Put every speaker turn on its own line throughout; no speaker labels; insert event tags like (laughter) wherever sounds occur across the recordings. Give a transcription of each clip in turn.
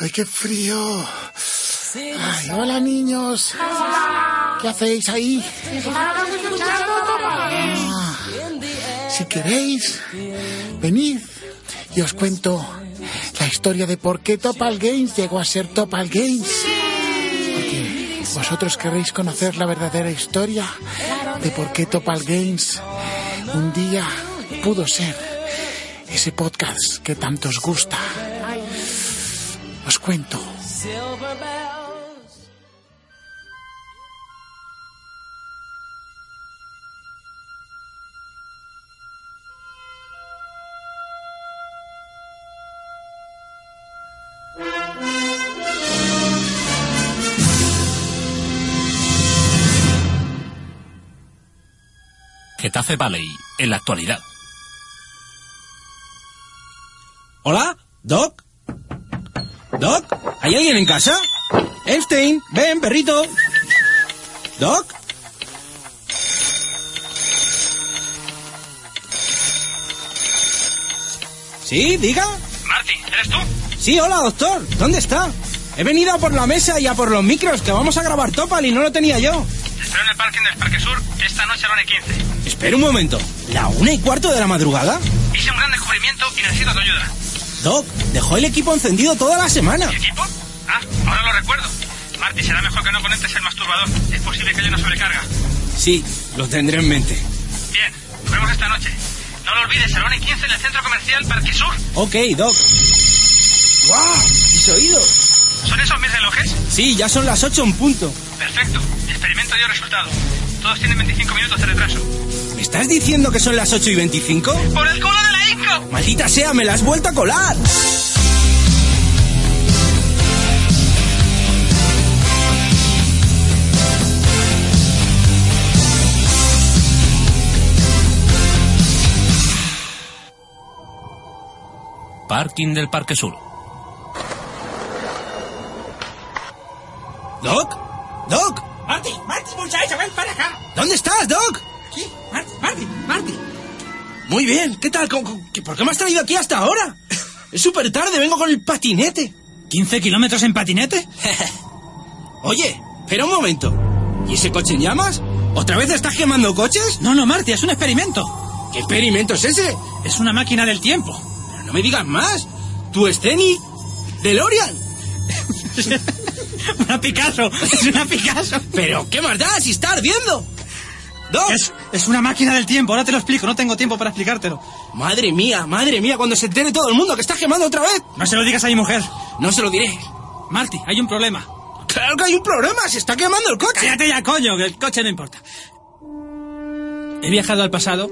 ¡Ay, qué frío! Ay, hola niños. ¿Qué hacéis ahí? Ah, si queréis, venid y os cuento la historia de por qué Topal Games llegó a ser Topal Games. Porque vosotros querréis conocer la verdadera historia de por qué Topal Games un día pudo ser ese podcast que tanto os gusta. Os cuento.
Getafe Valley, en la actualidad.
¿Hola? ¿Doc? ¿Doc? ¿Hay alguien en casa? Einstein, ven, perrito. ¿Doc? ¿Sí? ¿Diga?
Marty, ¿eres tú?
Sí, hola, doctor. ¿Dónde está? He venido a por la mesa y a por los micros, que vamos a grabar Topal y no lo tenía yo.
Te espero en el parking del Parque Sur esta noche a la 1.15.
Espera un momento. ¿La una y cuarto de la madrugada?
Hice un gran descubrimiento y necesito tu ayuda.
Doc, dejó el equipo encendido toda la semana.
¿Mi equipo? Ah, ahora lo recuerdo. Marty, será mejor que no conectes el masturbador. Es posible que haya una sobrecarga.
Sí, lo tendré en mente.
Bien, nos vemos esta noche. No lo olvides, a la 1.15 en el centro comercial Parque Sur.
Ok, Doc. ¡Guau! ¡Mis oídos!
¿Son esos mis relojes?
Sí, ya son las ocho en punto.
Perfecto. Experimento dio resultado. Todos tienen 25 minutos de retraso.
¿Me estás diciendo que son las 8 y 25?
¡Por el culo de la Inco!
¡Maldita sea, me la has vuelto a colar!
Parking del Parque Sur.
¿Doc? ¿Doc?
Marty, Marty, muchacho, ven para acá.
¿Dónde estás, Doc?
Aquí, Marty, Marty, Marty.
Muy bien, ¿qué tal? ¿Cómo- cómo- qué- ¿Por qué me has traído aquí hasta
(laughs)
ahora? Es súper tarde, vengo con el patinete.
¿15 kilómetros en patinete?
(laughs) Oye, espera un momento. ¿Y ese coche en llamas? ¿Otra vez estás quemando coches?
No, no, Marty, es un experimento.
¿Qué experimento es ese?
Es una máquina del tiempo.
Pero no me digas más. ¿Tu Steny? ¿DeLorean?
(laughs) Una Picasso, es una Picasso.
(laughs) ¿Pero qué más da si está ardiendo? ¡Doc!
Es, es una máquina del tiempo, ahora te lo explico, no tengo tiempo para explicártelo.
Madre mía, madre mía, cuando se entere todo el mundo que estás quemando otra vez.
No se lo digas a mi mujer.
No se lo diré.
Marty, hay un problema.
Claro que hay un problema, se está quemando el coche.
Cállate ya, coño, que el coche no importa. He viajado al pasado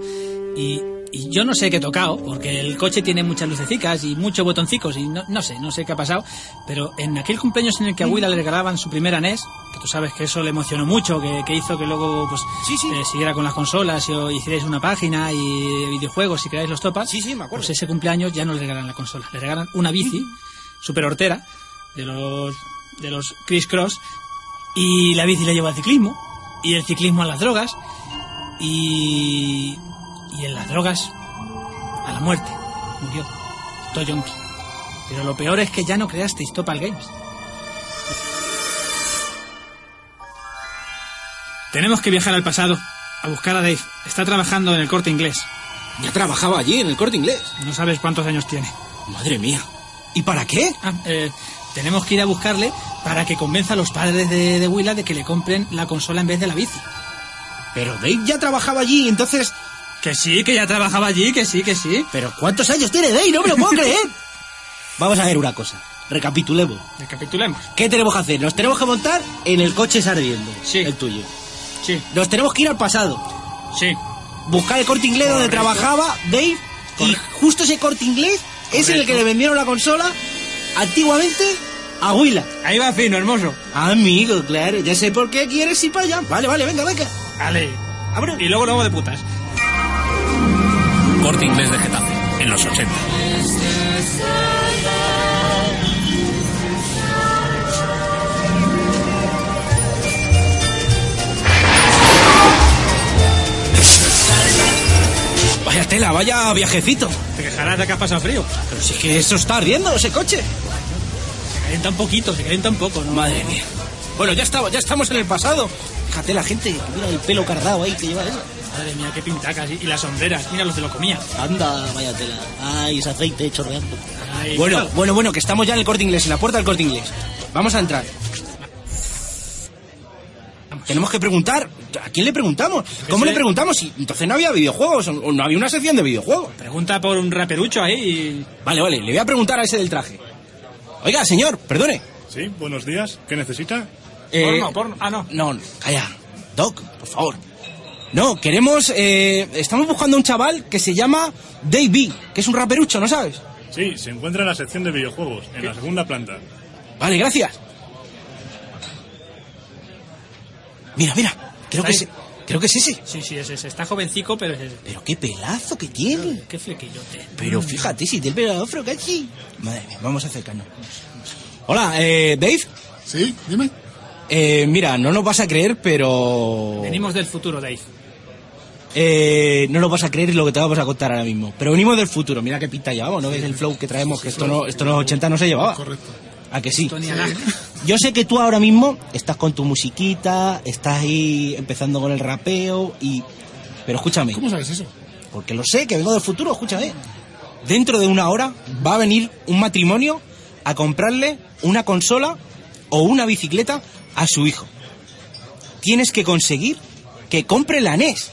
y, y yo no sé qué he tocado, porque el coche tiene muchas lucecicas y muchos botoncicos y no, no sé, no sé qué ha pasado, pero en aquel cumpleaños en el que a Willa le regalaban su primera NES, que tú sabes que eso le emocionó mucho, que, que hizo que luego pues
Sí, sí.
eh, siguiera con las consolas y o- hicierais una página y videojuegos y creáis los topas,
Sí, sí, me acuerdo.
pues ese cumpleaños ya no le regalan la consola, le regalan una bici super hortera de los, de los Criss Cross y la bici la lleva al ciclismo y el ciclismo a las drogas y, y en las drogas a la muerte murió todo yonki pero lo peor es que ya no creasteis Topal Games tenemos que viajar al pasado a buscar a Dave está trabajando en el corte inglés
Ya trabajaba allí en el corte inglés.
no sabes cuántos años tiene
Madre mía. ¿Y para qué?
Ah, eh, tenemos que ir a buscarle para que convenza a los padres de, de Willa de que le compren la consola en vez de la bici
Pero Dave ya trabajaba allí, entonces.
que sí, que ya trabajaba allí, que sí, que sí.
¿Pero cuántos años tiene Dave? No me lo puedo
(laughs)
creer. Vamos a ver una cosa. Recapitulemos.
Recapitulemos.
¿Qué tenemos que hacer? Nos tenemos que montar en el coche ese ardiendo.
Sí.
El tuyo.
Sí,
Nos tenemos que ir al pasado.
sí.
Buscar el corte inglés donde
Correcto.
trabajaba Dave. Y
Correcto.
justo ese corte inglés es en el
Correcto.
que le vendieron la consola antiguamente a Willa.
Ahí va fino, hermoso.
Amigo, claro, ya sé por qué quieres ir para allá. Vale, vale, venga, venga.
Vale. Y luego luego de putas.
Corte inglés de Getafe, en los 80.
Vaya tela, vaya viajecito.
Te quejarás de que has pasado frío.
Pero si es que eso está ardiendo, ese coche.
creen tan poquito, se creen tan poco, ¿no?
Madre mía. Bueno, ya, estaba, ya estamos en el pasado. Fíjate la gente que mira el pelo cardado ahí que lleva eso.
Madre mía, qué pintacas. Y y las sombreras, mira los de lo comía.
Anda, vaya tela. Ay, ese aceite chorreando.
Ay,
Bueno,
claro.
bueno, bueno, que estamos ya en el corte inglés, en la puerta del corte inglés. Vamos a entrar. Tenemos que preguntar. ¿A quién le preguntamos? ¿Cómo
sé.
le preguntamos? Si entonces no había videojuegos, o no había una sección de videojuegos.
pregunta por un raperucho ahí y.
Vale, vale, le voy a preguntar a ese del traje. Oiga, señor, perdone.
Sí, buenos días. ¿Qué necesita?
Eh,
Porno, porno. Ah, no.
No, calla. Doc, por favor. No, queremos. eh, estamos buscando a un chaval que se llama Davey, que es un raperucho, ¿no sabes?
Sí, se encuentra en la sección de videojuegos, en la segunda planta.
Vale, gracias. Mira, mira, creo que,
Ahí.
es, creo que es ese.
Sí, sí, es ese. Está jovencico, pero es ese.
Pero qué pelazo que tiene.
Qué Mm. flequillote.
Pero fíjate, si te el pelo afro casi. Madre mía, vamos a acercarnos. Hola, eh, Dave.
Sí, dime.
Eh, mira, no nos vas a creer, pero...
Venimos del futuro, Dave.
Eh, no lo vas a creer lo que te vamos a contar ahora mismo. Pero venimos del futuro. Mira qué pinta llevamos, ¿no? Ves el flow que traemos, que esto no, esto en los 80 no se llevaba.
Correcto.
¿A que sí?
Tony Anag.
Yo sé que tú ahora mismo estás con tu musiquita, estás ahí empezando con el rapeo y... Pero escúchame,
¿Cómo sabes eso?
porque lo sé, que vengo del futuro, escúchame. Dentro de una hora va a venir un matrimonio a comprarle una consola o una bicicleta a su hijo. Tienes que conseguir que compre la E NES.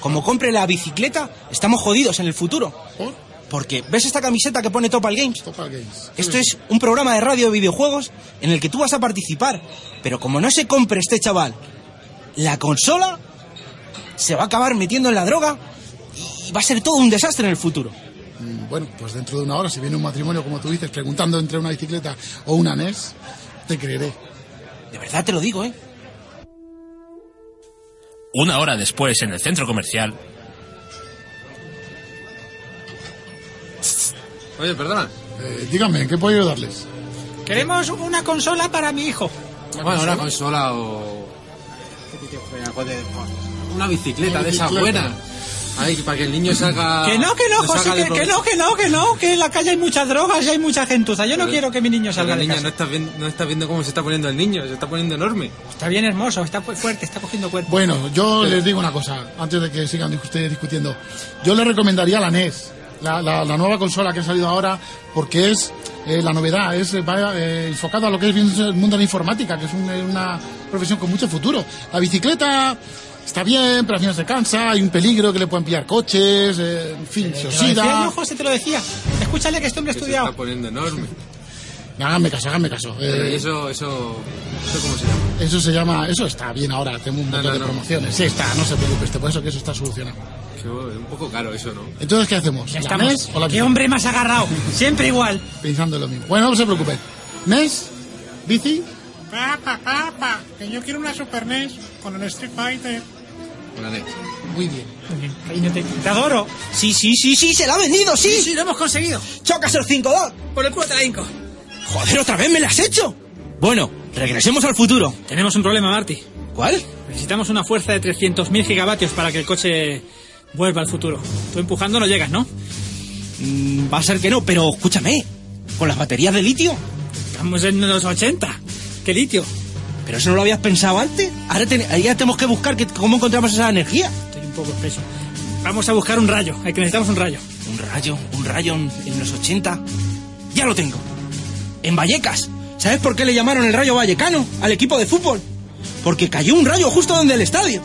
Como compre la bicicleta, estamos jodidos en el futuro.
¿Por?
Porque, ¿ves esta camiseta que pone Topal Games?
Topal Games.
Esto es un programa de radio de videojuegos en el que tú vas a participar. Pero como no se compre este chaval la consola, se va a acabar metiendo en la droga y va a ser todo un desastre en el futuro.
Mm, Bueno, pues dentro de una hora, si viene un matrimonio, como tú dices, preguntando entre una bicicleta o una NES, te creeré.
De verdad te lo digo, ¿eh?
Una hora después, en el centro comercial,
Oye, perdona.
Eh, dígame, ¿en qué puedo ayudarles?
Queremos una consola para mi hijo.
Bueno, una consola o. Una bicicleta de esas
Bicicleta.
buenas. Ahí, para que el niño salga.
Que no, que no, José,
salga de
que, que
pro-
no, que no, que no, que en la calle hay muchas drogas y hay mucha gentuza. Yo no quiero que mi niño
Pero
salga de
niña,
casa.
no estás, viendo, no estás viendo cómo se está poniendo el niño, se está poniendo enorme.
Está bien hermoso, está fu- fuerte, está cogiendo cuerpo.
Bueno, yo les digo una cosa, antes de que sigan ustedes discutiendo. Yo les recomendaría la NES, la, la- la nueva consola que ha salido ahora, porque es eh, la novedad, es eh, va eh, enfocado a lo que es bien el mundo de la informática, que es un- eh, una profesión con mucho futuro. La bicicleta está bien, pero al final se cansa, hay un peligro que le pueden pillar coches, eh, en fin, se
Te lo decía yo,
oxida.
José, te lo decía. Escúchale que este hombre ha
Que se está
estudiado.
poniendo enorme.
Háganme caso, háganme caso.
Pero ¿y
Eh,
eso, eso, eso cómo se llama?
Eso se llama, eso está bien ahora, tengo un montón
no,
de
no.
promociones. Sí, está, no se preocupe usted, por eso que eso está solucionado.
Que, oh, es un poco caro eso, ¿no?
Entonces, ¿qué hacemos?
Ya
¿La
estamos.
NES o la
¿Qué
bici?
hombre más agarrado? Siempre igual.
Pensando en lo mismo. Bueno, no se preocupe. ¿NES? ¿Bici?
Papa, papa, que yo quiero una Super NES con el Street Fighter.
Una NES.
Muy bien.
Cariño, te, te adoro.
Sí, sí, sí, sí, se la ha vendido, sí.
Sí, lo hemos conseguido.
¡Chocas el 5 2
Por el culo te la hinco.
Joder, otra vez me la has hecho. Bueno, regresemos al futuro.
Tenemos un problema, Marty.
¿Cuál?
Necesitamos una fuerza de 300.000 gigavatios para que el coche vuelva al futuro. Tú empujando no llegas, ¿no?
Mm, va a ser que no, pero escúchame. Con las baterías de litio.
Estamos en los 80. ¡Qué litio!
Pero eso no lo habías pensado antes. Ahora, ten- ahora tenemos que buscar que- cómo encontramos esa energía.
Estoy un poco espeso. Vamos a buscar un rayo. Hay que necesitamos un rayo.
Un rayo, un rayo en, en los 80. Ya lo tengo. En Vallecas. ¿Sabes por qué le llamaron el rayo vallecano al equipo de fútbol? Porque cayó un rayo justo donde el estadio.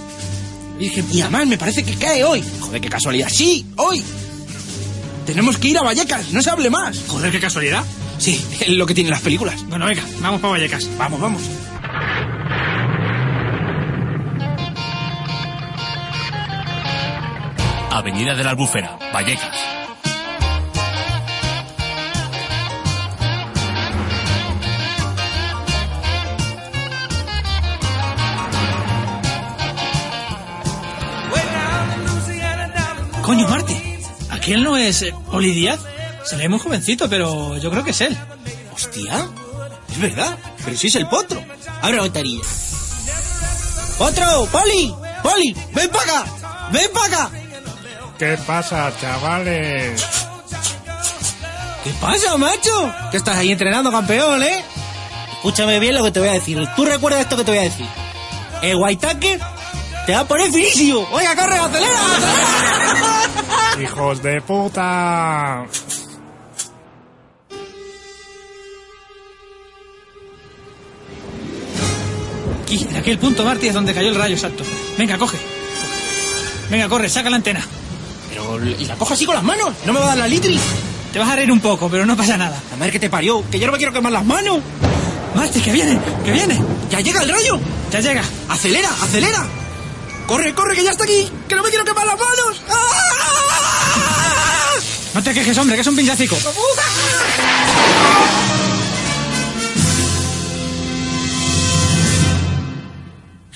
Virgen
Y además me parece que cae hoy. Joder, qué casualidad. Sí, hoy. Tenemos que ir a Vallecas, no se hable más.
Joder, qué casualidad.
Sí, es lo que tienen las películas.
Bueno, venga, vamos para Vallecas.
Vamos, vamos.
Avenida de la Albufera, Vallecas.
Coño, Marte. Aquel no es eh, Oli Díaz. Se le ve muy jovencito, pero yo creo que es él.
Hostia, es verdad. Pero si es el potro. Abre la ventanilla. ¡Potro! ¡Poli! ¡Poli! ¡Ven para acá! ¡Ven para acá!
¿Qué pasa, chavales?
¿Qué pasa, macho? Que estás ahí entrenando, campeón, ¿eh?
Escúchame bien lo que te voy a decir. Tú recuerdas esto que te voy a decir. El Waitake te va a poner finísimo. Oiga, corre, acelera, acelera.
¡Hijos de puta!
Aquí, en aquel punto, Marty, es donde cayó el rayo exacto. Venga, coge. Venga, corre, saca la antena.
Pero, ¿y la cojo así con las manos? ¿No me va a dar la litri?
Te vas a reír un poco, pero no pasa nada.
La madre que te parió, que yo no me quiero quemar las manos.
Marty, que viene, que viene.
¡Ya llega el rayo!
Ya llega.
¡Acelera, acelera! ¡Corre, corre, que ya está aquí! ¡Que no me quiero quemar las manos! ¡Ah!
No te quejes, hombre, que es un pinchacico.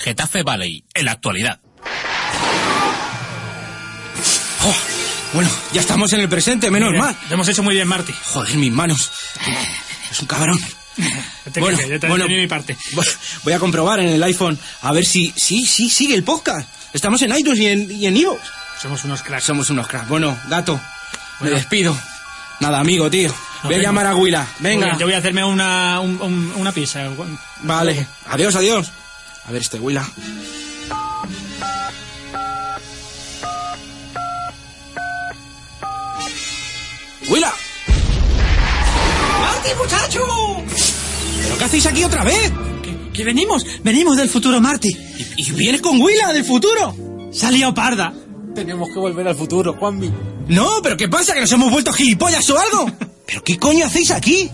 Getafe Valley, en la actualidad.
Oh, bueno, ya estamos en el presente, menos
Bien,
mal.
Lo hemos hecho muy bien, Marty.
Joder, mis manos. Es un cabrón.
No te
Bueno,
quejes, yo también (laughs)
bueno.
tenía mi parte.
Voy- Voy a comprobar en el iPhone a ver si. Sí, sí, sigue el podcast. Estamos en iTunes y en, y en iVoox.
Somos unos cracks.
Somos unos cracks. Bueno, gato, me despido. Nada, amigo, tío.
Nos
Voy a
vemos.
llamar a Huila.
Muy
Venga.
bien, yo voy a hacerme una, un- un- una pizza.
Vale. Adiós, adiós. A ver este Huila. ¡Huila! ¡Marty, muchacho! ¿Pero qué hacéis aquí otra vez?
Que, que venimos, venimos del futuro, Marty.
¿Y, y vienes con Huila del futuro?
Se ha liado parda.
Tenemos que volver al futuro, Juanmi.
No, pero ¿qué pasa? ¿Que nos hemos vuelto gilipollas o
(laughs)
algo? ¿Pero qué coño hacéis aquí?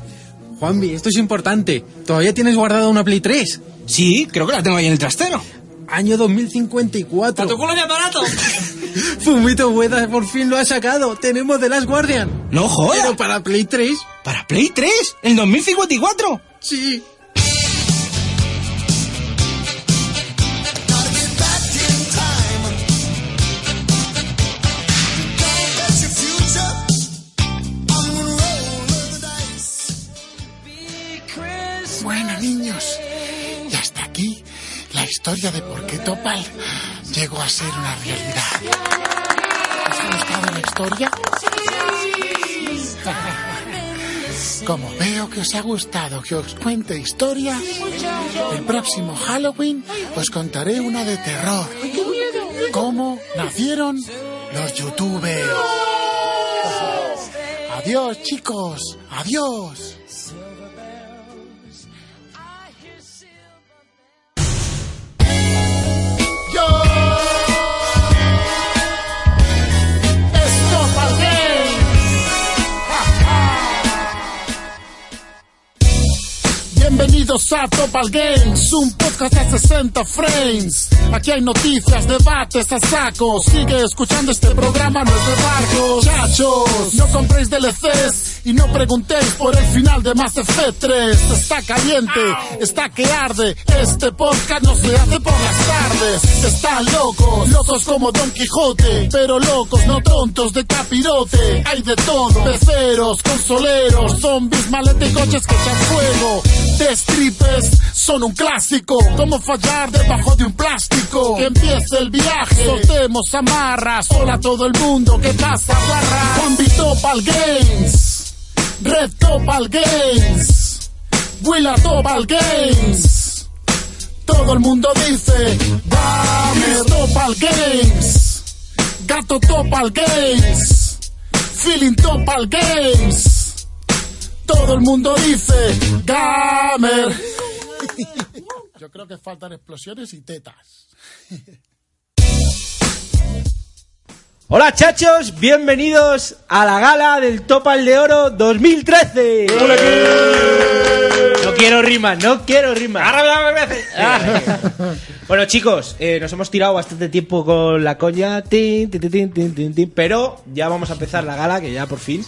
Juanmi, esto es importante. Todavía tienes guardada una Play 3.
Sí, creo que la tengo ahí en el trastero.
Año 2054.
culo de aparato!
(laughs) Fumito Buedas por fin lo ha sacado. Tenemos The Last Guardian.
No jodas.
Pero para Play 3,
¿Para Play 3? ¿En 2054?
sí.
Bueno, niños, y hasta aquí la historia de por qué Topal llegó a ser una realidad. ¿Os ha gustado la historia? (laughs) Como veo que os ha gustado que os cuente historia, el próximo Halloween os contaré una de terror. ¿Cómo nacieron los youtubers? Adiós, chicos. Adiós. Yo esto Bienvenidos a Topal Games, un podcast de 60 frames. Aquí hay noticias, debates a saco. Sigue escuchando este programa, no es de barcos. Chachos, no compréis DLCs y no preguntéis por el final de Mass Effect 3. Está caliente, está que arde. Este podcast no se hace por las tardes. Están locos, locos como Don Quijote, pero locos, no tontos de capirote. Hay de todo, peceros, consoleros, zombies, maletes y coches que echan fuego. De strippers son un clásico, como fallar debajo de un plástico. Que empiece el viaje, soltemos amarras. Hola a todo el mundo, ¿qué pasa, barra? Juan Topal Games, Red Topal Games, Willa Topal Games. Todo el mundo dice, dame Topal Games, Gato Topal Games, Feeling Topal Games. Todo el mundo dice, Gamer. Yo creo que faltan explosiones y tetas.
Hola chachos, bienvenidos a la gala del Topal de Oro 2013. No quiero rimas, no quiero rimas. Ah. Bueno chicos, eh, nos hemos tirado bastante tiempo con la coña, tin, tin, tin, tin, tin, tin, tin, pero ya vamos a empezar la gala, que ya por fin.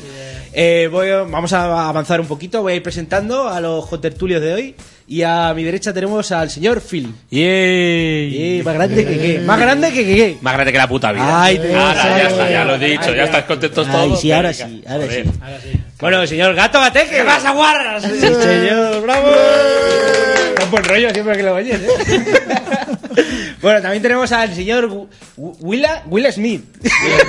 Eh, voy a- vamos a avanzar un poquito, voy a ir presentando a los contertulios de hoy y a mi derecha tenemos al señor Phil. Eh, más grande que qué, más grande que qué.
Más grande que la puta vida.
Ay, Dios.
Ahora, ya está, ya lo he dicho,
Ay,
ya estás contentos
Ay,
todos.
sí, ahora
Venga,
sí, ahora
joder.
sí.
Bueno, señor Gato Bate, ¿qué pasa, guarras? Sí, señor, bravo. Está un buen rollo siempre que lo oyes, ¿eh? (laughs) Bueno, también tenemos al señor Gu- Gu- Willa- Will Smith.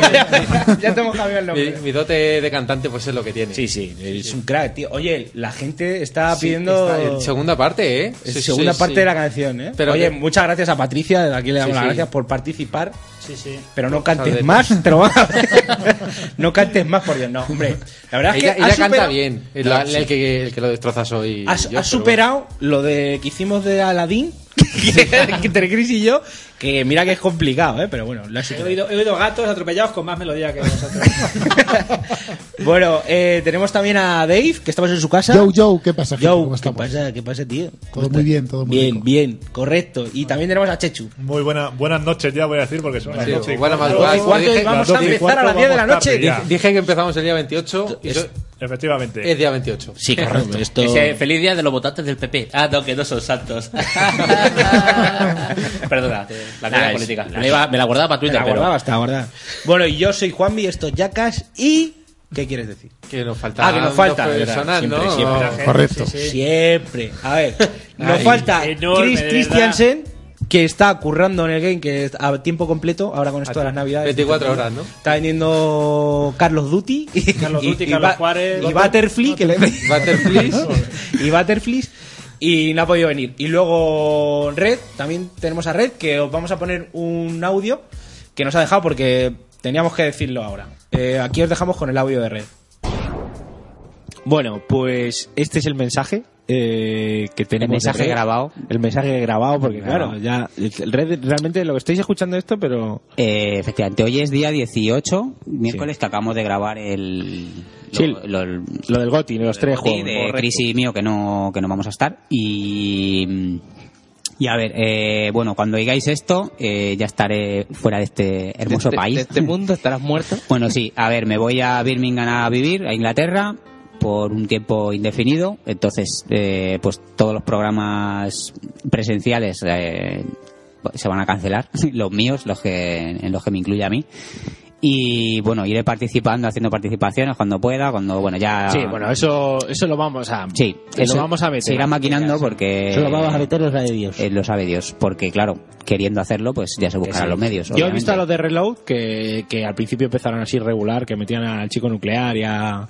(laughs) ya tengo Javier el
Mi,
nombre.
mi dote de cantante pues es lo que tiene. Sí,
sí, es un crack, tío. Oye, la gente está
Sí,
pidiendo
está en segunda parte, ¿eh?
su
Sí,
segunda
sí,
parte
sí.
de la canción, ¿eh?
Pero
Oye,
que-
muchas gracias a Patricia, de aquí le damos
Sí,
las
sí.
gracias por participar.
Sí, sí.
Pero no cantes
Joder.
más, te lo van
(laughs)
a No cantes más, por Dios, no, hombre. La verdad es que
Ella, ella
has
canta
superado-
bien. El,
No,
la-
sí.
el que, el que lo destroza soy.
Has,
yo,
has
pero
superado lo de que hicimos de
(laughs)
Aladdin, que (laughs) entre Chris y yo, que mira que es complicado, ¿eh? pero bueno, lo has
He
superado.
oído, he oído gatos atropellados con más melodía que
(laughs)
vosotros.
Bueno, eh, tenemos también a Dave, que estamos en su casa.
Joe, Joe, ¿qué pasa? gente?
Yo,
¿Cómo
¿qué
estamos?
pasa? ¿Qué pasa, tío?
Todo muy bien, todo muy
bien.
rico.
Bien, correcto. Y también tenemos a Chechu.
Muy buena, buenas noches ya voy a decir porque son las
Sí,
noches. y
buena
cuarto.
madrugada.
Las doce y
Vamos a
cuarto,
empezar a las 10 de la
vamos
noche.
tarde ya.
Dije, dije que empezamos el día 28 y soy-
Efectivamente.
es día 28. (laughs)
Sí, correcto. Esto-
Dice, feliz día de los votantes del PP. Ah, no, que no son santos.
(laughs)
Perdona, la
Nah,
cara
es-
política.
nah.
Me, la iba- me la guardaba para Twitter,
Me la
pero-
guardaba hasta ahora. Bueno, y yo soy Juanmi, esto es Yacas y... ¿Qué quieres decir?
Que nos falta.
ah, que nos falta.
dos
de verdad.
personas,
siempre,
¿no?
siempre.
Correcto.
Sí, sí. Siempre. A ver,
(laughs)
nos
Ay,
falta
enorme, de
Chris
verdad.
Christiansen, que está currando en el game, que es a tiempo completo, ahora con esto de las navidades.
24 horas, ¿no?
Está vendiendo Carlos Duty. y-
Carlos
y-
Duty,
y
Carlos
Ba-
Juárez.
Y Butterfly, que le
Butterfly.
y Butterflies y no ha podido venir. Y luego Red, también tenemos a Red, que os vamos a poner un audio que nos ha dejado porque teníamos que decirlo ahora. Eh, aquí os dejamos con el audio de Red. Bueno, pues este es el mensaje eh, que tenemos.
mensaje
de Red.
grabado.
El mensaje grabado, porque claro,
Claro.
ya. el Red, realmente lo que estáis escuchando esto, pero.
Eh, efectivamente, hoy es día 18, miércoles que acabamos de grabar el. Lo, lo-
Lo del Goti, los tres
Goti
juegos.
de
correcto.
Chris y mío que no, que no vamos a estar. Y. mm, Y a ver, eh, bueno, cuando oigáis esto, eh, ya estaré fuera de este hermoso
de-
país.
de este
mundo estarás muerto? (laughs) Bueno, sí, a ver, me voy a Birmingham a vivir, a Inglaterra, por un tiempo indefinido. Entonces, eh, pues todos los programas presenciales eh, se van a cancelar, (laughs) los míos, los que, en los que me incluye a mí. Y bueno, iré participando, haciendo participaciones cuando pueda, cuando, bueno, ya...
Ah.
Sí, bueno, eso, eso lo vamos a.
Sí,
lo vamos a meter.
Se irá maquinando porque.
Eso lo vamos a meter,
lo sabe Dios. lo sabe Dios, porque claro, queriendo hacerlo, pues ya se buscarán los medios.
Yo he
obviamente.
visto a los de Reload que, que al principio empezaron así regular, que metían al chico nuclear y a.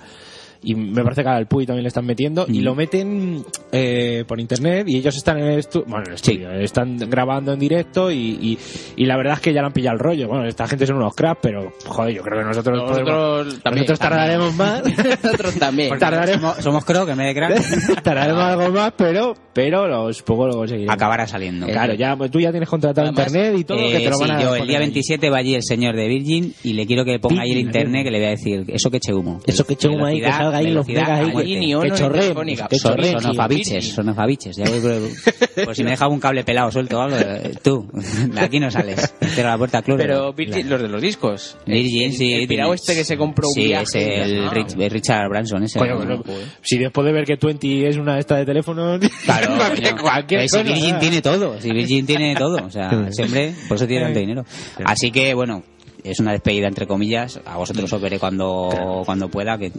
Y me parece que al Puy también le están metiendo.
Mm.
Y lo meten eh, por internet y ellos están en el estudio. Bueno, en el estudio. Están grabando en directo y, y, y la verdad es que ya le han pillado el rollo. Bueno, esta gente son unos cracks, pero joder, yo creo que nosotros,
Nosotros
podemos-
también,
nosotros tardaremos más.
(laughs) Nosotros también.
Tardaremos-
Somos, somos creo que me de crack.
Tardaremos algo más, pero, (laughs) pero los poco lo conseguiremos.
Acabará saliendo.
Claro, ya pues, tú ya tienes contratado internet y todo,
Eh,
que te lo van
sí,
a
yo el
poner
día
ahí.
27 va allí el señor de Virgin y le quiero que ponga ahí el
Virgin,
internet que le voy a decir eso que eche humo.
Eso que eche humo ahí, que
Velocidad,
salga ahí los
velocidad,
megas ahí,
a muerte.
que- que Que chorreen, telefónica. que
Son-
chorreen,
Son
sí,
los babiches,
Virgin.
son los babiches. Ya voy, por- por Pues si me deja un cable pelado suelto o algo, eh, tú, (laughs) de aquí no sales. Cierra la puerta al club.
Pero
Virgin,
los de los discos.
Virgin, sí.
el pirao
tiene-
este que se compró un
Sí,
viaje.
es el
Ah.
Rich- es Richard Branson, ese.
Coño,
Bueno, pues.
bueno, si después de ver que Twenty es una esta de teléfono,
(laughs)
(laughs)
Claro,
cualquier,
coño.
cualquier
Pero si
cosa,
Virgin
nada.
tiene todo, si Virgin
(laughs)
tiene todo, o sea, siempre, por eso tiene tanto dinero. Así que, bueno, es una despedida entre comillas, a vosotros os veré cuando, cuando pueda, que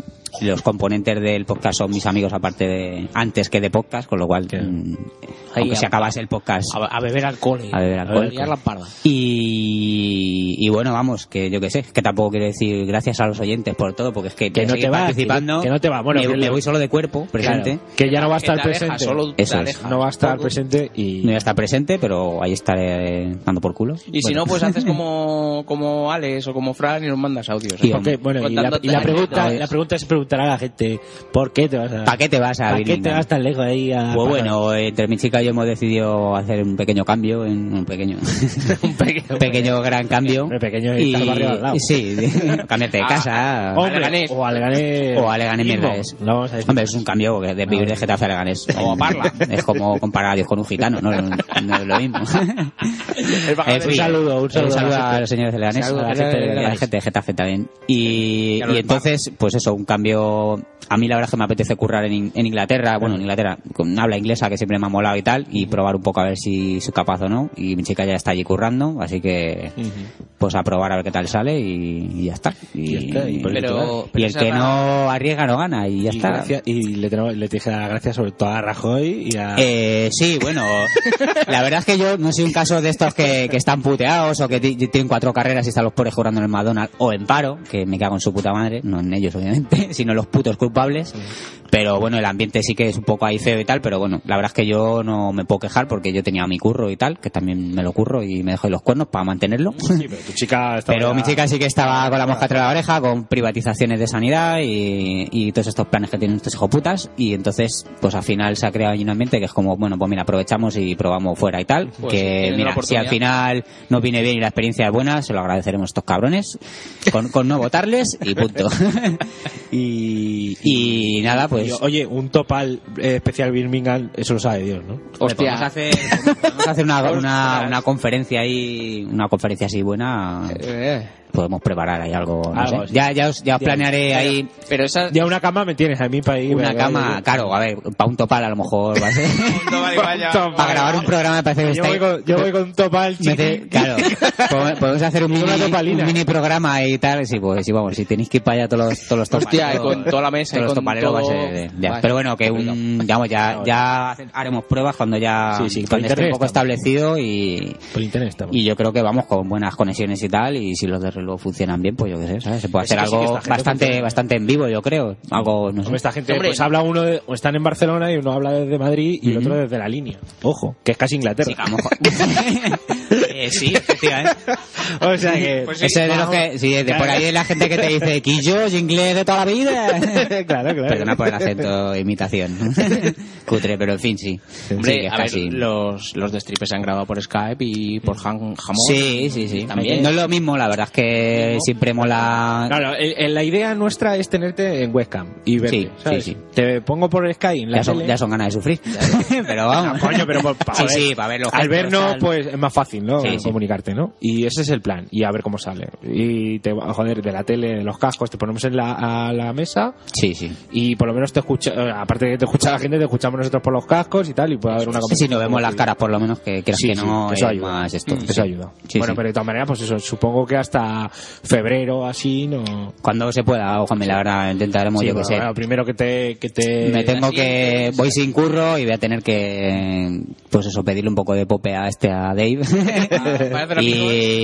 los componentes del podcast son mis amigos aparte de, antes que de podcast, con lo cual, mm, aunque
Ahí,
se
a-
acabase el podcast,
A, a beber alcohol. eh.
a beber alcohol.
liar la parda.
Y, y bueno, vamos, que yo que sé, que tampoco quiero decir gracias a los oyentes por todo, porque es que, voy
Que
a
no
seguir
te vas,
participando,
que, que no te va. Bueno,
me,
que
me
lo-
voy solo de cuerpo, presente.
Claro, que ya no va a
Que
estar
te alejas,
presente.
solo te
Eso es,
alejas.
No va a estar presente y
No voy a estar presente, pero ahí estaré dando por culo.
Y si
Bueno.
no, pues
haces
como, como Alex o como Fran y nos mandas audios.
Y
Y,
hombre,
bueno, y la,
contándote
y la pregunta,
anécdotas.
la pregunta se preguntará a la gente, ¿por qué te vas a...
¿Para qué te vas a
¿Para qué
Birmingham?
te vas tan lejos ahí
(laughs)
a...
Pues bueno, entre mi chica y yo hemos decidido hacer un pequeño cambio, en un
(laughs)
pequeño, (laughs) un pequeño, gran cambio.
pequeño y está el barrio al lado.
Sí, (laughs) cámbiate de
Ah,
casa.
hombre, o a Leganés.
O a Leganés
Mismo.
mierda es. Hombre, es un cambio que de
Ah,
vivir de Getafe a Leganés. O a Parla. (laughs) Es como comparar a Dios con un gitano, no, no es lo mismo.
(laughs)
En fin,
un saludo, un saludo.
a los señores de Leganés,
Saludo
a la gente de
Leganés.
Leganés, a la gente de Getafe también. Y,
Que a los
y entonces, pues eso, un cambio... A mí la verdad es que me apetece currar en, In- en Inglaterra, bueno, en Inglaterra, con habla inglesa que siempre me ha molado y tal, y probar un poco a ver si soy capaz o no. Y mi chica ya está allí currando, así que pues a probar a ver qué tal sale y, y ya está. Y,
Ya está, y por ahí
pero-
te vas.
y el que no arriesga no gana y ya
Y,
está.
gracias- y le, tengo- le dije las gracias sobre todo a Rajoy y a...
Eh, sí, bueno, la verdad es que yo no soy un caso de estos que, que están puteados o que ti- tienen cuatro carreras y están los pobres jurando en el McDonald's o en paro, que me cago en su puta madre, no en ellos obviamente, (laughs) sino en los putos culpables. Pero bueno, el ambiente sí que es un poco ahí feo y tal, pero bueno, la verdad es que yo no me puedo quejar porque yo tenía mi curro y tal, que también me lo curro y me dejo ahí los cuernos para mantenerlo.
pero tu
(laughs)
chica estaba
Pero
ya-
mi chica sí que estaba con la mosca tras la oreja, con privatizaciones de sanidad y, y todos estos planes que tienen estos hijoputas. Y entonces, pues al final se ha creado allí un ambiente que es como, bueno, pues mira, aprovechamos y probamos fuera y tal.
Pues sí,
que
tienen
mira,
la
si al final nos viene bien y la experiencia es buena, se lo agradeceremos a estos cabrones con, con no votarles y punto. (laughs) y, y nada, pues.
Y, oye, un topal eh, especial Birmingham, eso lo sabe Dios, ¿no?
Hostia. Vamos a hacer, vamos a hacer una, una, una conferencia ahí, una conferencia así buena. Podemos preparar ahí algo. no
Eh. Algo,
sé.
sí.
Ya, ya os, ya os
Ya.
planearé
Pero-
ahí. Pero esa,
Ya una cama me tienes a mí para ir.
una
vale,
cama,
vale.
claro, a ver, para un topal a lo mejor
(laughs)
va a ser. para grabar un programa me parece que
Yo
está
voy con, yo voy con un topal, chiqui.
Mete- (laughs) claro, podemos- podemos hacer un
Con una
mini,
topalina.
un mini programa y tal. Sí, pues sí, vamos, si tenéis que ir para allá todos los, todos los
Hostia,
topaleros-
y con toda la mesa,
todos
y
los
con
topaleros va a
todo-
ser- ya.
Vale.
Pero bueno, que un, digamos, ya, ya haremos pruebas cuando ya
Sí, sí, por
cuando esté un
internet
poco
estamos.
establecido y,
Por internet estamos.
y yo creo que vamos con buenas conexiones y tal. Y si los de reloj funcionan bien, pues yo qué sé, ¿sabes? Se puede
Eso que
hacer
sí que
algo
esta gente
bastante,
funciona.
bastante en vivo, yo creo. Algo, no sé.
Hombre, esta gente pues habla uno de- o están en Barcelona y uno habla desde Madrid y el otro desde la línea. Ojo, que es casi Inglaterra.
Eh, sí, efectivamente.
(laughs) o sea que
Pues sí, Ese es de los que, sí, es de por ahí es la gente que te dice quillo, inglés de toda la vida.
(laughs) claro, claro.
Perdona por el
(laughs)
acento, imitación. Cutre, pero en fin, sí.
Hombre,
Sí, que es
a ver,
casi-
los, los de Strip se han grabado por Skype y por Han- Jamón.
Sí, sí, sí.
También.
No es lo mismo, la verdad es que siempre mola.
Claro, el- el- la idea nuestra es tenerte en webcam eh, y verte,
Sí, sí,
¿sabes?
sí.
Te pongo por Sky en la
Ya son,
tele.
ya son ganas de sufrir. (laughs) pero vamos.
Coño, pero (laughs) por- pa'
sí,
ver.
sí, para ver los
Ah, Al
gestos,
vernos,
tal.
pues es más fácil, ¿no?
Sí, sí.
Comunicarte, ¿no? Y ese es el plan. Y a ver cómo sale. Y te va- joder, de la tele, de los cascos, te ponemos en la, a la mesa.
Sí, sí.
Y por lo menos te escucha, eh, aparte de que te escucha la gente, te escuchamos nosotros por los cascos y tal. Y puede haber una
Sí, sí, nos vemos las caras por lo menos que creas
Sí,
que
sí,
no
eso
es
ayuda.
más esto.
Mm,
Sí.
Eso ayuda.
Sí,
bueno,
sí.
pero de todas maneras, pues eso, supongo que hasta febrero, así, no.
Cuando se pueda, ojalá, la verdad, intentaremos,
Sí,
yo que
pero
sé.
bueno, pues, primero que te, que te. (laughs)
me tengo que voy sin curro y voy a tener que pues eso pedirle un poco de pope a este a Dave
(laughs)
Ah, ¿eh?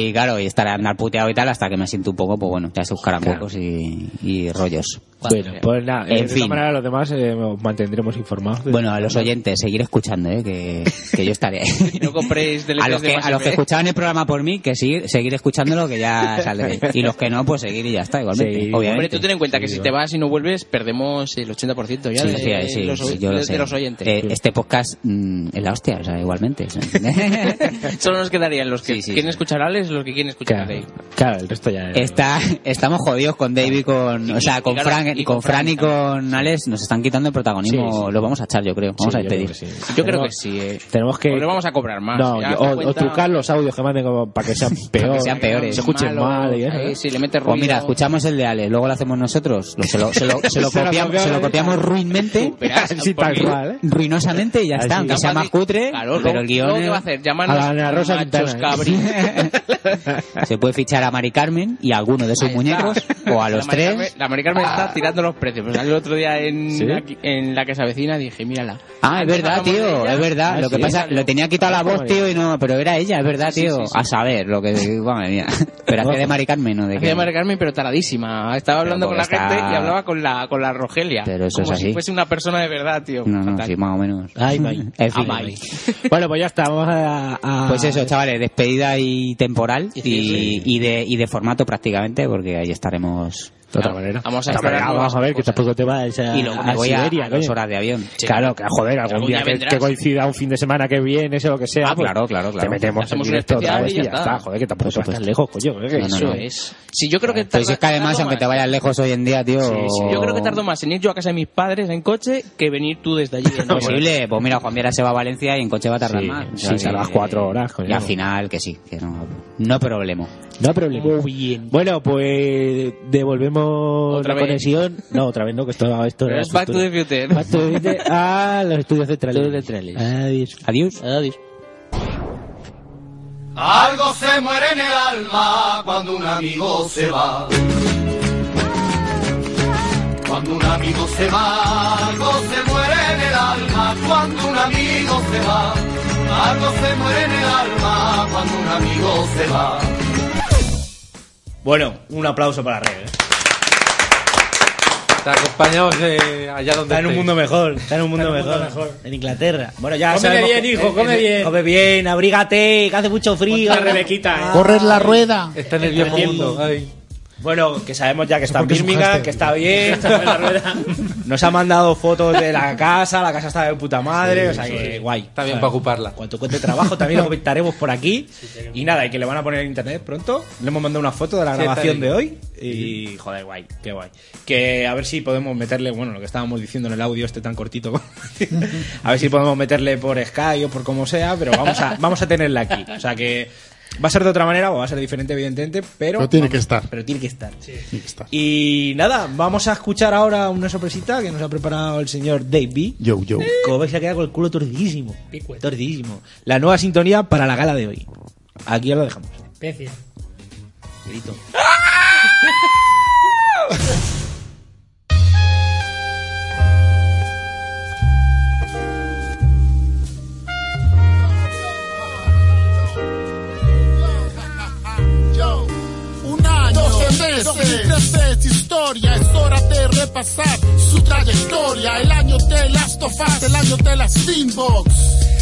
y claro y estar a andar puteado y tal hasta que me siento un poco pues bueno ya se buscarán huecos y, y rollos
Bueno, pues nada, eh,
en
de todas
fin
maneras, los demás eh, os mantendremos informados.
bueno a los oyentes seguir escuchando eh, que, que
(laughs)
yo estaré (laughs) ahí.
No compréis DLCs
a los
de
que
más
a los que
IP.
escuchaban el programa por mí que seguir seguir escuchándolo que ya saldré y los que no pues seguir y ya está igualmente
Sí,
obviamente
Hombre, tú ten en cuenta que
Sí,
si te vas y no vuelves, perdemos el 80% ya
Sí,
de,
sí, sí,
los,
sí, yo
de-
lo
de
sé.
los oyentes. (laughs)
Eh, este podcast mm, es la hostia, o sea, igualmente.
Solo nos quedarían los que quieren escuchar a Alex y los que quieren escuchar a Dave.
Claro, el resto ya.
Está, estamos jodidos con David, con, o sea, con
claro,
Frank,
y
con,
con
Fran y
Frank
con Alex nos están quitando el protagonismo.
Sí, sí.
Lo vamos a echar, yo creo. Vamos
Sí,
a
yo
despedir.
creo que sí.
Yo creo que
Tenemos-
sí. eh.
Tenemos que.
O le vamos a cobrar más.
No,
Si hagas
yo- o,
la cuenta-
o trucar los audios que manden como para que
(laughs)
sean peores.
que sean peores.
Se escuchen
Malos,
mal y eso.
ahí, si eh, le metes
eh. O
ruido.
mira, escuchamos el de Alex, luego lo hacemos nosotros, lo- se lo, se
(laughs)
lo- se lo
Se lo
copiamos,
copiamos,
se lo
(laughs)
copiamos ruinmente, (laughs)
Verás,
Sí, tal
porque-
cual, ¿eh?
ruinosamente y ya está,
Así.
aunque sea más cutre, pero el guión
Luego, ¿qué va a hacer? Llámanos
A la Ana Rosa
machos
Quintana. ¿eh?
cabri.
(laughs) se puede fichar a Mari Carmen y a alguno de sus muñecos, o a
la
los
Mari
tres.
Carmen- la Mari Carmen está tirando los precios. O sea, el otro día en,
¿Sí?
la, qui- en la que se avecina dije, mírala.
Ah, es verdad, tío, es verdad.
Ah,
lo que pasa, lo tenía quitado la voz, tío, y no, pero era ella, es verdad, tío. A saber,
(laughs)
lo que, madre mía. Pero hacía de Mari Carmen, ¿no? De
Hacía
que...
Mari Carmen, pero taradísima. Estaba hablando con la
porque
gente
está-
y hablaba con la, con la Rogelia.
Pero eso
como
es
si
así.
fuese una persona de verdad, tío. Ah,
No, no,
Fatal.
sí, más o menos. (laughs)
Ay, Mari.
En fin.
Ay, Mari. (laughs)
Bueno, pues ya está, vamos a. a-
Pues eso, chavales, despedida y temporal y,
sí.
y de, y de formato prácticamente, porque ahí estaremos
de otra manera.
Vamos
De otra manera, vamos a ver que tampoco te vas a,
Y luego me
a
voy a,
Siberia,
a dos
coño.
horas de avión.
Claro, que joder, algún
Algún
día
día
que,
vendrás.
que coincida un fin de semana que viene, o lo que sea.
Ah,
pues,
claro, claro, claro.
Te metemos en
Hacemos un
directo otra
especial
vez
y
y
ya
ya
está.
está. Joder, que tampoco estás tan lejos, coño. eh, que
No, no,
eso
no.
es.
Si yo creo que
Pero si es que además, aunque te vayas lejos hoy en día, tío.
Yo creo que tardo más en ir yo a casa de mis padres en coche que venir tú desde allí. en coche.
(laughs) Imposible, pues mira, Juan Viera se va a Valencia y en coche va a tardar
Sí,
más.
sí,
que-
tardas cuatro horas, coño.
Y al final, que sí, que no, no problema.
No hay problema. Muy bien. Bueno, pues devolvemos
Otra
la
vez.
conexión. No, otra vez no, que esto, esto
Pero
era
es Back to the
futuro.
Future.
Back to
(laughs)
the
(laughs)
Future Ah, a los estudios centrales. Adiós.
Adiós.
Adiós.
Algo se muere en el alma cuando un amigo se va. Cuando un amigo se va, algo se muere en el alma cuando un amigo se va. Algo se muere en el alma cuando un amigo se va.
Bueno, un aplauso para Rebe. ¿eh?
Te acompañamos eh, allá donde
Está en un
estés.
mundo mejor, está en un mundo,
Está en un
mejor,
mundo
En Inglaterra. Bueno, ya
Cómete
sabemos
bien,
que-
hijo,
eh,
come
eh,
bien.
Come bien, abrígate, que hace mucho frío.
Ponte a Rebequita, eh.
Correr la rueda.
Está
en el viejo mundo,
Bueno, que sabemos ya que está en
porque
Birmingham,
sujaste.
que está bien.
Correr la
Nos ha mandado fotos de la casa, la casa está de puta madre,
Sí,
o sea
eso
que
es.
guay.
Está bien
Bueno,
para ocuparla.
Cuanto cuente
(laughs)
trabajo, también lo comentaremos por aquí. Y nada, y que le van a poner en internet pronto. Le hemos mandado una foto de la
Sí, está
grabación de
bien.
hoy. Y joder, guay, qué guay. Que a ver si podemos meterle, bueno, lo que estábamos diciendo en el audio este tan cortito.
(laughs)
a ver si podemos meterle por Sky o por como sea, pero vamos a, vamos a tenerla aquí. O sea que va a ser de otra manera o va a ser diferente, evidentemente, pero.
Pero tiene
vamos-
que estar.
Pero tiene que estar.
Tiene que estar.
Y nada, vamos a escuchar ahora una sorpresita que nos ha preparado el señor Davey.
Yo, yo.
Como veis, se ha quedado con el culo tordidísimo. Tordidísimo. La nueva sintonía para la gala de hoy. Aquí os lo dejamos.
Especie.
Grito.
Un año, 12 meses, 13 es historia, es hora de repasar su trayectoria. El año de Last of Us, el año de la Steambox,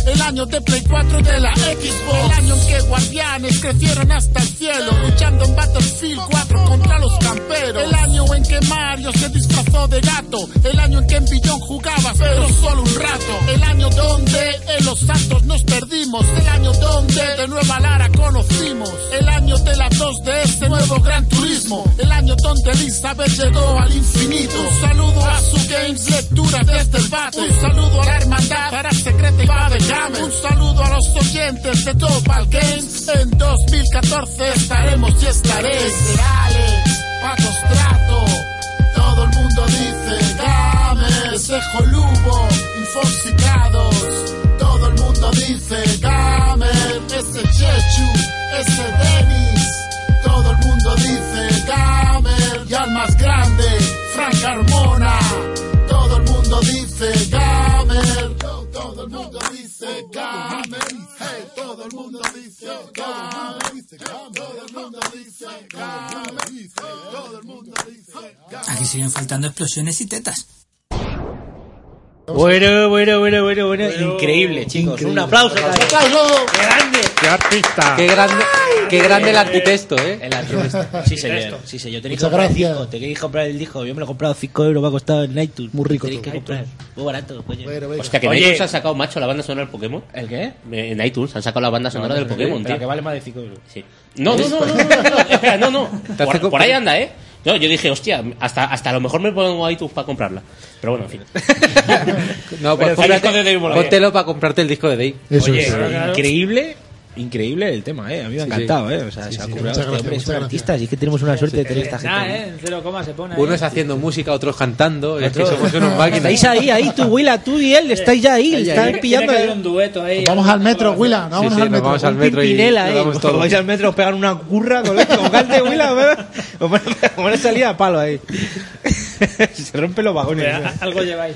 el año de Play 4 de la Xbox, el año en que guardianes crecieron hasta el cielo, luchando en Battlefield 4 contra los camperos. El año en que Mario se disfrazó de gato, el año en que en Billón jugaba, pero solo un rato. El año donde en Los Santos nos perdimos, el año donde de Nueva Lara conocimos, el año de la 2 de este nuevo gran turismo, el año donde Elizabeth llegó al infinito. Un saludo a su Games Lectura desde el bate, un saludo a la hermandad para Secreta y Badegame, un saludo a los oyentes de Topal Games. En 2014 estaremos y estaréis. Alex, Paco Strato. Todo el mundo dice, dame ese jolubo, infoxicados. Todo el mundo dice, dame ese chechu, ese Denis. Todo el mundo dice, dame y al más grande, Frank Carmona. Todo el mundo dice Gamer, Yo, todo el mundo dice Gamer, Hey, todo el mundo dice Gamer, todo el mundo dice Gamer, todo el mundo dice Gamer.
Aquí siguen faltando explosiones y tetas.
Bueno, bueno, bueno, bueno,
Eh,
bueno. Increíble, chicos. Un aplauso. para él. ¡Qué grande!
¡Qué artista!
¡Qué grande,
qué grande el antitexto, eh! (laughs)
El antitexto. Sí, señor.
Texto.
Sí, señor. Tenéis que
Muchas
comprar el
gracias.
disco. Tenéis que comprar el disco. Yo me lo he comprado 5 euros, me ha costado el Night Tour. Muy rico. Tenéis que comprar. Muy barato, coño.
Hostia, que en
Oye,
iTunes han sacado, macho, la banda sonora del Pokémon.
¿El qué?
En iTunes han sacado la banda sonora del Pokémon,
pero
tío.
que vale más de 5 euros.
Sí. No, no, no, no, no, no, espera, no,
(laughs)
no. Por, por ahí anda, ¿eh? No, yo dije, hostia, hasta, hasta a lo mejor me pongo a iTunes para comprarla. Pero bueno, en fin.
(laughs) No,
Pero
pues
el
cómprate-
disco de Dave Morales.
póntelo para comprarte el disco de Dave.
Oye, increíble, increíble el tema, eh. A mí me ha
Sí,
encantado,
sí.
eh. O sea,
Sí,
se ha
sí,
currado.
muchas
Este
gracias,
hombre es
muchas
un
gracias.
artista, y es que tenemos una suerte de tener esta gente.
Nada, eh, en cero coma se pone.
Uno
ahí.
es haciendo música, otros cantando. Es que somos
(laughs)
unos máquinas.
Estáis ahí, ahí, tú, Willa, tú y él, estáis ya ahí,
Tiene-
estáis
tiene
pillando.
que haber un dueto ahí.
Vamos al metro, Willa,
Sí,
vamos
sí,
al
nos
metro.
vamos al metro y
Pinela,
nos
eh.
vamos
Cuando
todos.
vais al metro os pegan una curra con, con gas de Willa, ¿verdad? os van a- os van a salir a palo ahí. (laughs) Se rompen los vagones.
Hombre, a- Algo lleváis.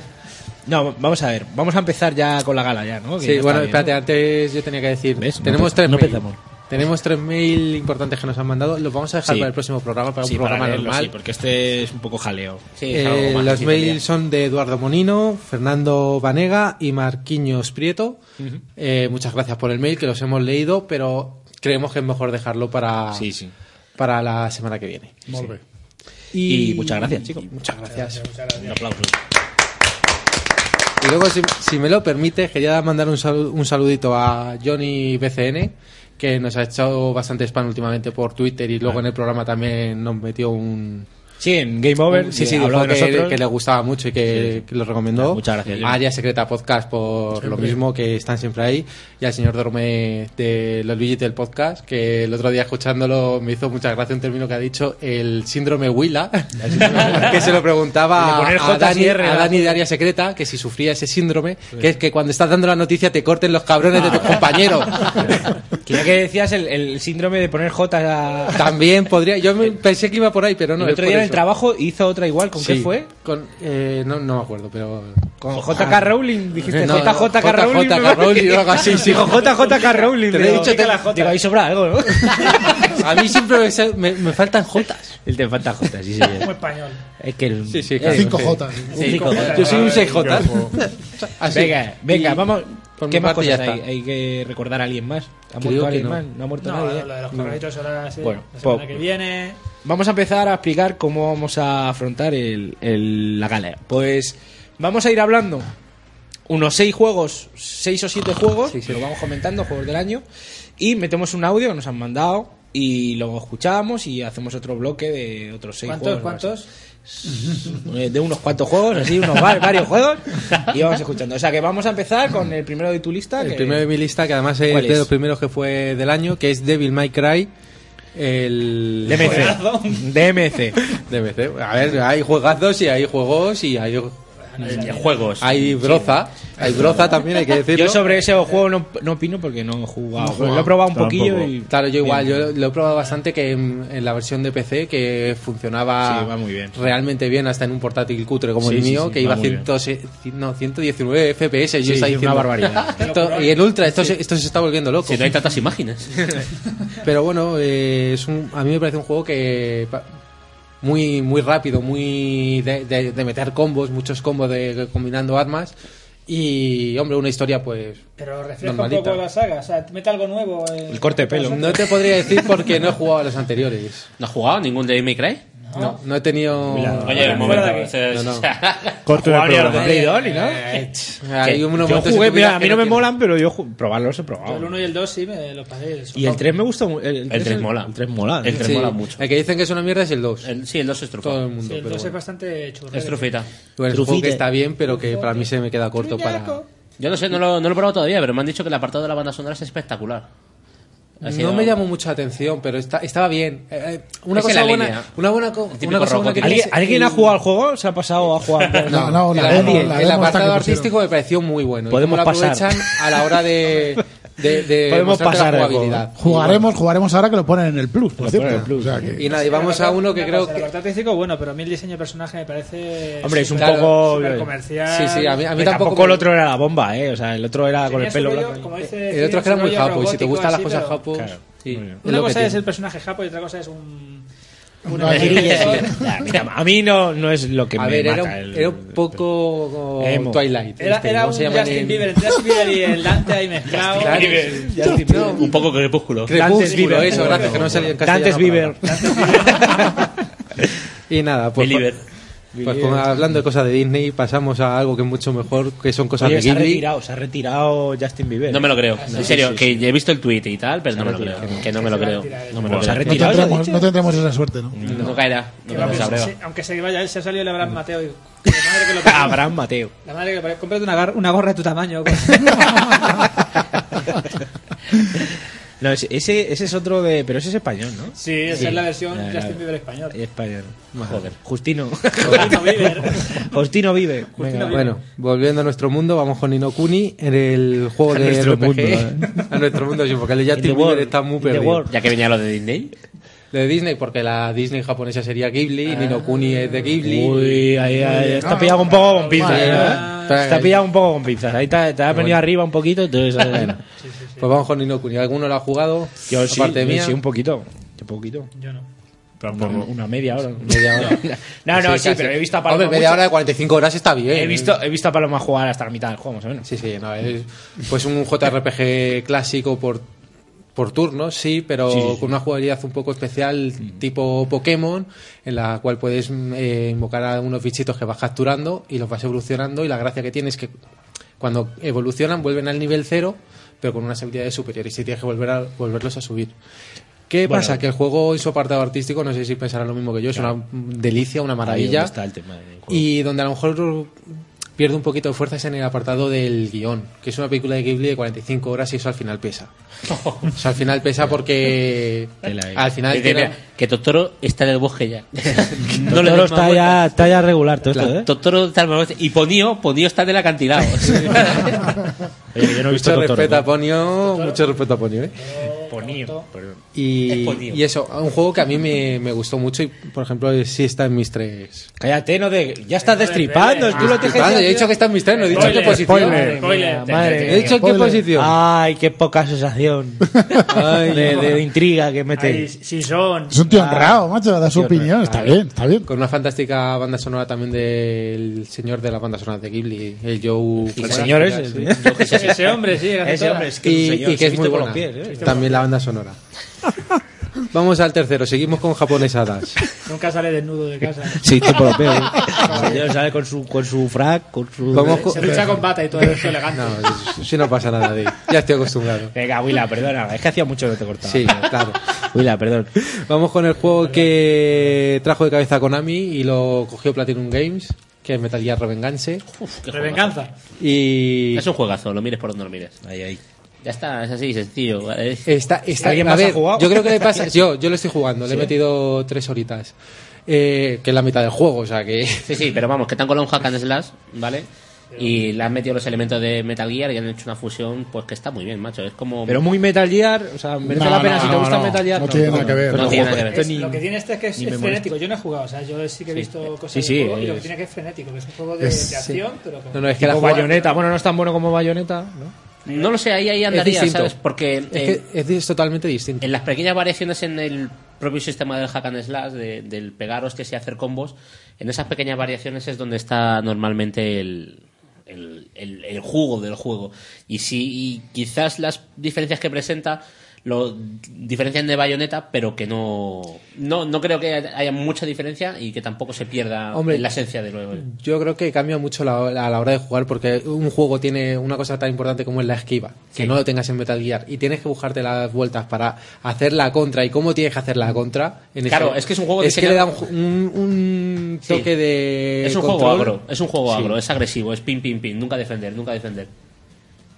No, vamos a ver, vamos a empezar ya con la gala ya, ¿no? Que
Sí,
ya está
bueno,
bien,
espérate,
¿no?
antes yo tenía que decir.
¿Ves? No
Tenemos
pe-
tres
no
mail.
empezamos.
Tenemos tres mail importantes que nos han mandado. Los vamos a dejar
Sí.
para el próximo programa, para
Sí,
un programa
para leerlo,
normal.
sí, porque este es un poco jaleo.
Eh, los mails son de Eduardo Monino, Fernando Vanega y Marquiños Prieto.
Ujú.
Eh, muchas gracias por el mail, que los hemos leído, pero creemos que es mejor dejarlo para,
Sí, sí.
para la semana que viene.
Molt
Sí.
bé. Y muchas gracias, chicos.
Muchas gracias.
Un aplauso.
Y luego, si, si me lo permite, quería mandar un, salu- un saludito a Johnny BCN, que nos ha hecho bastante spam últimamente por Twitter y luego en el programa también nos metió un,
Ah. Sí, en Game Over.
Sí, sí,
que
dijo
habló de
que,
nosotros. Ah,
que le gustaba mucho y que, que lo recomendó. Muchas gracias. A Área Secreta Podcast por lo
Siempre.
mismo, que están siempre ahí. Y al señor Dorme de los Luigi del Podcast, que el otro día escuchándolo me hizo mucha gracia un término que ha dicho, el síndrome Willa, (laughs) que se lo preguntaba
De poner
a Dani,
JSR,
a Dani de Área Secreta, que si sufría ese síndrome, que es que cuando estás dando la noticia te corten los cabrones de tus
Ah.
compañeros.
Quería que decías el, el síndrome de poner J a...
También podría, yo me- pensé que iba por ahí, pero no.
el
es
otro
por
día en el
eso.
trabajo hizo otra igual. ¿Con qué
Sí.
fue?
Con, eh, no, no me acuerdo, pero. Ah.
Con JK Rowling. Dijiste
No,
JJK
no,
Rowling.
JJK Rowling, o algo así, sí.
Dijo JJK Rowling.
Te lo he dicho, te-
Digo, ahí sobra algo, ¿no?
(laughs) A mí siempre me sa- me, me faltan Jotas.
El te falta J, sí, sí.
Como español.
Es que el...
Sí, sí, claro. Cinco Jotas.
Un
Sí,
cinco Jotas.
yo soy un seis Jotas. (laughs) Así.
Venga, venga,
Y
vamos.
por
¿Qué
mi
más
parte
cosas
ya
hay?
está.
Hay que recordar a alguien más. ¿Ha
Creo
muerto
que
alguien
no.
más? No ha muerto
No,
nadie. ¿eh?
lo de los
No.
corralitos ahora sí.
Bueno,
la
po-
semana que viene.
Vamos a empezar a explicar cómo vamos a afrontar el, el- la gala. Pues vamos a ir hablando unos seis juegos, seis o siete juegos, que lo vamos comentando, juegos del año, y metemos un audio que nos han mandado y lo escuchamos y hacemos otro bloque de otros seis
¿Cuántos?
juegos.
¿Cuántos?
Eh, De unos cuantos juegos, así, unos va- varios juegos, y vamos escuchando. O sea que vamos a empezar con el primero de tu lista.
El
que-
primero de mi lista, que además es
¿Cuál
de
es?
los primeros que fue del año, que es Devil May Cry. El.
(laughs) DMC. DMC.
DMC. A ver, hay juegazos y hay juegos y hay.
Juegos.
Hay broza. Hay broza también, hay que decirlo.
Eh, Yo sobre ese juego no, no opino porque no he jugado.
No he jugado.
Lo he probado un poquillo y.
Claro, yo igual,
Bien.
yo lo he probado bastante que en, en la versión de PC que funcionaba
Sí, va muy bien.
realmente bien hasta en un portátil cutre como
Sí,
el
sí,
mío
sí,
que
va
iba a
muy
100 no, 119 FPS.
Sí,
yo estaba
sí,
diciendo,
una barbaridad.
y en Ultra esto, se, esto se está volviendo loco.
Si no hay tantas imágenes.
Pero bueno, eh, es un- a mí me parece un juego que pa- muy muy rápido, muy de, de- de meter combos, muchos combos de, combinando armas y hombre, una historia pues
Pero refresca un
Normalita.
poco la saga. O sea, mete algo nuevo. eh.
No te podría decir
(laughs)
porque no he jugado a los anteriores.
¿No has jugado ningún de May Cry?
No, no he tenido.
Oye, un momento. o sea,
No, no.
o sea,
Corto
jugar
el
al
programa.
Play Doh.
Dolly, ¿no?
Eh,
Que
Hay unos
yo
momentos
jugué,
en tu vida
mira, a mí
que
no
no
me
tienes.
molan, pero yo ju- probarlos he
Yo El
probado.
1 y el 2 sí me los pasé.
Y el 3 me gusta mu-
(laughs)
el,
El 3 mola.
El 3 mola.
El 3
Sí.
mola mucho.
El que dicen que es una mierda es el 2.
sí, el 2 es trufa.
Todo el mundo.
Sí, el
pero
2 es
bueno.
bastante churro.
Es trufita.
Bueno, es un juego que
Trufite.
está bien, pero que para mí se me queda corto para.
Yo no sé, no lo, no lo he probado todavía, pero me han dicho que el apartado de la banda sonora es espectacular. Ha sido-
No me llamó mucha atención, pero está, estaba bien. Eh, eh, una
Es que
cosa
la
buena,
línea.
una buena, co-
El típico
una cosa buena que
rocote.
tiene
¿Alguien,
es
¿alguien
el-
ha jugado al juego? ¿Se ha pasado a jugar?
No,
no, la
el,
demo,
el-
la
el
demo está
apartado
que
artístico me pareció muy bueno. y
Podemos
cómo lo
pasar.
aprovechan a la hora de, de, de
(laughs) Podemos
mostrarte
pasar
la
de
jugabilidad.
Jugaremos, jugaremos ahora que lo ponen en el Plus, por cierto. O sea que-
Y nada, y vamos a uno que creo
El
que
apartado artístico, bueno, pero a mí el diseño de personaje me parece.
Hombre, es un
súper-
poco.
súper comercial.
Sí, sí, a mí,
me-
tampoco. el otro era la bomba, ¿eh? O sea, el otro era con el
Tenía su
pelo
rollo,
blanco.
como dice
el
Fidel,
otro que era
su
muy
rollo
japo y si te
robótico
gustan las
así,
cosas
pero-
japos
Claro.
sí, es
Una
lo que
cosa es
tiene.
el personaje japo y otra cosa es un.
No,
una-
sí, sí, sí. Ya, mira, a mí no, no es lo que
A
me
ver, era,
mata.
un-
el-
era un poco
Emo.
Twilight.
Era,
este,
era un
¿cómo se llaman
Justin
en-
Bieber, entre Justin Bieber y el Dante ahí mezclado.
Claro, Justin Bieber. No,
Un poco crepúsculo.
Dantes
Crepúsculo,
Bieber.
eso, gracias, que no me salía en castellano.
Dantes Bieber.
Y nada, pues.
Believer.
Pues como hablando de cosas de Disney, pasamos a algo que es mucho mejor, que son cosas
Oye,
de
se ha
Ghibli.
retirado, se ha retirado Justin Bieber. Ah,
No me lo creo. En
Sí,
serio,
sí,
que he visto el tweet y tal, pero no me lo
retirado.
creo. Que no me lo creo. No me lo
Se ha
creo.
no, tendremos, no tendremos esa suerte, ¿no?
No caerá. No
Que va,
caerá,
pero
Sabreo.
sí, aunque se vaya él, se ha salido el Abraham Mateo. Y, que la madre que lo parió.
Abraham Mateo.
La madre que lo parió. Cómprate una, gar- una gorra de tu tamaño. güey.
No, ese, ese ese es otro de. Pero ese es español, ¿no?
sí, esa es la versión
Ya, ya.
Justin Bieber español.
Español.
Joder.
Justino.
(laughs) Justino
(laughs)
Bieber.
Justino vive. Venga,
Bueno, volviendo a nuestro mundo, vamos con Inokuni en el juego
A
de
nuestro
RPG.
mundo, ¿eh?
A nuestro mundo, sí, porque el de
In the
Justin Bieber
world,
está muy
in the
perdido.
world.
Ya que venía lo de Disney.
Lo de Disney, porque la Disney japonesa sería Ghibli, Ninokuni es de Ghibli.
Ah. Uy, (laughs) ahí, ahí, está
No,
pillado un poco con pinzas.
Vale,
¿eh?
vale.
Está pillado un poco con pinzas. Ahí te, te has
bueno.
venido arriba un poquito.
(laughs)
Entonces, eh,
Pues vamos con Inokuni. ¿Alguno lo ha jugado?
yo sí,
Aparte
yo
mía.
sí, un poquito. Un poquito.
Yo no.
Una, una media hora.
(laughs) Media hora.
no, no,
Sí,
sí,
casi.
pero he visto a Paloma.
Hombre, media
mucho.
hora de 45 horas está bien.
He visto, he visto a Paloma jugar hasta la mitad del juego, más o menos.
Sí, sí, no, es pues un JRPG clásico por, por turnos, sí, pero
Sí, Mm. sí, sí.
con una jugabilidad un poco especial tipo Pokémon, en la cual puedes mm, eh, invocar a unos bichitos que vas capturando y los vas evolucionando y la gracia que tiene es que cuando evolucionan vuelven al nivel cero, pero con unas habilidades superiores y tienes que volver a, volverlos a subir. ¿Qué
Bueno.
pasa? Que el juego y su apartado artístico, no sé si pensarán lo mismo que yo, es una delicia, una maravilla.
Ahí está el tema del juego.
Y donde a lo mejor pierde un poquito de fuerza es en el apartado del guión, que es una película de Ghibli de 45 horas y eso al final
(laughs)
pesa. Eso al final pesa porque al final
que, que,
tiene-
mira, que Totoro está en el bosque ya. no le
Totoro
des más
está
vueltas.
ya, está ya regular todo esto, ¿eh?
Totoro está en el bosque. Y Ponío, Ponío está en el acantilado.
mucho respeto a Ponio, mucho respeto a Ponio, ¿eh?
Ponio, perdón.
Y,
Es Ponio.
y eso, un juego que a mí me, me gustó mucho y, por ejemplo, sí está en mis tres.
Cállate, no de. Ya estás
destripando, tú lo tienes que decir. He dicho que está en mis tres, no he dicho qué posición. He dicho en qué posición.
Ay, qué
(laughs)
poca sensación. Ay, de, de intriga que mete.
Ay, sí son.
Es un tío honrado, macho, da
Tío
su
honrado.
opinión. Está bien, está bien.
Con una fantástica banda sonora también del señor de la banda sonora de Ghibli, el Joe.
pues
El señor ese,
Sí.
sí.
(laughs)
Ese hombre, sí, Ese
Ese
hombre, es que es un
y,
señor,
y
se
que es
viste
muy
con
buena.
los pies, ¿eh?
También la banda
(laughs)
sonora. Vamos al tercero, seguimos con japonesadas.
Nunca sale desnudo de casa.
Sí, tipo lo ¿eh? peor.
El señor sale con su, con su frac, con su.
Vamos
Se ducha con bata y todo eso elegante.
No, si no pasa nada, Dave. Ya estoy acostumbrado.
Venga, Willa, perdona, es que hacía mucho que te cortaba.
Sí, claro.
Willa, perdón.
Vamos con el juego que trajo de cabeza Konami y lo cogió Platinum Games, que es Metal Gear Revenganse.
Revenganza.
Y...
Es un juegazo, lo mires por donde lo mires. Ahí, ahí. Ya está, es así, sencillo. ¿vale?
Está, está, a ver, Yo creo que
(laughs)
le pasa. Yo, yo lo estoy jugando, le he
¿Sí?
metido tres horitas. Eh, que es la mitad del juego, o sea que.
Sí, sí, pero vamos, que te han colado un hack and slash, ¿vale? Y le han metido los elementos de Metal Gear y han hecho una fusión, pues que está muy bien, macho. Es como.
Pero muy Metal Gear, o sea, merece
No,
la pena
no,
si te
no,
gusta
no.
Metal Gear.
No tiene nada que ver.
pero
No tiene
juego,
nada que
esto
ver.
ni-
Lo que tiene este es que es,
ni me
es
molesta.
frenético. Yo no he jugado, o sea, yo sí que he visto cosas
Sí,
del
sí,
juego y lo que
es-
tiene que es frenético, que es un juego de,
Sí.
de acción, pero con...
No, no, es que la
jugada-
bayoneta, bueno, no es tan bueno como bayoneta, ¿no?
No lo sé, ahí, ahí andaría, ¿sabes? Porque
Es,
eh,
que es- es totalmente distinto.
en las pequeñas variaciones en el propio sistema del hack and slash, de- del pegar hostias y hacer combos, en esas pequeñas variaciones es donde está normalmente el, el, el- el jugo del juego. Y sí, y quizás las diferencias que presenta lo diferencian de bayoneta, pero que no, no no creo que haya mucha diferencia y que tampoco se pierda
Hombre,
la esencia de lo
Yo creo que cambia mucho la- la- a la hora de jugar porque un juego tiene una cosa tan importante como es la esquiva, que
Sí.
no lo tengas en Metal Gear y tienes que buscarte las vueltas para hacer la contra y cómo tienes que hacer la contra. En
Claro,
ese-
es que es un juego
es que le da
diseñado-
un, ju- un- un
Sí.
toque de
Es un juego
control.
agro, es un juego
Sí.
agro, es agresivo, es pin, pin, pin, nunca defender, nunca defender.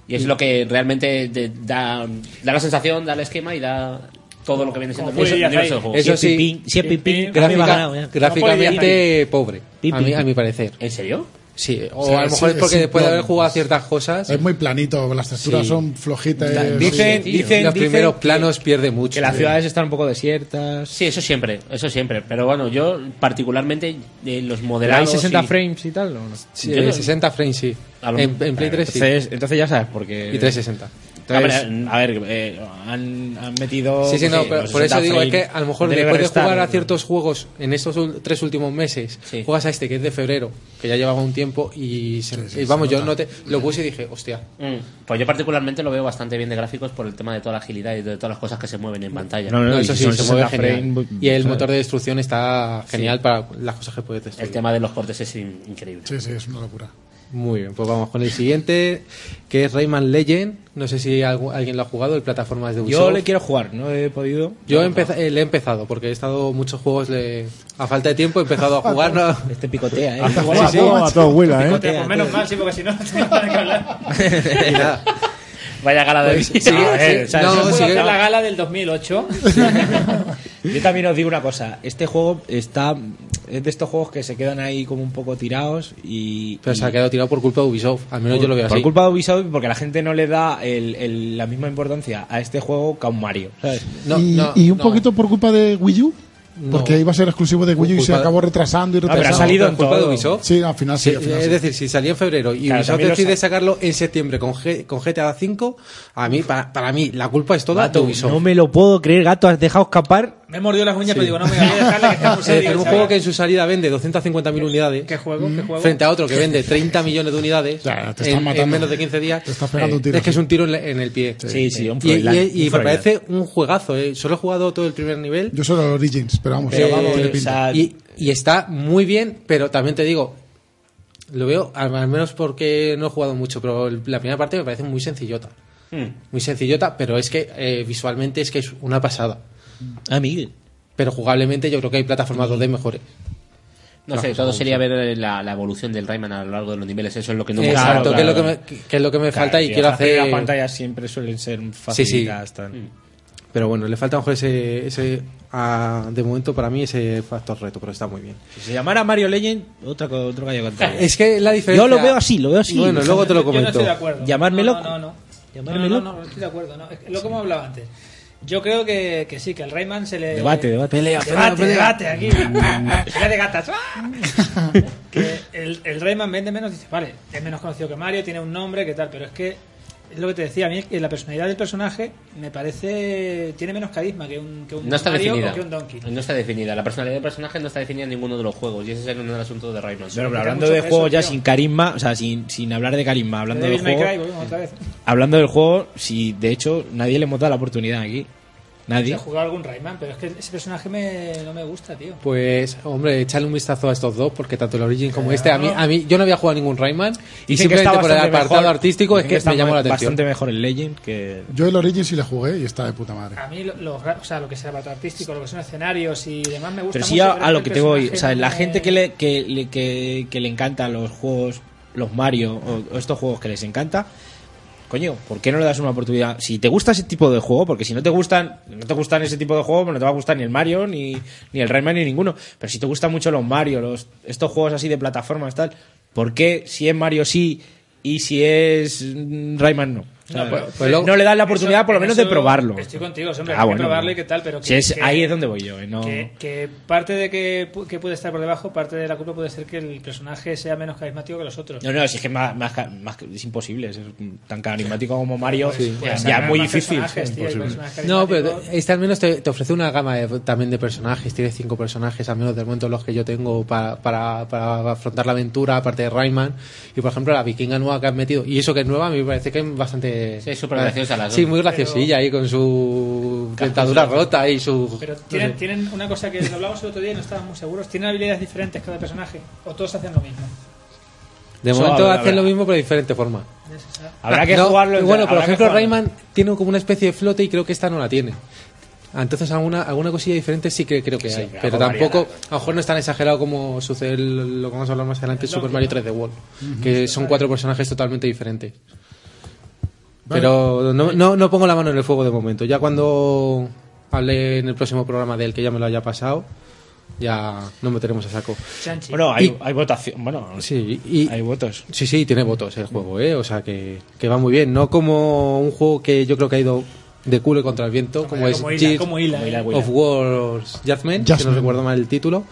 Y es
Sí.
lo que realmente te da, da la sensación, da el esquema y da todo lo que viene siendo
Como
el
muy
universo
bien,
del juego.
Eso sí, gráfica-
¿eh?
gráficamente pobre,
Pin,
a,
pin,
mí, a
pin.
mi parecer.
¿En serio?
Sí, o,
O sea,
a lo
es-
mejor es,
es
porque
un
después de haber
plomo.
jugado ciertas cosas...
Es muy planito, las texturas
Sí.
son flojitas.
la-
sí.
los primeros planos pierde mucho. eh.
que las ciudades
están un poco desiertas.
Sí, eso siempre, eso siempre. Pero bueno, yo particularmente de los
Pero hay
modelados...
60
y-
frames y tal, ¿no? No.
Sí, eh, 60 frames, sí.
A lo-
En, en Play
Claro,
3 sí.
Entonces, entonces ya sabes por qué.
Y 360.
a ver, a ver, eh, han, han metido.
Sí, sí, no,
pues,
pero
los
por
60
eso digo es
frames.
que a lo mejor
Debe
después de
restar,
jugar a
¿no?
ciertos juegos en estos ul- tres últimos meses, juegas a este que es de febrero, que ya llevaba un tiempo y, se-
sí,
y vamos,
se
yo
nota.
no te, lo puse y dije, hostia.
Mm, Pues yo particularmente lo veo bastante bien de gráficos por el tema de toda la agilidad y de todas las cosas que se mueven en pantalla.
No, eso sí, se mueve genial.
frames,
y el
¿sabes?
motor de destrucción está genial
Sí.
para las cosas que puedes destruir.
El tema de los cortes es in- increíble.
Sí, sí, es una locura.
Muy bien, pues vamos con el siguiente, que es Rayman Legend. No sé si algu- alguien lo ha jugado, el plataforma de Ubisoft.
Yo le quiero jugar, no he podido.
Yo he empeza- eh, le he empezado, porque he estado muchos juegos, le- a falta de tiempo he empezado
(laughs)
a jugar. ¿no?
Este picotea, ¿eh?
(laughs) Sí,
Picotea
sí.
todo, a todo, Willa, ¿eh?
Picotea, pues menos mal, sí, porque si no, (laughs) no tengo nada que hablar.
Y
(laughs)
nada.
Vaya gala de
Pues, (laughs)
vida.
(laughs)
sí,
A ver,
sí,
o sea,
no,
eso
sí
puede
que-
eh.
hacer la-
gala del 2008.
Yo también os digo una cosa, este juego está es de estos juegos que se quedan ahí como un poco tirados y
Pero se ha quedado tirado por culpa de Ubisoft, al menos
por,
yo lo veo
por
así.
culpa de Ubisoft porque la gente no le da el- el- la misma importancia a este juego que a un Mario, ¿sabes?
y, y un poquito por culpa de Wii U. Porque iba a ser exclusivo de Wii U y se
Culpa-
acabó retrasando y
No, pero ha
retrasando.
salido en Culpa de todo. Ubisoft.
Sí, al final Ah, sí.
Sí, eh,
al final
es
sí.
decir, si salía en febrero y
Claro,
Ubisoft
también lo
decide
sa-
sacarlo en septiembre con, G- con GTA V, a mí, para, para mí, la culpa es toda de
Gato,
Ubisoft.
no me lo puedo creer, gato, has dejado escapar.
Me he mordido las uñas,
Sí.
pero digo, no, me voy a dejarle que
(laughs)
está muy
Es
serio.
decir, un
¿sabes?
juego que en su salida vende 250.000 unidades Mm.
¿Qué juego? ¿Qué juego?
frente a otro que vende 30 millones de unidades
te están
en, en
matando.
menos de 15 días. Eh,
Te estás pegando un tiro,
Es que
sí.
es un tiro en, la- en el pie.
Sí, sí, un
Y, y-
Froilán,
y
un
me
Froilán.
parece un juegazo. eh. Solo he jugado todo el primer nivel.
Yo solo el Origins, pero vamos.
Pero
sí,
vamos,
tiene
o
pinta.
sea, y, y está muy bien, pero también te digo, lo veo, al, al menos porque no he jugado mucho, pero el- la primera parte me parece muy sencillota.
Mm.
Muy sencillota, pero es que eh, visualmente es que es una pasada. Amigo. Pero jugablemente yo creo que hay plataformas 2D mejores.
No,
No,
sé,
no,
todo sería
sí.
ver la, la evolución del Rayman a lo largo de los niveles. Eso es lo que no
Exacto,
hemos
que es lo que me, que es lo que me
Claro,
falta y
tío,
quiero
las
hacer.
primeras
pantallas siempre suelen ser
Sí, sí.
facilitas. tal.
Pero bueno, le falta a lo mejor ese, ese ah, de momento para mí ese factor reto, pero está muy bien.
Si se llamara Mario Legend, otra, co- otro gallo cantado.
Es que la diferencia-
Yo lo veo así, lo veo así.
Bueno, luego te lo Yo no comento. estoy de
acuerdo.
Llamarme
No,
loco.
No, no, no.
Llamarme
No, no,
loco.
no, no, estoy de acuerdo. No. Es que Lo como hablaba antes. Yo creo que, que sí, que al Rayman se le.
Debate, debate. Pelea,
debate,
pelea, Mm.
debate, aquí. (laughs) Pelea de gatas. ¡Ah!
(laughs)
que el, el Rayman vende menos, dice, vale, es menos conocido que Mario, tiene un nombre, que tal, pero es que. Es lo que te decía, a mí es que la personalidad del personaje me parece. tiene menos carisma que un, que un
No está
Mario
definida.
o que un Donkey.
No está definida. La personalidad del personaje no está definida en ninguno de los juegos. Y ese es el, el asunto de Rayman.
Pero, pero hablando de juegos ya sin carisma, o sea, sin, sin hablar de carisma, hablando del
Devil May
juego,
Cry, volvemos otra vez.
hablando del juego, si de hecho nadie le hemos dado la oportunidad aquí.
Yo
Nadie.
he jugado algún Rayman, pero es que ese personaje me, no me gusta, tío.
Pues, hombre, echarle un vistazo a estos dos, porque tanto el Origin como este, a mí, a mí yo no había jugado ningún Rayman y
Dicen que
simplemente
está
por el
bastante
apartado
mejor.
artístico es
Dicen
que,
está
me llamó la atención.
Bastante mejor el Legend que
Yo el Origin sí le jugué y está de puta madre.
A mí, lo, lo- o sea, lo que es el apartado artístico, lo que son escenarios y demás me gusta.
Pero sí
mucho,
a,
pero
a
es
lo que
el
te voy, o
personaje
sea, la
no
gente
me-
que le, que, le- que, que le encantan los juegos, los Mario o, o estos juegos que les encanta, coño, ¿por qué no le das una oportunidad? Si te gusta ese tipo de juego, porque si no te gustan, no te gustan ese tipo de juegos, pues no te va a gustar ni el Mario, ni, ni el Rayman, ni ninguno. Pero si te gustan mucho los Mario, los, estos juegos así de plataformas, tal, ¿por qué si es Mario sí y si es mm, Rayman no? O sea,
No,
No,
pues- pues luego-
le das la oportunidad
eso-
por lo menos de
en eso
probarlo. Ah,
estoy contigo, hombre, hay que probarlo y qué tal, pero que-
Si es-
que-
ahí es donde voy yo. eh, no-
Que, que parte de que, pu- que puede estar por debajo, parte de la culpa puede ser que el personaje sea menos carismático que los otros.
No, no, si es que más, más ca- más que- es imposible ser tan carismático como Mario.
Sí.
ya
Pues,
ya
saca
muy
más
difícil.
personajes,
Es
tío, hay
imposible.
personajes
No, pero este al menos te, te ofrece una gama de- también de personajes. Tienes cinco personajes, al menos del momento los que yo tengo para, para, para afrontar la aventura, aparte de Rayman. Y por ejemplo, la vikinga nueva que han metido. Y eso que es nueva, a mí me parece que es bastante.
Sí, súper graciosa la
Sí,
dos.
muy graciosilla ahí con su dentadura rota y su.
Pero
no
tienen,
sé.
tienen una cosa que lo hablamos el otro día y no estábamos muy seguros. Tienen habilidades diferentes cada personaje, o todos hacen lo mismo.
De
Eso
momento
habrá-
hacen lo mismo, pero de diferente forma.
Habrá que jugarlo en-
Bueno, por
habrá que
ejemplo,
jugarlo.
Rayman tiene como una especie de flote y creo que esta no la tiene. Entonces, alguna, alguna cosilla diferente sí que creo que
Sí,
hay.
pero
Pero
algo
tampoco, a lo mejor no es tan exagerado como sucede el- lo que vamos a hablar más adelante, Super Mario 3D World. Que son cuatro personajes totalmente diferentes.
Vale.
Pero no, no, no pongo la mano en el fuego de momento. Ya cuando hable en el próximo programa de él, que ya me lo haya pasado, ya no meteremos a saco.
Bueno, hay,
Y-
hay votación. Bueno,
Sí, y,
hay votos.
Sí, sí, tiene votos el juego, ¿eh? O sea, que, que va muy bien. No como un juego que yo creo que ha ido de culo contra el viento, como, es
como hila,
Gears
como hila, eh.
of Wars Judgment, que no
Judgment.
recuerdo mal el título.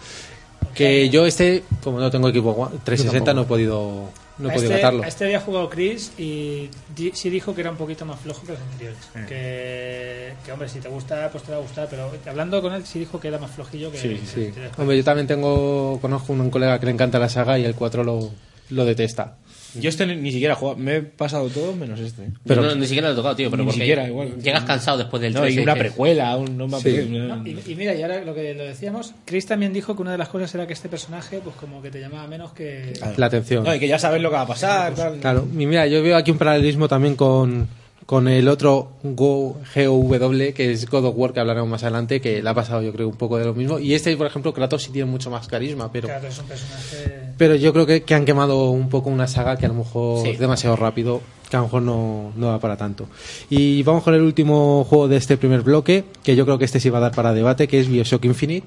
Que yo este, como no tengo equipo gua- 360, no he podido, no he
a,
podido
este,
catarlo.
a este había jugado Chris y di- sí dijo que era un poquito más flojo que los anteriores.
Mm.
Que, que, hombre, si te gusta, pues te va a gustar. Pero hablando con él, sí dijo que era más flojillo que.
Sí, sí.
que-
Hombre, yo también tengo, conozco un colega que le encanta la saga y el 4 lo, lo detesta.
Yo este ni- ni siquiera he jugado. Me he pasado todo menos este.
Pero-
Pero ni siquiera lo he tocado, tío. Pero
Ni
porque
siquiera, igual.
Llegas cansado después del
No, y
3,
una
dices,
precuela. Un, no me
Sí.
apetece, no.
No, Ah, y, y mira, y ahora lo que lo decíamos, Chris también dijo que una de las cosas era que este personaje, pues como que te llamaba menos que.
Ah,
La atención. Pues,
No, y que ya sabes lo que va a pasar. tal.
Claro, y mira, yo veo aquí un paralelismo también con, con el otro Go, GOW, que es God of War, que hablaremos más adelante, que le ha pasado yo creo un poco de lo mismo. Y este, por ejemplo, Kratos sí tiene mucho más carisma, pero,
Claro, es un personaje.
pero yo creo que, que han quemado un poco una saga que a lo mejor
Sí.
es demasiado rápido, que a lo mejor no, no da para tanto. Y vamos con el último juego de este primer bloque, que yo creo que este sí va a dar para debate, que es Bioshock Infinite,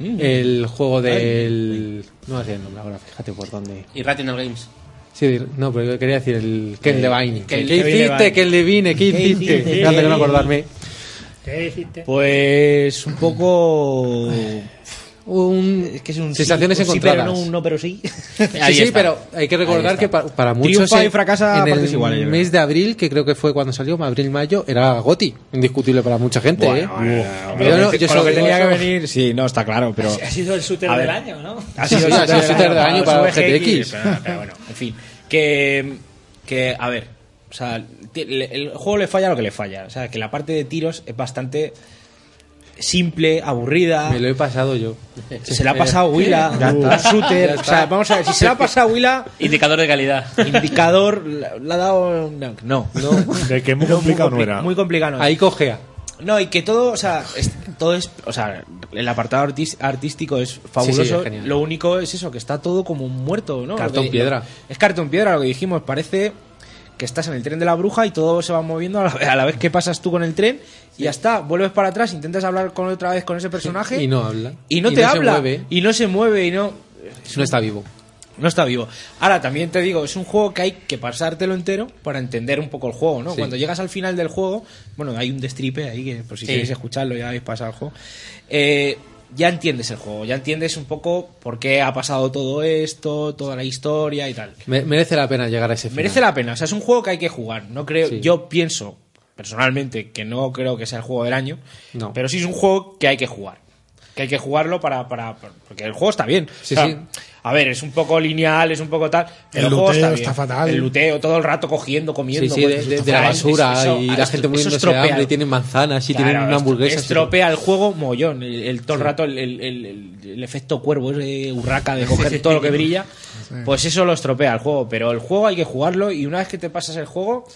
Mm.
el juego del... No me sé el nombre ahora, fíjate por dónde...
Irrational Games.
Sí, no, pero yo quería decir el Ken
Eh,
Levine.
Ken- Ken
¿Qué hiciste,
Levine.
Ken Levine? ¿Qué
¿Qué
hiciste?
hiciste?
Fíjate que no acordarme.
¿Qué hiciste?
Pues un poco.
Un,
es que es un
sensaciones
sí, un sí, pero
encontradas.
no, un no, pero sí.
Sí, sí, pero hay que recordar que pa- para muchos
Triunfa
en-
y fracasa a
en
partes
el
iguales, yo creo.
mes de abril, que creo que fue cuando salió, abril-mayo, era Goti, indiscutible para mucha gente. ¿eh?
Yo,
yo no- yo
que
solo-
tenía que venir, sí, no, está claro, pero.
Ha sido el shooter
A ver.
del año, ¿no?
Ha sido
Sí, sí, ha sido shooter del año para
los
GTX.
Pero, pero bueno, en fin. Que, que, a ver, o sea, ti- le- el juego le falla lo que le falla. O sea, que la parte de tiros es bastante simple, aburrida.
Me lo he pasado yo.
Se la ha pasado Willa,
(laughs) Ya
un
está. Ya
shooter. O sea,
está.
vamos a ver, si se la ha pasado
(laughs)
Willa,
Indicador de calidad.
indicador, la la ha dado. No, no.
De que muy
No,
complicado
compli-
no era.
Muy complicado no era.
Ahí cogea.
No, y que todo, o sea, es- todo es, o sea, el apartado artis- artístico es
Sí, sí,
fabuloso.
es genial.
lo único es eso, que está todo como muerto, ¿no?
Cartón
Lo que-
piedra.
Es cartón piedra lo que dijimos, parece que estás en el tren de la bruja y todo se va moviendo a la, a la vez que pasas tú con el tren y ya está, vuelves para atrás, intentas hablar con otra vez con ese personaje
Y no habla.
y no te
se
habla
mueve.
y no se mueve y no
No está vivo.
no está vivo. Ahora, también te digo, es un juego que hay que pasártelo entero para entender un poco el juego, ¿no?
Sí.
Cuando llegas al final del juego, bueno, hay un destripe ahí que por si
Sí.
queréis escucharlo ya habéis pasado el juego. Eh, ya entiendes el juego, ya entiendes un poco por qué ha pasado todo esto, toda la historia y tal.
Me- merece la pena llegar a ese final.
Merece la pena, o sea, es un juego que hay que jugar. No creo,
Sí.
yo pienso personalmente que no creo que sea el juego del año,
No.
pero sí es un juego que hay que jugar. Que hay que jugarlo para. para, para- porque el juego está bien.
Sí,
O sea,
sí.
A ver, es un poco lineal, es un poco tal. pero
El
juego
luteo
bien.
está fatal.
El luteo, todo el rato cogiendo, comiendo.
Sí, sí,
pues,
de, de-
eso
de la
está-
basura
eso-
y
eso
la gente muriéndose de
estropea
hambre y tienen manzanas y tienen una hamburguesa.
estropea el juego mollón. El, el- todo el
Sí.
rato el, el- el- el- el efecto cuervo, ese urraca de coger todo lo que brilla. Pues eso lo estropea el juego. Pero el juego hay que jugarlo y una vez que te pasas el juego,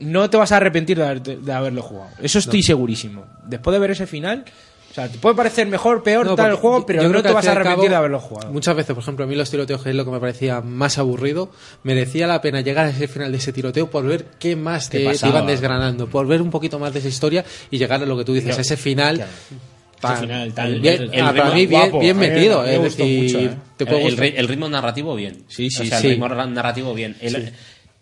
no te vas a arrepentir de, haberte- de haberlo jugado. Eso estoy
No.
segurísimo. Después de ver ese final, o sea, te puede parecer mejor, peor,
No,
tal el
porque
juego,
yo-
pero
yo
no
creo que
te
al
vas
fin y
a
al
arrepentir de
cabo,
haberlo jugado.
Muchas veces, por ejemplo, a mí los tiroteos que es lo que me parecía más aburrido, merecía la pena llegar a ese final de ese tiroteo por ver qué más
¿Qué
te, te
pasaba?
iban desgranando, por ver un poquito más de esa historia y llegar a lo que tú dices,
Claro.
a ese final. tan-
final, tal-
bien-
el- el
ah, para
ritmo
mí, bien,
guapo.
bien
A mí me-
metido.
me
es
gustó
decir,
mucho, ¿eh?
te puede
el, el
gustar.
ri- el ritmo narrativo bien.
Sí, sí,
o sea,
sí.
el ritmo ra- narrativo bien. El-
Sí.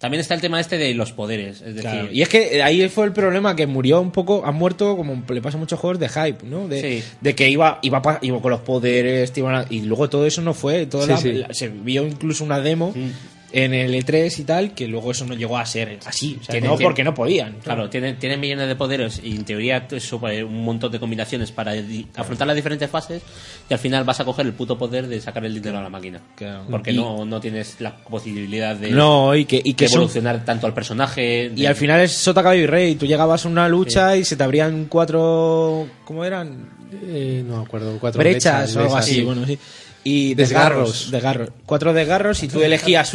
También está el tema este de los poderes. Es decir,
Claro. Y es que eh, ahí fue el problema que murió un poco, ha muerto como le pasa a muchos juegos de hype, ¿no? De, de que iba, iba, pa- iba con los poderes, te iban a- y luego todo eso no fue. toda
Sí,
la-
sí.
la- se vio incluso una demo
Mm.
en el E3 y tal, que luego eso no llegó a ser así. O sea,
Tiene-
no
tiene-
porque no podían.
Claro, tienen, tienen millones de poderes y en teoría tú- eso, eh, un montón de combinaciones para di- afrontar las diferentes fases y al final vas a coger el puto poder de sacar el dinero a la máquina. Porque
Y-
no, no tienes la posibilidad de,
No, y que- y que
de
son-
evolucionar tanto al personaje.
Y al final es sota caballo y rey. Tú llegabas a una lucha y se te abrían cuatro. ¿Cómo eran?
Eh, no me acuerdo, cuatro
brechas,
brechas,
o algo
brechas,
así.
sí.
Bueno, sí. Y
Desgarros.
desgarros, desgarros. Cuatro desgarros y tú elegías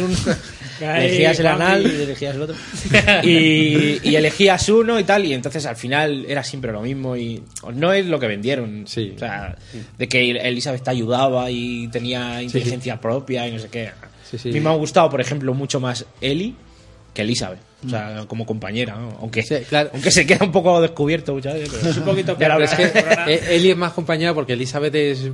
(laughs)
un.
Ay,
elegías el
Juanpi.
anal y elegías
(laughs)
el otro. Y, y elegías uno y tal. Y entonces al final era siempre lo mismo. Y no es lo que vendieron. O sea, de que Elizabeth te ayudaba y tenía inteligencia propia y no sé qué.
sí.
A mí me ha gustado, por ejemplo, mucho más Eli que Elizabeth. O
Mm.
sea, como compañera, ¿no? aunque, aunque se queda un poco descubierto muchas veces. pero-
(laughs)
(laughs) Ya lo
Pero es
verás.
que eh, Ellie es más compañera porque Elizabeth es.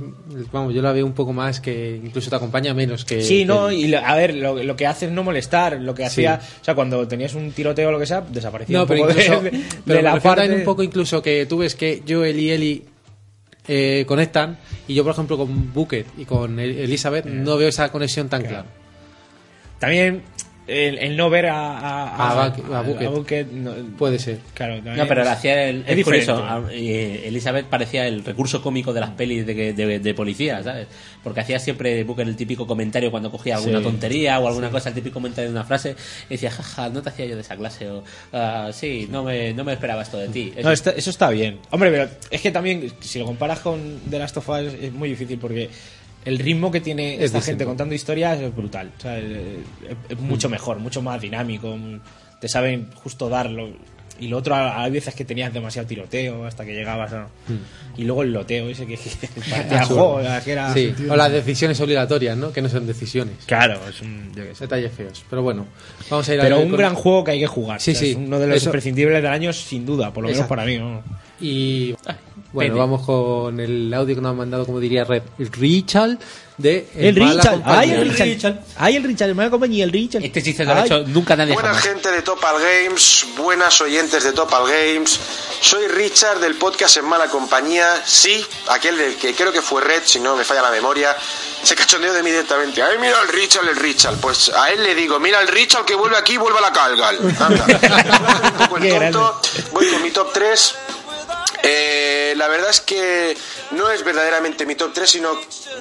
Vamos, yo la veo un poco más que. Incluso te acompaña menos que. Eh,
Sí,
que-
no, y lo- a ver, lo, lo que hace es no molestar. Lo que
Sí.
hacía, o sea, cuando tenías un tiroteo o lo que sea, desaparecía.
No,
un
pero
poco de-
incluso.
(laughs) de,
pero
de
me
la
refiero también
parte.
un poco incluso que tú ves que Joel y Ellie eh, conectan. Y yo, por ejemplo, con Bucket y con El- Elizabeth no veo esa conexión tan clara.
Mm. También el, el no ver a, a,
A Buck- Ah, a Bucket.
no-
Puede ser.
claro, también
No, pero
es-
lo hacía el,
es
es
diferente.
curioso, a- eh, Elizabeth parecía el recurso cómico de las pelis de, que- de, de policía, ¿sabes? Porque hacía siempre Booker el típico comentario cuando cogía alguna
Sí.
tontería o alguna
Sí.
cosa, el típico comentario de una frase, y decía, jaja, no te hacía yo de esa clase, o "Ah, sí, no me, no me esperaba esto de ti.
No,
este-
está- eso está bien. Hombre, pero es que también, si lo comparas con The Last of Us, es muy difícil porque el ritmo que tiene
Es
esta
distinto.
gente contando historias es brutal. O sea, es, es- es mucho
Mm.
mejor, mucho más dinámico. mm, Te saben justo darlo. Y lo otro, a- hay veces que tenías demasiado tiroteo hasta que llegabas. ¿no?
Mm.
Y luego el loteo ese que, (laughs)
(laughs)
que partía el
Absurdo.
eh, juego, la que era.
Ah, Sí, O las decisiones obligatorias, ¿no? Que no son decisiones.
Claro, es
Detalles feos. Pero bueno, vamos a ir a
Pero
ver
un
con-
gran juego que hay que jugar.
Sí,
O sea,
sí.
Es uno de los
Eso-
imprescindibles del año, sin duda, por lo menos
Exacto.
para mí. ¿no?
Y ah, bueno,
Pete.
vamos con el audio que nos ha mandado, como diría Red, el Richard de
El
Mala
Richard, ay
Compañía.
el Richard, ay el Richard, el mala compañía, el Richard. Este
chiste
lo ha hecho
nunca nadie
Buena gente de Topal Games, buenas oyentes de Topal Games. Soy Richard del podcast En Mala Compañía. Sí, aquel del que creo que fue Red, si no me falla la memoria. Se cachondeó de mí directamente. Ay, mira el Richard, el Richard. Pues a él le digo, mira el Richard que vuelve aquí, vuelve a la Calgal. Anda. Un poco el tonto. Voy con mi top 3. Eh, la verdad es que no es verdaderamente mi top 3, sino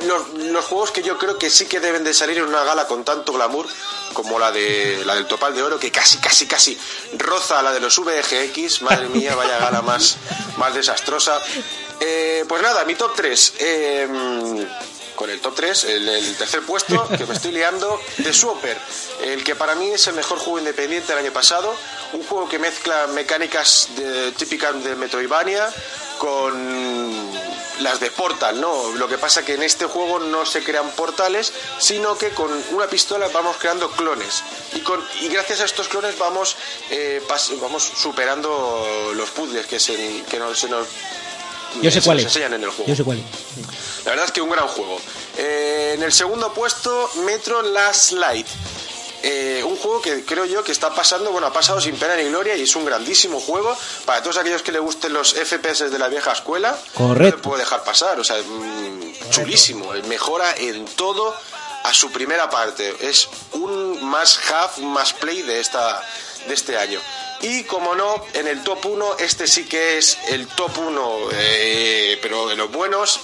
los, los juegos que yo creo que sí que deben de salir en una gala con tanto glamour como la de la del Topal de Oro, que casi, casi, casi roza a la de los VGX. Madre mía, vaya gala más, más desastrosa. Eh, pues nada, mi top 3. con el top 3, el, el tercer
(laughs)
puesto, que me estoy liando, de Swapper, el que para mí es el mejor juego independiente del año pasado, un juego que mezcla mecánicas de- típicas de Metroidvania con las de Portal, ¿no? Lo que pasa que en este juego no se crean portales, sino que con una pistola vamos creando clones. Y, con, y gracias a estos clones vamos, eh, pas- vamos superando los puzzles que, se, que no- se nos
Yo sé
se
cuál
nos
es.
enseñan en el juego.
Yo sé cuál es.
La verdad es que un gran juego. Eh, en el segundo puesto, Metro Last Light. Eh, un juego que creo yo que está pasando, bueno, ha pasado sin pena ni gloria y es un grandísimo juego para todos aquellos que le gusten los FPS de la vieja escuela.
Correcto.
No le puedo dejar pasar, o sea, mm, chulísimo. Mejora en todo a su primera parte. Es un más half, más play de esta de este año. Y como no, en el top 1, este sí que es el top 1, eh, pero de los buenos,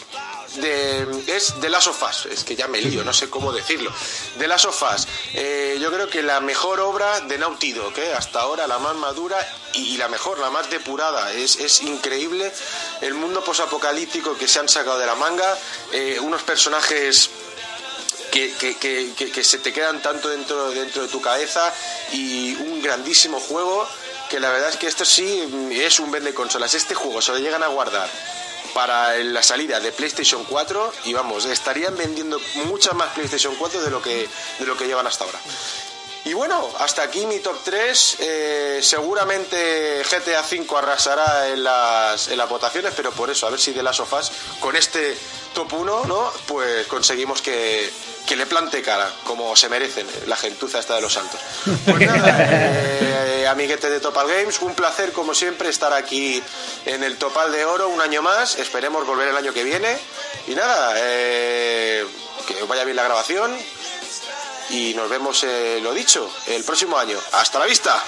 de- es de las sofás es que ya me lío, no sé cómo decirlo. De las sofás Eh, yo creo que la mejor obra de Nautido, que hasta ahora la más madura y, y la mejor, la más depurada. Es, es increíble el mundo posapocalíptico que se han sacado de la manga, eh, unos personajes que, que- que- que- que se te quedan tanto dentro, dentro de tu cabeza y un grandísimo juego que la verdad es que esto sí mm, es un vende consolas. Este juego se lo llegan a guardar para la salida de PlayStation 4 y vamos, estarían vendiendo muchas más PlayStation 4 de lo que, de lo que llevan hasta ahora. Y bueno, hasta aquí mi top 3. seguramente GTA V arrasará en las, en las votaciones, pero por eso, a ver si de las sofás con este top 1, ¿no? Pues conseguimos que, que le plante cara, como se merecen, la gentuza esta de los santos. Pues nada, eh, amiguetes de Topal Games, un placer como siempre estar aquí en el Topal de Oro un año más. Esperemos volver el año que viene. Y nada, eh, que os vaya bien la grabación, y nos vemos, eh, lo dicho, el próximo año. ¡Hasta la vista!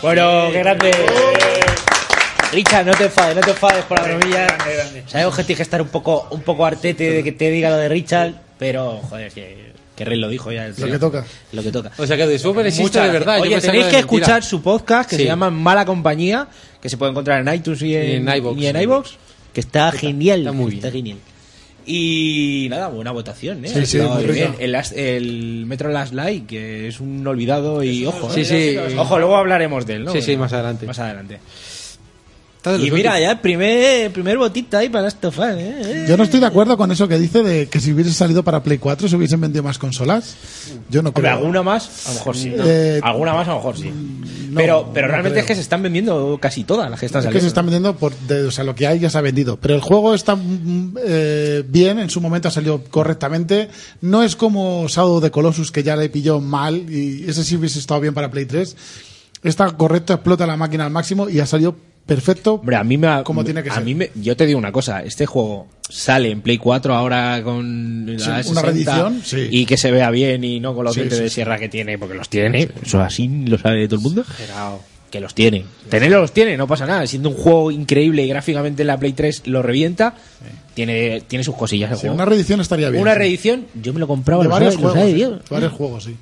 Bueno, qué grande. Richard, no te enfades, no te enfades por la bromilla. Sabemos que tienes que estar un poco, un poco artete de que te diga lo de Richard, pero joder, que, que Rey lo dijo ya. el
Lo
tío.
que toca.
Lo que toca.
O sea que de Swapper existe
Muchas
de verdad.
gracias.
yo
Oye,
pensaba
tenéis
era
que
mentira.
escuchar su podcast que
Sí.
se llama Mala Compañía, que se puede encontrar en iTunes y en,
en iVoox.
y en iVoox, que está genial. Está muy bien. Está genial. Y nada, buena votación, ¿eh?
Sí, sí,
Está
muy
bien.
rica.
El, as- el Metro Last Light, que es un olvidado y ojo.
Sí,
¿eh?
sí.
Ojo, luego hablaremos de él, ¿no?
Sí, sí, más adelante.
Más adelante.
de
Y
los
mira,
últimos.
ya el primer, el primer botita ahí para esto fan, ¿eh?
Yo no estoy de acuerdo con eso que dice de que si hubiese salido para Play 4 se hubiesen vendido más consolas. Yo no
Hombre,
creo.
alguna más, a lo mejor sí. ¿no?
Eh, mm,
alguna más, a lo mejor sí. pero pero
no
realmente
creo.
es que se están vendiendo casi todas las que están
Es
saliendo.
que se están vendiendo por, de- o sea, lo que hay ya se ha vendido. Pero el juego está mm, eh, bien, en su momento ha salido correctamente. No es como Shadow de Colossus que ya le pilló mal y ese sí hubiese estado bien para Play 3. Está correcto, explota la máquina al máximo y ha salido perfecto.
Hombre, a mí me ha-
como tiene que
a
ser.
mí me- yo te digo una cosa, este juego sale en Play 4 ahora con la
Sí,
60,
una reedición, sí.
y que se vea bien y no con los
Sí,
dientes
sí,
de
sí.
sierra que tiene, porque los tiene, eso así lo sabe todo el mundo. Que los tiene. Tenerlos los tiene, no pasa nada. Siendo un juego increíble y gráficamente la Play 3 lo revienta, tiene, tiene sus cosillas el
Sí,
este juego.
una reedición estaría bien.
Una
sí.
reedición, yo me lo compraba
de
lo
varios
sabe- lo
juegos.
sabe
sí,
Dios.
varios juegos, sí.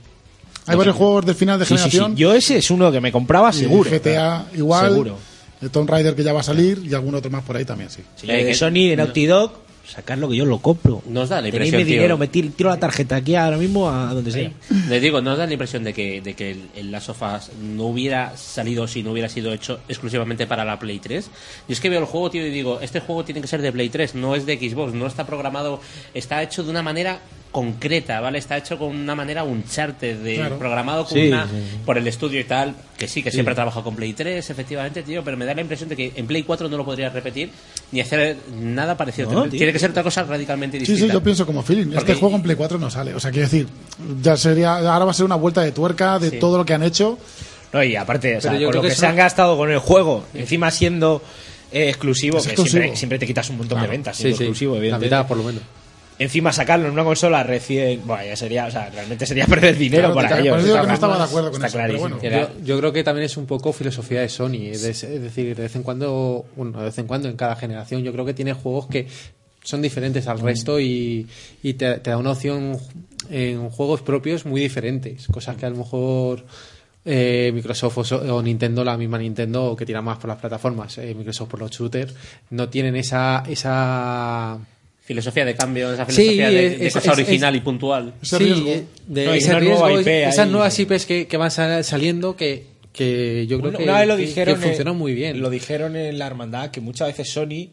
Hay varios juegos de final de
Sí, sí, sí.
generación.
Yo ese es uno que me compraba
y
ah, seguro.
GTA igual.
Seguro.
El Tomb Raider que ya va a salir y algún otro más por ahí también, sí.
Eh, que Sony de Naughty Dog, sacarlo que yo lo compro.
Nos da la
Tenéis
impresión,
mi
tío.
dinero, me tiro, tiro la tarjeta aquí ahora mismo a donde sea.
Les digo, no da la impresión de que, de que el, el Last of Us no hubiera salido si no hubiera sido hecho exclusivamente para la Play 3. Yo es que veo el juego, tío, y digo, este juego tiene que ser de Play 3, no es de Xbox, no está programado, está hecho de una manera concreta, ¿vale? Está hecho con una manera un charter de
Claro.
programado con
Sí,
una-
sí, sí.
por el estudio y tal, que sí, que
Sí.
siempre ha trabajado con Play 3, efectivamente, tío, pero me da la impresión de que en Play 4 no lo podría repetir ni hacer nada parecido.
No, tío.
tiene que ser otra cosa radicalmente
Sí,
distinta.
sí, yo pienso como feeling. Este
Porque-
juego en Play 4 no sale. O sea, quiero decir, ya sería, ahora va a ser una vuelta de tuerca de
Sí.
todo lo que han hecho.
No, y aparte, o sea,
Pero yo
con lo
creo
que,
que
se
eso-
han gastado con el juego, encima siendo eh, exclusivo,
Es
que
exclusivo.
Siempre, siempre te quitas un montón
Claro.
de ventas,
Sí,
siendo
sí.
exclusivo,
La
evidentemente.
mitad, por lo menos.
Encima sacarlo en una consola recién, bueno, ya sería, o sea, realmente sería (laughs) perder dinero
Claro,
para
claro,
ellos.
por eso digo que no
estaba de acuerdo con
Está
eso,
clarísimo.
Yo, yo creo que también es un poco filosofía de Sony, es, de- es decir, de vez en cuando, bueno, de vez en cuando en cada generación, yo creo que tiene juegos que son diferentes al resto y, y te, te da una opción en juegos propios muy diferentes, cosas que a lo mejor eh, Microsoft o, so- o Nintendo, la misma Nintendo que tira más por las plataformas, eh, Microsoft por los shooters, no tienen esa esa
filosofía de cambio, esa filosofía de, de cosa original y puntual.
Sí, eh, de ese riesgo, esas nuevas IPs pues, que, que van sal- saliendo que, que yo creo
Una,
que,
una vez lo
que- que
dijeron. eh,
funcionan muy bien.
Lo dijeron en la hermandad que muchas veces Sony.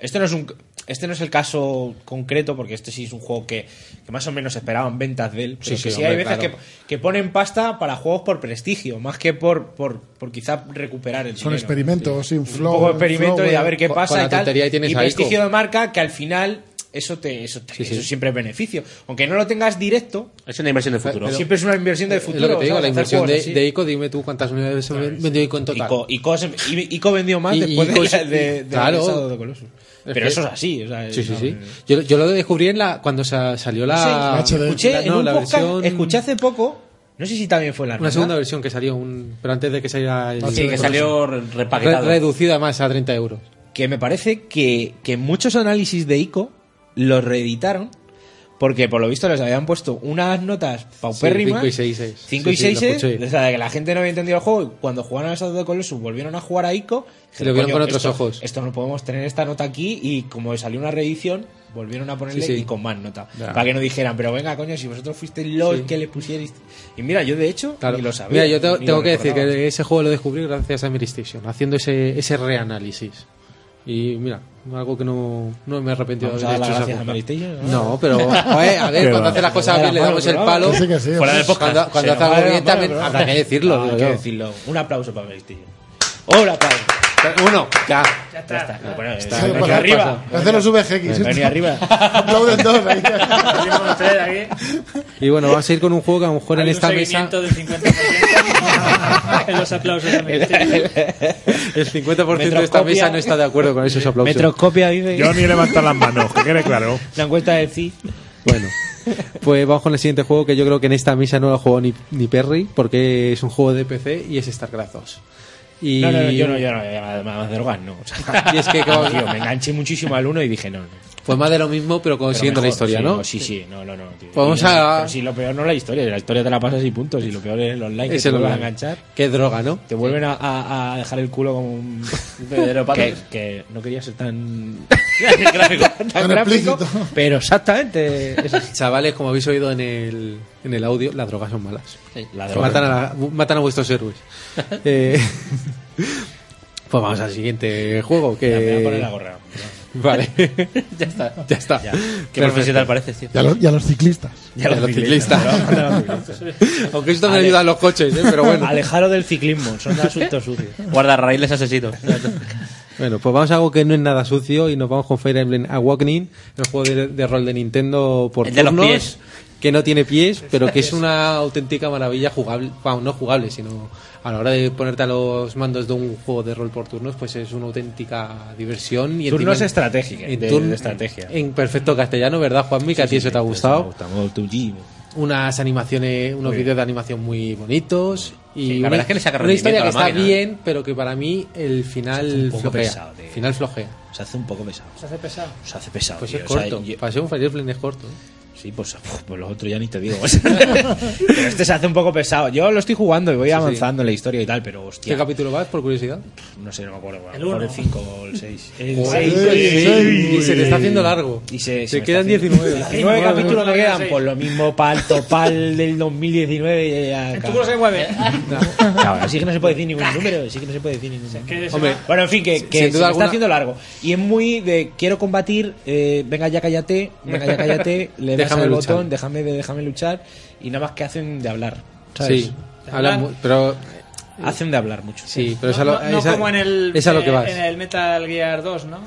Este no es un. Este no es el caso concreto, porque este sí es un juego que, que más o menos esperaban ventas de él. Pero
Sí,
que
sí,
sí hay
hombre,
veces
claro.
que, que ponen pasta para juegos por prestigio, más que por, por, por quizá recuperar el
Son
dinero.
experimentos, sí, un flow.
un poco de
un
experimento
flow,
y a
bueno.
ver qué
Con-
pasa
con la
y tal.
tontería ahí tienes
y
a Ico.
prestigio de marca que al final eso te eso, te- eso siempre es beneficio. Aunque no lo tengas directo,
Es una inversión de
futuro.
pero siempre es una inversión de
Es
futuro.
lo que te digo,
¿sabes?
la
Hacer
inversión de,
juegos así.
de ICO, dime tú cuántas unidades se ven- vendió ICO en total.
Ico, Ico se- I- Ico vendió más
Y-
después
Ico
de, la-
se-
de- de
claro.
la Shadow of the Colossus.
Es
Pero
que-
eso es así. o sea,
Sí, sí,
no- eh.
sí. Yo, yo lo descubrí en la, cuando sa- salió la.
Sí, escuché
la-
en
no,
un
la
podcast,
versión-
escuché hace poco, no sé si también fue en la
Una
hermandad.
segunda versión que salió, un, pero antes de que saliera. el-
Sí, que salió re- repaquetado.
Re- reducida más a 30 euros.
que me parece que, que muchos análisis de ICO los reeditaron porque por lo visto les habían puesto unas notas paupérrimas.
cinco y seises.
5 y
Sí, sí, lo
6
escuché.
o sea, de que la gente no había entendido el juego y cuando jugaron a Shadow of the Colossus volvieron a jugar a ICO.
Y lo vieron
"Coño,
con otros
esto-
ojos".
Esto no podemos tener esta nota aquí y como salió una reedición volvieron a ponerle
Sí, sí.
y con más nota.
Ya.
Para que no dijeran, pero venga, coño, si vosotros fuisteis los
Sí.
que le pusierais. Y mira, yo de hecho
Claro.
ni lo sabía.
Mira, yo te-
ni
tengo
lo
que decir
recordaba.
que ese juego lo descubrí gracias a Mary Station, haciendo ese, ese reanálisis. Y mira, algo que no, no me he arrepentido
Vamos
de
a dar
haber hecho
las
esa
gracias a
cosa.
Mary Station, ¿no?
No, pero joder,
(laughs)
a ver,
Qué
cuando
va.
hace las cosas
Fuera
bien le
de
damos el
broma,
palo.
que sí, que sí,
Cuando-
hombre.
Cuando, cuando
Sí,
hace algo
fuera de
bien
broma,
también
broma.
habrá que decirlo.
Ah,
digo
hay que
yo.
decirlo. Un aplauso para Mary Station. Un aplauso.
Uno, ya.
Ya está. No, bueno,
Está,
eh,
pasa,
venía arriba.
pasa.
Hacer los VGX.
Venía arriba.
(laughs)
Aplauden todos
(laughs)
ahí.
Y bueno, vamos a ir con un juego que a lo mejor en
Hay un
esta mesa
seguimiento del 50% (laughs) en los aplausos.
(laughs)
a Mary Station.
el 50% de esta
Metroscopia.
mesa no está de acuerdo con esos aplausos.
Metroscopia dice.
Yo ni he levantado las manos, que quede claro.
La encuesta del sí.
Bueno, pues vamos con el siguiente juego que yo creo que en esta misa no lo ha jugado ni, ni Perry, porque es un juego de PC y es StarCraft 2. Y...
No, no, no, yo no, yo no, yo no, de Organ, no. (laughs) O sea,
Y es que, como-
tío, me enganché muchísimo al uno y dije no. no.
Pues más de lo mismo, pero
Pero
consiguiendo la
mejor,
historia,
sí,
¿no?
Sí, sí, no, no, no. tío.
Pues vamos
Y-
a-
pero si lo peor no es la historia, la historia te la pasas y punto. Si lo peor es el online, que
Es
te
el
vuelven a
online.
enganchar.
Qué droga, ¿no?
Te vuelven a, a- a dejar el culo como
(laughs)
un
bebedero de
que,
patas.
que no quería ser tan
Gráfico.
tan, gráfico, pero exactamente.
Chavales, como habéis oído en el, en el audio, las drogas son malas.
Sí, la droga.
matan, a la- matan a
(laughs)
vuestros héroes. Eh, pues vamos al siguiente juego. Que...
Ya, me voy a poner la gorra.
Vale.
(laughs) ya está.
ya está.
Ya. Qué
Perfecto.
profesional pareces, tío.
Y a, los, y a los ciclistas.
Y a los ciclistas. (laughs) Aunque esto me
Ale-
ayuda a los coches, ¿eh? pero bueno.
Alejaros del ciclismo, son asuntos sucios.
Guarda raíles
(laughs)
asesinos.
Bueno, pues vamos a algo que no es nada sucio y nos vamos con Fire Emblem Awakening, el juego de, de rol de Nintendo por
El de los
turnos,
pies.
que no tiene pies, pero que es una auténtica maravilla jugable, vamos, no jugable, sino a la hora de ponerte a los mandos de un juego de rol por turnos, pues es una auténtica diversión. Y encima
Turnos
en-
estratégica,
en
de-
turn-
de estrategia.
En perfecto castellano, ¿verdad, Juanmi? Que a ti eso te ha gustado. Unas animaciones, unos
Muy bien.
vídeos de animación muy bonitos. Y
Sí, la
una-
verdad es que le saca
una
rendimiento a
historia que
la
está
máquina, ¿eh?
bien, pero que para mí el final
un poco
flojea.
pesado, tío.
final flojea.
Se hace un poco pesado.
Se hace pesado.
Se hace pesado.
Pues
tío,
es
o sea,
corto.
yo-
Para ser un Fire Emblem es corto. ¿eh?
Sí, pues, uf, pues los otros ya ni te digo. (laughs) pero este se hace un poco pesado. Yo lo estoy jugando y voy avanzando en la historia y tal, pero
¿Qué
hostia.
capítulo vas, por curiosidad?
No sé, no me acuerdo.
El
El
uno.
el 5 o el 6. El
Joder,
seis,
el
oye,
seis.
sí.
Y se te está haciendo largo.
Y se,
Te
me
quedan
está haciendo-
19.
19
Bueno,
capítulos
bueno,
me
bueno,
quedan.
seis.
Por lo mismo, pal, topal del 2019. Ya,
El culo
(laughs)
se mueve.
Claro, así que no se puede decir ningún número, así que no se puede decir ningún número.
que se
Hombre,
va-
bueno, en fin, que, que
sin
se
duda
me
alguna-
está haciendo largo. Y es muy de quiero combatir, eh, venga ya cállate, venga
(laughs)
ya cállate, le das
Déjame
al
luchar.
botón, déjame, déjame luchar, y nada más que hacen de hablar. ¿sabes?
Sí, hablan mu- pero
Hacen de hablar mucho.
sí, pero es
no,
a lo,
no,
No
es a-
como en el,
es a lo que
eh,
vas.
en el Metal Gear 2, ¿no?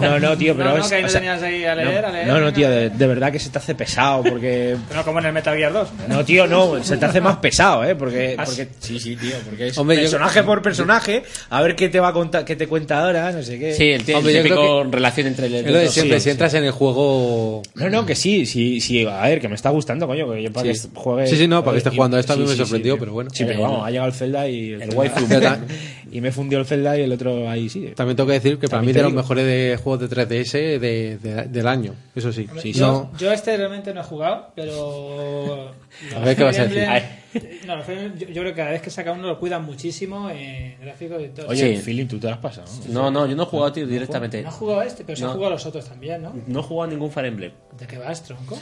no, no, tío, pero
No, no,
es-
que ahí
o
no
sea,
tenías ahí a leer,
no,
a leer.
no, no, tío, de, de verdad que se te hace pesado porque.
Pero (laughs) no como en el Metal Gear 2.
No, tío, no, se te hace más pesado, ¿eh? Porque,
Ah,
(laughs) porque sí, sí, tío, porque es
Hombre, yo-
personaje por personaje, a ver qué te va a contar, qué te cuenta ahora, no sé qué.
Sí, el, t- el
Hombre, yo creo
típico relación entre el.
Es lo de
los-
siempre,
sí,
si entras en el juego...
No, no, que sí, sí, sí, a ver, que me está gustando, coño, que yo para
Sí.
que juegue.
Sí, sí, no, para que esté
y-
jugando a esto a mí me
sí,
sorprendió,
tío.
pero bueno.
Sí, pero vamos, ha llegado el Zelda y. (laughs)
El waifu.
Ya está.
y Y me fundió el Zelda y el otro ahí sí.
También tengo que decir que para
También
mí
te
de los
digo.
mejores de juegos de 3DS de- de- del año. Eso sí.
yo,
No,
yo este realmente no he jugado, pero.
A ver qué vas a decir.
No, los Fire Emblem, yo, yo creo que cada vez que saca uno lo cuidan muchísimo en gráficos y todo.
Oye,
Sí.
feeling tú te has pasado. No, no, yo no he jugado, tío, directamente.
No ha jugado a este, pero se ha
No.
jugado a los otros también, ¿no?
No he jugado a ningún Fire Emblem.
¿De qué vas, tronco?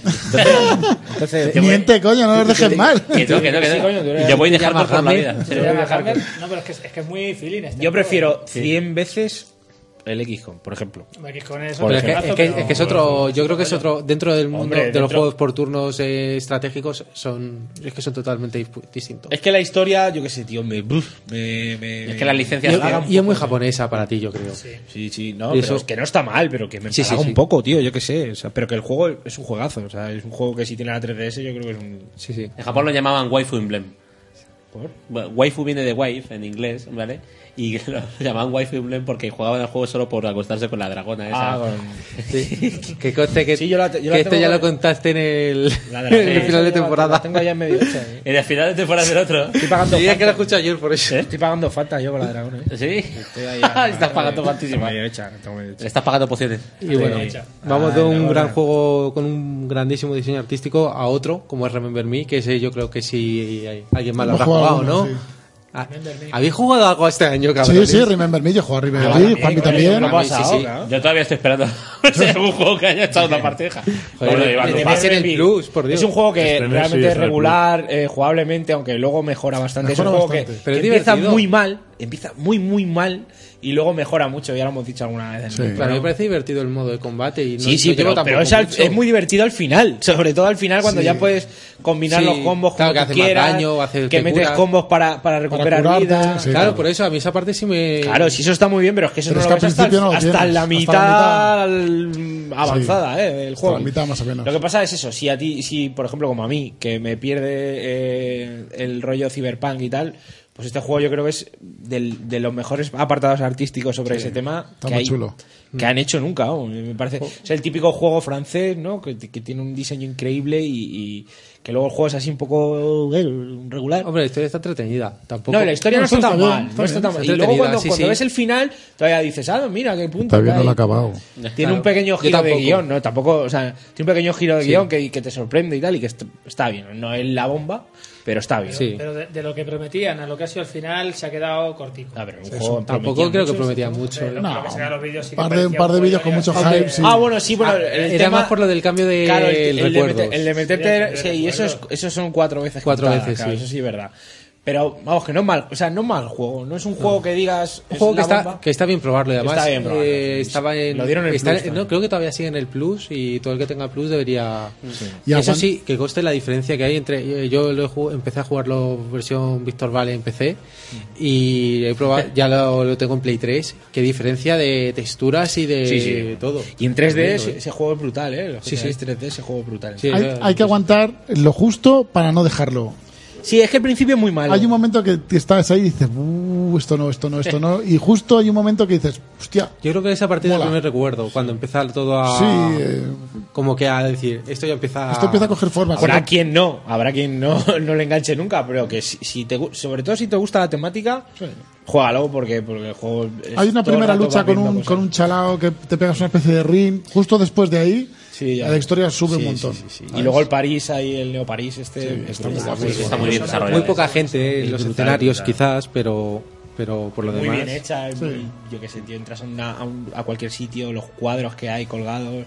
Entonces,
Miente, coño, no los dejes mal.
Que no, que no, que no.
Sí, coño, tú eres-
Y yo voy de
te llamas
hardcore por la
Hammer.
vida.
¿Se llama Hammer? No, pero es que es, es que es muy feeling este.
Yo
juego.
prefiero 100 veces el XCOM, por ejemplo.
Hombre, que con eso
Pero es,
te
que,
mazo,
es que-
pero-
es que es otro, yo creo que es otro, dentro del mundo
Hombre,
de los
dentro-
juegos por turnos eh, estratégicos, son, es que son totalmente dispu- distintos.
Es que la historia, yo qué sé, tío, me. bruf, me, me-
Es
que la licencia
me
Y-
haga un
y, es muy japonesa para ti, yo creo.
Sí, sí, no,
Y
pero
eso-
es que no está mal, pero que me
Sí,
sí,
sí, sí.
un poco, tío, yo qué sé. O sea, pero que el juego es un juegazo, o sea, es un juego que si tiene la 3DS yo creo que es un...
Sí, sí.
En Japón lo llamaban waifu emblem. Bueno, Waifu viene de wife en inglés, ¿vale? Y (laughs) lo llamaban waifu emblem porque jugaban al juego solo por acostarse con la dragona esa.
Ah, bueno.
(laughs)
Sí. Que conste que,
yo la te- yo la
que esto
tengo
ya
con-
lo contaste en el,
La
(laughs) en el
dragona.
final de
Yo la-
temporada.
la tengo ya en medio hecha, eh.
En el final de temporada del otro.
Estoy pagando
Sí, es que la
falta.
escuché ayer por eso.
Estoy pagando falta yo con la dragona. ¿eh?
¿Sí? (laughs)
Estoy ahí,
Estás
madre,
pagando
la
tantísimo.
tengo medio hecha, la tengo medio hecha.
Le estás pagando pociones.
Y bueno,
Ah,
vamos de un gran juego con un grandísimo diseño artístico a otro, como es Remember Me, que ese yo creo que sí hay- alguien más lo
Hemos
habrá
jugado
jugado, ¿no?
alguno, sí.
Ah, ¿Habéis jugado algo este año, cabrón?
Sí, sí, Remember Me, yo juego a Remember
Ah,
Me,
también,
Juanmi
coño,
también.
no pasa
Sí, sí. Yo todavía estoy esperando (laughs) un juego que haya echado una partija. Bueno, lleva
Remember
dos
Me.
partes.
Es un juego que
Este mes sí
realmente
es
es
el Plus.
regular, eh, jugablemente, aunque luego mejora bastante. es
Mejora
un juego
bastante.
que,
Pero
que
es
empieza
divertido.
muy mal, empieza muy, muy mal y luego mejora mucho. Ya lo hemos dicho alguna vez. en el
Pero
programa.
me parece divertido el modo de combate y no,
Sí, sí,
no llevo
pero,
tampoco
pero es, al-
mucho.
es muy divertido al final. (laughs) Sobre todo al final, cuando
Sí.
ya puedes combinar
Sí,
los combos
claro, que
como que
hace más
quieras,
daño, hace-
que
te
metes
curas.
combos para, para recuperar
curarte,
vida.
sí, claro, por eso a mí esa parte sí me.
Claro, sí, eso está muy bien, pero es que eso
Pero
no
es
lo
que al
ves hasta, el-
principio no lo
hasta
tienes,
la
hasta la
mitad avanzada
Sí.
eh, del
Hasta
juego.
la mitad más o menos.
Lo que pasa es eso, si a ti, si por ejemplo como a mí, que me pierde eh, el rollo cyberpunk y tal, pues este juego yo creo que es del- de los mejores apartados artísticos sobre
Sí.
ese tema
Está
que,
muy
hay-
chulo. Oh.
que han hecho nunca. vamos, me parece es el típico juego francés, ¿no? Que, que tiene un diseño increíble y, y que luego el juego es así un poco eh, regular.
Hombre, la historia está entretenida. Tampoco...
No, la historia no, está, tan mal. no está tan mal. Y luego
entretenida,
cuando,
sí,
cuando
sí.
ves el final, todavía dices, ah, mira, qué punto.
Todavía no
tal.
lo he acabado.
Tiene
Claro.
un pequeño
Yo
giro de
tampoco.
guión, ¿no? Tampoco, o sea, tiene un pequeño giro de
Sí.
guión que, que te sorprende y tal, y que est- está bien. No es la bomba, pero está bien.
Pero de, de lo que prometían a lo que ha sido al final se ha quedado cortico.
Ah, pero un
Sí,
juego
sí.
Tampoco creo que prometía mucho.
Hombre, lo- lo que sacan los vídeos sí que
Un par de- un
parecía
par de
muy
vídeos con mucho
Hombre,
hype. sí.
Ah, bueno, sí, bueno. el
Era
tema-
más por lo del cambio de
Claro, el, el de
recuerdos.
meter- el de meterte. Sí, y eso, es- eso son cuatro veces.
Cuatro
contadas,
veces,
claro,
sí.
Eso sí es verdad. Pero vamos, que no es mal. O sea, no es mal juego. No es un juego que digas.
Un
es
juego que
la
está,
bomba.
que está bien probarlo y además
Está bien probarlo,
eh,
sí.
estaba en,
Lo dieron en el
está-
Plus también.
no, creo que todavía sigue en el plus y todo el que tenga plus debería
Sí.
Y a
eso
Juan-
sí que conste la diferencia que hay entre eh, yo lo he jug- empecé a jugarlo versión Víctor Vale en PC y he probado, ya lo, lo tengo en Play 3 qué diferencia de texturas y de
Sí, sí.
Eh, todo
Y en 3D
Tremendo,
ese,
¿eh?
ese juego es brutal, ¿eh? Los
Sí, sí.
GTA 3D ese juego es brutal.
Sí,
Hay, hay que aguantar lo justo para no dejarlo.
Sí, es que el principio es muy malo.
Hay un momento que te estás ahí y dices, "Uh, esto no, esto no, esto no. Y justo hay un momento que dices, hostia,
yo creo que esa partida
Mola.
es el primer recuerdo cuando empieza todo a
Sí, eh.
como que a decir esto ya empieza
esto empieza a coger forma.
Habrá quien no, habrá quien no, (laughs) no le enganche nunca, pero que si, si te, gu- sobre todo si te gusta la temática, juégalo porque, porque el juego. es-
Hay una
todo el
primera
rato
lucha
vas
con
viendo
un,
cosas.
con un chalao que te pegas una especie de ring. Justo después de ahí,
Sí, ya.
la historia sube
Sí,
un
sí,
montón.
sí,
Ah,
sí. Y luego el París, ahí el Neo París, este. está, muy guapo.
Muy poca gente, eh,
Es
los
brutal,
centenarios
brutal.
quizás, pero, pero por lo
muy
demás.
bien hecha. es
Sí.
muy- yo qué sé, tío, entras a, una- a un- a cualquier sitio, los cuadros que hay colgados,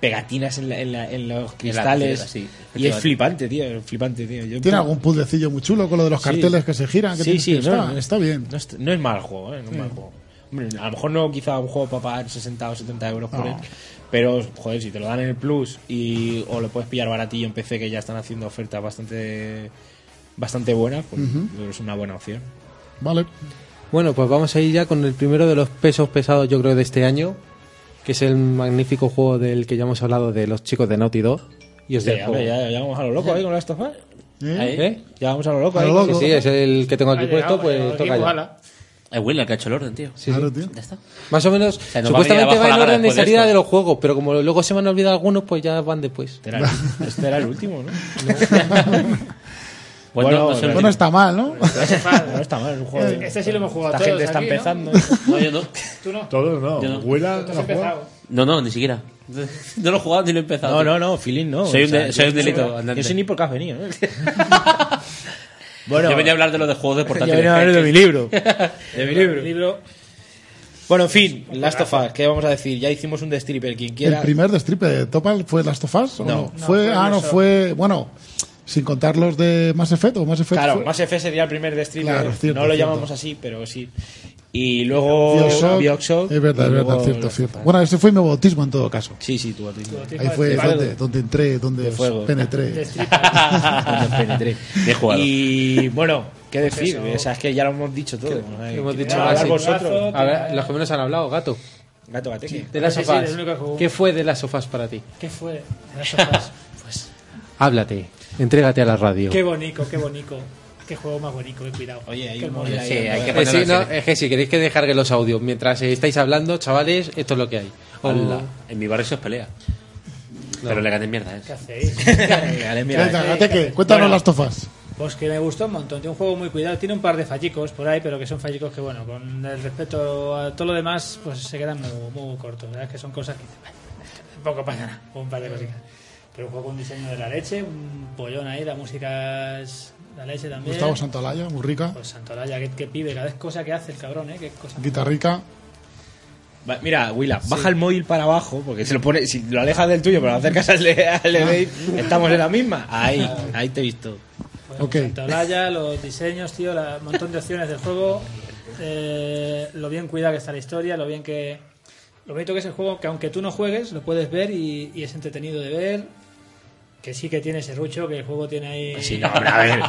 pegatinas en, la- en la- en los cristales.
pecera, sí,
y es
efectivamente.
flipante, tío, es flipante, tío. Yo-
Tiene algún puzzlecillo muy chulo con lo de los
Sí.
carteles que se giran. Que
sí,
tienes
sí,
que-
no,
está,
no,
está bien.
No, es- no es mal juego, eh, no es mal juego. Hombre, a lo mejor no quizá un juego para pagar 60 o 70 euros por
No.
él. Pero, joder, si te lo dan en el Plus y, o lo puedes pillar baratillo en PC, que ya están haciendo ofertas bastante bastante buenas, pues
Ujú.
es una buena opción.
Vale.
Bueno, pues vamos a ir ya con el primero de los pesos pesados, yo creo, de este año, que es el magnífico juego del que ya hemos hablado de los chicos de Naughty Dog. Y os
Sí,
dejo.
hombre, ya, ya vamos a lo loco ahí con las tofas.
¿Eh?
Ya vamos a lo loco
A
ahí.
lo loco. Sí, sí, es el que tengo aquí
Ha
puesto,
llegado,
pues
ha llegado
toca
aquí,
ya.
ojalá.
Es Will el que ha hecho el orden, tío.
Sí, sí.
Ya está.
Más o menos,
sea, nos va a
supuestamente
venir abajo
va
la
en
hora
orden de
después de
salida
esto.
de los juegos, pero como luego se me han (laughs) olvidado algunos, pues ya van después.
Este era el último, ¿no?
Bueno,
no se lo
bueno,
digo.
está mal, ¿no?
No está mal, es un juego.
Este sí lo hemos jugado
Esta
todos
gente está
aquí,
empezando.
(laughs) No, yo no.
¿Tú no?
Todos
Yo no.
Huela,
Tú has empezado.
No, no, ni siquiera. No lo he jugado ni lo he empezado.
No,
tío.
no, no, Filín no.
Soy un,
O sea,
de- soy un
yo-
delito
yo-
andante.
Yo sé ni por qué has
(laughs)
venido. ¿eh?
yo venía a hablar de lo de
(laughs)
juegos de portátiles.
Yo venía a hablar de
(laughs)
mi libro.
De mi libro.
Bueno, en fin, Last of Us, ¿qué vamos a decir? Ya hicimos un de stripper, quien quiera.
¿El primer de stripper de Topal fue Last of Us? ¿o
No.
no? fue, ah, no, fue. Bueno, sin contar los de Mass Effect o Mass Effect.
Claro,
fue-
Mass Effect sería el primer de stripper.
Claro, cierto,
no lo
cierto.
llamamos así, pero sí. Y luego
Bioshock.
Bioshock,
Es verdad,
y
es verdad,
luego-
cierto, cierto. Bueno, ese fue mi bautismo en todo caso.
Sí, sí, tu bautismo.
Ahí fue
De fuego.
donde, donde entré,
(laughs)
donde
De
os
fuego.
penetré. (laughs)
Donde penetré.
De jugado.
Y bueno, ¿qué decir? O sea, es que ya lo hemos dicho todo.
Hemos dicho
hablar
así.
vosotros.
A ver, los gemelos han hablado, gato.
Gato, gato. ¿qué?
De las
Sí, sí,
sofás.
es el único que jugó.
¿Qué fue de las sofás para ti?
¿Qué fue? Las sofás. pues,
Háblate, entrégate a la radio.
qué bonito, qué bonito. Qué juego más bonito, eh, cuidado. Oye, hay
Sí, hay que
Eh, sí,
ponerlo
no,
así.
es que si queréis que descargue los audios mientras eh, estáis hablando, chavales, esto es lo que hay. O-
Hola. En mi barrio se os pelea. Pero le gané mierda, ¿eh?
¿Qué hacéis?
Dale, mira,
Venga, date que- cuéntanos las tofas.
eh. Pues que me gustó un montón. Tiene un juego muy cuidado. Tiene un par de fallicos por ahí, pero que son fallicos que, bueno, con el respeto a todo lo demás, pues se quedan muy, muy cortos. ¿verdad? Que son cosas que (laughs) poco pasa nada. Un par de cositas. Pero un juego con un diseño de la leche, un pollón ahí, la música es la leche también.
Gustavo Santolaya, muy rica.
Pues Santolaya, que, que pibe, cada vez cosa que hace el cabrón, ¿eh? Qué cosa.
Guitarrica.
Va- Mira, Willa, baja
Sí.
el móvil para abajo, porque se lo pone, si lo alejas del tuyo, pero lo acercas al de, al
Ah.
de Dave, estamos en la misma. Ahí, ahí te he visto.
Ok.
Santolaya, los diseños, tío, la- un montón de opciones del juego, eh, lo bien cuidada que está la historia, lo bien que... Lo bonito que es el juego, que aunque tú no juegues, lo puedes ver y, y es entretenido de ver, que sí que tiene ese rucho, que el juego tiene ahí...
Pues Sí, no, hombre, a ver,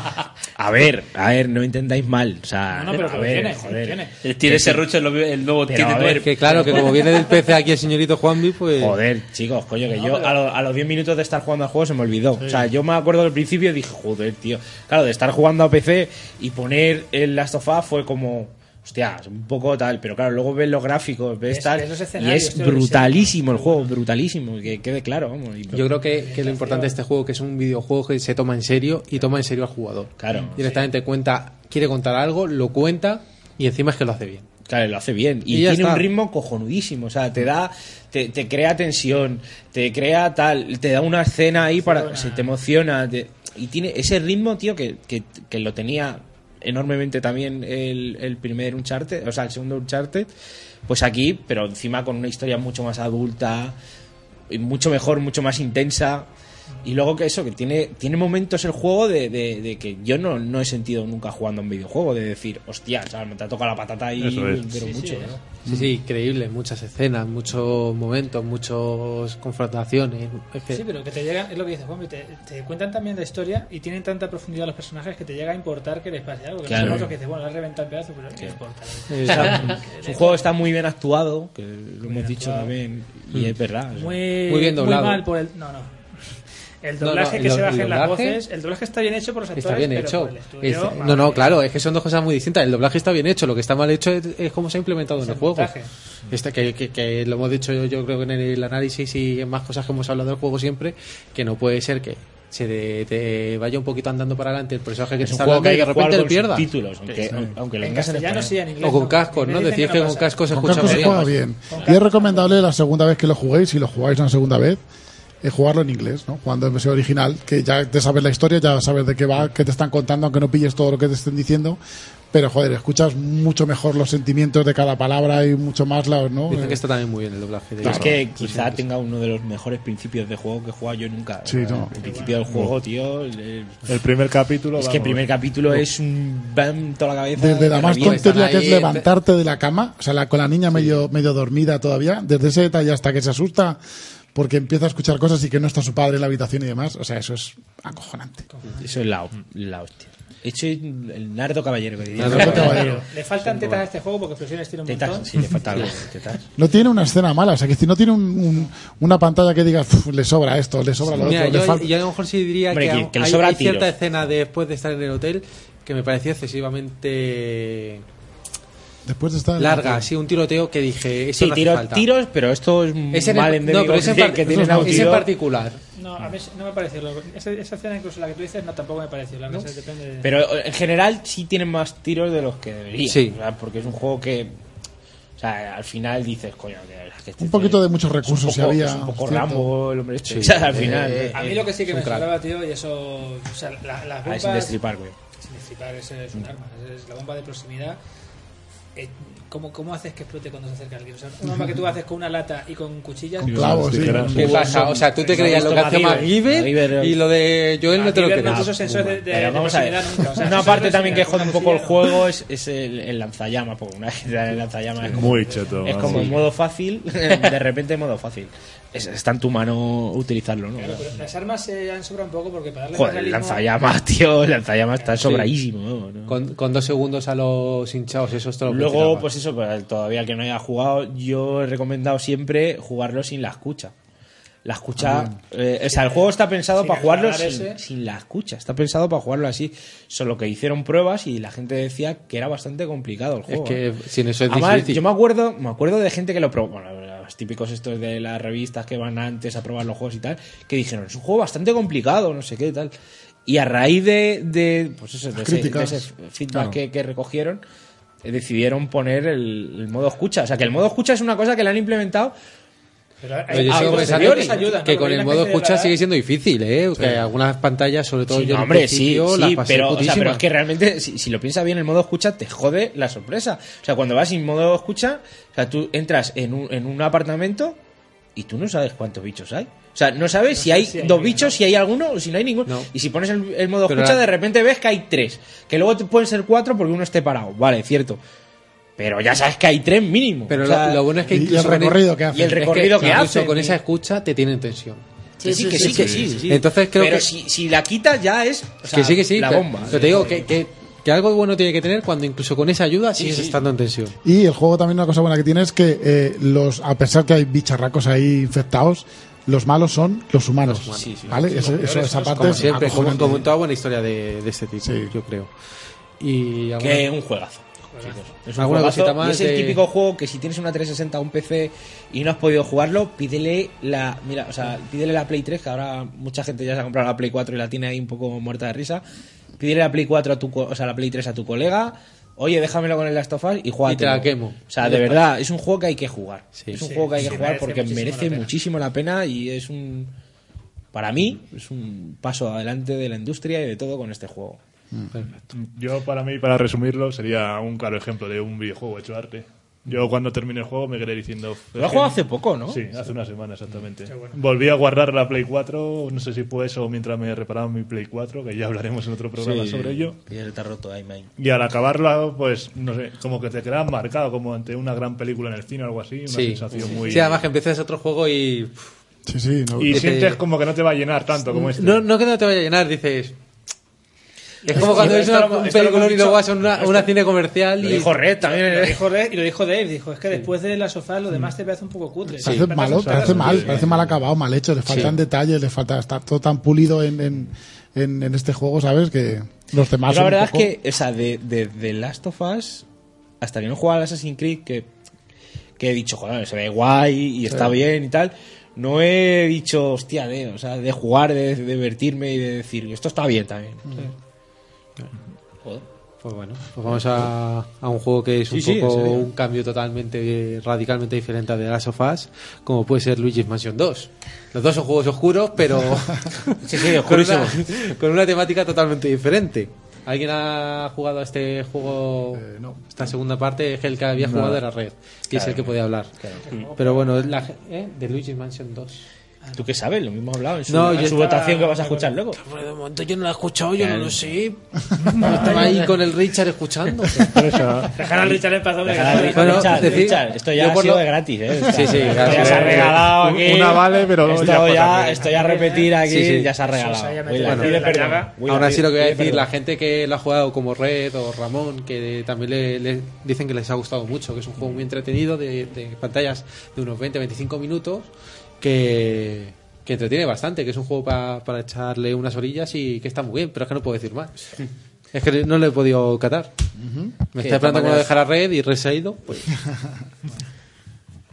a ver, a ver, no intentáis mal. O sea,
No, no, pero
a
que lo
ver,
tiene,
joder.
tiene.
Eh, Tiene ese rucho el, nuevo- el nuevo
Pero
tiene
a
nuevo-
ver,
que claro, que como viene del
(laughs)
PC aquí el señorito Juanvi, pues...
Joder, chicos, coño, que yo a, lo- a los 10 minutos de estar jugando al juego se me olvidó. O sea, yo me acuerdo del principio y dije, joder, tío. Claro, de estar jugando a PC y poner el Last of Us fue como, hostia, es un poco tal. Pero claro, luego ves los gráficos, ves
Ves-
tal.
ves los
y
escenarios,
es
tío, lo que sea.
brutalísimo el juego, brutalísimo. Que quede claro, vamos. y-
Yo creo que, que lo importante de este juego que es un videojuego que se toma en serio y toma en serio al jugador.
Claro.
Directamente cuenta, quiere contar algo, lo cuenta y encima es que lo hace bien.
Claro, lo hace bien. Y,
Y ya
tiene
está.
un ritmo cojonudísimo. O sea, te da. Te, te crea tensión. Te crea tal. Te da una escena ahí para. Se te emociona. te- y tiene ese ritmo, tío, que, que, que lo tenía enormemente también el, el primer Uncharted. O sea, el segundo Uncharted. Pues aquí, pero encima con una historia mucho más adulta. y mucho mejor, mucho más intensa. Y luego que eso, que tiene, tiene momentos el juego de, de- de que yo no, no he sentido nunca jugando a un videojuego, de decir, hostia, o sea, me te ha tocado la patata ahí,
Eso es.
pero
Sí,
mucho.
sí.
¿no?
Sí, sí, increíble. Muchas escenas, muchos momentos, muchas confrontaciones. Es que-
Sí, pero que te llegan, es lo que dice Juanmi, te, te cuentan también la historia y tienen tanta profundidad los personajes que te llega a importar que les pase algo. Que no son
Claro.
otros que dices, bueno, la has reventado en pedazos, pero ¿qué importa?
(laughs) O sea, es un juego que está muy bien actuado, que lo hemos dicho también,
Mm.
y es verdad. o sea.
muy, muy mal por el.
(laughs)
No, no. El
No, no,
doblaje que
el-
se
el
bajen las
doblaje-
voces. El doblaje está bien hecho por los actores.
Está bien
pero
hecho.
por el estudio,
Es-
madre
no, no,
mía.
claro, es que son dos cosas muy distintas. El doblaje está bien hecho, lo que está mal hecho es, es cómo se ha implementado en el juego.
montaje.
Este, que, que- que lo hemos dicho yo, yo creo que en el análisis y en más cosas que hemos hablado del juego siempre, que no puede ser que se de- te vaya un poquito andando para adelante el personaje que
Es
te
un
está
juego
hablando
que
y de
hay que
repente
jugar
el
con
pierda.
subtítulos, aunque- Sí. aunque lo En tengas en castellano español. sí, en inglés
o con
no.
cascos,
Me
¿no?
dicen
Decías
que
que
no
con
pasa.
cascos se
Con
escucha
casco se juega bien. Y es recomendable la segunda vez que lo juguéis, si lo jugáis una segunda vez, es jugarlo en inglés, ¿no? Jugando en versión original, que ya te sabes la historia, ya sabes de qué va, qué te están contando, aunque no pilles todo lo que te estén diciendo. Pero, joder, escuchas mucho mejor los sentimientos de cada palabra y mucho más, la, ¿no?
Dicen que
Eh,
está también muy bien el doblaje. de-
Es que quizá tenga uno de los mejores principios de juego que he jugado yo nunca.
Sí, no.
El principio del juego, tío. El, el-
El primer capítulo.
es que el
vamos.
primer capítulo es un bam toda la cabeza.
Desde la
te
más
revienta.
tontería que es levantarte de la cama, o sea, la, con la niña medio, medio dormida todavía, desde ese detalle hasta que se asusta porque empieza a escuchar cosas y que no está su padre en la habitación y demás, o sea, eso es acojonante.
Eso es la, la hostia. Hecho el nardo caballero. que diría. (laughs)
Nardo caballero.
Le faltan tetas a este juego porque explosiones tiene un
Tetas,
montón.
sí, le falta algo.
(laughs)
tetas.
No tiene una escena mala, o sea, que si no tiene un- un- una pantalla que diga, "Uf, le sobra esto, le sobra lo
Mira,
otro, le
yo,
falta".
yo a lo mejor sí diría
Hombre,
que,
que- que le
hay,
sobra
hay cierta
tiros.
escena después de estar en el hotel que me parecía excesivamente
Después de estar.
larga, sí, un tiroteo que dije. Eso
Sí,
no hace
tiro-
falta.
tiros, pero esto es un
Ese en
mal
el-
endémico
no, pero ese en,
que-
par-
que tienen
ese en
autidor.
particular.
(laughs) No, a mí no me pareció. lo- Esa, esa escena, incluso la que tú dices, no tampoco me pareció. La que se- depende de-
Pero eh, en general sí tienen más tiros de los que deberían.
Sí.
o sea, Porque es un juego que. O sea, al final dices, coño, que, la verdad es que este
Un poquito
tío
de muchos recursos
es un
si
poco-
había,
Es un poco
es cierto.
Rambo el hombre este. (laughs)
Sí.
o sea, al final.
Eh,
a mí lo que sí que
es
me
un crack.
sonaba, tío, y eso. O sea, la- las
Ah,
bombas.
es sin destripar, güey. Mm.
Sin destripar, ese es un arma. esa Es la bomba de proximidad. Eh, ¿Cómo, ¿Cómo haces que explote cuando se acerca alguien? O sea, una arma que tú haces con una lata y con cuchillas. pues,
Con clavos, sí. ¿Qué pasa? O sea, tú te
Me
creías lo que
gusta
hace
MacGyver.
MacGyver y lo de Joel no te lo
MacGyver no
creías.
puso sensores de-
Pero
de
vamos a ver.
proximidad nunca, o sea,
una
eso
parte
es
también que
una
jode un
cosa
poco el
fría,
juego es, es el, el lanzallama, porque una (laughs) vez que te dan el lanzallama es como,
Muy cheto,
es
vamos.
como
Sí.
en modo fácil, (laughs) de repente en modo fácil. Es, está en tu mano utilizarlo, ¿no?
Claro, pero las armas se han sobrado un poco porque para darle. más
Joder, el
realismo-
lanzallamas, (laughs) tío, el lanzallamas está
Sí.
sobradísimo.
Con, con dos segundos a los hinchados, esos te lo
Luego,
tirabas.
pues eso, para el- todavía el que no haya jugado, yo he recomendado siempre jugarlo sin la escucha. La escucha,
Ah,
eh, o sea, el juego está pensado
Sin
para jugarlo
aclarar
sin,
ese.
sin la escucha, está pensado para jugarlo así. Solo que hicieron pruebas y la gente decía que era bastante complicado el
Es
juego.
que
¿eh?
sin eso es
Además,
difícil.
yo me acuerdo, me acuerdo de gente que lo probó. Bueno, los típicos estos de las revistas que van antes a probar los juegos y tal, que dijeron, es un juego bastante complicado, no sé qué tal. Y a raíz de, de, pues eso, de,
Las
ese,
críticas.
de ese feedback
Claro.
que, que recogieron, eh, decidieron poner el, el modo escucha. O sea, que el modo escucha es una cosa que le han implementado.
Pero hay-
Oye,
a
sigo pensando
posteriori.
que, que con el modo escucha sigue siendo difícil, ¿eh? Que algunas pantallas, sobre todo
Sí,
yo en
no,
el
hombre, sí,
principio, las
sí,
pasé
pero, o sea, pero
putísimas.
es que realmente, si, si lo piensas bien, el modo escucha te jode la sorpresa. O sea, cuando vas sin modo escucha, o sea, tú entras en un, en un apartamento y tú no sabes cuántos bichos hay. O sea, no sabes si hay dos bichos, si hay alguno o si no hay ninguno. Y si pones el, el modo
Pero
escucha,
la-
de repente ves que hay tres. Que luego te pueden ser cuatro porque uno esté parado. Vale, cierto. Pero ya sabes que hay tres mínimo.
Pero
O sea,
lo, lo bueno es que
y- y
incluso con e-
Y el recorrido
es
que
incluso
hace.
con esa escucha te tienen tensión.
Que sí, que sí, que sí. sí.
Entonces creo
Pero
que
si, si la quitas ya es o sea,
que sí, que sí.
la
pero-
bomba. ¿eh?
Pero te digo que, que, que algo bueno tiene que tener cuando incluso con esa ayuda sigues estando en tensión.
Y el juego también una cosa buena que tiene es que eh, los, a pesar que hay bicharracos ahí infectados, los malos son los humanos. ¿Vale? Ese-
Los
eso,
peores
esa
son-
parte
como
es
siempre, como,
acojonante.
como en toda buena historia de, de este tipo, yo creo. Y alguna-
Que un juegazo. chicos. Es un
¿Alguna
juegazo
cosita más
y es el
de-
típico juego que si tienes una 360 o un PC y no has podido jugarlo, pídele la mira, o sea, pídele la Play 3, que ahora mucha gente ya se ha comprado la Play 4 y la tiene ahí un poco muerta de risa. Pídele la Play 4 a tu, co- o sea, la Play 3 a tu colega. Oye, déjamelo con el Last of Us y juega.
Y te la quemo.
O sea, de
Ya está.
verdad, es un juego que hay que jugar. Es un
Sí,
juego que hay que
sí,
jugar
merece
porque
muchísimo la
merece
pena.
muchísimo la pena y es un para mí es un paso adelante de la industria y de todo con este juego.
Yo, para mí, para resumirlo, sería un claro ejemplo de un videojuego hecho arte. Yo, cuando terminé el juego, me quedé diciendo.
Lo has jugado hace poco, ¿no?
Sí, hace una semana exactamente.
Qué bueno.
Volví a guardar la Play 4, no sé si fue eso mientras me reparaba mi Play 4, que ya hablaremos en otro programa
Sí,
sobre ello.
Y el roto ahí, Mike.
Y al acabarla, pues, no sé, como que te quedas marcado, como ante una gran película en el cine o algo así, una
Sí.
sensación
Sí.
muy...
Sí, además que empiezas otro juego y. pff,
Sí, sí, no-
y
que te-
sientes como que no te va a llenar tanto como
(laughs)
este.
No, no que no te vaya a llenar, dices. Es
Esto-
como cuando ves
esto
una,
lo-
un
esto lo
película
hemos
y luego
dicho-
vas a una, una cine comercial y.
Lo dijo Red
(laughs)
también.
eh.
Lo dijo Red y lo dijo Dave. Dijo, es que después de la sofá lo
Mm.
demás te parece un poco cutre.
Parece
Pero
malo,
las
parece
sofás-
mal, parece mal acabado, mal hecho, le faltan detalles, le falta estar todo tan pulido en, en, en- en este juego, ¿sabes? Que los demás...
Yo la
son un
verdad
poco-
es que, o sea, de, de- de Last of Us, hasta que no jugaba al Assassin's Creed, que, que he dicho, joder, se ve guay y está
Sí.
bien y tal, no he dicho, hostia, de, o sea, de jugar, de, de divertirme y de decir, esto está bien también. Joder.
Pues bueno, pues vamos a, a un juego que es un
Sí, sí, en
poco
serio.
un cambio totalmente, radicalmente diferente al de Last of Us, como puede ser Luigi's Mansion 2. Los dos son juegos oscuros, pero
(laughs) Sí,
(laughs)
sí,
con, una,
oscurísimos.
con una temática totalmente diferente. ¿Alguien ha jugado a este juego? Esta segunda parte es el que había
No.
jugado era Red, y es
Eh, Claro.
el que podía hablar.
Claro.
Pero bueno, la, ge- ¿eh? de Luigi's Mansion 2.
¿Tú qué sabes? Lo mismo he hablado en su,
No,
en
yo
su
estaba-
votación que vas a escuchar luego.
De momento yo no la he escuchado,
yo no lo
sé. (laughs) Estaba ahí con el Richard escuchando.
(laughs)
Dejar al Richard en paz, hombre.
Dejar al
que-
Richard, Richard, Richard, esto ya
yo
ha
por
sido
lo-
de gratis, ¿eh? O sea,
Sí, sí,
esto
claro.
ya se ha regalado
Un-
aquí.
una vale, pero
esto
ya
ya,
pasa.
esto ya repetir aquí
Sí, sí.
ya se ha regalado. Will,
Bueno,
pide perdón. Will,
aún así
pide-
lo que voy a
pide
decir,
perdón.
la gente que lo ha jugado como Red o Ramón, que también le, le dicen que les ha gustado mucho, que es un juego muy entretenido, de, de pantallas de unos 20-25 minutos, que, que entretiene bastante, que es un juego pa- para echarle unas orillas y que está muy bien, pero es que no puedo decir más. Es que no lo he podido catar. Me
Que
está
de todas
esperando cuando
maneras-
dejar la red y red se ha ido.
(laughs)
Pues...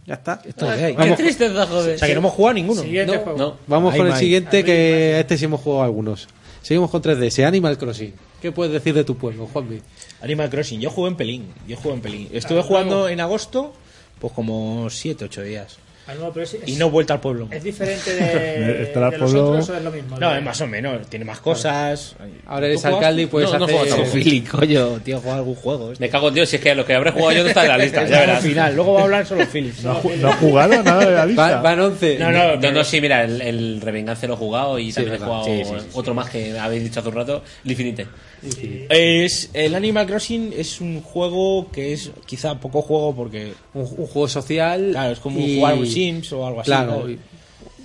Ya está.
Esto
Ay,
es lo que hay.
qué tristeza, joder.
O sea, que no hemos jugado ninguno.
Siguiente
No,
juego.
no. Vamos
Ahí,
con el
Mike.
siguiente, que a este sí hemos jugado algunos. Seguimos con 3DS, Animal Crossing. ¿Qué puedes decir de tu pueblo, Juanmi?
Animal Crossing, yo jugué en Pelín, yo jugué en Pelín. Estuve jugando en agosto, pues como 7, 8 días.
Ah, no, pero es- es-
Y no he vuelto al pueblo.
Es diferente
(laughs)
(laughs)
de,
Estará
de
pueblo-
los otros, o es lo mismo.
No, es más o menos, tiene más cosas.
Ahora
eres alcalde y puedes hacer-
(laughs)
Fili, coño, tío, juega algún juego.
Me cago en Dios, si es que lo que habré jugado yo no está en la
(laughs)
lista, ya verás.
Al final, luego va a hablar solo Philip. No,
ha jugado nada de la
lista. van 11.
No, no, no, no, sí, mira, el, el Revenganza lo he jugado y también he jugado
Sí, sí, sí,
otro más que habéis dicho hace un rato, el Infinite.
Es, el Animal Crossing es un juego que es quizá poco juego porque.
Un, un juego social.
Claro, es como
y-
jugar un Sims o algo así.
Claro.
¿no?
y-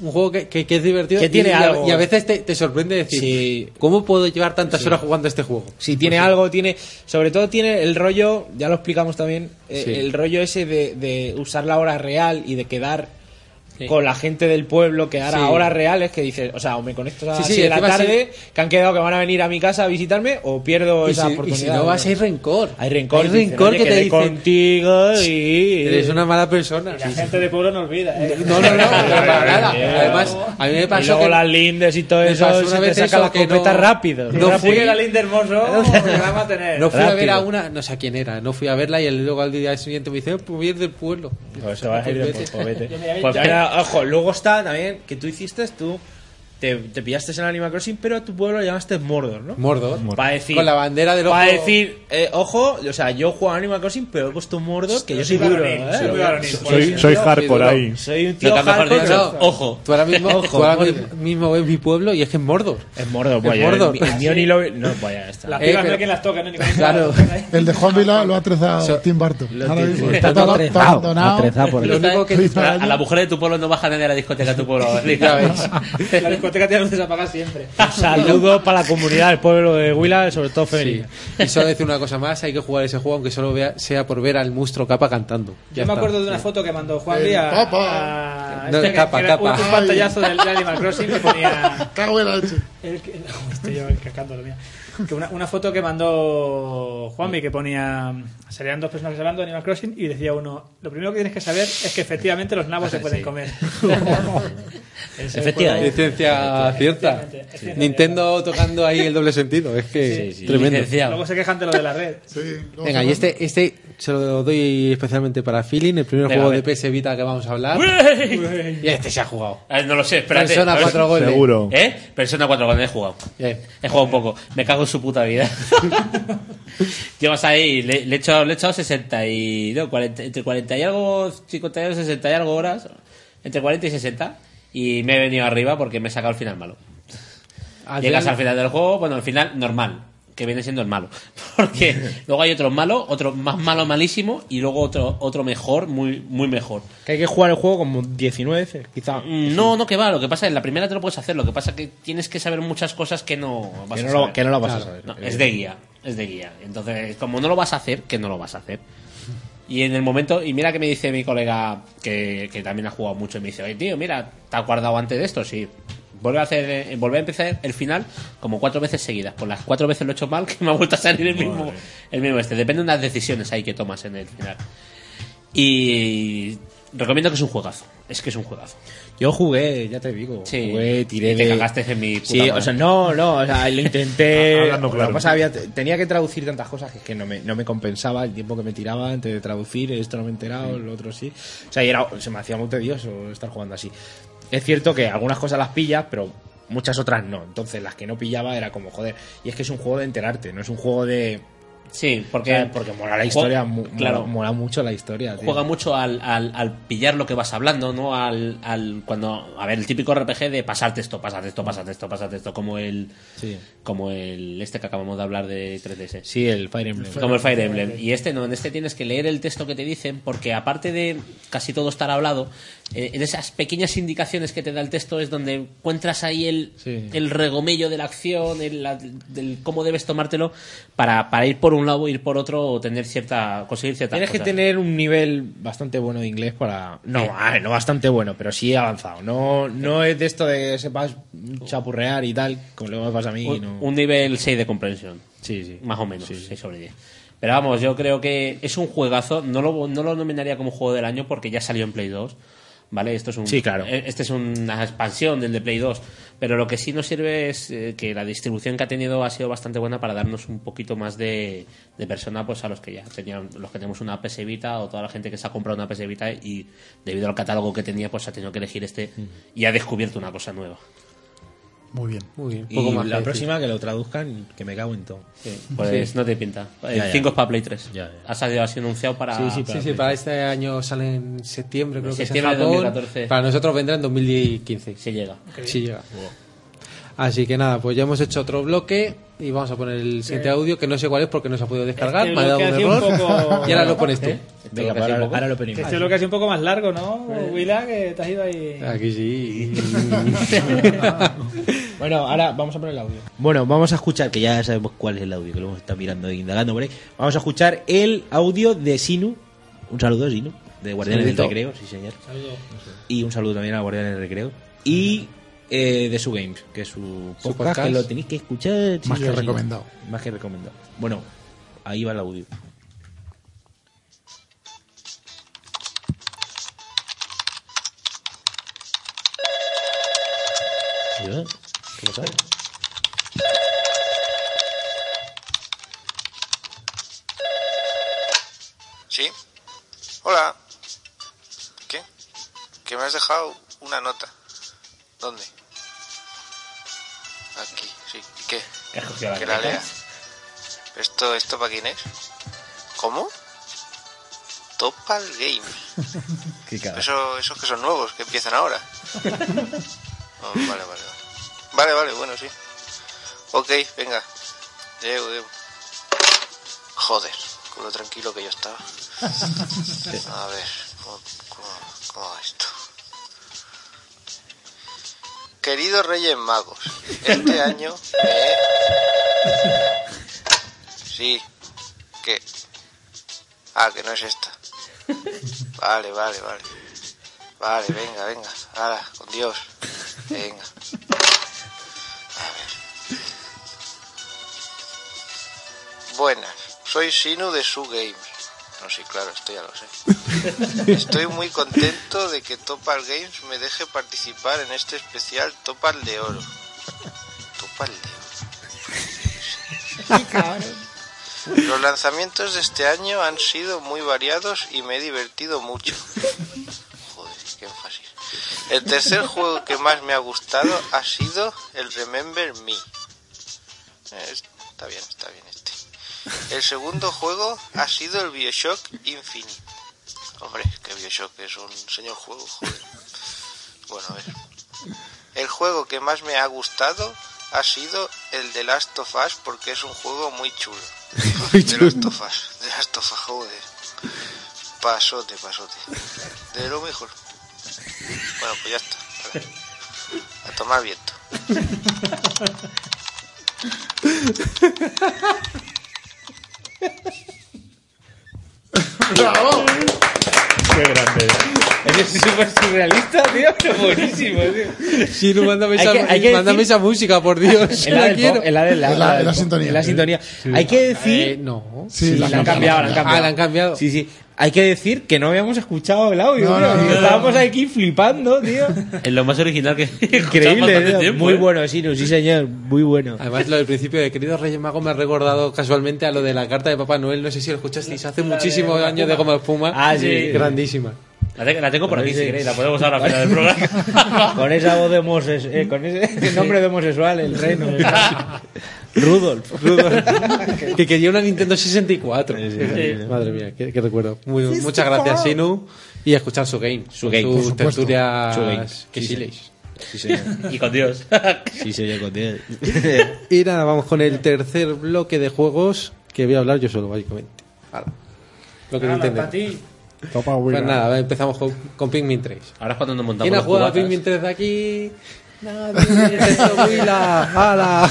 Un juego que, que- que es divertido.
Que
y-
tiene
y, a-
algo.
y a veces te, te sorprende decir, ¿cómo puedo llevar tantas horas jugando a este juego?
Sí, tiene algo, tiene. Sobre todo tiene el rollo, ya lo explicamos también, eh,
Sí.
el rollo ese de, de usar la hora real y de quedar con la gente del pueblo, quedar
Sí.
a horas reales que dices, o sea, o me conecto a
Sí,
las
sí,
seis de la
encima
tarde, que han quedado que van a venir a mi casa a visitarme, o pierdo
Y
esa
si- y si
oportunidad.
no vas, hay rencor.
Hay rencor,
Hay
dicen,
rencor
"Oye,
que te
quedé
dicen,
contigo y.
Eres una mala persona.
La gente de pueblo no olvida. ¿eh?
No, no, no, para nada. Además, a mí me pasó
Y luego
que-
las lindes y todo
me
eso,
pasó una
se te
vez
saca
eso
la
que no-
copeta rápido.
no
Así
fui-
que la linda
(laughs)
hermoso la va a tener.
No fui a ver a
Rápido.
una, no sé a quién era, no fui a verla y él luego al día siguiente me dice, "Eh, pues voy a ir del pueblo.
Pues te vas a ir de
Pues
por-
vete.
pues vete. Pues mira, ojo, luego está también que tú hiciste, tú te, te pillaste en Animal Crossing, pero a tu pueblo lo llamaste Mordor, ¿no?
Mordor.
Para decir,
Con la bandera del
Para
ojo.
decir, eh, ojo, o sea, yo juego a Animal Crossing, pero he puesto Mordor, que yo soy
soy
duro.
varonil,
¿eh?
soy muy varonil, por
Soy- soy hardcore
duro.
ahí.
Soy un
No,
tío
que mejor
hardcore.
dicho,
pero-
Tú ahora mismo,
Ojo,
tú ahora
Mordor.
mi- mismo ves mi pueblo y es que es Mordor.
Es Mordor,
Es
vaya.
Mordor.
El, el mío
(laughs)
ni lo... No, vaya, está.
Las
Eh,
pibas no
pero-
hay quien
(laughs)
las toque, ¿no? Ni con-
Claro.
El de Juan Vila lo ha trezado
So-
Tim Burton. Ahora mismo
Está
Está
todo
todo
atrezado,
abandonado.
atrezado por el-
Lo único que-
a, a la mujer de tu pueblo no baja nadie a la discoteca de tu pueblo.
Ya
(laughs)
ves.
La discoteca tiene luces apagadas siempre.
Saludos para la comunidad del pueblo de Huila, sobre todo Federico.
Y solo decir una cosa más, hay que jugar ese juego aunque solo vea- sea por ver al monstruo capa cantando. Ya
Yo
está.
me acuerdo de una foto que mandó Juan
El
Díaz
Papa.
a
No,
este que-
capa,
que era un-
capa.
Un pantallazo del del Animal Crossing que ponía.
Cago en la leche.
El que- no, estoy yo encascando lo mío. Que una, una foto que mandó Juanmi que ponía. Serían dos personas hablando de Animal Crossing y decía uno: Lo primero que tienes que saber es que efectivamente los nabos se
(laughs)
pueden comer. (laughs) Ese
Efectivamente.
juego-
Licencia cierta.
Efectivamente,
Sí.
efectivamente.
Nintendo tocando ahí el doble sentido. Es que tremendo.
Luego se quejan de lo de la red.
Venga, y este, este se lo doy especialmente para Feeling, el primer
Venga,
juego
a
de
ver.
PS Vita que vamos a hablar.
Uy.
Y este se ha jugado.
Ah, no lo sé, espérate.
Persona
A ver.
4 Golden. Seguro.
¿Eh? Persona 4 Golden he jugado.
Bien.
He jugado un poco. Me cago en su puta
(laughs)
vida. Llevas ahí, le, le he echado, le he echado 60 y. No, 40, entre 40 y algo, 50 y algo, 60 y algo horas. Entre 40 y 60. Y me he venido arriba porque me he sacado el final malo. Llegas al final del juego, bueno, al final normal, que viene siendo el malo. (laughs)
(laughs)
Porque luego hay otro malo, otro más malo, malísimo, y luego otro, otro mejor, muy, muy mejor.
Que hay que jugar el juego como 19 veces, quizá.
Mm, No, no, que va. Lo que pasa es que la primera te lo puedes hacer. Lo que pasa es que tienes que saber muchas cosas que no vas
Que
a
no lo-
saber.
que no lo vas a saber.
No, es de guía. Es de guía. Entonces, como no lo vas a hacer, que no lo vas a hacer. Y en el momento, y mira que me dice mi colega que, que también ha jugado mucho, y me dice, oye, tío, mira, ¿te has guardado antes de esto? Sí. Vuelve a hacer, eh, vuelve a empezar el final como cuatro veces seguidas. Por las cuatro veces lo he hecho mal, (laughs) que me ha vuelto a salir el mismo, el mismo este. Depende de unas decisiones ahí que tomas en el final. Y recomiendo que es un juegazo. Es que es un juegazo.
Yo jugué, ya te digo.
Sí.
Jugué, tiré
Y te
de-
cagaste en mi puta
Sí,
madre.
o sea, no, no, o sea, lo
(laughs)
intenté.
Ah, Hablando
Eh, Lo que
claro.
pasa, había- tenía que traducir tantas cosas que, es que no, me, no me compensaba el tiempo que me tiraba antes de traducir, esto no me he enterado,
Mm.
lo otro sí. O sea, y era, se me hacía muy tedioso estar jugando así. Es cierto que algunas cosas las pillas, pero muchas otras no. Entonces, las que no pillaba era como, joder, y es que es un juego de enterarte, no es un juego de...
Sí, porque,
o sea, porque mola la historia, mu- mola-
claro.
mola, mucho la historia. tío.
juega mucho al, al- al pillar lo que vas hablando, ¿no? Al, al cuando a ver el típico RPG de pasarte esto, pasarte esto, pasarte esto, pasarte esto, como el
Sí.
como el este que acabamos de hablar de 3DS.
Sí, el Fire Emblem.
Como el Fire Emblem. Y este no, en este tienes que leer el texto que te dicen, porque aparte de casi todo estar hablado, eh, en esas pequeñas indicaciones que te da el texto es donde encuentras ahí el,
Sí.
el regomello de la acción, el, la- del cómo debes tomártelo para, para ir por un lado, ir por otro o tener cierta, conseguir cierta
Tienes que tener un nivel bastante bueno de inglés para. No, ah, no bastante bueno, pero sí avanzado. No, no es de esto de sepas chapurrear y tal, como luego me pasa a mí.
un,
no.
un nivel 6 de comprensión.
Sí, sí.
Más o menos, 6 sobre 10. Pero vamos, yo creo que es un juegazo. No lo, no lo nominaría como juego del año porque ya salió en Play 2. ¿Vale? Esto es un,
Sí, claro.
e- Este es una expansión del de Play 2. Pero lo que sí nos sirve es eh, que la distribución que ha tenido ha sido bastante buena para darnos un poquito más de, de persona pues, a los que ya tenían, los que tenemos una PS Vita o toda la gente que se ha comprado una PS Vita y debido al catálogo que tenía, pues ha tenido que elegir este y ha descubierto una cosa nueva.
Muy bien.
Muy bien.
Y
Poco más
la
la
próxima
próxima que lo traduzcan, que me cago en todo.
Pues no te pinta.
Ya,
El
ya.
5 es para Play 3.
Ya, ya.
Ha salido así anunciado para.
sí, sí, para, este año sale en septiembre, creo que es en
Septiembre de
Japón.
2014.
Para nosotros vendrá en 2015.
Si llega.
Sí llega. Así que nada, pues ya hemos hecho otro bloque y vamos a poner el siguiente audio que no sé cuál es porque no se ha podido descargar,
Este
me ha dado un
bloque ha
error
sido un
(laughs)
poco-
y ahora lo este. pones tú. pues
¿Eh?
pues
Venga, ahora- ahora lo
Que
ponemos.
Este bloque ha sido un poco más largo, ¿no? Willa, que te has ido ahí.
(laughs)
Aquí sí.
bueno, ahora vamos a poner el audio.
Bueno, vamos a escuchar, que ya sabemos cuál es el audio, que lo hemos estado mirando e indagando por ahí. Vamos a escuchar el audio de Sinu. Un saludo, Sinu, de Guardianes del
Saludito.
Recreo, sí, señor. Y un saludo también a Guardianes del Recreo. Y eh, de su Games, que es su podcast,
podcast.
que lo tenéis que escuchar.
Más
sí,
que
sí.
recomendado.
Más que recomendado. Bueno, ahí va el audio.
eh?
¿Qué pasa?
¿Sí? Hola. ¿Qué? Que me has dejado una nota. ¿Dónde? Aquí, sí. ¿Y qué?
¿Qué has cogido la
que la
nota?
lea. ¿Esto, esto para quién es? ¿Cómo? Topal
(laughs)
Games. Eso, esos que son nuevos, que empiezan ahora. Oh, vale, vale, vale. Vale, vale, bueno, sí. Ok, venga. Llego, llego. Joder, con lo tranquilo que yo estaba. A ver, ¿cómo, cómo, cómo va esto? Queridos Reyes Magos, este año me he- Sí, que... Ah, que no es esta. Vale, vale, vale. Vale, venga, venga. Ahora, con Dios. Venga. Buenas, soy Sinu de Su Games. No, sí, claro, esto ya lo sé. Estoy muy contento de que Topal Games me deje participar en este especial Topal de Oro. Topal de Oro. Los lanzamientos de este año han sido muy variados y me he divertido mucho. Joder, qué énfasis. El tercer juego que más me ha gustado ha sido el Remember Me. Eh, Está bien, está bien este. El segundo juego ha sido el Bioshock Infinite. Hombre, que Bioshock es un señor juego, joder. Bueno, a ver. El juego que más me ha gustado ha sido el de Last of Us porque es un juego muy chulo.
(laughs) Muy
de
chulo.
Last of Us, de Last of Us, joder. Pasote, pasote. De lo mejor. Bueno, pues ya está. A, a tomar viento.
(laughs)
¡Bravo!
Qué grande.
Es súper surrealista, tío, pero buenísimo, tío.
Sí, no, mándame,
Hay
esa,
que- hay que
mándame
decir-
esa música,
(laughs)
por Dios.
El la del
quiero.
pop, el la del- la- Es la- la del es la pop, sintonía. es la sintonía. Hay que decir-
Eh, no.
Sí, la han cambiado, la han cambiado.
Ah, la han cambiado.
Sí, sí. Hay que decir que no habíamos escuchado el audio,
No,
tío.
no, no, no.
Estábamos aquí flipando, tío.
Es lo más original que
Increíble,
bastante
tío.
tiempo,
Muy
¿eh?
bueno, Sinu, sí señor, muy bueno.
Además, lo del principio de Queridos Reyes Magos me ha recordado casualmente a lo de la carta de Papá Noel. No sé si lo escuchasteis hace muchísimos
Goma
años de
Espuma.
Goma Espuma.
Ah, sí.
Grandísima.
La, te- la tengo por aquí,
Sí.
si queréis, la podemos usar al final
(laughs)
del programa.
con esa voz de homosexual, con ese (laughs) nombre de homosexual, el reino.
(laughs)
Rudolf.
que quería una Nintendo 64.
sí, sí.
(laughs) Madre mía, qué, qué recuerdo. Muy- muchas gracias, Sinu. Y a escuchar su game. Su
game, por
Sus
supuesto.
tertulias.
Su game.
Que
Sí, sí.
siléis.
y con Dios.
Sí, señor, con Dios.
(laughs) Y nada, vamos con el tercer bloque de juegos que voy a hablar yo solo, básicamente. Hala. Lo que
Nada,
Nintendo.
para ti.
Pues nada, a ver, empezamos con, con Pikmin 3.
Ahora es cuando nos montamos
¿Quién ha
los
jugado a
cubatas.
Pikmin (laughs) 3 de aquí? Nadie, excepto Willa. ¡Hala!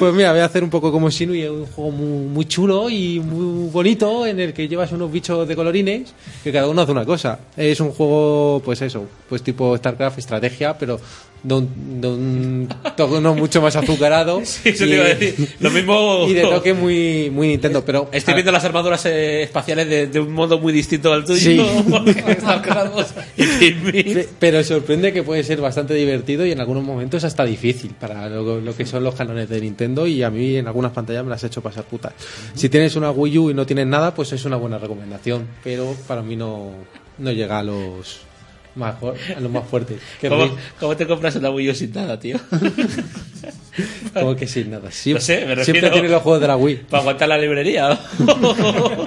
Pues mira, voy a hacer un poco como Sinu y es un juego muy, muy chulo y muy bonito en el que llevas unos bichos de colorines que cada uno hace una cosa. Es un juego, pues eso, pues tipo StarCraft, estrategia, pero de un, de un tono mucho más azucarado.
(laughs) Sí, eso te iba a decir. Lo mismo-
Y de toque muy, muy Nintendo,
(laughs)
pero...
Estoy viendo las armaduras eh, espaciales de, de un modo muy distinto al tuyo. (laughs)
Sí.
Están cargados.
Pe- Pero sorprende que puede ser bastante divertido y en algunos momentos hasta difícil para lo, lo que son los canones de Nintendo y a mí en algunas pantallas me las he hecho pasar putas. Si tienes una Wii U y no tienes nada, pues es una buena recomendación, pero para mí no, no llega a los más, fu- a los más fuertes. Qué
¿Cómo,
ri-
cómo te compras una Wii U sin nada, tío?
Como que sin nada. Siempre,
No sé, me
siempre
refiero-
tiene los juegos de la Wii.
¿Para aguantar la librería?
(laughs)
o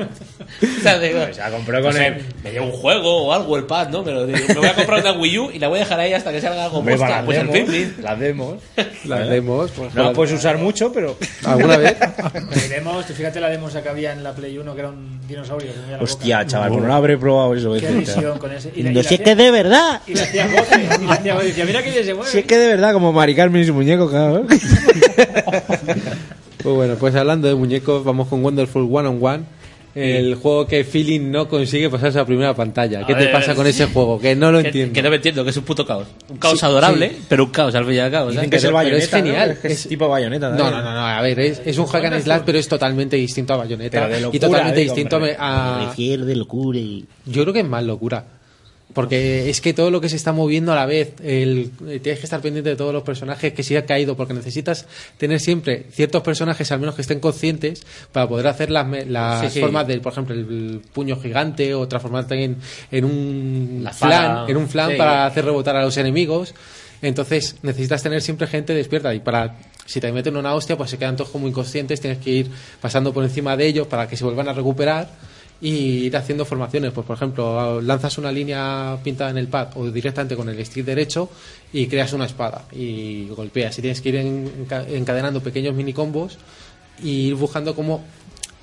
sea, digo, ya compré
Pues con
él. Me llevo un juego o algo, el pad, ¿no? Me, lo digo, me voy a comprar una Wii U y la voy a dejar ahí hasta que salga algo
Hombre,
mosca.
las
Pues al
demos,
fin,
las demos.
Las demos, pues,
no
joder.
las puedes usar mucho, pero.
(laughs) (laughs) ¿Alguna vez?
Pero demos, tú fíjate la demo esa que había en la Play 1 que era un dinosaurio. que tenía la
(laughs)
boca.
Hostia, chaval, pues no lo habré probado eso.
Qué visión con ese. Y la- y
No,
la
si es
hacía-
que de verdad.
Y le hacía goce. Y le hacía goce. Decía, mira que bien se
(laughs)
mueve.
Si es que de verdad, como Mari Carmen y su muñeco, claro.
Pues bueno, pues hablando de muñecos, vamos con Wonderful One on One. El juego que Feeling no consigue pasarse a la primera pantalla. ¿Qué
A
te
ver.
pasa con ese juego? Que no lo
que-
entiendo.
Que no me entiendo, que es un puto caos. Un caos
Sí,
adorable,
sí.
pero un caos al fin y al cabo. ¿sabes?
Pero- pero es genial.
tipo bayoneta.
No, no, no, no, a ver, es, es un hack and slash, pero es totalmente distinto a Bayonetta.
Pero de locura,
y totalmente
digo,
distinto
hombre.
a.
Me
de locura. Yo creo que es más locura. Porque es que todo lo que se está moviendo a la vez, el, eh, tienes que estar pendiente de todos los personajes que se ha caído, porque necesitas tener siempre ciertos personajes, al menos que estén conscientes, para poder hacer las, me- las
Sí, sí.
formas del, por ejemplo, el puño gigante o transformarte en, en un
La espada.
flan, en un flan
Sí.
para hacer rebotar a los enemigos. Entonces necesitas tener siempre gente despierta y para si te meten una hostia pues se quedan todos como inconscientes, tienes que ir pasando por encima de ellos para que se vuelvan a recuperar y ir haciendo formaciones. Pues por ejemplo, lanzas una línea pintada en el pad o directamente con el stick derecho y creas una espada y golpeas y tienes que ir en- enca- encadenando pequeños mini combos y ir buscando cómo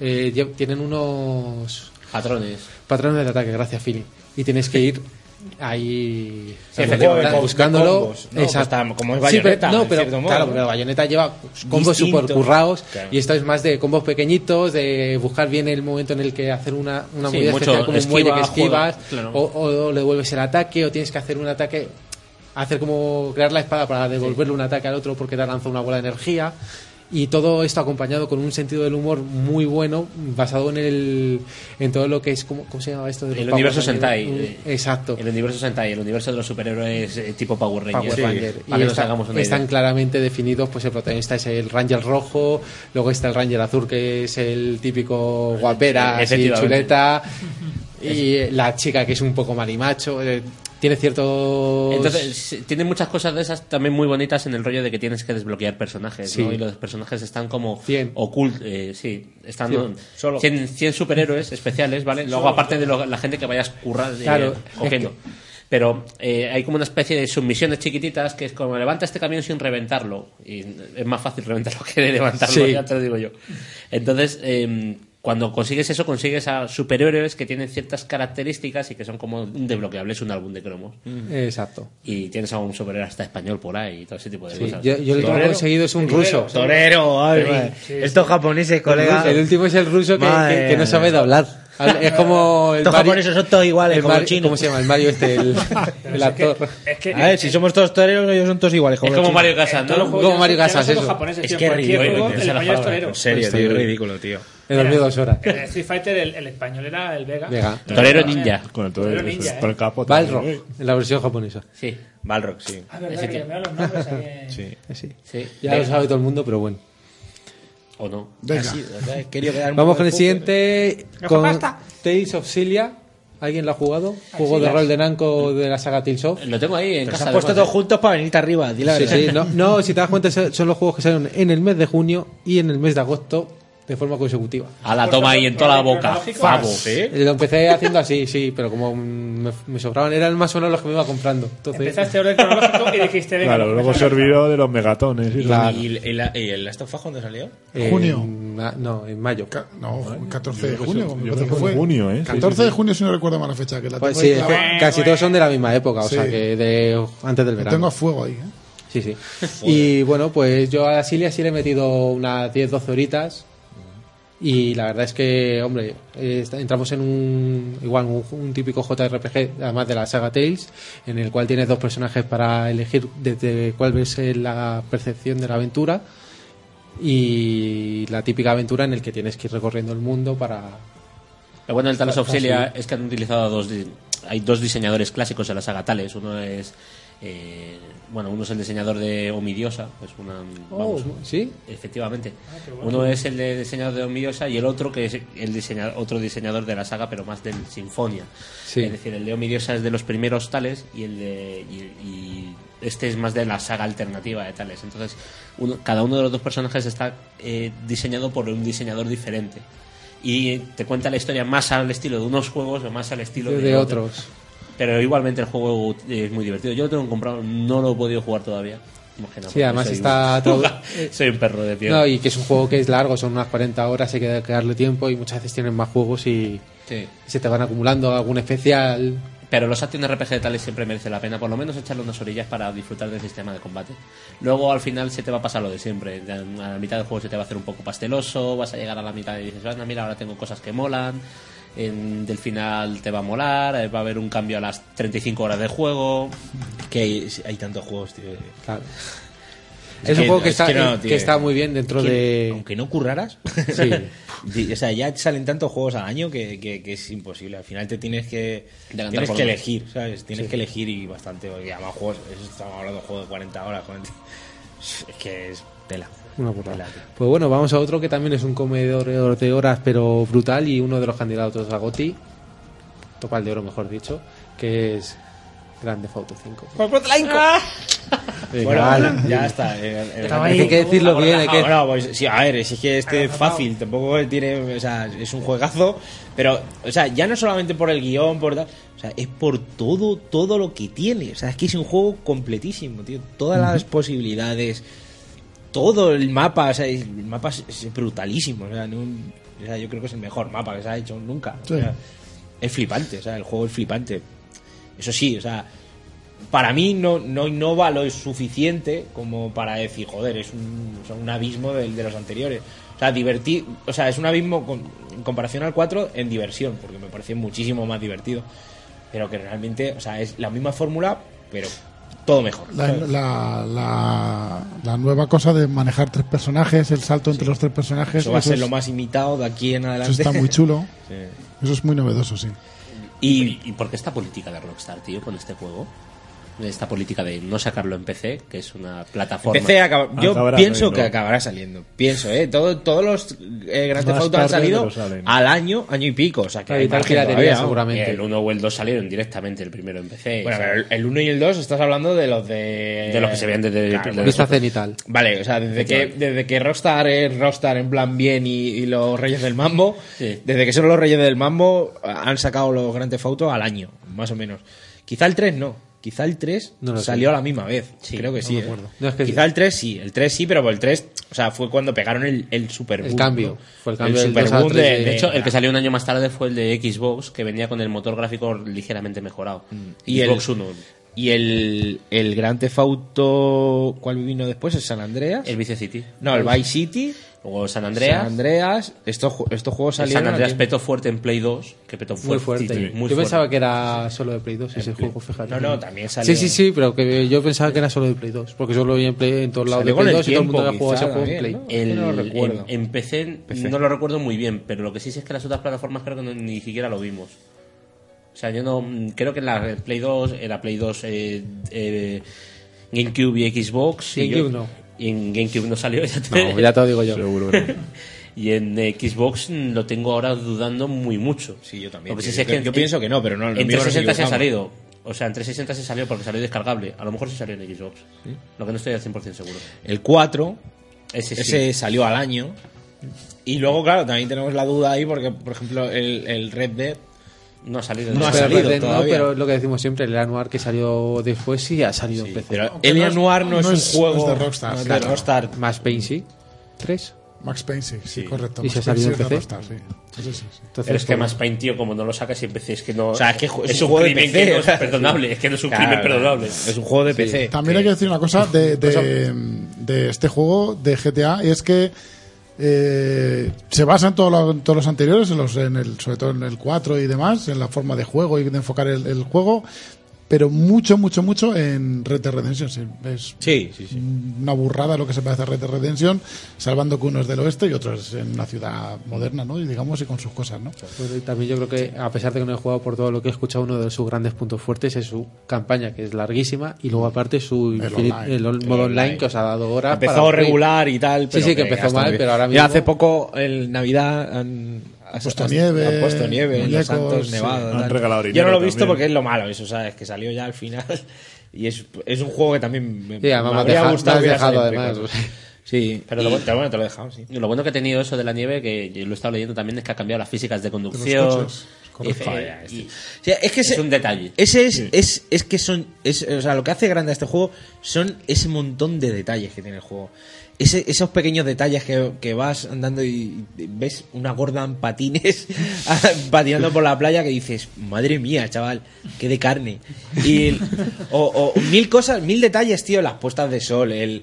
eh, lle- tienen unos
Patrones.
patrones de ataque, gracias Fili. Y tienes que ir ahí
Sí, efectivamente,
¿verdad?
de
buscándolo.
combos, ¿no?
Exacto.
Pues está- como es
Sí,
Bayonetta,
pero- no,
en
pero,
cierto modo,
claro,
¿no?
pero Bayonetta lleva combos
Distinto.
super currados
Claro.
y esto es más de combos pequeñitos, de buscar bien el momento en el que hacer una, una
Sí,
movida
mucho
especial como un muelle que
esquiva,
esquivas
juega, claro.
o, o- o le devuelves el ataque o tienes que hacer un ataque hacer como crear la espada para devolverle un ataque al otro porque te lanza una bola de energía y todo esto acompañado con un sentido del humor muy bueno basado en el en todo lo que es como- cómo se llama esto de los
El universo
Power
Sentai.
Rangers?
eh,
Exacto.
El universo Sentai, el universo de los superhéroes eh, tipo Power Rangers.
Power Ranger.
Para que
Y
nos
está-
hagamos una idea.
están claramente definidos, pues el protagonista es el Ranger rojo, luego está el Ranger azul, que es el típico guapera, así
Efectivamente.
(laughs)
chuleta, y eh, la chica que es un poco marimacho, eh, tiene ciertos...
Entonces, sí, tiene muchas cosas de esas también muy bonitas en el rollo de que tienes que desbloquear personajes,
Sí.
¿no? Y los personajes están como ocultos, eh, sí, están
Cien.
no,
Solo.
100, 100 superhéroes especiales, ¿vale? Luego,
Solo.
aparte de lo- la gente que vayas currando, eh,
Claro, es
cogiendo. Pero eh, hay como una especie de submisiones chiquititas que es como levanta este camión sin reventarlo. Y es más fácil reventarlo que levantarlo,
Sí.
ya te lo digo yo. Entonces, eh, cuando consigues eso, consigues a superhéroes que tienen ciertas características y que son como un desbloqueable, es un álbum de cromos.
eh, Exacto.
Y tienes a un superhéroe hasta español por ahí y todo ese tipo de
Sí,
cosas.
yo- yo el último que he conseguido es un ruso.
Torero, ay,
Sí,
madre.
sí,
Estos japoneses, colega.
El último es el ruso que,
Madre
que- que no
mía.
sabe de hablar. Habla- Es como el
Estos japoneses son todos iguales,
el
como
Mario-
los chinos.
¿Cómo se llama? El Mario este,
(laughs)
el, el actor.
a ver, si somos todos toreros, ellos son todos iguales.
Es como Mario
Eh,
Casas, ¿no?
Como Mario Casas, eso.
Es que ridículo. tío. En serio, tío,
Estoy-
ridículo, tío.
He dormido dos horas.
En el Street Fighter, el, el español era el Vega.
Vega.
Torero ninja.
Con el
Torero ninja, ¿eh?
Balrog, en la versión japonesa.
Sí.
Balrog, sí.
Ah, verdad, que me los
(laughs)
nombres a que-
Sí.
Sí.
Sí.
Ya lo sabe todo el mundo, pero bueno.
¿O no?
Venga.
Así, ¿verdad? He querido quedar un
Vamos
poco
con el
de
siguiente.
No,
Con
basta.
Tales of Cilia. ¿Alguien lo ha jugado?
Ah,
Juego
Cilia.
de rol de Namco de la saga Tales of.
Lo tengo ahí en
Pero se
casa.
han puesto
además,
todos juntos para venirte arriba, di la
Sí,
verdad.
sí,
(laughs)
no, no, si te das cuenta, son son los juegos que salieron en el mes de junio y en el mes de agosto de forma consecutiva.
¿eh? A la toma ahí en toda la boca. Favo.
Eh, Lo empecé haciendo así, sí, pero como mm, me, me sobraban, eran más o menos los que me iba comprando. Entonces,
Empezaste orden cronológico y dijiste, venga,
Claro, luego se olvidó de los megatones. y
Claro.
eso.
¿Y el, el, y el Last of Us cuándo salió?
eh,
Junio.
en ma- no, en mayo.
No, fue el 14 de
Yo creo que
junio.
fue-
me
yo
parece
creo que fue en
que fue.
junio, ¿eh? Sí,
14
sí,
de
sí.
junio, si no recuerdo mal la fecha. Que la
Pues
tengo
sí,
ahí
es que
clavada.
casi todos son de la misma época, o sea
Sí.
que de antes del verano.
Tengo a fuego ahí. ¿eh?
Sí, sí. y bueno, pues yo a la Silia sí le he metido unas 10-12 horitas. Y la verdad es que, hombre, eh, está- entramos en un, igual, un, un típico JRPG, además de la saga Tales, en el cual tienes dos personajes para elegir desde cuál ves eh, la percepción de la aventura y la típica aventura en el que tienes que ir recorriendo el mundo para...
Lo Eh, bueno del Talos
Está-
of
está
Celia
así.
es que han utilizado dos. di- Hay dos diseñadores clásicos en la saga Tales. Uno es. eh, bueno, uno es el diseñador de Omidiosa. Es una.
Oh,
vamos,
¿sí?
Efectivamente.
Ah, qué bueno.
uno es el de diseñador de Omidiosa y el otro que es el diseñador, otro diseñador de la saga, pero más del Sinfonia.
Sí.
Es decir, el de Omidiosa es de los primeros Tales y el de. y- y este es más de la saga alternativa de Tales. Entonces, uno- cada uno de los dos personajes está eh, diseñado por un diseñador diferente y te cuenta la historia más al estilo de unos juegos o más al estilo de,
de
otro.
otros.
Pero igualmente el juego es muy divertido. Yo lo tengo comprado, no lo he podido jugar todavía. Imagino,
Sí,
porque
además
soy un-
está tradu-
(laughs) soy un perro de piedra.
No, y que es un juego que es largo, son unas 40 horas, hay que que darle tiempo y muchas veces tienen más juegos y
Sí.
se te van acumulando algún especial.
Pero los action RPG de tales siempre merece la pena, por lo menos echarle unas orillas para disfrutar del sistema de combate. Luego al final se te va a pasar lo de siempre. A la mitad del juego se te va a hacer un poco pasteloso, vas a llegar a la mitad y dices, "Anda, mira, ahora tengo cosas que molan. en- del final te va a molar, eh, va a haber un cambio a las 35 horas de juego.
Que hay, hay tantos juegos, tío.
Claro. Es, un juego que, está, eh, que
tío.
está muy bien dentro
Que-
de...
Aunque no curraras.
Sí.
(laughs) di- o sea, ya salen tantos juegos al año que, que- que es imposible. Al final te tienes que,
Decantar
tienes
por
que
uno.
elegir, ¿sabes? Tienes
Sí.
que elegir y bastante. porque además, juegos, eso estamos hablando de juegos de 40 horas. 40 (laughs) es que es tela.
Una burrada.
Tela, tío.
Pues bueno, vamos a otro que también es un comedor de horas, pero brutal, y uno de los candidatos a Goti, Topal de Oro, mejor dicho, que es Grande Foto 5.
Pues
Ah.
Venga,
Bueno,
vale.
(laughs) ya está. eh, eh,
Estaba ahí. Hay que decirlo bien, hay que-
No, pues, sí, a ver, es que este es fácil, tampoco tiene, o sea, es un juegazo, pero, o sea, ya no solamente por el guión, por tal, o sea, es por todo, todo lo que tiene, o sea, es que es un juego completísimo, tío, todas las posibilidades, todo el mapa, o sea, el mapa es, es brutalísimo, o sea, en un- o sea, yo creo que es el mejor mapa que se ha hecho nunca, o
Sí.
sea, es flipante, o sea, el juego es flipante, eso sí, o sea, para mí no, no innova lo suficiente como para decir, joder, es un, o sea, un abismo del- de, los anteriores. O sea, diverti o sea, es un abismo con- en comparación al 4 en diversión, porque me pareció muchísimo más divertido. Pero que realmente, o sea, es la misma fórmula, pero todo mejor.
La, la- la- la nueva cosa de manejar tres personajes, el salto entre los tres personajes.
Eso va a ser
es-
lo más imitado de aquí en adelante.
eso está muy chulo.
Sí.
Eso es muy novedoso, sí.
¿Y, y por qué esta política de Rockstar, tío, con este juego? Esta política de no sacarlo en PC, que es una plataforma.
(laughs) Empecé a acabar- yo
Ah, Acabará
pienso
saliendo.
que acabará saliendo. Pienso, ¿eh? Todo- todos los eh, Grand Theft
Más
Auto
tarde,
han salido
pero salen.
al año, año y pico. O sea, que hay margen todavía, ¿no?
El 1 o el 2 salieron directamente, el primero en PC.
Bueno,
o sea,
pero el 1 y el 2 estás hablando de los de...
De los que se veían desde- desde
Vista
nosotros.
cenital.
Vale, o sea, desde que, desde que Rockstar es Rockstar en plan bien y, y los Reyes del Mambo, desde que son los Reyes del Mambo ah, han sacado los grandes Fotos al año, más o menos. Quizá el 3 no, quizá el 3
No lo sé.
salió a la misma vez, creo que sí.
me
¿eh?
acuerdo. No, es que
quizá el 3 sí, el 3 sí, pero por el 3, o sea, fue cuando pegaron el, el super
El
boom,
cambio,
¿no?
fue el cambio del
super
2 al
boom
3
de-
de
de-
hecho, el que salió un año más tarde fue el de Xbox, que venía con el motor gráfico ligeramente mejorado.
Mm. Y el-
Xbox 1.
Y el, el Gran Tefauto, ¿cuál vino después? ¿El San Andreas?
El Vice City.
No, el Vice City.
Luego San Andreas.
San Andreas. Estos, ju- estos juegos
El
salieron.
San Andreas
aquí.
petó fuerte en Play 2, que petó
Muy
fuerte,
fuerte.
muy
yo
fuerte.
pensaba que era solo de Play 2 ese juego, fíjate.
No, no, también salió-
Sí, sí, sí, pero que yo pensaba que era solo de Play 2, porque yo lo vi en, Play, en todos lados de
Salió
Play
con
2 y todo el ¿eh? mundo había
tiempo,
jugado ese
quizá,
juego en Play.
también, ¿no? El-
recuerdo.
en, en PC,
PC.
no lo recuerdo muy bien, pero lo que sí sé es que las otras plataformas creo que no- ni siquiera lo vimos. O sea, yo no. Creo que en la Play 2, en la Play 2, eh, eh, GameCube y Xbox. y
GameCube
yo-
no.
Y en GameCube no salió, ya te,
No, ya te lo digo yo.
(laughs) Y en eh, Xbox mm, lo tengo ahora dudando muy mucho.
Sí, yo también.
Lo que sí
Yo-
sé es
yo-
en-
yo pienso que no, pero no,
En
lo mismo nos
360 se ha
equivocamos.
salido. O sea, en 360 se salió porque salió descargable. A lo mejor se salió en Xbox. Lo que no estoy al 100% seguro.
El 4.
Ese sí.
ese salió al año. Y luego, claro, también tenemos la duda ahí, porque, por ejemplo, el, el Red Dead.
No ha salido.
No ha
Pero
salido
Red Dead no,
todavía.
pero lo que decimos siempre, el Anuar que salió después sí ha salido en PC.
pero Aunque el no es- Anuar no no es un es- juego- no es de Rockstar,
Más
claro.
Más Pain, sí. ¿Tres?
Max Payne, sí, sí, correcto.
¿Y se
Max
ha salido
Payne
en
sí
PC?
es de Rockstar, sí. Sí, sí, sí.
Entonces,
es que
pues-
más Paint, tío, como no lo sacas en PC, es que no.
O sea, es que ju-
es
es un
un
juego de
crimen
PC,
que no es
o sea,
perdonable. Es que no es un
claro,
crimen perdonable.
es un juego de PC.
También hay que decir una cosa
(laughs)
de, de- de este juego de GTA, y es que eh, se basa en, todo lo- en todos los anteriores, en los, en el, sobre todo en el 4 y demás, en la forma de juego y de enfocar el, el juego, pero mucho, mucho, mucho en Red Dead Redemption. sí. Es
Sí, sí,
una burrada lo que se parece a Red Dead Redemption, salvando que uno es del oeste y otro es en una ciudad moderna, ¿no? Y digamos, y con sus cosas, ¿no?
Bueno, y también yo creo que, a pesar de que no he jugado por todo lo que he escuchado, uno de sus grandes puntos fuertes es su campaña, que es larguísima, y luego aparte su infini-
online.
el on- modo online que os ha dado horas.
empezó
para-
regular y tal.
Sí,
pero
sí, que empezó
gasta
mal,
muy bien.
pero ahora
Mira,
mismo-
hace poco, el Navidad, han han-
puesto
han-
nieve,
Han puesto nieve, en Los
muñecos,
Santos,
sí.
nevado.
Han
tal.
regalado
Yo
dinero
no lo he visto
también.
porque es lo malo, eso, ¿sabes? Que salió ya al final. (laughs) Y es, es un juego que también me,
Sí, además
me
me has
habría
deja-
gustado.
me has
que hubiera
dejado,
salido en Play
además.
4. (laughs) Sí,
(laughs) Pero lo bueno,
bueno, te lo he dejado, sí.
lo bueno que ha tenido eso de la nieve, que yo lo he estado leyendo también, es que ha cambiado las físicas de conducción.
coches, correcto.
Y-
Joder,
y-
es que
es un detalle.
Ese es, es, es que son. Es, o sea, lo que hace grande a este juego son ese montón de detalles que tiene el juego. Ese- esos pequeños detalles que, que vas andando y ves una gorda en patines (laughs) patinando por la playa que dices, madre mía, chaval, qué de carne. Y el- o, o mil cosas, mil detalles, tío, las puestas de sol, el,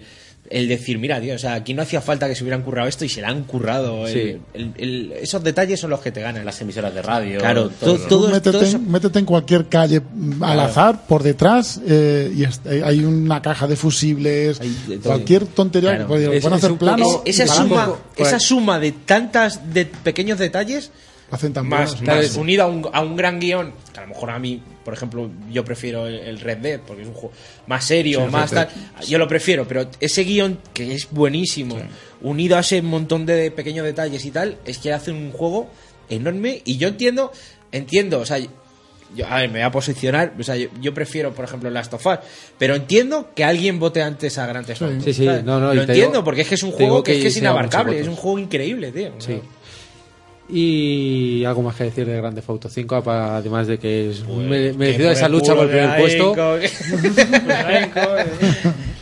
el decir, mira, tío, o sea, aquí no hacía falta que se hubieran currado esto y se la han currado. El-
Sí.
el- el- esos detalles son los que te ganan. Las
emisoras de radio.
Claro,
todo,
to-
¿no?
todo-
Tú métete,
todo eso-
en, métete en cualquier calle mm, al
Claro.
azar, por detrás, eh, y est- eh, hay una caja de fusibles,
todo.
cualquier tontería
Claro.
que pueden
Es-
pueden
es
hacer
un poco-
plano.
es- esa,
y
suma,
plano.
esa suma de tantas de pequeños detalles
hacen tan
más,
buenos,
más
¿no?
unida a un, a un gran guión que a lo mejor a mí por ejemplo yo prefiero el, el Red Dead porque es un juego más serio
Sí, el
más
Red
tal
Dead.
yo lo prefiero pero ese guión que es buenísimo unido a ese montón de pequeños detalles y tal es que hace un juego enorme y yo entiendo entiendo o sea yo, a ver, me voy a posicionar. O sea, yo, yo prefiero, por ejemplo, Last of Us. Pero entiendo que alguien vote antes a Grand Theft Auto.
Sí, sí,
¿sabes?
no, no, y
Lo
te
entiendo,
digo-
porque es que es un
te
juego
digo
que, es,
que
que es
lleva muchos
inabarcable.
votos.
Es un juego increíble, tío. O sea,
Sí. Y algo más que decir de Grande Auto 5, apa- además de que es me- merecido
Pues que
esa
por el
lucha por el
culo
primer
de
puesto. (laughs)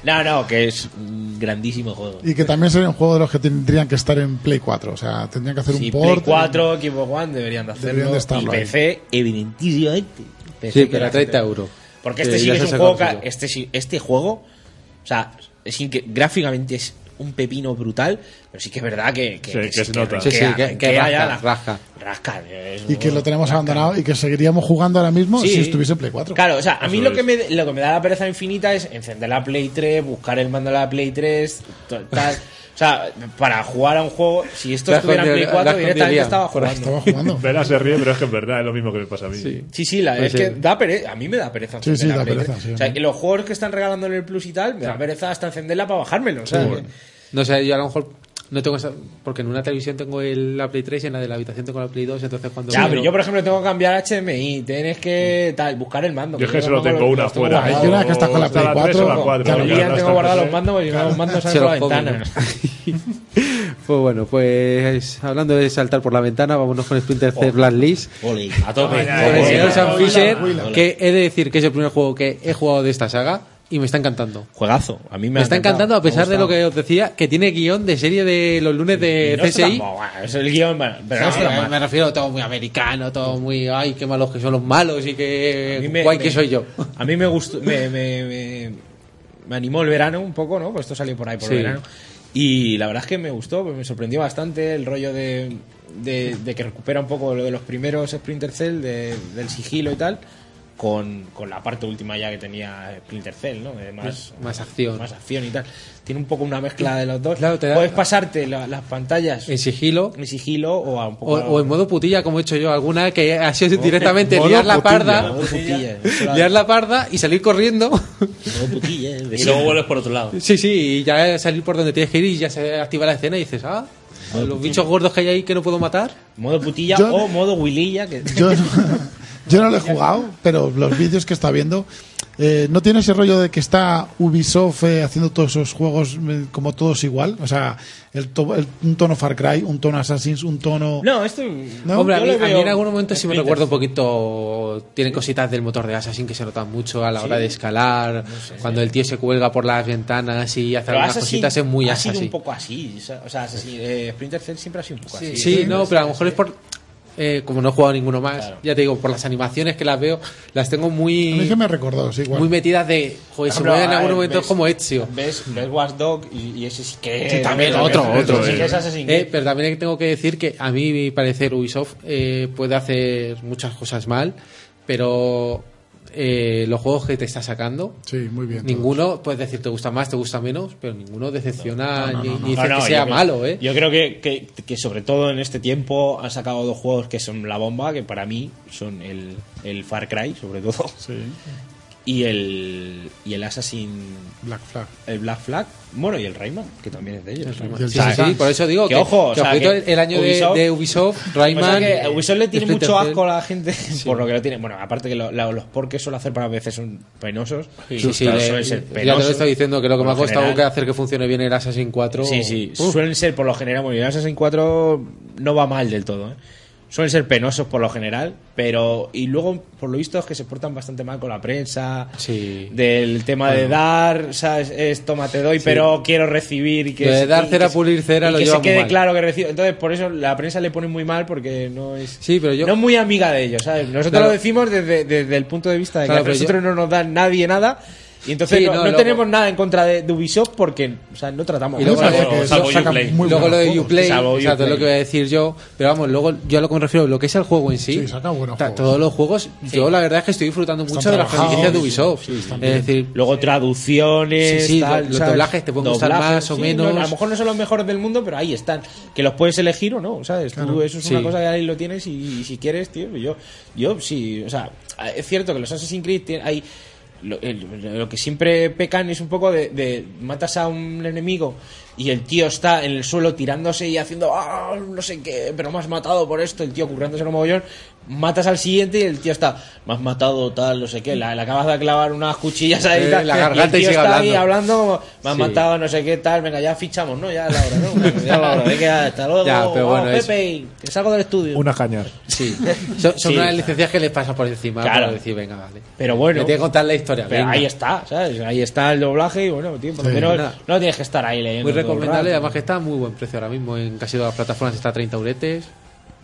No, no, que es un grandísimo juego.
Y que también sería un juego de los que tendrían que estar en Play 4. O sea, tendrían que hacer
Sí,
un port.
Play 4, Equipo One deberían de hacerlo.
Deberían de estarlo
y
ahí.
PC, evidentísimamente.
Sí,
que
pero
la
a 30
gente-
euros.
Porque
Que
este sí
ya
que es
se
un
ha
juego.
sacado
que- Este, sí- este juego, o sea, es inque- gráficamente es un pepino brutal, pero sí que es verdad que.
Sí, que se nota.
Sí, sí, que- que
rasca,
rasca, rasca.
Rasca, es un
Y que
juego-
lo tenemos abandonado y que seguiríamos jugando ahora mismo
Sí.
si estuviese en Play 4.
Claro, o sea, a mí
Eso
lo
es.
que, me, lo que me da la pereza infinita es encender la Play 3, buscar el mando de la Play 3, to- tal. O sea, para jugar a un juego, si esto
La
estuviera en Play
escondería-
4,
la
directamente
escondería.
estaba jugando.
(laughs) Vela se ríe, pero es que es verdad, es lo mismo que me pasa a mí.
Sí, sí, la,
Pues
es que
sí.
da pereza. A mí me da pereza.
Sí, sí,
encender la
da
Play
pereza,
3.
sí,
o sea, que los juegos que están regalando en el Plus y tal, me da pereza hasta encenderla para bajármelo. o sea,
Sí,
que-
bueno. No sé, yo a lo mejor no tengo esa. Porque en una televisión tengo el, la Play 3 y en la de la habitación tengo la Play 2, entonces cuando.
Ya, pero
quiero-
yo, por ejemplo, tengo que cambiar HDMI, tienes que tal, buscar el mando.
Mm. Yo es que solo
los
tengo una
los
fuera.
guardados.
Hay una que está con la
Está
Play
tres o
4, ya
Todo
lo
el
guardo,
día tengo
está
guardados los
en
mandos porque si no los mandos
Se
salen por la
los
ventana.
(laughs) Pues bueno, pues hablando de saltar por la ventana, vámonos con Splinter Cell
Oh.
Blacklist.
Ole, a tope.
Con el señor Sam
Ole,
Fisher,
ole, ole.
que he de decir que es el primer juego que he jugado de esta saga y me está encantando.
Juegazo, a mí me,
Me,
ha
está
encantado,
encantando a
me ha
pesar de
gustado.
lo que os decía, que tiene guión de serie de los lunes de
No está
CSI.
tan mal, es el guión, bueno, pero no
No,
está tan mal.
me refiero a todo muy americano, todo muy, ay, qué malos que son los malos y
A mí
que
me-
guay
me-
que soy yo.
A mí me gustó, me, me- me- me animó el verano un poco, ¿no? Pues esto salió por ahí por
Sí.
el verano. Y la verdad es que me gustó, pues me sorprendió bastante el rollo de, de- de que recupera un poco lo de los primeros Splinter Cell, de- del sigilo y tal, con, con la parte última ya que tenía Splinter Cell, ¿no? De más,
Más acción.
más acción y tal. Tiene un poco una mezcla de los dos.
Claro, te da-
Puedes pasarte la- las pantallas
En sigilo.
en sigilo o a un
O,
poco...
o en modo putilla, como he hecho yo alguna, que ha sido
Modo-
directamente
modo
liar la
putilla,
parda.
modo putilla, claro.
Liar la parda y salir corriendo. ¿eh?
Y luego vuelves por otro lado.
Sí, sí, y ya salir por donde tienes que ir y ya se activa la escena y dices, ah, los bichos gordos que hay ahí que no puedo matar.
Modo putilla
Yo-
o modo Willilla. Que...
Yo, (laughs) Yo no lo he jugado, pero los vídeos que está viendo. eh, no tiene ese rollo de que está Ubisoft eh, haciendo todos esos juegos eh, como todos igual. O sea, el to- el- un tono Far Cry, un tono Assassin's, un tono.
No, esto.
Hombre, a
yo
mí,
le
a mí
veo
en algún momento sí me
splitters.
recuerdo un poquito. Tiene cositas del motor de Assassin que se notan mucho a la
Sí.
hora de escalar. cuando el tío se cuelga por las ventanas y hace
Pero
algunas
Assassin
cositas, es muy
ha sido un
Assassin.
poco así. O sea, Assassin, eh, Splinter Cell siempre ha sido un poco
Sí,
Pues así.
no, pero a lo mejor es por. eh, como no he jugado ninguno más, ya te digo, por las animaciones que las veo, las tengo
A mí es
muy.
que me recordó, sí, igual.
Muy metidas de. Joder, pues, se
Por ejemplo,
mueven en
Ah, a
algún
ver,
momento
ves-
como Ezio.
¿Ves, ves Watch Dog y, y ese sí que.
Sí, también,
ves-
otro,
ves-
otro.
Eh, Sí que es
Eh,
Assassin's Creed.
pero también tengo que decir que a mí, mi parecer, Ubisoft eh, puede hacer muchas cosas mal, pero eh, los juegos que te está sacando,
sí, muy bien.
ninguno, puedes decir te gusta más, te gusta menos, pero ninguno decepciona
No, no,
ni,
no, no.
ni dice
No, no,
que
yo
sea
creo-
malo, ¿eh?
Yo creo que, que, que sobre todo en este tiempo han sacado dos juegos que son la bomba, que para mí son el, el Far Cry, sobre todo. Y el, y el Assassin.
Black Flag.
El Black Flag. Bueno, y el Rayman, que también es de ellos. Rayman.
Sí,
O
sí,
sea,
sí, por eso digo que,
ojo, o
que
sea,
ojito
que
el- el año de- de, Ubisoft, Rayman.
o sea que Ubisoft le tiene
Splinter
mucho
Cell.
asco a la gente por lo que lo tiene. Bueno, aparte que lo- la- los porques suele hacer para veces son penosos.
Sí,
Sus
sí,
casos
le-
suelen ser
ya te
penosos.
lo estoy diciendo, que lo que
Por
me ha costado
general.
que hacer que funcione bien el Assassin 4.
Sí, sí.
uf.
Suelen ser por lo general. Bueno, y el Assassin 4 no va mal del todo. ¿eh? Suelen ser penosos por lo general. Pero. Y luego, por lo visto, es que se portan bastante mal con la prensa.
Sí.
Del tema de
Bueno.
dar. ¿sabes? Es toma, te doy, pero quiero recibir. y Que
Lo de
se-
dar
y
cera,
que se-
pulir cera
y
lo
Que
lleva
se
muy
quede
mal.
claro que recibo. Entonces, por eso la prensa le pone muy mal porque no es.
Sí, pero yo.
No es muy amiga de ellos, ¿sabes? Nosotros
Claro.
lo decimos desde, desde el punto de vista de que
Claro,
a
pero
nosotros no nos da nadie nada. Y entonces
Sí,
no,
no,
no
luego-
tenemos nada en contra de, de Ubisoft porque o sea, no tratamos.
Y luego,
mal.
lo de- lo- sacan muy luego lo de Uplay,
Salvo
o sea, todo
Uplay.
lo que voy a decir yo, pero vamos, luego yo a lo que me refiero, lo que es el juego en sí,
Sí, saca buenos
ta-
juegos.
todos los juegos, yo la verdad es que estoy disfrutando
Ah, Están
mucho de las
trabajados,
franquicias de
sí,
Ubisoft. Eh,
sí, están
es decir,
luego traducciones,
Sí, sí,
tal,
los
¿sabes?
doblajes te pueden gustar
Doblajes,
más o
sí,
menos.
no, a
(laughs)
lo mejor no son los mejores del mundo, pero ahí están. Que los puedes elegir o no, ¿sabes? Tú,
Claro.
eso es
Sí.
una cosa que ahí lo tienes y, y si quieres, tío, yo, yo sí, o sea, es cierto que los Assassin's Creed tien- hay... Lo, el- lo que siempre pecan es un poco de, de matas a un enemigo y el tío está en el suelo tirándose y haciendo "Ah, no sé qué, pero me has matado por esto, el tío currándose como mogollón, matas al siguiente y el tío está, me has matado tal, no sé qué, la- le acabas de clavar unas cuchillas ahí,
Eh,
tal,
la
y el
garganta y
tío
sigue
está ahí
hablando.
hablando como, me has
Sí.
matado, no sé qué, tal, venga, ya fichamos, ¿no? Ya a la hora, ¿no? Ya a la hora, venga, hasta luego,
Ya, pero
vamos,
bueno, es-
Pepe, que salgo del estudio.
Una caña.
sí, (laughs) son, son
Sí,
unas
claro.
licencias que les pasa por encima
Claro.
para decir, venga, vale.
Pero bueno.
Me tiene que contar la historia.
Pero
venga.
ahí está, ¿sabes? Ahí está el doblaje y bueno, tío, por lo
Sí.
menos
Nada.
no tienes que estar ahí leyendo.
Muy
todo el
recomendable,
rato.
además que está a muy buen precio ahora mismo en casi todas las plataformas, está a 30 uretes,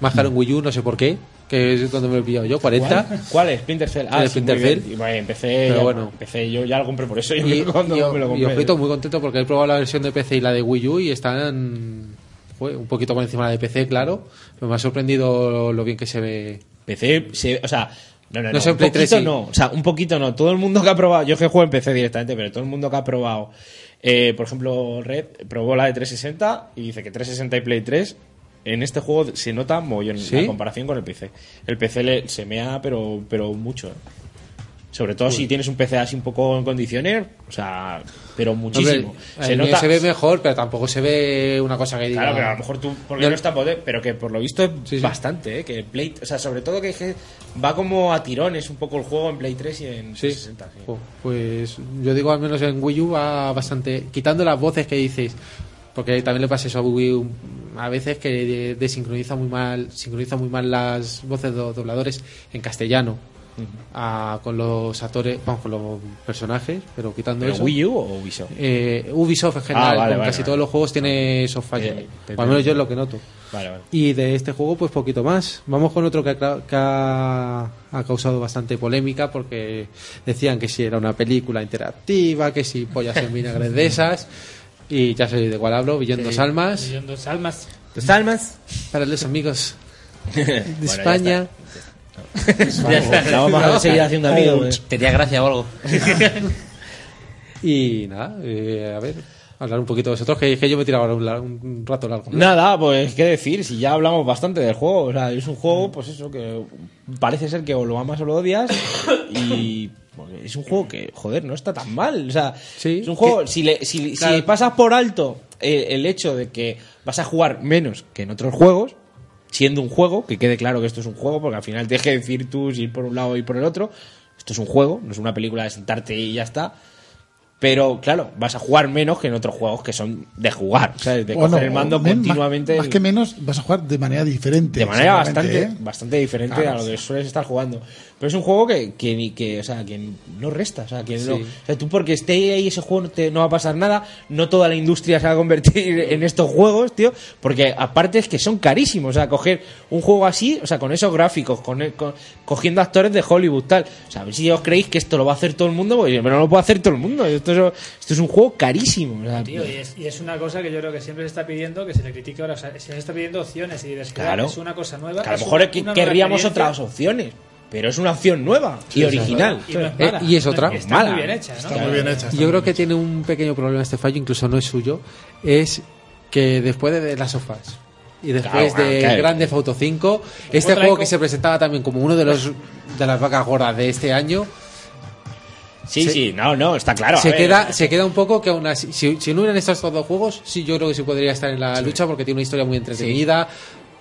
más caro en Wii U, no sé por qué, que es donde me lo he pillado yo, 40.
¿Cuál? ¿Cuál es? Splinter Cell. Ah,
El
sí,
Splinter
muy bien.
Cell.
Y, bueno, empecé,
Pero
ya-
bueno.
empecé yo, ya lo compré por eso. Yo
Y,
me lo- (laughs) cuando
y-
me lo
y
compré.
ojito, muy contento porque he probado la versión de PC y la de Wii U y están joder, un poquito por encima de PC, claro. Pero me ha sorprendido lo bien que se ve.
PC, se- Eh, o sea, no, no, no,
No sé,
un
Play
poquito
3 sí.
no, o sea, un poquito no. Todo el mundo que ha probado, yo es que juego en PC directamente, pero todo el mundo que ha probado, eh, por ejemplo, Red probó la de 360 y dice que 360 y Play 3 en este juego se nota mogollón
¿Sí?
la comparación con el PC. El PC le- se mea, pero, pero mucho. ¿eh? Sobre todo si tienes un PC así un poco en condiciones, o sea, pero muchísimo.
Hombre, el mío se ve mejor, pero tampoco se ve una cosa que diga.
Claro, pero a lo mejor tú, porque
No-
no, está poder, pero que por lo visto es bastante, ¿eh? Que el Play, o sea, sobre todo que es que va como a tirones un poco el juego en Play 3 y en 360. sí.
Jo, Pues yo digo, al menos en Wii U va bastante. Quitando las voces que dices, porque también le pasa eso a Wii U a veces que de- desincroniza muy mal, sincroniza muy mal las voces de los dobladores en castellano. a- con los actores, vamos, con los personajes, pero quitando
¿Pero
eso.
Wii U o Ubisoft?
Eh, Ubisoft en general,
Ah, vale,
con
vale,
casi
vale.
todos los juegos tiene esos fallos.
Eh, te
o al menos
entiendo.
yo es lo que noto.
Vale, vale.
Y de este juego, pues poquito más. Vamos con otro que ha, cla- que ha, ha causado bastante polémica porque decían que si era una película interactiva, que si pollas en vinagre de
(laughs)
esas. Y ya sé de cuál hablo, Billón dos Almas.
Millón dos almas.
Dos Almas. Para los
(laughs)
amigos de
Bueno, ya
España.
Ya está. No, vamos a seguir haciendo amigos, eh. Tenía gracia o algo.
(laughs) y nada, eh, a ver, hablar un poquito de vosotros, que, que yo me he tirado un, lar- un rato largo.
Nada, pues qué decir, si ya hablamos bastante del juego, o sea, es un juego, pues eso, que parece ser que o lo amas o lo odias, (coughs) y pues, es un juego que, joder, no está tan mal, o sea, es un juego, si, le, si, si
Claro.
pasas por alto eh, el hecho de que vas a jugar menos que en otros juegos, siendo un juego, que quede claro que esto es un juego, porque al final tienes que decir tú si ir por un lado y por el otro. Esto es un juego, no es una película de sentarte y ya está. Pero claro, vas a jugar menos que en otros juegos que son de jugar, ¿sabes? De
O no,
coger el mando
o men-
continuamente.
Más, más que menos vas a jugar de manera diferente.
De manera bastante,
seguramente, ¿eh?
bastante diferente
Claro.
a lo que sueles estar jugando. Pero es un juego que, que, ni- que, o sea, que no resta. O sea, que no-
Sí.
o sea, tú porque esté ahí ese juego no, te, no va a pasar nada. No toda la industria se va a convertir (laughs) en estos juegos, tío. Porque aparte es que son carísimos. O sea, coger un juego así, o sea, con esos gráficos, con, el- con- cogiendo actores de Hollywood, tal. O sea, a ver si os creéis que esto lo va a hacer todo el mundo. Pues, pero no lo puede hacer todo el mundo. Esto es, esto es un juego carísimo. o sea,
Tío, y es, y es una cosa que yo creo que siempre se está pidiendo que se le critique ahora. O sea, se les está pidiendo opciones y diversidad.
Claro.
Es una cosa nueva.
que a lo
es
mejor
una-
es que
una nueva
querríamos
experiencia.
otras opciones. Pero es una opción nueva y
Sí,
original.
sí, sí. Eh, y es otra.
Claro.
Yo creo que tiene un pequeño problema este fallo, incluso no es suyo, es que después de The Last of Us y después
Claro,
de
claro.
Grand Theft Auto 5, este
Otra
juego
eco.
que se presentaba también como uno de los de las vacas gordas de este año.
Sí, sí, no, no, está claro. a
Se
ver.
queda, se queda un poco que aún así, si, si no hubieran estado estos dos juegos, sí, yo creo que sí podría estar en la lucha porque tiene una historia muy entretenida.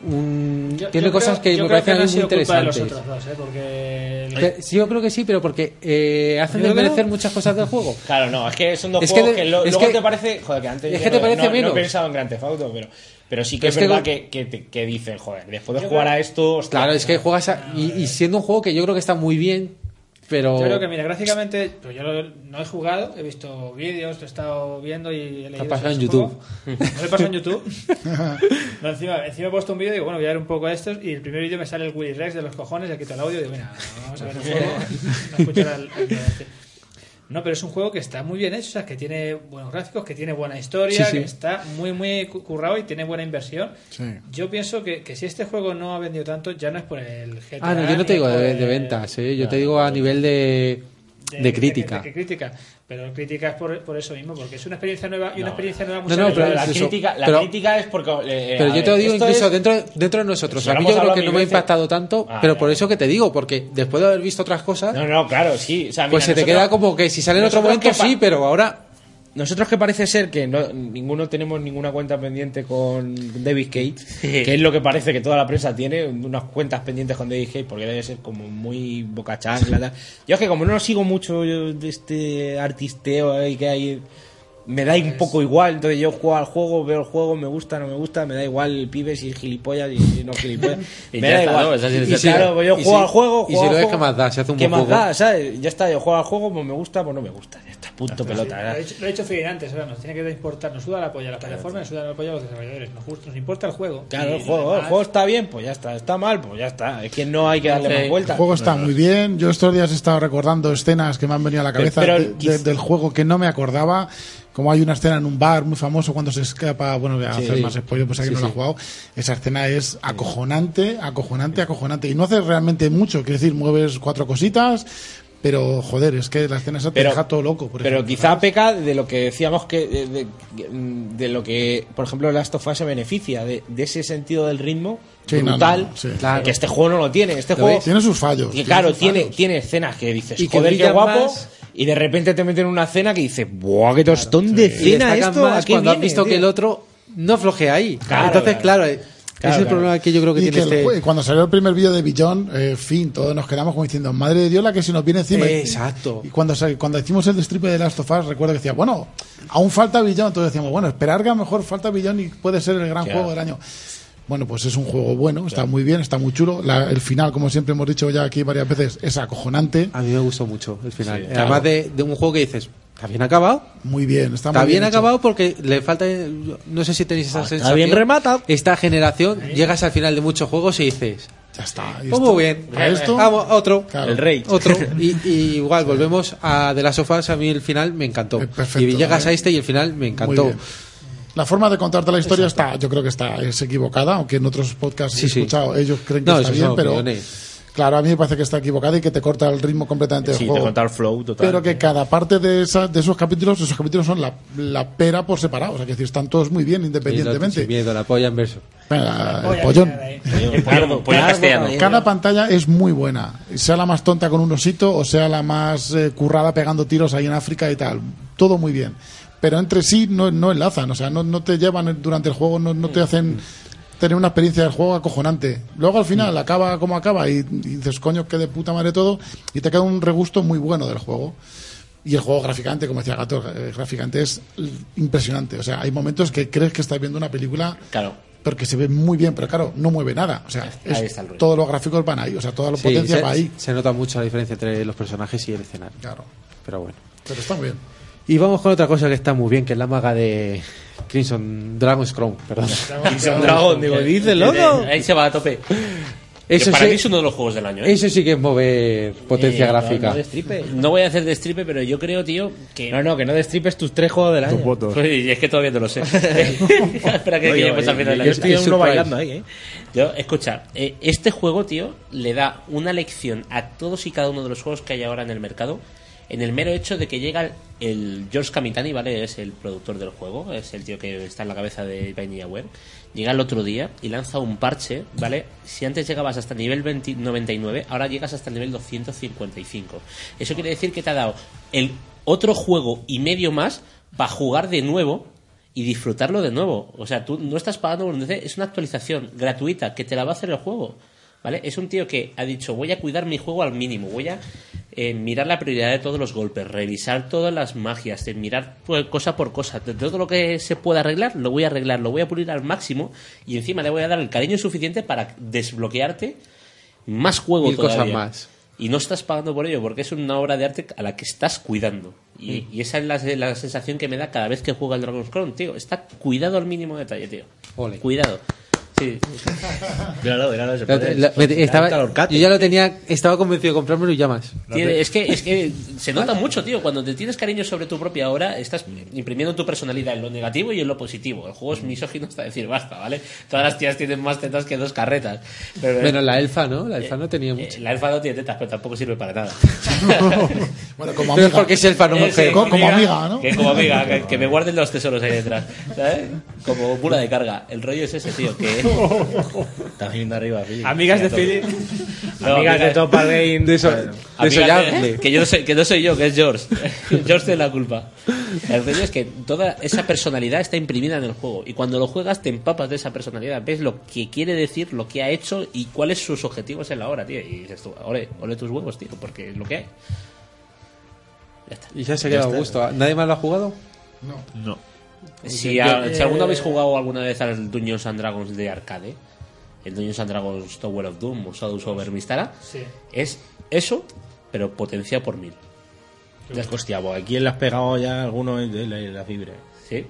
un-
Yo-
tiene
yo
cosas
creo-
que
yo
me
creo
parecen
no ha
muy
sido culpa de los
interesantes.
otros dos, ¿eh? Porque el-
Que- sí, yo creo que sí, pero porque eh, hacen
Yo creo que
desmerecer
no.
muchas cosas del juego.
(laughs) Claro, no, es que son dos
Es que
juegos que,
de-
lo-
es
luego
que-
te parece. Joder, que antes.
es que
yo
te
no-
parece
no,
menos.
No he pensado en Grand Theft Auto, pero, pero sí que
Pero
es,
es que
verdad
go-
que, que, te- que dicen, joder, después de jugar a esto. hostia,
Claro, es que juegas a- y, y siendo un juego que yo creo que está muy bien, pero.
Yo creo que, mira, gráficamente, pues yo lo- no he jugado, he visto vídeos, lo he estado viendo y he leído.
Te ha pasado
sobre
en
ese
YouTube.
juego. No lo he pasado en
(laughs)
YouTube. No, encima, encima he puesto un vídeo y digo, bueno, voy a ver un poco estos. Y el primer vídeo me sale el Willy Rex de los cojones, le quito el audio y digo, mira, vamos a ver el juego. No escuchar al- al que lo hace. No, pero es un juego que está muy bien hecho, o sea, que tiene buenos gráficos, que tiene buena historia,
Sí, sí.
que está muy, muy cu- currado y tiene buena inversión.
Sí.
Yo pienso que, que si este juego no ha vendido tanto, ya no es por el GTA.
Ah, no, yo no te
ni
digo
por
de,
el-
de ventas, ¿eh? yo te digo a nivel de, de crítica.
de- de crítica. Pero crítica es por, por eso mismo, porque es una experiencia nueva y una experiencia nueva
No, no,
muchas
pero
veces-
la
La,
Incluso-
crítica, la
pero-
crítica es porque. eh,
Pero yo te
a ver,
lo digo
esto
incluso
es-
dentro, dentro de nosotros.
Si lo
A mí
hemos
yo creo
hablado
que
mil
no me ha
veces.
impactado tanto,
Ah,
pero
ya,
por eso que te digo, porque después de haber visto otras cosas,
No, no, claro, sí. o sea,
pues
mira,
se te
nosotros-
queda como que si sale en otro
nosotros
momento
que pa-
sí, pero ahora.
Nosotros que parece ser que no- ninguno tenemos ninguna cuenta pendiente con David Cage, que es lo que parece que toda la prensa tiene, unas cuentas pendientes con David Cage, porque debe ser como muy boca chancla. tal. Yo es que como no sigo mucho yo de este artisteo ahí que hay, me da
Pues
un poco igual, entonces yo juego al juego, veo el juego, me gusta, no me gusta, me da igual el pibe si es gilipollas y si no es gilipollas.
(laughs) Y
me
ya
da
está,
igual.
¿no? Es así de
Y
sencillo.
si- claro, pues yo
Y
juego
si-
al juego,
y si
juego al
lo ves,
juego.
¿qué más da? Se hace un
¿Qué
buen
más
juego.
da? ¿Sabes? Ya está, yo juego al juego, pues me gusta, pues no me gusta, ya está,
Ah,
punto pelota.
Lo
¿verdad?
ha dicho- lo he dicho Fidel antes, ahora nos tiene que importar, nos suda la polla a la plataforma, nos suda la polla a los desarrolladores, nos, gusta- nos importa el juego.
Claro,
Y
el juego, el
además-
juego está bien, pues ya está. Está mal, pues ya está. Es que no hay que darle más
El
vueltas.
juego está muy bien. Yo estos días he estado recordando escenas que me han venido a la cabeza
Pero-
de- de- del juego que no me acordaba. Como hay una escena en un bar muy famoso cuando se escapa, bueno, voy a
Sí.
hacer más spoiler, pues aquí
Sí,
no la ha
sí.
jugado. Esa escena es acojonante, acojonante, acojonante. Y no hace realmente mucho, quiero decir, mueves cuatro cositas, pero joder, es que la escena esa te
Pero-
deja todo loco. Por
Pero
ejemplo.
quizá peca de lo que decíamos que. De, de- de lo que, por ejemplo, Last of Us se beneficia, de, de ese sentido del ritmo
Sí, no, no,
brutal.
sí.
Que este juego no lo tiene. Este
¿Lo
juego.
ves? Tiene sus fallos,
que
tiene
claro,
sus
tiene,
fallos.
tiene escenas que dices,
Y que
joder, qué
brillan
guapo.
más.
Y de repente te meten una escena que dices, ¡buah, qué tostón de
Y
escena
destacan
esto! ¿a
más
qué
cuando has
viene,
visto
tío?
que el otro no flojea ahí.
Claro,
Entonces, claro, eh,
Claro,
es el
claro.
problema que yo creo que
Y
tiene
que el
este.
jue- cuando salió el primer vídeo de Billón, eh, fin, todos nos quedamos como diciendo, madre de Dios la que se nos viene encima. Y-
Exacto.
Y cuando, sal- cuando hicimos el strip de Last of Us, recuerdo que decía, bueno, aún falta Billón. Entonces decíamos, bueno, esperar que a lo mejor falta Billón y puede ser el gran
Claro.
juego del año. Bueno, pues es un juego bueno, está muy bien, está muy chulo. La- el final, como siempre hemos dicho ya aquí varias veces, es acojonante.
A mí me gustó mucho el final. Eh,
Sí,
Además
claro.
de, de un juego que dices, ¿está bien acabado?
Muy bien, está,
Está,
muy
bien,
hecho.
acabado porque le falta. No sé si tenéis esa sensación.
bien rematado.
Esta generación, llegas al final de muchos juegos y dices,
Ya está.
Pues muy bien.
¿A esto?
Vamos, otro.
Claro.
El rey.
Otro. Y, y igual, volvemos a de las sofás A mí el final me encantó. y llegas a este y el final me
Eh, Muy
encantó.
bien. La forma de contarte la historia está, yo creo que está, es equivocada, aunque en otros podcasts
Sí,
he
sí.
escuchado, ellos creen que
No,
está
esos
bien,
son
pero
opiniones.
claro, a mí me parece que está equivocada y que te corta el ritmo completamente
Sí,
del
te
juego.
corta el flow total.
Pero que cada parte de, esa- de esos capítulos, esos capítulos son la, la pera por separado, o sea, que es decir, están todos muy bien independientemente.
Sin miedo, la polla en verso.
Venga, el pollón.
Pollo castellano.
Cada pantalla es muy buena, sea la más tonta con un osito o sea la más eh, currada pegando tiros ahí en África y tal, todo muy bien. Pero entre sí no, no enlazan, o sea, no, no te llevan durante el juego, no, no te hacen tener una experiencia del juego acojonante. Luego al final acaba como acaba y, y dices, coño, que de puta madre todo, y te queda un regusto muy bueno del juego. Y el juego gráficamente, como decía Gato, eh, gráficamente es l- impresionante. O sea, hay momentos que crees que estás viendo una película
Claro.
porque se ve muy bien, pero claro, no mueve nada. O sea, es-
Ahí está el rollo.
todos los gráficos van ahí, o sea, toda la
Sí,
potencia
se,
va ahí.
se nota mucho la diferencia entre los personajes y el escenario.
Claro.
Pero bueno.
Pero está muy bien.
Y vamos con otra cosa que está muy bien, que es la maga de Crimson Dragon's Crown, perdón.
Crimson Dragon, digo, dice, loco. Ahí se va a tope.
Eso
Que para
sí-
mí es uno de los juegos del año. ¿eh?
Eso sí que es mover potencia
Eh, no,
gráfica.
no destripe. No voy a hacer destripe, pero yo creo, tío, que.
(laughs)
No, no, que no destripes tus tres juegos del año. Oye, y es que todavía no lo
(laughs)
sé. (laughs) Espera que
Oye,
lleguemos
oye,
al final
yo
del año.
estoy en uno Surprise. bailando ahí, ¿eh?
Yo, escucha, eh, este juego, tío, le da una lección a todos y cada uno de los juegos que hay ahora en el mercado. En el mero hecho de que llega el- el George Camitani, ¿vale? Es el productor del juego, es el tío que está en la cabeza de Vanillaware. Llega el otro día y lanza un parche, ¿vale? Si antes llegabas hasta el nivel 20 99, ahora llegas hasta el nivel 255. Eso quiere decir que te ha dado el otro juego y medio más para jugar de nuevo y disfrutarlo de nuevo. O sea, tú no estás pagando por un DLC, es una actualización gratuita que te la va a hacer el juego. ¿Vale? Es un tío que ha dicho, voy a cuidar mi juego al mínimo, voy a eh, mirar la prioridad de todos los golpes, revisar todas las magias, eh, mirar pues, cosa por cosa, de todo lo que se pueda arreglar, lo voy a arreglar, lo voy a pulir al máximo y encima le voy a dar el cariño suficiente para desbloquearte más juego
Mil cosas
todavía.
más.
Y no estás pagando por ello porque es una obra de arte a la que estás cuidando.
Mm.
Y, y esa es la, la sensación que me da cada vez que juega el Dragon's Crown, tío. Está cuidado al mínimo detalle, tío. Cuidado. Sí. (laughs) Míralo, míralo, se
La-
pone-
la- me-
se le
estaba-
da el calorcate.
yo ya lo tenía, estaba convencido de comprármelo y ya más.
Tiene- es, que, es
(laughs)
que se nota mucho, tío. Cuando te tienes cariño sobre tu propia obra, estás imprimiendo tu personalidad en lo negativo y en lo positivo. El
Mm.
juego es misógino hasta decir basta, ¿vale? Todas las tías tienen más tetas que dos carretas. Pero,
Menos la elfa, ¿no? La elfa no tenía mucho.
eh, la elfa no tiene tetas, pero tampoco sirve para nada.
(laughs)
Eh,
Bueno, (laughs) como Pero es amiga. porque es elfa, no mujer.
sí,
Co- como amiga, ¿no?
Que como amiga, que,
(laughs)
que me guarden los tesoros ahí detrás. ¿sabes? Como mula de carga. El rollo es ese,
(laughs)
tío, que... (laughs) Está viniendo arriba, Philip.
Amigas de
Mira todo.
Philip.
No,
Amigas de Top Al Game.
De eso,
desollarle.
Que, yo no soy, que no soy yo, que es George. (laughs) George tiene la culpa. El rollo es que toda esa personalidad está imprimida en el juego. Y cuando lo juegas, te empapas de esa personalidad. Ves lo que quiere decir, lo que ha hecho y cuáles sus objetivos en la hora, tío. Y dices tú, ole, ole tus huevos, tío, porque es lo que hay.
Y ya se ha
Ya
quedado a
está.
gusto. ¿Nadie más lo ha jugado?
No.
Yo-
Si,
yo-
a- si alguno
eh,
habéis jugado alguna vez al Dungeons and Dragons de arcade, el Dungeons and Dragons Tower of Doom o Shadows Over Mistara,
Sí.
es eso, pero potenciado por mil.
Ya, hostia, pues aquí le has pegado ya alguno eh, de la, la fibra.
Sí.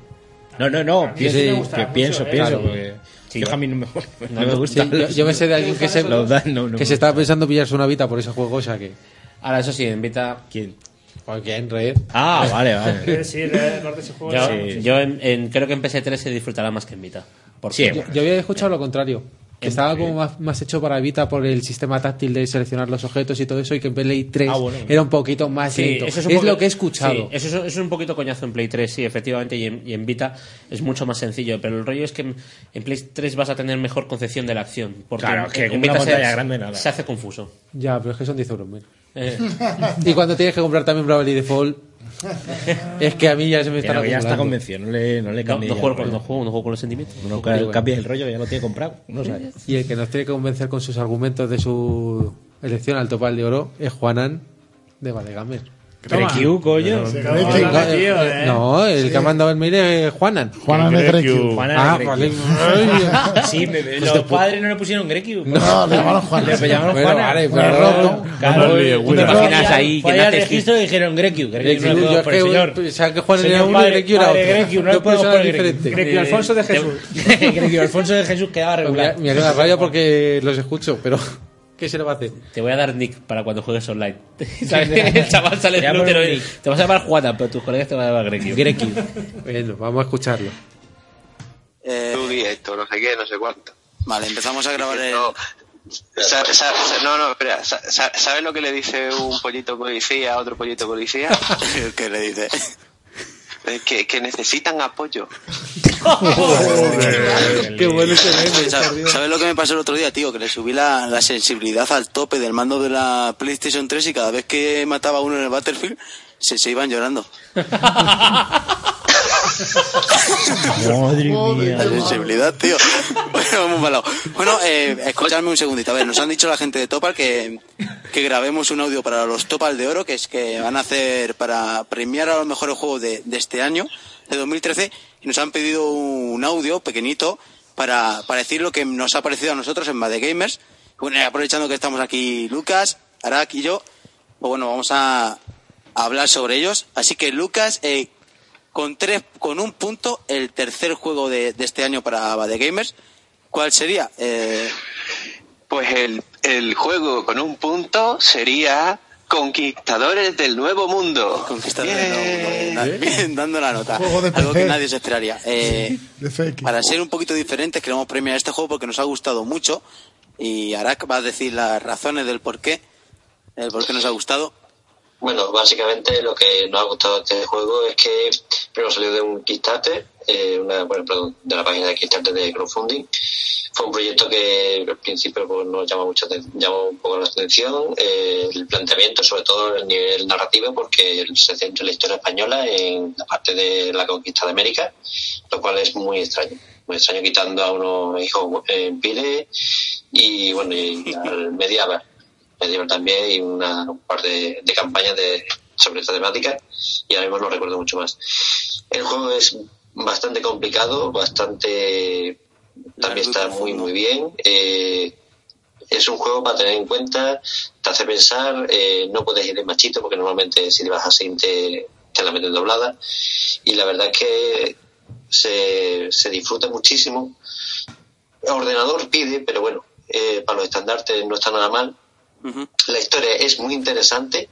No, no, no,
mí
pienso,
sí me gusta
que
mucho,
pienso,
¿eh?
pienso,
Claro.
porque
Sí,
yo
yo-
a mí no me, no me
no,
gusta.
sí,
Yo, yo me sé de alguien que se,
Los dan, no, no
que se
me gusta.
estaba pensando pillarse una vita por ese juego, o sea que.
Ahora, eso sí, invita.
¿Quién?
¿Quién, Red?
Ah, vale,
(laughs)
Eh, sí, Lord de ese juego.
Yo,
sí.
yo en- en- creo que en PS3 se disfrutará más que en Vita. Por
Yo, yo había escuchado lo contrario. Que estaba como más, más hecho para Vita por el sistema táctil de seleccionar los objetos y todo eso, y que en Play 3
Ah, bueno.
era un poquito más
Sí,
lento.
eso
es
un poco-
lo que he escuchado.
sí, eso, es- eso es un poquito coñazo en Play 3, sí, efectivamente, y en, y en Vita es mucho más sencillo. Pero el rollo es que en, en Play 3 vas a tener mejor concepción de la acción. Porque
Claro,
en-
que
en
con una
Vita se-
pantalla grande nada.
Se hace confuso.
Ya, pero es que son 10 euros menos.
Eh.
(laughs) y cuando tienes que comprar también Bravely Default, es que a mí ya se me
Pero
están
que ya está
acumulando.
convencido, no le, no le
No,
cambie
no
ya
juego
el
con-
rollo.
no
juego, no juego con los sentimientos.
No
Pero
ca-
bueno.
cambies el rollo que ya lo tiene comprado, no sabes.
Y el que nos tiene que convencer con sus argumentos de su elección al topal de oro es Juanan de Valegamer.
Pero Toma. Q, coño. Se acaba de
No,
chingar,
eh,
tío, eh.
No, el que
Sí.
ha mandado el mail es Juanan.
Juanan de Grecu. Grecu. Juanan de
Ah,
Grecu.
(laughs) vale.
(laughs) Sí, me- me-
Pues
los
te pu-
padres no le pusieron Grecu.
No, le llamaron Juanan.
Juan. Le llamaron
Bueno,
Juanan.
vale,
Un
pero-
error, ¿no?
Claro,
Claro,
oye,
tú
bueno.
te imaginas
Fue
ahí que
allá al
naces-
registro
y dijeron Grecu.
Grecu,
no le
yo
podemos
es
poner,
que-
señor.
pensaba que Juan era
Señor
uno y
padre-
Grecu era
padre
otro.
Grecu, no
Dos
le podemos
personas
poner Grecu.
diferentes. Grecu
Eh,
Alfonso de
te- Grecu Alfonso de Jesús quedaba regular.
Me ha dado rabia porque los escucho, pero (laughs) ¿qué se le va a hacer?
Te voy a dar nick para cuando juegues online. (laughs) ¿Sabes? el chaval sale del útero y- Te vas a llamar Juana, pero tus colegas te van a llamar Grecio.
Grecio. Bueno, vamos a escucharlo.
Yuri, esto, no sé qué, no sé cuánto.
Eh, Vale, empezamos a grabar el...
Sa- sa- sa- no, no, espera. Sa- sa- ¿Sabes lo
(laughs)
que le dice un pollito policía a otro pollito policía?
(laughs) ¿Qué le dice?
Eh, Que, que necesitan apoyo.
Qué bueno ¿Sabes lo que me pasó el otro día, tío? Que le subí la, la sensibilidad al tope del mando de la PlayStation 3 y cada vez que mataba a uno en el Battlefield se, se iban llorando. Madre mía. La sensibilidad, tío. (laughs) Bueno, muy malo. Bueno, eh, escuchadme un segundito. A ver, nos han dicho la gente de Topal que, que grabemos un audio para los Topal de Oro, que es que van a hacer para premiar a los mejores juegos de, de este año, de 2013. Y nos han pedido un audio pequeñito para, para decir lo que nos ha parecido a nosotros en Bad Gamers. Bueno, y aprovechando que estamos aquí Lucas, Arak y yo, pues bueno, vamos a hablar sobre ellos. Así que Lucas, eh, con tres, con un punto, el tercer juego de, de este año para Bad Gamers, ¿cuál sería? Eh,
Pues el, el juego con un punto sería Conquistadores del Nuevo Mundo.
Conquistadores Bien, dando la nota.
Juego de
Algo que
PC.
nadie se esperaría. Eh,
De fake.
para ser un poquito diferentes, queremos premiar este juego porque nos ha gustado mucho. Y Arak va a decir las razones del por qué, el por qué nos ha gustado.
Bueno, básicamente lo que nos ha gustado de este juego es que primero salió de un Kickstarter, eh, una, bueno, perdón, de la página de Kickstarter de crowdfunding. Fue un proyecto que al principio pues, nos llamó, mucho, aten- llamó un poco la atención, eh, el planteamiento, sobre todo el nivel narrativo, porque se centra en la historia española en la parte de la conquista de América, lo cual es muy extraño. Muy extraño quitando a unos hijos eh, en pires y, bueno, y al medieval medieval también y una, un par de, de campañas de, sobre esta temática y ahora mismo no recuerdo mucho más. El juego es bastante complicado, bastante... también está muy muy bien. Eh, es un juego para tener en cuenta, te hace pensar, eh, no puedes ir en machito porque normalmente si te vas así te, te la meten doblada y la verdad es que se, se disfruta muchísimo. El ordenador pide, pero bueno, eh, para los estandartes no está nada mal la historia es muy interesante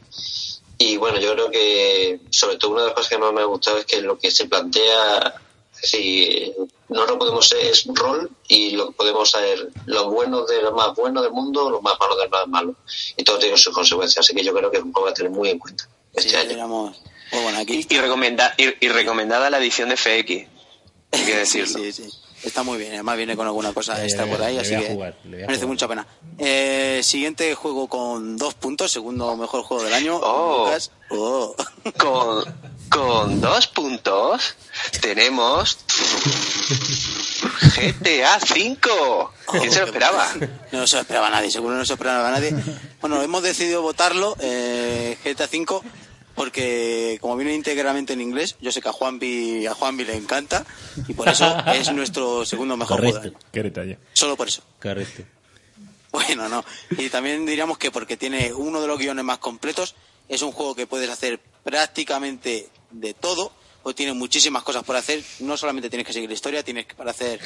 y bueno, yo creo que sobre todo una de las cosas que más me ha gustado es que lo que se plantea, si no lo podemos ser, es un rol y lo que podemos ser los buenos de los más buenos del mundo, los más malos de los más malos. Y todo tiene sus consecuencias, así que yo creo que es un juego a tener muy en cuenta este año.
Y, y recomenda- y- y recomendada la edición de FX. Hay que decirlo.
Está muy bien, además viene con alguna cosa
Le
extra
voy a-
por ahí,
le
así
voy a
que
jugar, le voy a
merece
jugar.
mucha pena. Eh, siguiente juego con dos puntos, segundo mejor juego del año. Lucas. Oh.
(laughs) Con, con dos puntos tenemos GTA V. ¿Quién se lo esperaba?
No se lo esperaba nadie, seguro no se lo esperaba nadie. Bueno, hemos decidido votarlo, eh, GTA V, porque como viene íntegramente en inglés, yo sé que a Juanvi, a Juanvi le encanta, y por eso es nuestro segundo mejor juego. del año.
Qué detalle.
Solo por eso.
Correcto.
(laughs) Bueno, no. Y también diríamos que porque tiene uno de los guiones más completos, es un juego que puedes hacer prácticamente de todo, o tiene muchísimas cosas por hacer. No solamente tienes que seguir la historia, tienes que para hacer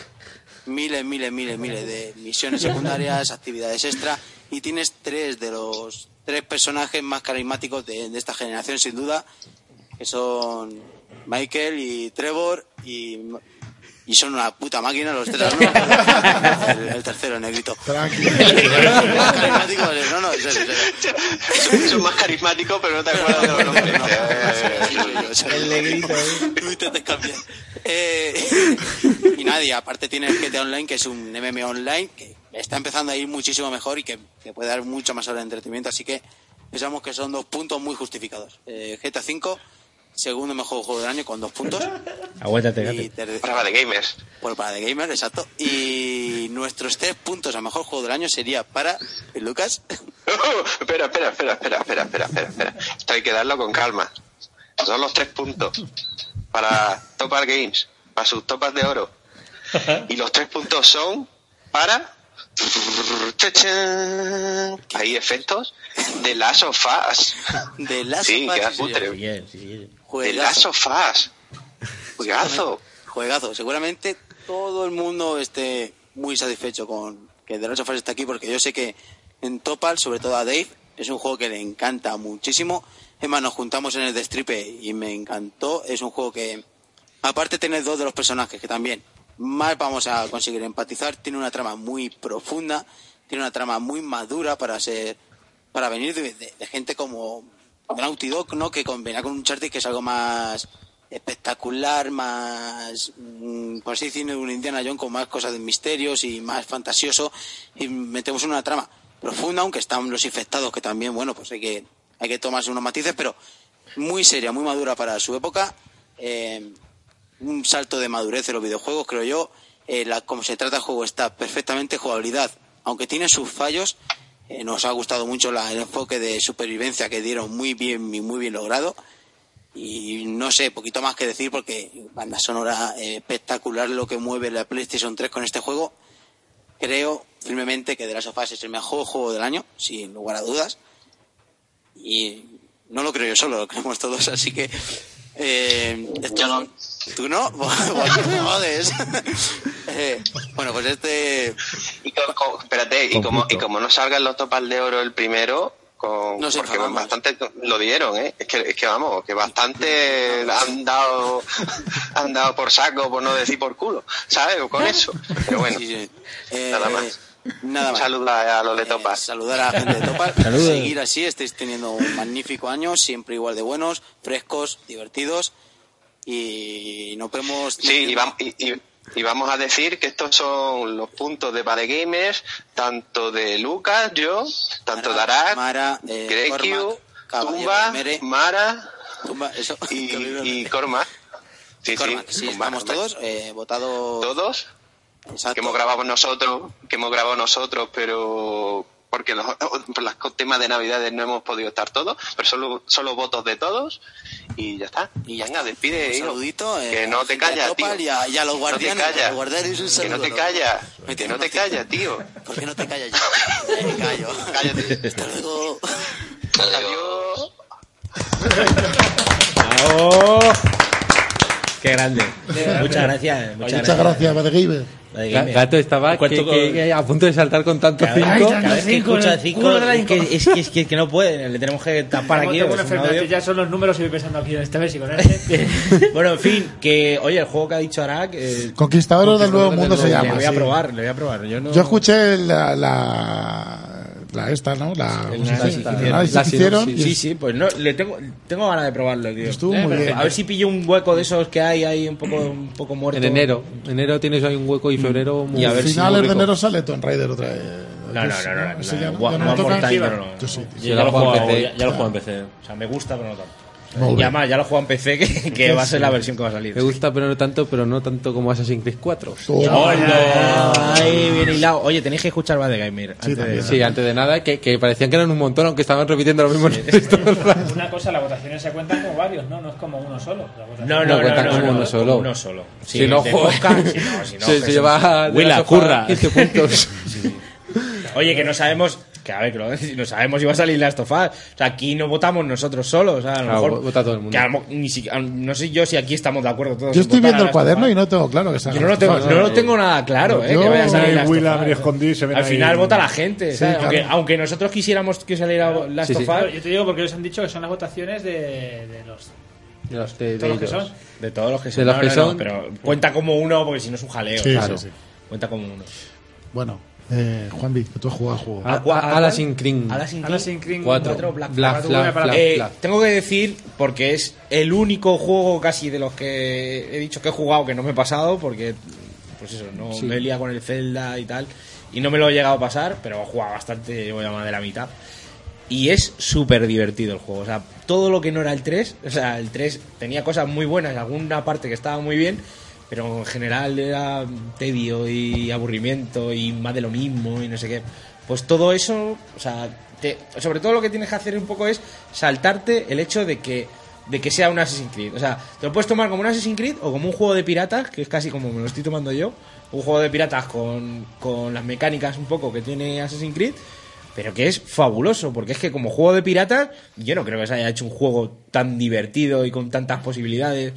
miles, miles, miles, miles de misiones secundarias, actividades extra, y tienes tres de los tres personajes más carismáticos de, de esta generación, sin duda, que son Michael y Trevor y y son una puta máquina los tres. ¿no? El, el tercero, negrito.
Tranquilo.
más carismático, no, no, en serio, en serio.
Son más carismáticos, pero no te acuerdas de los nombres.
El negrito, (laughs) cambiar. Eh, (laughs) y nadie, aparte tiene el GTA Online, que es un MMO online, que está empezando a ir muchísimo mejor y que, que puede dar mucho más horas de entretenimiento, así que pensamos que son dos puntos muy justificados. Eh, GTA 5, segundo mejor juego del año con dos puntos.
Aguántate,
Y ter-
de gamers.
Por para de gamers, exacto. Y nuestros tres puntos a mejor juego del año sería para Lucas.
(laughs) espera, espera, espera, espera, espera, espera, espera, espera. Esto hay que darlo con calma. Son los tres puntos para Topal Games, para sus topas de oro. Y los tres puntos son para. ¡Tachán! Hay efectos de las sofás.
De las
sí,
sofás,
queda
sí,
cutre.
señor.
De las
(laughs)
sofás. Juegazo.
Juegazo. Seguramente todo el mundo esté muy satisfecho con que The Last of Us está aquí porque yo sé que en Topal, sobre todo a Dave, es un juego que le encanta muchísimo. Es más, nos juntamos en el Destripe y me encantó. Es un juego que, aparte de tener dos de los personajes que también más vamos a conseguir empatizar, tiene una trama muy profunda, tiene una trama muy madura para ser para venir de, de- de gente como Naughty Dog, ¿no? Que combina con un charter que es algo más espectacular, más, mm, por así decirlo, un Indiana Jones con más cosas de misterios y más fantasioso. Y metemos una trama profunda, aunque están los infectados, que también, bueno, pues hay que, hay que tomarse unos matices, pero muy seria, muy madura para su época. Eh, un salto de madurez en los videojuegos, creo yo. Eh, la- como se trata el juego está perfectamente jugabilidad, aunque tiene sus fallos. eh, nos ha gustado mucho la- el enfoque de supervivencia que dieron muy bien y muy bien logrado. Y no sé, poquito más que decir porque banda sonora eh, espectacular lo que mueve la PlayStation 3 con este juego. Creo firmemente que The Last of Us es el mejor juego del año, sin lugar a dudas. Y no lo creo yo solo, lo creemos todos, así que... eh, esto- ¿Tú no? (laughs) Jodes. (laughs) Eh, bueno, pues este...
Y co- co- espérate, y como, y como no salgan los topal de oro el primero, con, porque bastante lo dieron, ¿eh? Es que, es que vamos, que bastante han dado, (laughs) han dado por saco, por no decir por culo, ¿sabes? Con eso. Pero bueno, nada más.
Eh, Nada más. Eh,
Saluda a los de topal.
saludar a la gente de
(laughs)
Topal.
Saludos.
Seguir así, estáis teniendo un magnífico año, siempre igual de buenos, frescos, divertidos. Y nos vemos.
Sí, y, vam- y- y- y vamos a decir que estos son los puntos de Vale Gamers, tanto de Lucas, yo, tanto de Arak,
Mara, eh,
Grekiu,
Caballero
Tumba,
de Mere.
Mara
Tumba, eso, (laughs)
y, y Cormac. Sí,
Cormac, sí, estamos todos, eh, votados.
Todos,
Exacto.
que hemos grabado nosotros, que hemos grabado nosotros, pero porque los, (laughs) por los temas de Navidades no hemos podido estar todos, pero solo, solo votos de todos y ya está. Y ya despide,
Un
hijo.
saludito. eh,
que
a
no
la
te
gente de
callas, tío.
Topal Y a, y a los guardianes.
No te
a los guardianes un
callas. Que no
saludo,
te
¿no?
callas. Que no te callas, tío.
¿Por qué no te callas ya? Me callo.
(laughs) Cállate.
Hasta luego.
Adiós.
¡Qué grande!
verdad.
Eh, Muchas gracias. Muchas,
Muchas gracias, Badgamer.
Ga- Gato estaba que,
Cuento con-
que- que a punto de saltar con tanto
Cada vez-
cinco.
cada vez que escucho a Zico, es que, es, que, es que- es que no puede, le tenemos que tapar
Tengo-
aquí. es
tengo una
un
enfermedad,
audio.
que ya son los números y voy pensando aquí en esta
(laughs)
vez y con este.
bueno, en fin, que oye, el juego que ha dicho Arak. eh,
Conquistadores del Nuevo
Conquistadores
Mundo se
Nuevo-
llama,
Le voy a
sí.
probar, le voy a probar. Yo no.
Yo escuché la, la, la esta, ¿no? La,
el
¿cómo
análisis
se llama?
que
El
hicieron.
análisis que Ah, hicieron.
Sí,
y-
sí, sí, pues no, le tengo, tengo ganas de probarlo, tío. Eh,
Estuvo muy
pero
bien.
A ver si pillo un hueco de esos que hay ahí un poco, un poco muerto.
En enero. enero tienes ahí un hueco y
Mm.
febrero muy
y a ver
muy
finales de
rico.
enero sale Tomb Raider otra vez.
No, no, no, no, no,
Ese
no,
ya
Gua-
ya
Gua-
toca.
Mortal, pero no.
Yo sí, tío.
Yo ya lo he jugado en
juego-
PC.
ya- ya lo he jugado en
PC. O sea, me gusta, pero no tanto.
Muy
Y
bien.
además, ya lo he jugado en PC,
(laughs)
que, que va a ser la versión que va a salir.
Me gusta, pero no tanto, pero no tanto como Assassin's Creed 4.
Ay, bien hilado. Oye, tenéis que escuchar Bad Gamer.
Sí, antes, de nada, que, que parecían que eran un montón, aunque estaban repitiendo lo mismo.
(laughs)
Una cosa, las votaciones se cuentan como varios, ¿no? No es como uno solo. La votación-
No, no,
No,
no, no,
cuentan
no,
como uno
no,
solo.
como uno solo.
Si no
de
juega-
Boca, si no, si
(laughs) se-
no,
se
Jesús.
lleva de la sopa 15 puntos.
Sí. (laughs) Oye, que no sabemos. Que a ver, que lo- (laughs) si no sabemos si va a salir Last of Us. O sea, aquí no votamos nosotros solos. O sea, a lo
Claro,
mejor.
vota todo el mundo.
que a lo mo- ni si- a- no sé yo si aquí estamos de acuerdo todos.
Yo
en
estoy
votar a
viendo
Last
el
of
cuaderno
Us.
y no tengo claro que salga.
Yo no lo tengo, no lo tengo nada claro, eh,
Yo-
que vaya a salir
Ay,
Last of
Willem
Us.
y Escondí se ven
Al
ahí.
final vota la gente,
Sí,
¿sabes?
claro.
aunque, aunque nosotros quisiéramos que saliera Last of Us,
Claro, Yo te digo porque ellos han dicho que son las votaciones de, de los.
De los, de,
Todos los que son.
De todos los que son.
De los
No,
que
no, no,
son.
pero cuenta como uno, porque si no es un jaleo.
Sí,
claro.
sí, sí.
Cuenta como uno.
Bueno, eh, Juanvi, que tú has jugado al juego.
Ah,
A- a- Alassin Creed.
Alassin Creed
Cuatro.
cuatro, Black
Black, Flag,
Flag.
Flag,
Eh,
Flag.
Tengo que decir, porque es el único juego casi de los que he dicho que he jugado que no me he pasado, porque, pues eso, no
Sí.
me he liado con el Zelda y tal, y no me lo he llegado a pasar, pero he jugado bastante, llevo ya más de la mitad. Y es súper divertido el juego. O sea, todo lo que no era el 3, o sea, el 3 tenía cosas muy buenas, alguna parte que estaba muy bien, pero en general era tedio y aburrimiento y más de lo mismo y no sé qué. Pues todo eso, o sea, te- sobre todo lo que tienes que hacer un poco es saltarte el hecho de que de que sea un Assassin's Creed. O sea, te lo puedes tomar como un Assassin's Creed o como un juego de piratas, que es casi como me lo estoy tomando yo, un juego de piratas con, con las mecánicas un poco que tiene Assassin's Creed, pero que es fabuloso, porque es que como juego de piratas, yo no creo que se haya hecho un juego tan divertido y con tantas posibilidades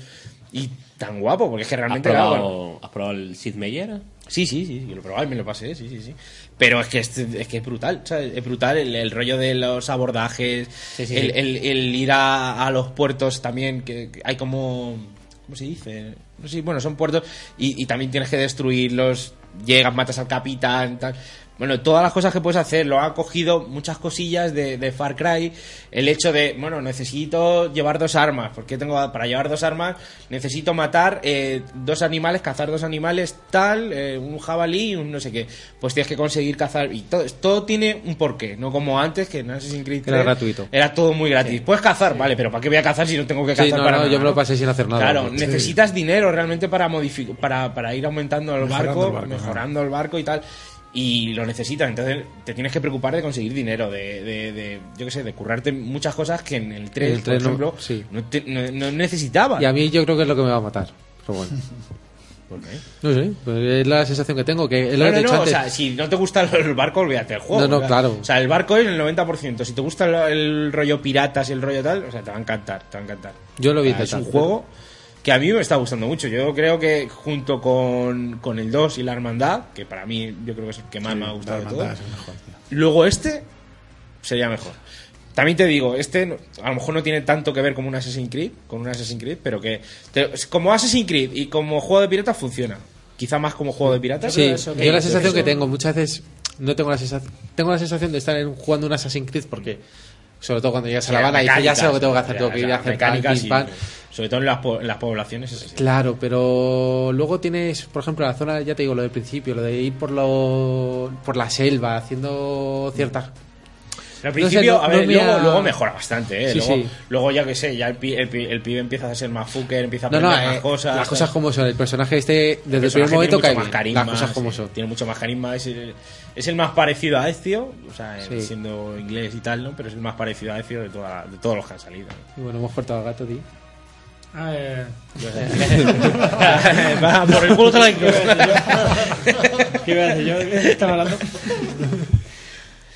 y tan guapo, porque es que
¿Has
realmente... claro, bueno,
probado, ¿Has probado el Sid Meier?
Sí, sí, sí, yo lo probé, me lo pasé, sí, sí, sí. Pero es que es, es que es brutal, ¿sabes? Es brutal el, el rollo de los abordajes,
sí,
el,
sí.
el- el ir a, a los puertos también, que que hay como... ¿Cómo se dice? No sé, bueno, son puertos y, y también tienes que destruirlos, llegas, matas al capitán, tal. Bueno, todas las cosas que puedes hacer, lo han cogido muchas cosillas de, de Far Cry. El hecho de, bueno, necesito llevar dos armas. porque tengo para llevar dos armas? Necesito matar eh, dos animales, cazar dos animales, tal, eh, un jabalí y un no sé qué. Pues tienes que conseguir cazar. Y todo, todo tiene un porqué, no como antes, que en Assassin's Creed
Era
3
gratuito.
Era todo muy gratis. Puedes cazar, vale, pero ¿para qué voy a cazar si no tengo que
Sí,
cazar
no,
para
no,
nada,
yo me
no?
lo pasé sin hacer nada.
Claro,
Sí.
necesitas dinero realmente para modific- para, para ir aumentando el
Mejorando
barco,
el barco,
mejorando el barco y tal. Y lo necesitas, entonces te tienes que preocupar de conseguir dinero, de, de- de- yo qué sé, de currarte muchas cosas que en el 3,
El
por
tres no-
ejemplo,
sí.
no, te- no- no necesitabas.
Y a mí yo creo que es lo que me va a matar. Pero
(laughs)
bueno.
¿Por qué?
No sé, pues es la sensación que tengo. Que es lo que
No,
te he
no,
dicho
no, o
antes.
sea, si no te gusta (laughs) el barco, olvídate del juego.
No, no,
o sea,
claro.
O sea, el barco es el 90%. Si te gusta el, el rollo piratas y el rollo tal, o sea, te va a encantar, te va a encantar.
Yo lo vi
O sea, Es
intentar,
un juego que a mí me está gustando mucho. Yo creo que junto con, con el 2 y la hermandad, que para mí yo creo que es el que más me ha gustado de todo, luego este sería mejor. También te digo, este no- a lo mejor no tiene tanto que ver como un Assassin's Creed, con un Assassin's Creed, pero que te- como Assassin's Creed y como juego de piratas funciona. Quizá más como juego de piratas.
Sí, yo la sensación que tengo muchas veces no tengo la sensación tengo la sensación de estar en- jugando un Assassin's Creed porque sobre todo cuando llegas a La Habana y dices, ya sé lo que tengo que hacer, tengo que ir a hacer tal,
mecánicas
pim,
y-
pam.
Sobre todo en las, po- en las poblaciones es así.
Claro, pero luego tienes, por ejemplo, la zona, ya te digo, lo del principio, lo de ir por lo, por la selva, haciendo ciertas...
Pero al
No sé,
principio,
no-
a
no
ver,
me
luego,
ha-
luego mejora bastante, ¿eh?
Sí,
luego,
sí.
luego ya que sé, ya el, pi- el pi- el pibe empieza a ser más fucker, empieza a
No,
aprender
no,
más
eh,
cosas.
las cosas como son, el personaje este, desde el,
personaje
primer
tiene
momento
mucho
cae
más
bien,
carisma,
las cosas como
sí,
son.
Tiene mucho más carisma, es el, es el más parecido a Ezio, o sea, eh,
Sí.
siendo inglés y tal, ¿no? Pero es el más parecido a Ezio de, toda- de todos los que han salido.
Y
¿no?
bueno, hemos cortado al gato, tío.
Ah, eh,
Yo sé.
(laughs)
Va, por el culo te la-
¿Qué iba a decir yo? ¿Qué iba a
(laughs)
decir yo? ¿De qué estaba hablando? (laughs)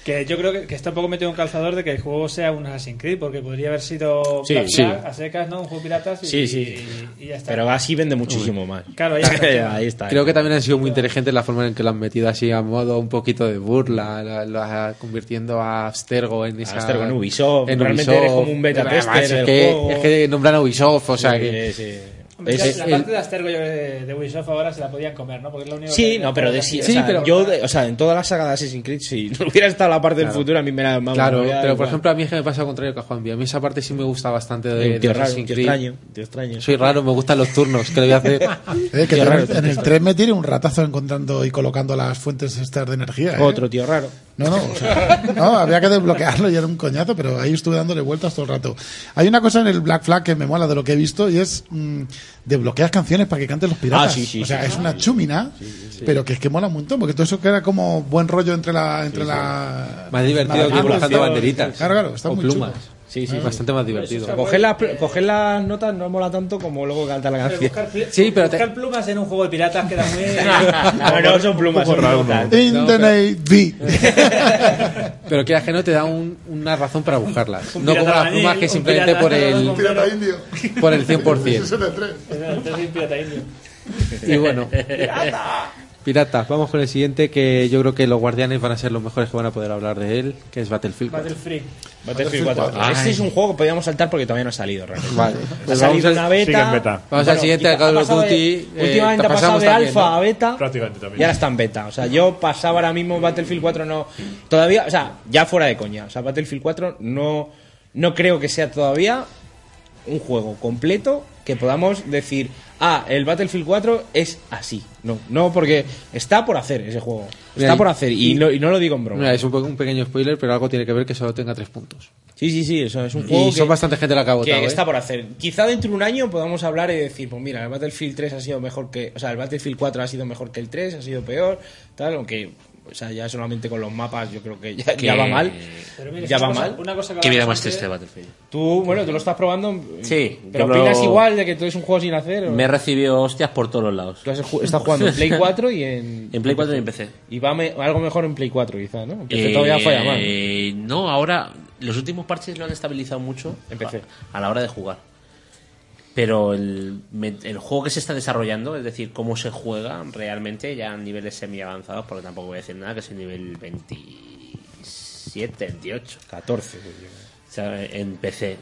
Que yo creo que, que está un poco metido en un calzador de que el juego sea un Assassin's Creed, porque podría haber sido
Sí,
Black
sí.
Flag, a secas, ¿no? Un juego de piratas y,
Sí, sí.
y, y ya está.
Pero así vende muchísimo más.
Claro,
(laughs)
ahí está.
Ahí está. ¿eh?
Creo que también han sido muy inteligentes la forma en que lo han metido así a modo un poquito de burla, la- lo ha- convirtiendo a Abstergo en esa...
Abstergo en Ubisoft, realmente eres como un beta
Además,
tester
es
del
que,
juego.
es que nombran a Ubisoft, o sea
Sí,
que...
sí.
Hombre,
Es-
la
el-
parte de Astergo yo creo que de, de Ubisoft ahora se la podían comer, ¿no? Porque es lo único
Sí,
que-
no, pero de sí,
que-
o sea, yo, de- o sea, en toda la saga de Assassin's Creed, si (laughs) no hubiera estado la parte del
Claro.
futuro, a mí me la me
Claro,
hubiera
pero por
igual.
ejemplo a mí es que me pasa lo contrario que a Juanvi. A mí esa parte sí me gusta bastante
Eh,
de,
un tío
de
raro,
Assassin's
un tío
Creed.
extraño, un tío extraño.
Soy raro, me gustan los turnos, que le voy a
(laughs)
hacer?
Eh, que
Tío
te-
raro, tío
en el
extraño.
3 me tiré un ratazo encontrando y colocando las fuentes estas de energía. ¿eh?
Otro tío raro.
No, no, o sea, no, había que desbloquearlo y era un coñazo, pero ahí estuve dándole vueltas todo el rato. Hay una cosa en el Black Flag que me mola de lo que he visto y es mm, desbloqueas canciones para que canten los piratas.
Ah, sí, sí,
o sea,
sí,
es
sí,
una chumina, pero que es que mola un montón, porque todo eso queda como buen rollo entre la... Entre la
Más divertido
la-
que buscando
la-
banderitas.
Claro, claro, está
o
muy
plumas.
chulo.
Sí,
sí.
Bastante más divertido.
Coger las, pl- coger las notas no mola tanto como luego cantar la
Pero
canción.
buscar, pl-
Sí, pero te-
buscar plumas en un juego de piratas queda
No, (laughs)
muy... (laughs)
no, son plumas, son notas.
In the night be.
Pero quieras que no, te da un- una razón para buscarlas.
Un
no como
pirata
las plumas
albañil,
que
un
simplemente
pirata-
por
un
el,
pirata indio.
por el 100%.
Entonces soy un pirata indio.
Y
(laughs)
bueno. Piratas, vamos con el siguiente que yo creo que los guardianes van a ser los mejores que van a poder hablar de él, que es Battlefield.
Battle Free.
Battlefield 4.
Ay.
Este es un juego que podíamos saltar porque todavía no ha salido. realmente.
Vale.
Ha
Pues vamos
salido
al-
una beta.
sigue en beta. Vamos al siguiente,
quizá
a Call
ha
of
pasado de-
Duty, eh,
últimamente
te
ha pasado
pasamos
de
también,
alfa
¿no?
a beta.
Prácticamente también.
Y ahora está en beta. O sea, yo pasaba ahora mismo Battlefield 4 no. Todavía, o sea, ya fuera de coña. O sea, Battlefield 4 no, no creo que sea todavía un juego completo que podamos decir, ah, el Battlefield 4 es así. No, no, porque está por hacer ese juego. Está
Mira, y-
por hacer. Y,
y-
no, y no lo digo en broma.
Mira, es un, po- un pequeño spoiler, pero algo tiene que ver que solo tenga tres puntos.
Sí, sí, sí, eso es un juego.
Y
que-
son bastante gente la que ha
que
votado. ¿eh?
está por hacer. Quizá dentro de un año podamos hablar y decir, pues mira, el Battlefield 3 ha sido mejor que, o sea, el Battlefield 4 ha sido mejor que el 3, ha sido peor, tal, aunque o sea, ya solamente con los mapas yo creo que ya,
Que-
ya va mal.
Pero mira,
ya
una
va
cosa-
mal.
una cosa que
Qué vida
hablamos
más
antes-
triste de este Battlefield.
Tú, bueno, tú lo estás probando.
Sí,
Pero
yo lo-
opinas igual de que tú es un juego sin hacer. o-
Me he recibido hostias por todos los lados.
Tú has ju- estás jugando en Play 4 y en.
En Play 4 y en PC.
Y va me- algo mejor en Play 4, quizá, ¿no? En PC
Eh,
todavía falla mal.
No, ahora los últimos parches lo han estabilizado mucho
Empecé.
a, a la hora de jugar. Pero el, me- el juego que se está desarrollando, es decir, cómo se juega realmente ya a niveles semi avanzados, porque tampoco voy a decir nada, que es el nivel 27, 28.
14.
O sea, en PC.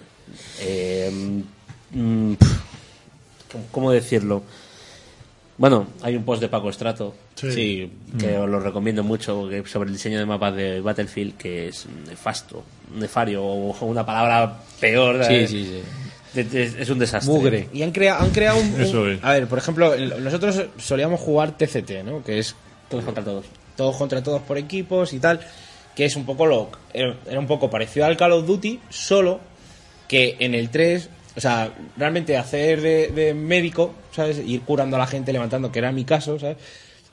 Eh, mm, pf, ¿Cómo decirlo? Bueno, hay un post de Paco Estrato,
Sí.
sí, que
Mm.
os lo recomiendo mucho, que- sobre el diseño de mapas de Battlefield, que es nefasto, nefario, o una palabra peor. Sí, eh, sí, sí. de- de- Es un desastre.
Y han, crea- han creado un, un-
Eso es.
A ver, por ejemplo, el- nosotros solíamos jugar TCT, ¿no? Que es.
Todos contra todos.
Todos contra todos por equipos y tal. Que es un poco lo. Era era un poco parecido al Call of Duty, solo que en el 3. O sea, realmente hacer de, de médico, ¿sabes? Ir curando a la gente, levantando, que era mi caso, ¿sabes?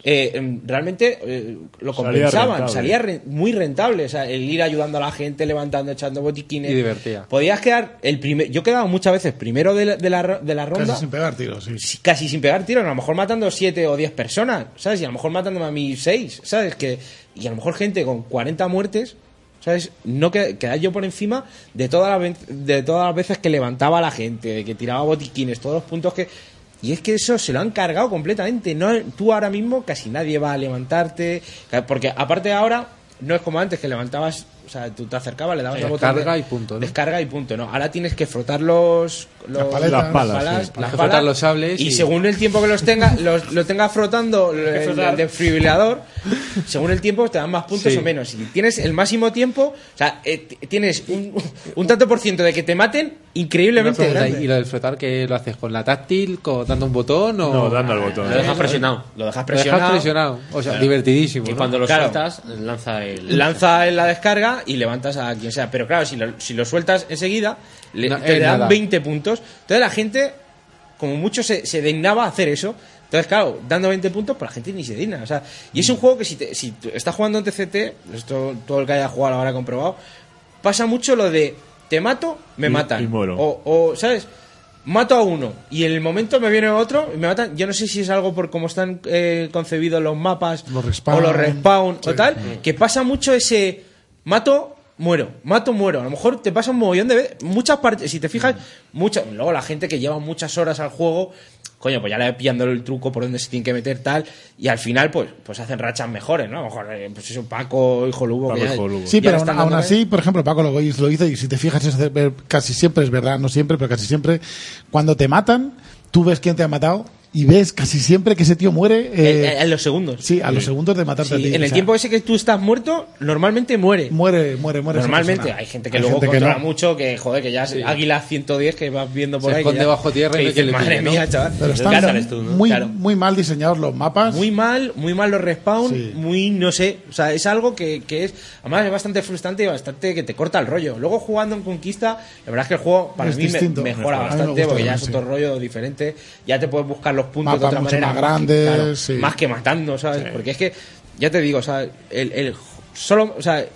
Eh, em, realmente eh, lo
Salía
compensaban,
rentable.
salía re- muy rentable, o sea, el ir ayudando a la gente, levantando, echando botiquines.
Y divertía.
Podías quedar el primer. Yo quedaba muchas veces primero de la, de la, ro- de la ronda.
Casi sin pegar tiros, sí.
si- Casi sin pegar tiros, a lo mejor matando 7 o 10 personas, ¿sabes? Y a lo mejor matándome a mí 6, ¿sabes? Que, y a lo mejor gente con 40 muertes, ¿sabes? No que- quedar yo por encima de todas, las, ven- de todas las veces que levantaba a la gente, de que tiraba botiquines, todos los puntos que. Y es que eso se lo han cargado completamente. No, tú ahora mismo casi nadie va a levantarte. ca- Porque aparte ahora, no es como antes que levantabas, o sea, tú te acercabas, le dabas al botón de-
Descarga y punto, ¿no?
Descarga y punto, ¿no? Ahora tienes que frotar los, los-
Las paletas. Las palas, sí.
palas,
Tienes
las
que
palas,
frotar los sables
Y,
y-
según el tiempo que los tenga,
(laughs)
los, lo tengas frotando el,
que
el,
frotar.
desfibrilador, según el tiempo te dan más puntos
Sí.
o menos. Si tienes el máximo tiempo, o sea, eh, t- tienes un, un tanto por ciento de que te maten increíblemente
Una pregunta,
grande.
¿Y lo del frotar que lo haces con la táctil, con, dando un botón o...?
No, dando al botón. Lo dejas presionado.
Lo dejas presionado.
presionado. O sea,
Claro.
divertidísimo.
Y
¿no?
cuando lo Claro. sueltas,
lanza el.
Lanza en la descarga y levantas a quien sea. Pero claro, si lo, si lo sueltas enseguida, le,
No,
te
es
dan
nada.
20 puntos. Entonces la gente, como mucho, se, se dignaba a hacer eso. Entonces, claro, dando 20 puntos, pues la gente ni se digna. O sea, y es un juego que si, te- si tú estás jugando en TCT, esto todo el que haya jugado lo habrá comprobado, pasa mucho lo de te mato, me
Y-
matan.
y muero.
O, o, ¿sabes? Mato a uno y en el momento me viene otro y me matan. Yo no sé si es algo por cómo están eh, concebidos los mapas o los respawn o tal, que pasa mucho ese mato, muero, mato, muero. A lo mejor te pasa un mogollón de veces, muchas partes, si te fijas, muchas, luego la gente que lleva muchas horas al juego, coño, pues ya le va pillando el truco por donde se tiene que meter tal, y al final pues, pues hacen rachas mejores, ¿no? A lo mejor, eh, pues eso, Paco, hijo Lugo, que ya- ya
Sí, pero
le
aún,
están
aún
dando-
así, por ejemplo, Paco lo, lo hizo y si te fijas, es de- casi siempre es verdad, no siempre, pero casi siempre, cuando te matan, tú ves quién te ha matado y ves casi siempre que ese tío muere. eh,
En- en los segundos.
sí, a los segundos de matarte a
Sí,
ti.
en
o
el
sea,
tiempo ese que tú estás muerto, normalmente muere.
Muere, muere, muere. esa
Normalmente
persona.
hay gente que luego
gente
controla
no.
mucho, que joder, que ya
Sí.
Águila 110 que vas viendo por
Se
ahí. que
esconde
ya-
bajo tierra y no
que
hay
dices,
quien le
Madre
pille, ¿no?
mía, chaval.
Pero
Ya
están
sabes tú, ¿no?
muy,
Claro.
muy mal diseñados los mapas.
Muy mal, muy mal los respawn, muy, no sé, o sea, es algo que, que es, además es bastante frustrante y bastante que te corta el rollo. Luego jugando en Conquista, la verdad es que el juego para
Es
mí me-
distinto.
mejora
Mejora. A mí me
bastante
gusta
porque ya es
también,
otro rollo diferente, ya te puedes buscar los puntos de
Mapas
otra
mucho
manera.
más grandes,
claro,
sí.
Más que matando, ¿sabes? Porque es que, ya te digo, o sea, el, el- solo, o sea,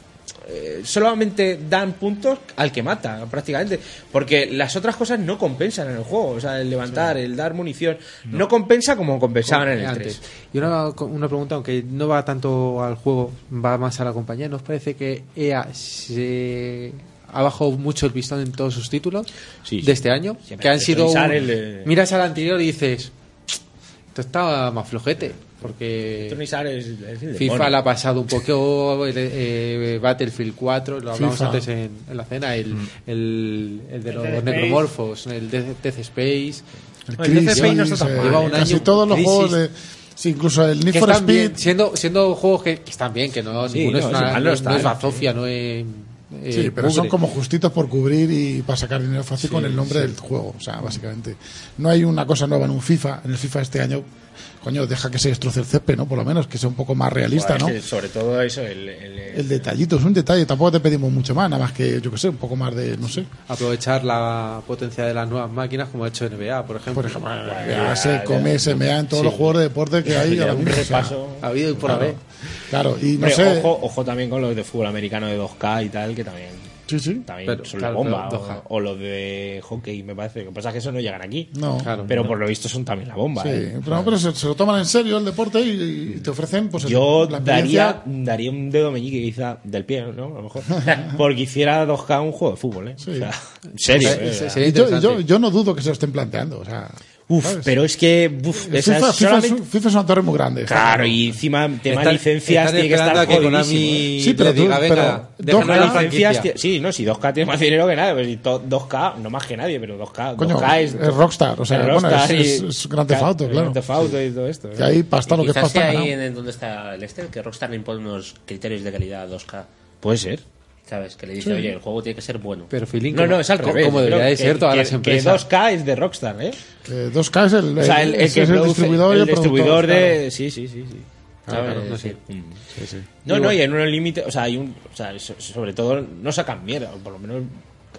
eh, solamente dan puntos al que mata, prácticamente. Porque las otras cosas no compensan en el juego. O sea, el levantar, el dar munición, no, compensa como compensaban en el 3.
Antes. Y una, una pregunta, aunque no va tanto al juego, va más a la compañía. ¿Nos parece que EA se ha bajado mucho el pistón en todos sus títulos de este año?
Siempre
que han
hay que
sido.
revisar
un-
el, eh,
Miras al anterior y dices. Esto está más flojete. Porque.
Tronizar es- es el
FIFA
demonio.
la ha pasado un poco, el, eh, Battlefield 4, lo hablamos
FIFA.
antes en, en la cena, el,
Mm.
el, el de los
Dead Space.
necromorfos, el Death, Death Space.
Crisis, eh,
Lleva un
casi
año,
todos los
Crisis,
juegos de. sí, incluso el Need
que
for
están
Speed.
bien, siendo, siendo juegos que, que están bien, que no,
Sí,
ninguno
no,
es,
sí,
una,
mal no
no,
está,
no es
¿no?
bazofia, no es. eh,
Sí, pero son
mugre.
como justitos por cubrir y para sacar dinero fácil
Sí,
con el nombre
sí.
del juego, o sea, básicamente. No hay una cosa nueva en un FIFA, en el FIFA este año, coño, deja que se destroce el césped, ¿no? Por lo menos, que sea un poco más realista,
Joder,
¿no?
es que Sobre todo eso, el, el-
El detallito, es un detalle, tampoco te pedimos mucho más, nada más que, yo que sé, un poco más de, no sé.
Aprovechar la potencia de las nuevas máquinas, como ha hecho NBA, por ejemplo. Por ejemplo,
Ya se come, se mea en todos los juegos de deporte que hay. ahora mismo, o sea,
Ha habido y por
claro,
haber.
Claro, y no
Hombre,
sé.
ojo, ojo también con los de fútbol americano de 2K y tal, que también,
Sí, sí.
también
Pero,
son
claro,
la bomba.
pero
O, o los de hockey, me parece. Lo que pasa es que esos no llegan aquí.
No. Claro.
pero por lo visto son también la bomba.
Sí,
¿eh?
pero, no, pero se, se lo toman en serio el deporte y, y te ofrecen, pues,
Yo
la
daría,
experiencia.
daría un dedo meñique quizá del pie, ¿no? A lo
(laughs)
mejor. (laughs) Porque hiciera 2K un juego de fútbol, ¿eh? O sea, en serio. (laughs)
Sí,
¿eh?
sí, sí. Y yo, y yo- yo no dudo que se lo estén planteando. O sea,
Uf,
¿sabes? Eh,
pero es que. uf,
FIFA,
esas
FIFA es,
solamente-
un- FIFA es una torre muy grande. está
Claro, y encima tema de
Están-
licencias
están
tiene que estar
esperando a que
jodidísimo.
Konami
¿eh?
Sí, pero le tú- diga, venga, pero
tema
déjanos
de
la
licencias,
franquicia.
tío- sí, no, si 2K tiene más dinero que nada, pero si to- 2K, no más que nadie, pero 2K,
Coño,
2K es,
es Rockstar, o sea,
es
bueno,
Rockstar
es-
y-
es- es Grand Theft Auto,
es
claro.
Grand Theft Auto y todo esto. ¿eh?
Que ahí pasta lo que es
Quizás
pasta.
sea ahí
ganado.
en, en donde está el Esther, que Rockstar le impone unos criterios de calidad a 2K.
Puede ser.
¿Sabes? Que le dice,
Sí.
oye, el juego tiene que ser bueno.
Pero No, no, es al
Co-
revés.
como
yo creo
debería de
que-
ser todas
que-
las empresas.
Que 2K es de Rockstar, ¿eh?
Eh, 2K es el,
O sea, el,
el-
el
es
que
el
produce-
distribuidor y
el
el productor,
distribuidor de.
claro.
Sí, sí, sí. sí.
Claro,
¿Sabes?
claro, no
Sí.
sé.
Mm.
Sí, sí.
No,
Y
no,
bueno.
y en un límite. O sea, hay un. O sea, so- sobre todo no sacan mierda, o por lo menos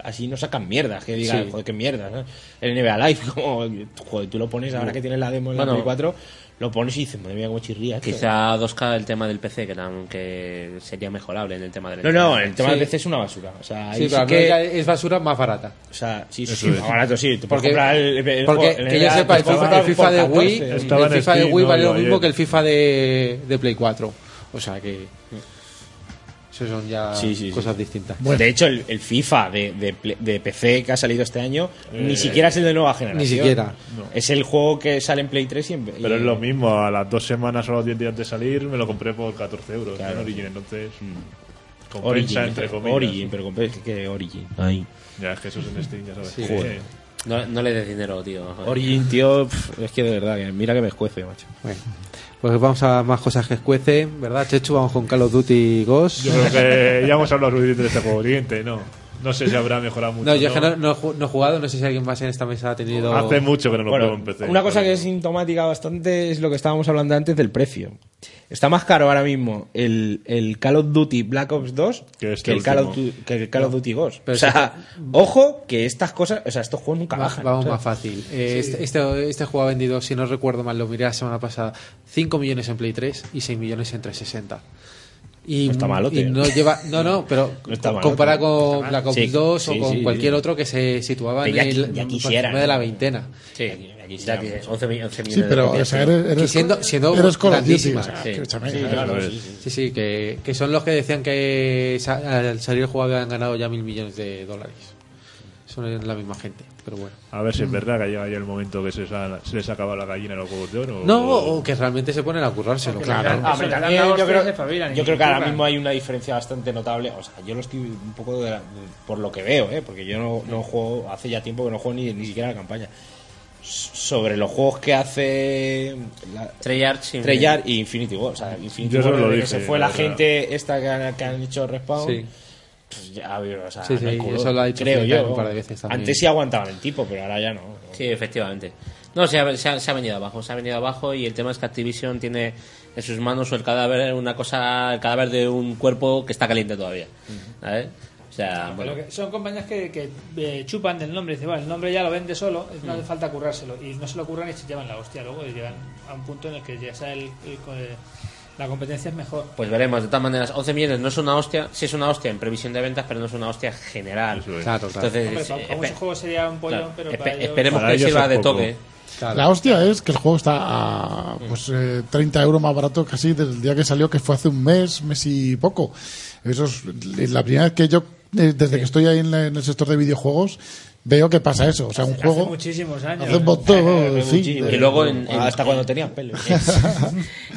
así no sacan mierda. Que digan,
Sí.
joder, qué mierda. ¿no? El NBA Live, (laughs) como. Joder, tú lo pones ahora que tienes la demo en la
Bueno.
Play 4, lo pones y dices, madre mía, cómo chirría. esto".
Quizá 2K el tema del PC, que, tam- que sería mejorable en el tema del
No, no, el tema
Sí.
del PC es una basura. O sea, ahí
Sí,
sí,
pero al menos
que.
ya
es basura más barata. O sea, sí, sí,
Eso
sí,
es.
más barato, sí. Tú puedes
Porque-
comprar el, el- el
porque,
juego- el
que yo
NBA,
sepa, el
puedes
FIFA,
comprar
el FIFA
por
de Wii,
14.
el FIFA de Wii vale lo mismo que el FIFA de, de Play 4.
O sea que.
Eso son ya
Sí, sí, sí.
cosas distintas.
De hecho, el, el FIFA de, de ple- de PC que ha salido este año
Eh,
ni siquiera es el de nueva generación.
ni siquiera.
No.
Es el juego que sale en Play 3 y en. y-
Pero es lo mismo, a las dos semanas o los 10 días de salir me lo compré por 14 euros en Origin, entonces. Compensa,
Mm. Origin,
entre
pero-
comillas.
Origin, pero compensa que Origin. Ay.
Ya, es que eso es en Steam, ya sabes.
Sí.
Sí.
Joder.
No, no le des dinero, tío.
Origin, tío, pf, es que de verdad, que mira que me escuece, macho.
Pues vamos a más cosas que escuecen, ¿verdad, Chechu? Vamos con Call of Duty Ghost.
Yo creo que Eh, ya hemos hablado suficiente de este juego Oriente, ¿no? No sé si habrá mejorado mucho.
No, yo es que
¿no?
no, no he ju- no he jugado, no sé si alguien más en esta mesa ha tenido...
Hace mucho que no lo
Bueno,
juego en PC.
Una cosa que es sintomática bastante es lo que estábamos hablando antes del precio. Está más caro ahora mismo el, el Call of Duty Black Ops 2 que,
este
el, Call of,
último.
Du- que el Call of
No.
Duty Ghost.
Pero
o sea, ojo que estas cosas, o sea, estos juegos nunca
Va-
bajan.
Vamos
o sea.
más fácil. Eh,
Sí.
este, este, este juego ha vendido, si no recuerdo mal, lo miré la semana pasada, 5 millones en Play 3 y 6 millones en 360. Y,
No está malote.
y no lleva no no pero
No está malote.
compara
No
con
está mal.
Black Ops
Sí,
2 o
sí,
con
sí,
cualquier
sí.
otro que se situaba en
Pero ya qui-
el
ya
por
quisieran,
encima de la
¿no?
veintena
Sí, aquí, aquí sí, aquí, 11, mi- 11 millones
Sí,
de
pero, o
copias,
sea,
pero-
eres- eres-
que siendo- siendo
eres Call of Duty,
grandísimas.
o sea,
Sí.
que chame,
Sí,
claro,
claro,
sí,
sí, sí.
sí, sí, que, que son los que decían que sa- al salir el juego habían ganado ya mil millones de dólares son la misma gente pero bueno
A ver si es verdad que llega ya el momento que se, sa- se les acaba la gallina a los juegos de oro.
no o que realmente se ponen a currárselo claro
Ah, pero también yo creo, yo creo que ahora mismo hay una diferencia bastante notable. O sea, yo lo estoy un poco de la- de- por lo que veo, ¿eh? porque yo no, no juego, hace ya tiempo que no juego ni, ni siquiera la campaña. S- Sobre los juegos que hace la-
Treyarch y-
Treyarch y Infinity War. O sea, Infinity
Yo
War,
eso lo
desde que
dije,
se fue
la
la
verdad.
gente esta que han, que han hecho respawn.
Sí.
pues ya, o sea,
Sí, sí,
no hay color,
eso lo ha dicho
creo
Fleetag
yo.
un par de veces también.
Antes sí aguantaban el tipo, pero ahora ya no.
Sí, efectivamente. No, se ha, se, ha, se ha venido abajo, se ha venido abajo y el tema es que Activision tiene en sus manos el cadáver, una cosa, el cadáver de un cuerpo que está caliente todavía. ¿Sabes? O sea, bueno.
Lo que- son compañías que, que, eh, chupan del nombre y dicen, bueno, el nombre ya lo vende solo, es- no hace falta currárselo. Y no se lo curran y se llevan la hostia luego y llegan a un punto en el que ya sea el- el co- eh, la competencia es mejor.
Pues veremos, de todas maneras, 11 millones no es una hostia, sí es una hostia en previsión de ventas, pero no es una hostia general.
Claro, claro.
Entonces, eh,
Hombre, para
espe-
muchos juegos sería un pollón,
claro,
pero
espe-
para ellos-
esperemos
Para
que
ellos
sirva
es
de
poco.
toque.
Claro.
La hostia es que el juego está a pues, eh, 30 euros más barato casi desde el día que salió, que fue hace un mes, mes y poco. Eso es la primera vez que yo, eh, desde que estoy ahí en, la- en el sector de videojuegos, veo que pasa eso. O sea, un
Hace
juego...
muchísimos años.
Hace
(laughs)
un montón,
Eh,
sí.
muchísimo.
Y luego en, en-
Hasta cuando tenían pelo.
(laughs)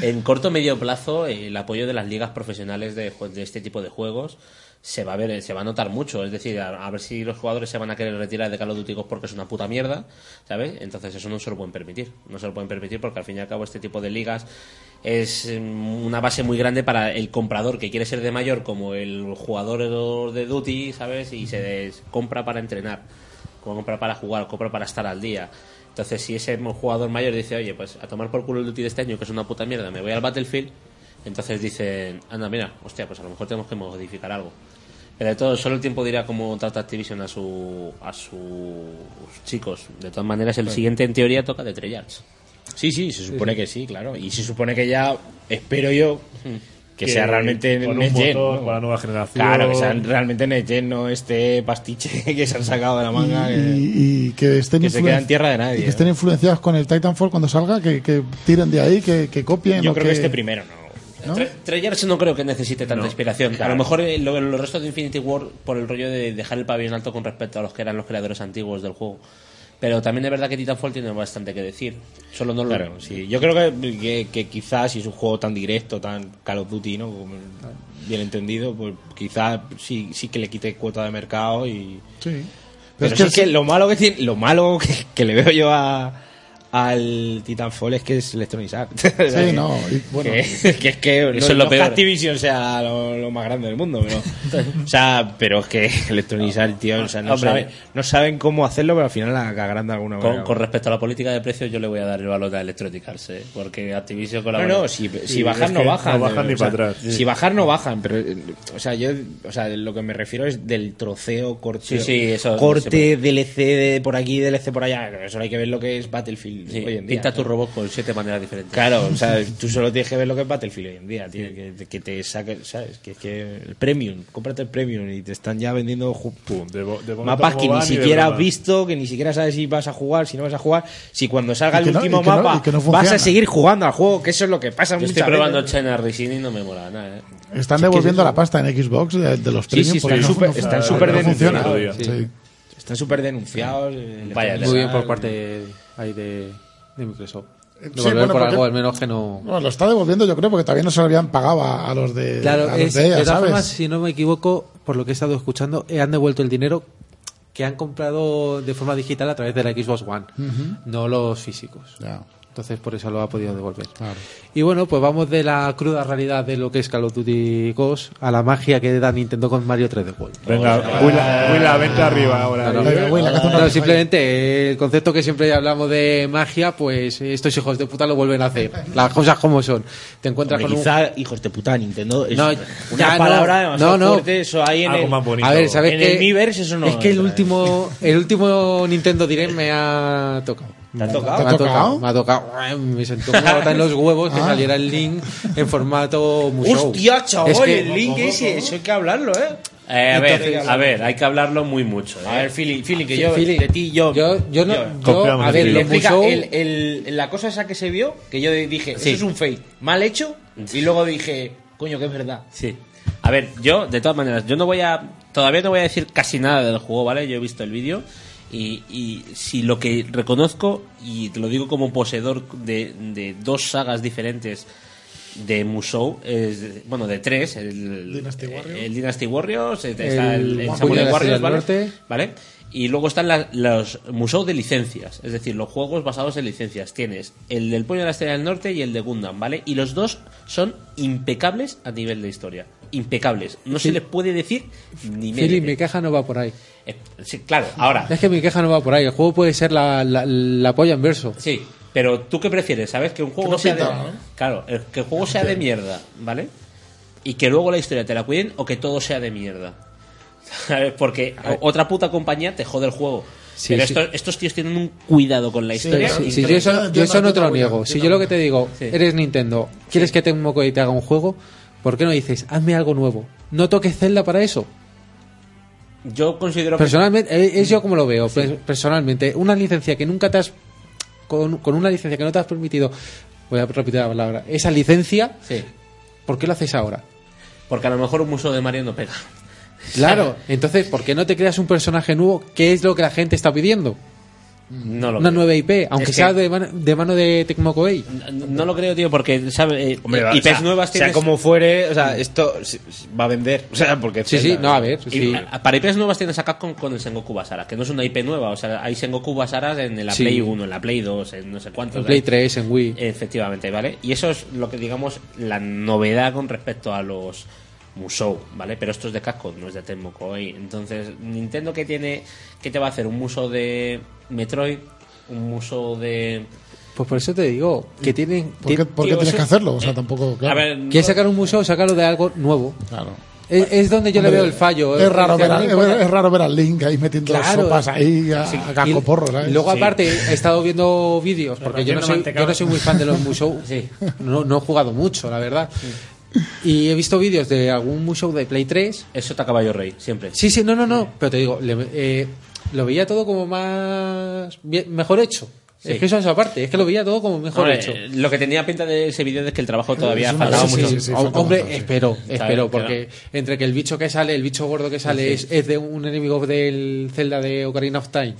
en corto o medio plazo, el apoyo de las ligas profesionales de, jue- de este tipo de juegos se va a ver, se va a notar mucho. Es decir, a, a ver si los jugadores se van a querer retirar de Call of Duty Ghost porque es una puta mierda, ¿sabes? Entonces eso no se lo pueden permitir. No se lo pueden permitir porque al fin y al cabo este tipo de ligas es mm, una base muy grande para el comprador que quiere ser de mayor como el jugador de Duty, ¿sabes? Y se des- compra para entrenar, como compra para jugar, compra para estar al día. Entonces, si ese jugador mayor dice, oye, pues a tomar por culo el Duty de este año, que es una puta mierda, me voy al Battlefield, entonces dicen, anda, mira, hostia, pues a lo mejor tenemos que modificar algo. Pero de todo, solo el tiempo dirá cómo trata Activision a, su, a sus chicos. De todas maneras, el
Sí.
siguiente en teoría toca de Treyarch.
Sí, sí, se supone que sí, claro. Y se supone que ya, espero yo,
Hmm.
que,
Que
sea realmente
con un
Next Gen.
motor
¿no?
para la nueva generación.
Claro, que sea realmente Next Gen, no este pastiche (laughs) que se han sacado de la manga. que-
y, y que estén
que se
influen-
queda en tierra de nadie,
y que
¿no?
estén influenciados con el Titanfall cuando salga que, que tiren de ahí que, que copien
Yo
o
creo que este primero, ¿no?
Tre- Treyarch no creo que necesite tanta inspiración.
claro.
A lo mejor eh, lo- los restos de Infinity War por el rollo de dejar el pabellón alto con respecto a los que eran los creadores antiguos del juego. Pero también es verdad que Titanfall tiene bastante que decir. Solo no lo
Claro, sí. Yo creo que, que- que quizás si es un juego tan directo, tan Call of Duty, ¿no? Como Bien entendido, pues quizás sí, sí que le quite cuota de mercado y...
Sí.
Pero,
es que
sí que, lo malo que tiene- lo malo que, que le veo yo a al Titanfall es que es Electronic (laughs) Arts.
Sí, no, y bueno.
(laughs) que, que es que
Eso es lo peor.
Activision sea lo, lo más grande del mundo,
(laughs)
pero, o sea, pero es que Electronic Arts, tío, o sea,
Ah,
no,
Hombre.
saben, no saben cómo hacerlo, pero al final la cagarán de alguna manera.
Con, con respecto a la política de precios, yo le voy a dar el valor a Electronic Arts, ¿eh? porque Activision con la
No, no, si, si bajar no bajan. eh, o sea, Si bajar no bajan, pero eh, o sea, yo o sea, de lo que me refiero es del troceo, corte,
Sí, sí, eso se puede.
corte DLC de por aquí, DLC por allá, pero eso hay que ver lo que es Battlefield
Sí,
hoy en día.
pinta
¿no?
tu robot con siete maneras diferentes.
Claro, o sea, tú solo tienes que ver lo que es Battlefield hoy en día, tío, que, que te saque, ¿sabes? Que, que el premium, cómprate el premium y te están ya vendiendo ju-
momento
mapas
como
que
van
ni
y de
siquiera has
broma.
visto, que ni siquiera sabes si vas a jugar, si no vas a jugar, si cuando salga
Y
el
que no-
último
y que no-
mapa
y que no
vas a
funciona.
seguir jugando al juego, que eso es lo que pasa
Yo
muchas
estoy
veces.
probando China Rising y no me mola nada. ¿eh?
Están devolviendo la pasta en Xbox de, de los
Sí,
premios
sí,
porque
están
no-
súper-
no-
están
no
súper
funciona.
denunciados,
Sí.
sí. Están súper denunciados. eh,
Vaya,
le-
Muy bien por
le-
parte de, ahí de, de Microsoft. Devolver
bueno,
por
porque-
algo, al menos que no.
Bueno, lo está devolviendo yo creo porque todavía no se lo habían pagado a, a los de,
Claro,
a los
es-
de ella,
de todas
¿sabes?
formas, si no me equivoco, por lo que he estado escuchando, eh, han devuelto el dinero que han comprado de forma digital a través de la Xbox One,
Ujú.
no los físicos. Entonces, por eso lo ha podido devolver. Y bueno, pues vamos de la cruda realidad de lo que es Call of Duty Ghost a la magia que da Nintendo con Mario 3D World.
Venga, Willa, Willa, vente arriba ahora.
No, no,
Venga, Willa, que hace un
no,
rato
simplemente eh, el concepto que siempre hablamos de magia, pues eh, estos hijos de puta lo vuelven a hacer. Las cosas como son. Te encuentras
Hombre,
con un
quizá hijos de puta Nintendo es
No,
una
ya,
palabra
no,
demasiado
no, no.
fuerte eso hay en
Algo
el,
más bonito. A ver, ¿sabes
en
qué?
el Miiverse eso no
es que el
entra, ¿eh?
último, el último Nintendo Direct me ha tocado.
¿Te ha tocado?
Me
¿Te ha
ha
tocado?
tocado. Me ha tocado. Me sentó una gota en los huevos que
Ah.
saliera el link en formato musou.
hostia chaval
Es que-
el link ese eso hay que hablarlo eh
Eh, a, ver,
Entonces-
a ver, hay que hablarlo muy mucho. ¿eh?
A ver, Philly, Philly, que yo,
Philly.
de ti, yo. Yo,
no-
Confiamos
a
en
ver,
ti.
le explica
Musou-
el- el- la cosa esa que se vio, que yo dije,
Sí.
eso es un fake, mal hecho, y luego dije, coño, que es verdad.
Sí. A ver, yo, de todas maneras, yo no voy a. Todavía no voy a decir casi nada del juego, ¿vale? Yo he visto el vídeo. Y, y si lo que reconozco, y te lo digo como poseedor de, de dos sagas diferentes de Musou, es, bueno, de tres: el Dynasty Warriors, el, Dynasty Warriors está el,
El
el
Puño
Samurai
de la
Warriors,
Estrella
¿vale?
del Norte.
¿Vale? Y luego están la- los museos de licencias, es decir, los juegos basados en licencias. Tienes el del Puño de la Estrella del Norte y el de Gundam, ¿vale? Y los dos son impecables a nivel de historia. Impecables. No se
Sí.
les puede decir ni
Fili,
medio.
mi queja no va por ahí.
Eh, sí, claro, ahora.
Es que mi queja no va por ahí. El juego puede ser la, la, la polla en verso.
Sí, pero ¿tú qué prefieres? ¿Sabes? Que un juego
no
sea
pinta,
de...
¿no?
Claro, el- que el juego sea de mierda, ¿vale? Y que luego la historia te la cuiden o que todo sea de mierda. (laughs) ¿Sabes? Porque o- otra puta compañía te jode el juego.
Sí,
pero
sí.
estos, estos tíos tienen un cuidado con la historia.
Sí,
y-
sí, yo eso, yo eso no te lo niego. Si yo lo que te digo, eres Nintendo, quieres que te moco y te haga un juego, ¿por qué no dices, hazme algo nuevo? No toques Zelda para eso.
Yo considero que... Mm.
Personalmente, eh, es yo como lo veo. pe- Personalmente, una licencia que nunca te has. Con, con una licencia que no te has permitido. Voy a repetir la palabra. Esa licencia,
Sí,
¿por qué lo haces ahora?
porque a lo mejor un museo de Mario no pega. (laughs)
Claro, entonces, ¿por qué no te creas un personaje nuevo? ¿Qué es lo que la gente está pidiendo?
No lo
Una
creo.
nueva IP, aunque
Es que-
sea de, man- de mano de Tecmo Koei.
No, no lo creo, tío, porque, ¿sabes? Eh,
Hombre, va,
IPs
o sea,
nuevas
o sea,
tienes...
como fuere, o sea, esto se- se va a vender. O sea, porque.
Sí, sí, no,
a ver,
Y,
sí.
a- Para IPs nuevas tienes acá con, con el Sengoku Basara, que no es una IP nueva, o sea, hay Sengoku Basaras en la
Sí.
Play 1, en la Play 2, en no sé cuántos.
En Play
¿eh?
3, en Wii.
Efectivamente, ¿vale? Y eso es lo que digamos la novedad con respecto a los Musou, ¿vale? Pero esto es de casco, no es de Tecmo Koei. Entonces, Nintendo que tiene que te va a hacer un Musou de Metroid, un Musou de
Pues por eso te digo, que tienen.
¿Por qué-
ti-
por qué Tío, tienes eso- que hacerlo? O sea, eh,
tampoco.
claro. a ver, no-
Quieres sacar un museo, sácalo de algo nuevo. Claro. Es, es donde yo le
Hombre,
veo el fallo. eh,
Es raro, ver,
Decir,
a-
no
es,
importa-
ver- es raro ver al Link ahí metiendo
Claro. eh,
sopas ahí a,
Sí.
a cacoporro, ¿sabes?
Y luego aparte he estado viendo vídeos porque yo no,
Repartiendo
soy,
mantecado.
yo no soy muy fan de
(laughs)
los Musou. No, no he jugado mucho, la verdad. Y he visto vídeos de algún Musou de Play 3.
Eso te caballo rey, siempre.
Sí, sí, no, no, no. Pero te digo, le- eh, lo veía todo como más bien- mejor hecho.
Sí.
Es que eso es aparte, es que lo veía todo como mejor
Hombre,
hecho.
eh, Lo que tenía pinta de ese vídeo es que el trabajo todavía
Es una-
faltaba
sí,
mucho.
sí, sí, Hom-
falta
hombre,
mucho, sí.
espero,
Está
espero,
bien,
porque entre que el bicho que sale, el bicho gordo que sale
Sí.
es, es de un enemigo del Zelda de Ocarina of Time.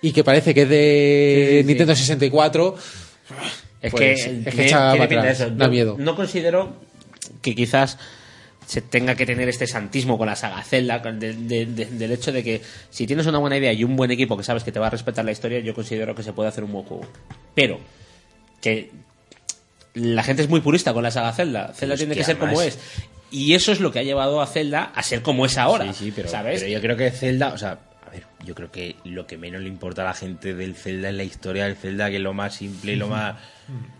y que parece que es de Nintendo 64,
Es
pues,
que,
es que
tiene-
echa para
tiene pinta de
atrás,
eso.
da
Yo
miedo.
No considero que quizás se tenga que tener este santismo con la saga Zelda, con- de- de- de- del hecho de que si tienes una buena idea y un buen equipo que sabes que te va a respetar la historia, yo considero que se puede hacer un buen juego. Pero que la gente es muy purista con la saga Zelda. Zelda tiene que
Hostia,
ser como
además.
es. Y eso es lo que ha llevado a Zelda a ser como es ahora.
Sí, sí, pero,
¿sabes?
pero yo creo que Zelda, o sea, a ver, yo creo que lo que menos le importa a la gente del Zelda es la historia del Zelda, que es lo más simple y lo más,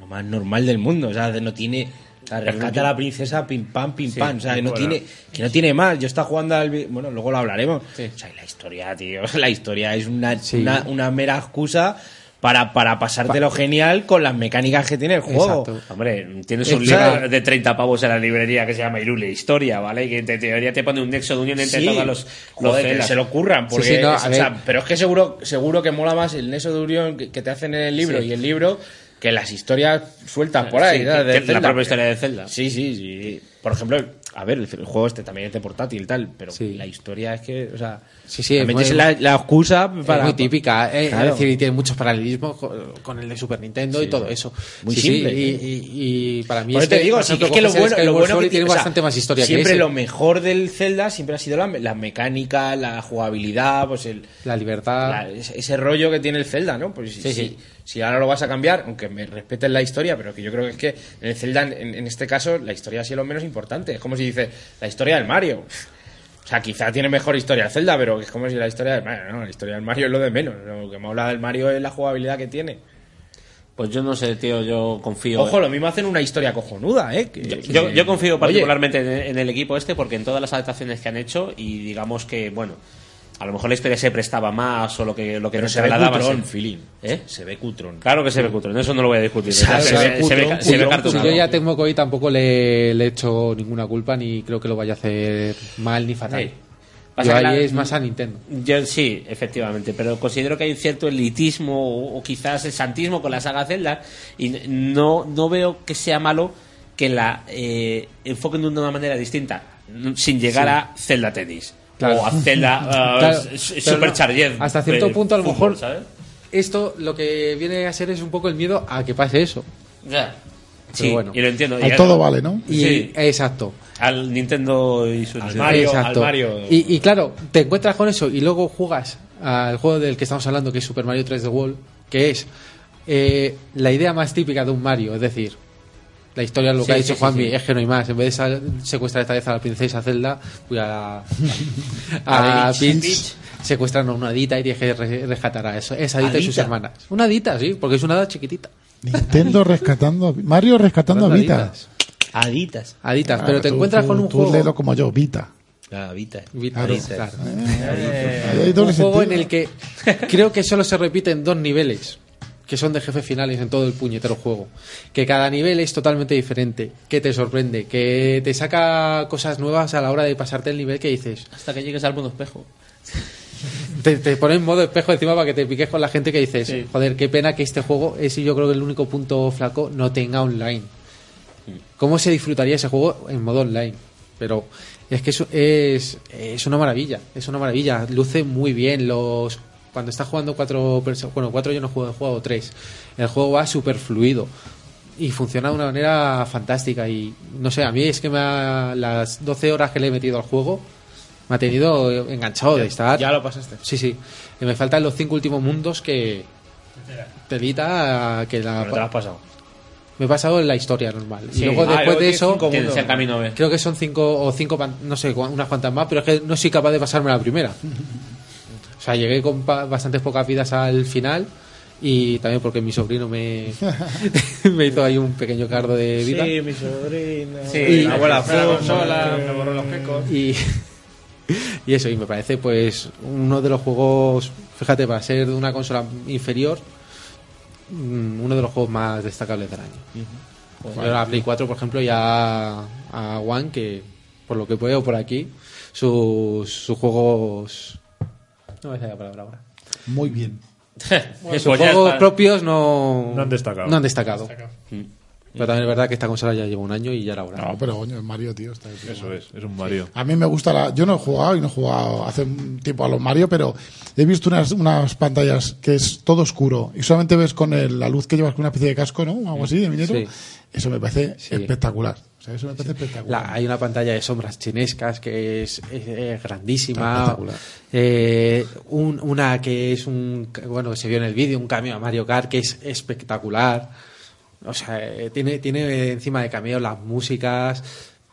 lo más normal del mundo. O sea, no tiene. o sea, rescata a la princesa, pim pam, pim
Sí.
pam. O sea, que no,
Bueno.
tiene, que no tiene más. Yo estaba jugando al. vi- Bueno, luego lo hablaremos. O sea, y la historia, tío. (laughs) La historia es una, una, una mera excusa. Para, para pasártelo genial con las mecánicas que tiene el juego.
Exacto.
Hombre, Tienes
O
un
sea,
libro de 30 pavos en la librería que se llama Irule Historia, ¿vale? Que te teoría te pone un nexo de unión entre
Sí.
todos los, los
Joder, que
Zeldas.
se lo curran, porque
Sí, sí, no,
es-
a
o sea,
ver.
pero es que seguro, seguro que mola más el Neso de Urión que, que te hacen en el libro Sí. y el libro que las historias sueltas por ahí. Sí, ¿sabes? que- De que Zelda. la propia historia de Zelda. Sí, sí, sí. Por ejemplo, a ver, el el juego este también es de portátil y tal, pero la historia es que, o sea,
Sí, sí,
realmente
es
es
muy-
la, la excusa
es
para...
muy típica. eh,
Claro.
Es decir, y tiene muchos paralelismos co- con el de Super Nintendo y todo eso.
Muy
Sí, sí,
simple. ¿eh?
y, y- y para mí
Por
es
eso te
que,
digo,
por
sí,
ejemplo,
es que lo
coges el
bueno, lo
Skyward
bueno
Sword
que
y tiene
o sea,
bastante más historia que
Siempre
ese.
lo mejor del Zelda siempre ha sido la, la mecánica, la jugabilidad, pues el,
la libertad,
ese, ese rollo que tiene el Zelda, ¿no? Pues si-
Sí,
si,
sí.
si ahora lo vas a cambiar, aunque me respeten la historia, pero que yo creo que es que en el Zelda, en, en este caso, la historia ha sido lo menos importante. Es como si dices la historia del Mario. O sea, quizá tiene mejor historia el Zelda, pero es como si la historia del Mario, no, la historia del Mario es lo de menos. Lo que me habla del Mario es la jugabilidad que tiene.
Pues yo no sé, tío, yo confío.
Ojo, lo mismo hacen una historia cojonuda, ¿eh? Que- que-
Yo, yo confío
Oye,
particularmente en, en el equipo este porque en todas las adaptaciones que han hecho y digamos que, bueno, a lo mejor la historia se prestaba más o lo que, lo que
pero
nos
se ve
trasladaba,
cutrón,
sí.
Filín.
¿Eh?
Se ve cutrón.
Claro que se ve cutrón, eso no lo voy a discutir.
O sea,
O sea,
se ve
se ve,
cutrón,
se ve
cutrón,
Si
cartonado.
yo ya tengo que hoy tampoco le, le he hecho ninguna culpa ni creo que lo vaya a hacer mal ni fatal.
Sí.
Yo
Pasa
ahí
que la-
es más a Nintendo.
Yo sí, efectivamente, pero considero que hay un cierto elitismo o, o quizás el santismo con la saga Zelda y n- no, no veo que sea malo que la eh, enfoquen de una manera distinta, n- sin llegar
Sí.
a Zelda Tennis
Claro.
o a
(laughs)
Zelda ah,
Claro,
s- eh, s-
pero
Supercharged.
no, hasta cierto
del
punto, a lo
fútbol,
mejor,
¿sabes?
Esto lo que viene a ser es un poco el miedo a que pase eso.
Ya.
Pero
Sí,
bueno.
y lo entiendo.
Al
y
todo vale, ¿no?
Sí,
Y- Exacto.
Al Nintendo y su
Exacto. Y, y claro, te encuentras con eso y luego jugas al juego del que estamos hablando, que es Super Mario 3D World, que es eh, la idea más típica de un Mario, es decir, la historia, lo
Sí,
que ha
sí,
dicho
sí,
Juanmi,
sí.
es que no hay más. En vez de sal- secuestrar esta vez a la princesa Zelda, voy
(laughs)
a,
A
a,
Peach.
Peach, secuestran a una hadita y tienes que re- rescatar a eso, esa hadita y sus
¿Hadita?
hermanas. Una hadita, sí, porque es una hada chiquitita.
Nintendo rescatando a- Mario rescatando a Vita.
Aditas.
Haditas,
Ah,
pero te
tú-
encuentras
tú-
con un
tú
juego.
léelo como yo, Vita.
Vita.
Vita,
Claro,
Vita.
claro.
Eh,
Ahí hay doble
un juego en
sentido.
el que (laughs) creo que solo se repiten dos niveles que son de jefes finales en todo el puñetero juego. Que cada nivel es totalmente diferente, que te sorprende, que te saca cosas nuevas a la hora de pasarte el nivel que dices.
Hasta que llegues al mundo espejo.
Te, te pone en modo espejo encima para que te piques con la gente que dices, joder, qué pena que este juego es yo creo que el único punto flaco no tenga online. ¿Cómo se disfrutaría ese juego en modo online? Pero es que eso es, es una maravilla, es una maravilla. Luce muy bien los cuando estás jugando cuatro personas, bueno, cuatro yo no juego, he jugado tres. El juego va súper fluido y funciona de una manera fantástica y no sé, a mí es que me ha- las 12 horas que le he metido al juego me ha tenido enganchado de estar.
Ya lo pasaste.
Sí, sí. Y me faltan los cinco últimos mundos que telita que la
Pero te lo has pasado.
me he pasado en la historia normal.
Sí.
Y luego
Ah,
después
luego
de
tienes
eso.
cinco Tienes ¿eh? mundos. el camino B.
Creo que son cinco o cinco, pan- no sé, cua- unas cuantas más, pero es que no soy capaz de pasarme la
(laughs)
primera. O sea, llegué con pa- bastantes pocas vidas al final. Y también porque mi sobrino me,
(laughs)
(laughs) me hizo ahí un pequeño cardo de vida.
Sí, mi sobrino.
Y-
la abuela fue
la
consola,
consola.
me borró los pecos.
Y, (laughs) y eso, y me parece pues uno de los juegos, fíjate, para ser de una consola inferior, mm, uno de los juegos más destacables del año. Yo la Play 4, por ejemplo, ya a One, que por lo que veo por aquí, sus, sus juegos... No me sale la palabra ahora.
Muy
(laughs)
bien.
sus juegos propios no,
pues No han destacado.
No han destacado. Mm. Pero también es verdad que esta consola ya lleva un año y ya era hora.
No, pero coño, es Mario, tío. Está
Eso es, es un Mario.
A mí me gusta la. Yo no he jugado y no he jugado hace un tiempo a los Mario, pero he visto unas, unas pantallas que es todo oscuro y solamente ves con el- la luz que llevas con una especie de casco, ¿no? Algo así de minero.
Sí.
Eso me parece
Sí.
espectacular. O sea, eso me parece espectacular.
La- hay una pantalla de sombras chinescas que es, es- es
Está
grandísima.
espectacular.
Eh, un- una que es un. Bueno, se vio en el vídeo, un cameo a Mario Kart que es espectacular. O sea, eh, tiene, tiene encima de cameo las músicas.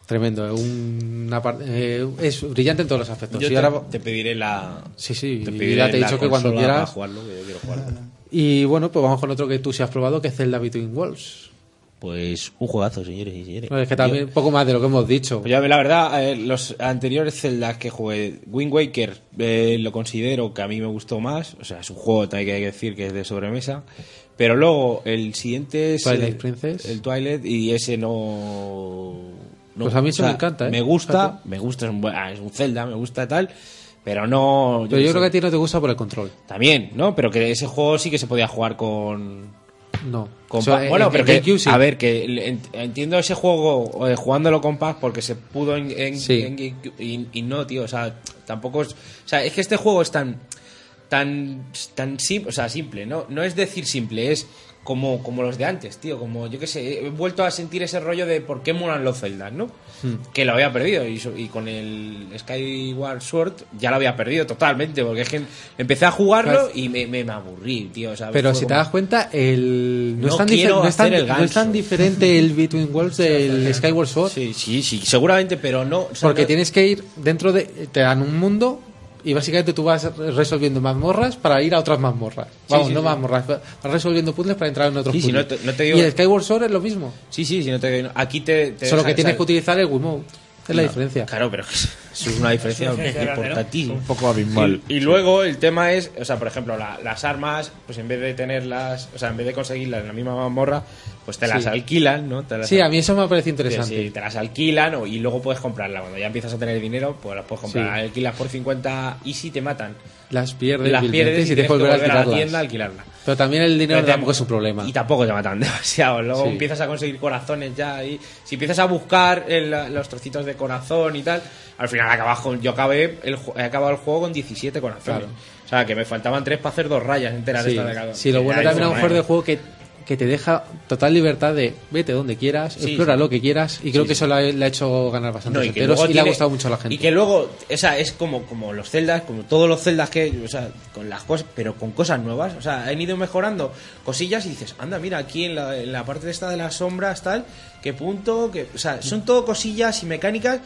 Tremendo. eh, un- una par- eh, es brillante en todos los aspectos.
Yo
Y
te,
ahora-
te pediré la.
Sí, sí,
Te
y
pediré
ya te he
la
dicho que cuando
consola
quieras-
Para jugarlo, que yo quiero jugarlo.
y bueno, pues vamos con otro que tú sí has probado, que es Zelda Between Worlds.
Pues un juegazo, señores y señores.
No, es que también poco más de lo que hemos dicho.
Pues ya, la verdad, eh, los anteriores celdas que jugué, Wind Waker, eh, lo considero que a mí me gustó más. O sea, es un juego también que hay que decir que es de sobremesa. Pero luego, el siguiente es.
Twilight
el,
Princess.
El Twilight, y ese no. no-
Pues a mí
o
eso
sea,
me encanta, ¿eh?
Me gusta,
Fíjate.
me gusta, es un, buen- ah, es un Zelda, me gusta tal. Pero no.
Pero
qué
yo
sé.
creo que a ti no te gusta por el control.
También, ¿no? Pero que ese juego sí que se podía jugar con.
No.
con
O sea,
Paz. bueno,
en-
pero
en
que,
GameCube sí.
a ver, que el- ent- entiendo ese juego eh, jugándolo con Paz porque se pudo en, en-
Sí.
en GameCube y, y no, tío, o sea, tampoco es, o sea, es que este juego es tan tan tan sim- o sea, simple, no no es decir simple, es como como los de antes, tío, como yo qué sé, he vuelto a sentir ese rollo de por qué molan los Zeldas, ¿no?
Hmm.
que lo había perdido y, so- y con el Skyward Sword ya lo había perdido totalmente porque es que empecé a jugarlo
Claro.
y me, me, me aburrí, tío. o sea,
Pero
fue
si te
como-
das cuenta, el... no,
No
es tan
quiero
difer- no es tan-
hacer el
no es tan
ganso.
diferente el Between Worlds del Skyward Sword.
Sí, sí, sí, seguramente, pero no. o sea,
Porque
no-
tienes que ir dentro de... Te dan un mundo y básicamente tú vas resolviendo mazmorras para ir a otras mazmorras. Vamos,
sí,
no
sí.
mazmorras, vas resolviendo puzzles para entrar en otros
Sí, sí,
puzzles.
no te- no te digo-
Y el Skyward Sword es lo mismo,
Sí, sí, sí, no te digo. Aquí te. te-
solo que
o sea,
tienes
o sea,
que utilizar el Wiimote. Es la
no,
diferencia.
Claro, pero eso es una diferencia
Es una diferencia grande, ¿no?
importantísima.
Un poco abismal.
Y, y luego el tema es, o sea, por ejemplo, la- las armas, pues en vez de tenerlas, o sea, en vez de conseguirlas en la misma mazmorra, pues te las
Sí.
alquilan, ¿no? Te las
Sí, a mí eso me parece interesante.
Sí, sí, te las alquilan o- y luego puedes comprarla. Cuando ya empiezas a tener dinero, pues las puedes comprar.
Sí.
Las alquilas por 50 y si te matan.
Las pierdes,
Las
vilmente
pierdes y
y tienes que
tienes que
volver a
volver a la
alquilarlas.
tienda a alquilarla.
Pero también el dinero
Pero te-
tampoco es un problema.
Y tampoco te matan (laughs) demasiado. Luego
Sí.
empiezas a conseguir corazones ya. Y si empiezas a buscar el- los trocitos de corazón y tal, al final acabas con. Yo acabé el, ju- he acabado el juego con 17 corazones.
Claro.
O sea, que me faltaban tres para hacer dos rayas enteras.
Sí,
de estas de cada-
sí, lo
que
bueno
hay
también a lo
forma,
mejor
¿eh?
de juego que, que te deja total libertad de vete donde quieras,
Sí,
explora
sí.
lo que quieras y creo
Sí,
que
sí.
eso le ha, le ha hecho ganar bastante
No,
y,
y que luego
le ha
tiene-
gustado mucho a la gente.
Y que luego, esa es como, como los celdas, como todos los celdas que, o sea, con las cosas, pero con cosas nuevas. O sea, han ido mejorando cosillas y dices, anda, mira, aquí en la, en la parte esta de las sombras, tal, qué punto, que, o sea, son todo cosillas y mecánicas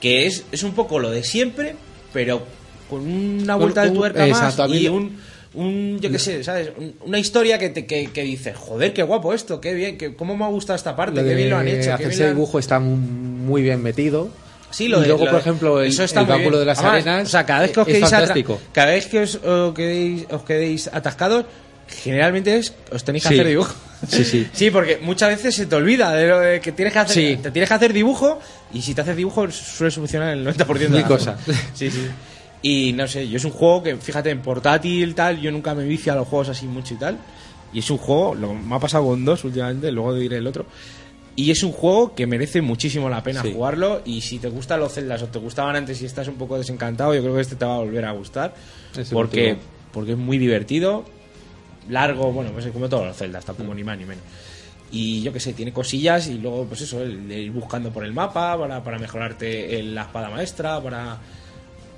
que es, es un poco lo de siempre, pero con una
Con
vuelta de
un-
tuerca
exacto, a
más
mí
y
lo-
un, un, yo qué sé, ¿sabes? Un- Una historia que, te, que, que dices, joder, qué guapo esto, qué bien, que, cómo me ha gustado esta parte,
Lo
qué
de
bien lo han hecho, qué bien
hacerse
lo han-
dibujo está muy bien metido.
Sí, lo
y
de-
luego,
lo
por
de-
ejemplo, el,
eso está
el
muy
báculo
bien.
de las
Además,
arenas.
O sea, cada vez que os
es
quedáis, atra-
fantástico.
cada vez que os, o quedéis- os quedéis atascados, generalmente es os tenéis que
Sí.
hacer dibujo.
Sí, sí.
(laughs) Sí, porque muchas veces se te olvida de lo de que tienes que hacer.
Sí.
Te tienes que hacer dibujo y si te haces dibujo suele solucionar el 90% de
Mil
las
cosas. (laughs)
cosas. Sí, sí. Y no sé, yo es un juego que, fíjate, en portátil, tal, yo nunca me vicio a los juegos así mucho y tal. Y es un juego, lo, me ha pasado con dos últimamente, luego diré el otro. Y es un juego que merece muchísimo la pena
Sí.
jugarlo. Y si te gustan los Zeldas o te gustaban antes y estás un poco desencantado, yo creo que este te va a volver a gustar.
Ese
Porque,
motivo.
porque es muy divertido, largo, bueno, pues como todos los Zeldas,
Mm.
tampoco ni más ni menos. Y yo qué sé, tiene cosillas y luego, pues eso, el de ir buscando por el mapa para, para mejorarte el- la espada maestra, para.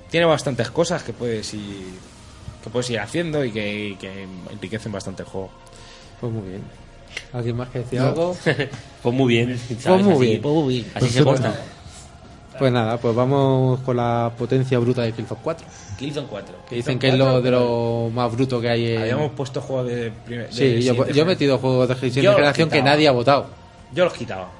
Tiene bastantes cosas que puedes ir, que puedes ir haciendo y que, y que enriquecen bastante el juego.
Pues muy bien. ¿Alguien más que decía
No.
(laughs)
(laughs) algo?
Pues muy bien.
Pues
¿sabes?
muy
Así-
bien.
pues muy bien. Así se corta.
Pues nada, pues vamos con la potencia bruta de Killzone 4.
Killzone 4.
Que dicen que es lo de lo más bruto que hay en...
Habíamos puesto juegos de. primer-
Eh,
de
Sí, yo,
siguiente
yo he
generación.
metido juegos de siguiente
Yo los
generación que
quitaba.
nadie ha votado.
Yo los quitaba.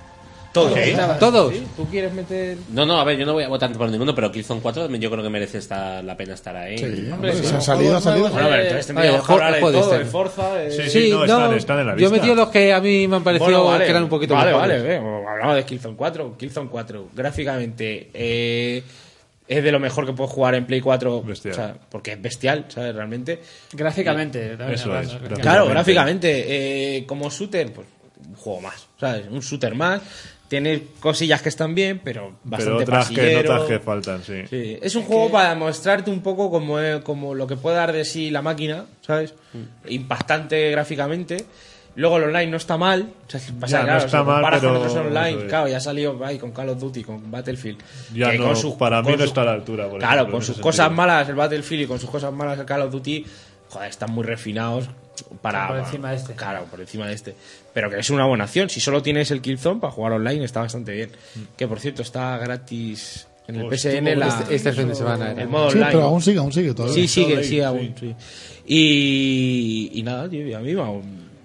Todos.
¿eh?
¿Sí? ¿Todos?
¿Sí? ¿Tú quieres meter.?
No, no, a ver, yo no voy a votar por ninguno, pero Killzone 4 también yo creo que merece estar, la pena estar ahí.
Sí, hombre, se ha salido, ha salido.
Bueno, a
eh,
ver, este
este
entonces tendríamos que
Joder,
hablar de
joder,
todo, de
este.
Forza. de-
Yo he metido los que a mí me han parecido
Bueno, vale,
que eran un poquito
Vale,
mejores.
vale, ve, hablamos de Killzone 4. Killzone 4, gráficamente, eh, es de lo mejor que puedo jugar en Play 4. o sea, porque es bestial, ¿sabes? Realmente.
Gráficamente, también
Eso
hablando,
es,
gráficamente.
Claro, gráficamente. eh, como shooter, pues un juego más, ¿sabes? Un shooter más. Tiene cosillas que están bien, pero bastante
Pero otras que
pasillero.
notas que faltan, sí.
Sí, Es un juego para mostrarte un poco como, eh, como lo que puede dar de sí la máquina, ¿sabes?
Mm.
Impactante gráficamente. Luego el online no está mal. O sea, pasa,
Ya,
claro,
no está
si lo
mal,
comparas con
pero-
otros online,
eso es.
claro, ya ha salido ay, con Call of Duty, con Battlefield.
Ya
que
no,
con sus-
para mí
con
no
sus-
está a la altura. por
Claro,
ejemplo,
con
en
sus
ese
cosas
sentido.
malas el Battlefield y con sus cosas malas el Call of Duty, joder, están muy refinados para...
Por encima
de este. Claro, por encima de este. Pero que es una buena opción. Si solo tienes el Killzone para jugar online está bastante bien.
Mm.
Que por cierto, está gratis en el
Hostia,
PSN la,
este- este fin de semana era.
el modo
Sí,
online.
pero aún sigue, aún sigue todavía.
Sí, sigue,
Online,
sigue
sí.
aún, sí. Y, y nada, tío, y a mí me ha,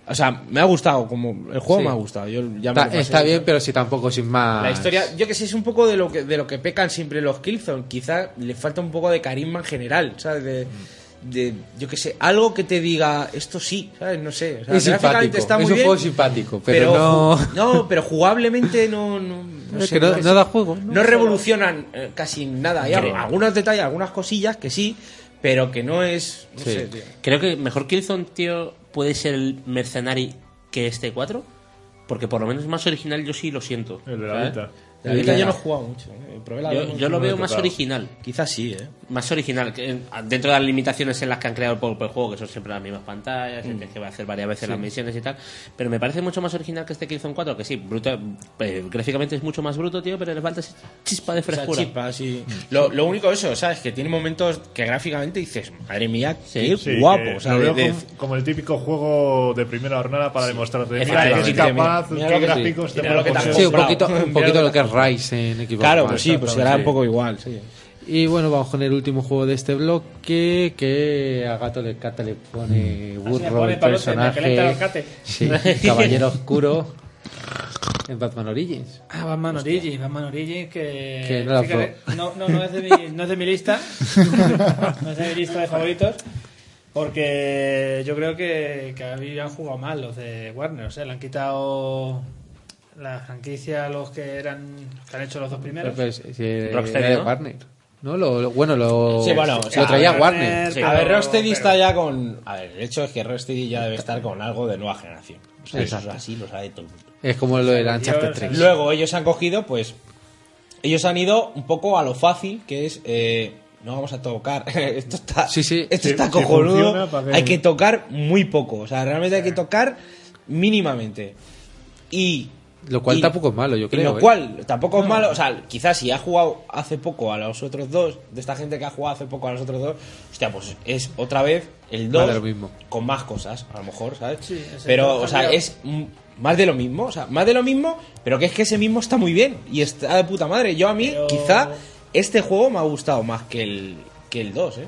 o sea, me ha gustado, como el juego
Sí.
me ha gustado. Yo ya me
Está,
lo pasé.
está bien, pero si tampoco sin más.
La historia, yo que sé, es un poco de lo que, de lo que pecan siempre los Killzone. Quizás le falta un poco de carisma en general, ¿sabes? De, de, yo que sé, algo que te diga, esto sí, ¿sabes? No sé. O sea,
es simpático.
gráficamente está
es
muy
un
bien,
juego simpático, pero, no.
ju- no, pero jugablemente no. no, no
Es
sé,
que no-
es-
no da juego,
No,
no.
revolucionan eh, casi nada. Hay
No.
algu- algunos detalles, algunas cosillas que sí, pero que no es. No
Sí.
sé, tío.
Creo que mejor Killzone, tío, puede ser el Mercenary que este 4. Porque por lo menos más original yo sí lo siento.
El
de
la
¿sabes?
Vita.
El
La
de
Vita
la-
yo no he jugado mucho, eh, probé la
Yo,
demo,
yo
no
lo
me he
veo más
tocado.
original.
Quizás sí, ¿eh?
Más original. que, eh, Dentro de las limitaciones en las que han creado el propio juego, que son siempre las mismas pantallas,
Mm.
y tienes que hacer varias veces
Sí.
las misiones y tal. Pero me parece mucho más original que este Killzone 4, que sí, bruto, eh, gráficamente es mucho más bruto, tío, pero le falta esa chispa de
O sea,
frescura.
chispa, sí. Lo, lo único eso, ¿sabes? Que tiene momentos que gráficamente dices, madre mía, qué
Sí, que
guapo. o sea,
lo
de-
veo
de-
como, como el típico juego de primera jornada para demostrarte mira que
Efectivamente,
soy capaz,
mira, mira
qué
lo que sí.
gráficos te
Mira lo que te
puedo
has
Sí, (laughs) un
comprado.
poquito,
Mira (laughs)
un poquito
lo
lo
que
que
te
es Rise en Xbox
Claro,
One.
pues sí, pues será un poco igual. sí.
Y bueno, vamos con el último juego de este bloque que a Gato le cata le pone
Mm.
le
burro
pone
el
palote, me calienta el
personaje.
alcate. (laughs)
Sí, caballero oscuro en Batman Origins.
Ah, Batman Origins, Batman Origins que...
Que no la
fíjate, no, no, no es de mi, no es de
(laughs)
mi lista. no es de mi lista de favoritos. Porque yo creo que, que habían jugado mal los de Warner. O sea, le han quitado la franquicia a los que eran los que han hecho los dos primeros.
Pero es- es- eh,
Rocksteady,
era de
¿no?
Warner. No, lo, lo- bueno, lo,
Sí, bueno, o sea,
lo traía
a ver,
Warner.
A ver, Rocksteady está ya con. A ver, el hecho es que Rocksteady ya debe estar con algo de nueva generación. O sea, eso es
Exacto.
así, lo sabe todo el mundo.
Es como lo del Uncharted 3.
Luego ellos han cogido, pues. Ellos han ido un poco a lo fácil, que es. eh, no vamos a tocar. (laughs) esto está. Esto
Sí,
está
sí
cojonudo.
funciona, ¿para qué?
hay que tocar muy poco. O sea, realmente hay que tocar mínimamente. Y.
Lo cual
y-
tampoco es malo, yo
y
creo.
Lo
¿eh?
cual tampoco es malo. O sea, quizás si ha jugado hace poco a los otros dos, de esta gente que ha jugado hace poco a los otros dos, hostia, pues es otra vez el
Vale, lo
2
mismo.
con más cosas, a lo mejor, ¿sabes?
exacto.
pero, o sea,
Cambiado.
es mm, más de lo mismo, o sea, más de lo mismo, pero que es que ese mismo está muy bien y está de puta madre. Yo a mí, quizá, este juego me ha gustado más que el, que el 2, ¿eh?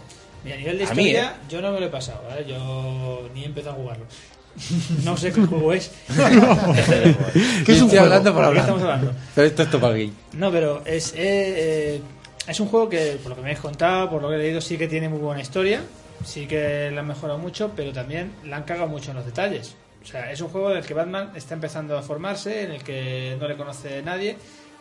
Y a nivel de
A mí,
historia,
¿eh?
yo no me lo he pasado, ¿vale? Yo ni he empezado a jugarlo. (laughs) No sé qué juego es. (laughs)
Yo (laughs) estoy hablando por
¿De qué
hablar.
estamos hablando?
Pero esto es Topal Game.
No, pero es, eh, eh, es un juego que, por lo que me habéis contado, por lo que he leído, sí que tiene muy buena historia. Sí que la han mejorado mucho, pero también la han cagado mucho en los detalles. O sea, es un juego en el que Batman está empezando a formarse, en el que no le conoce nadie.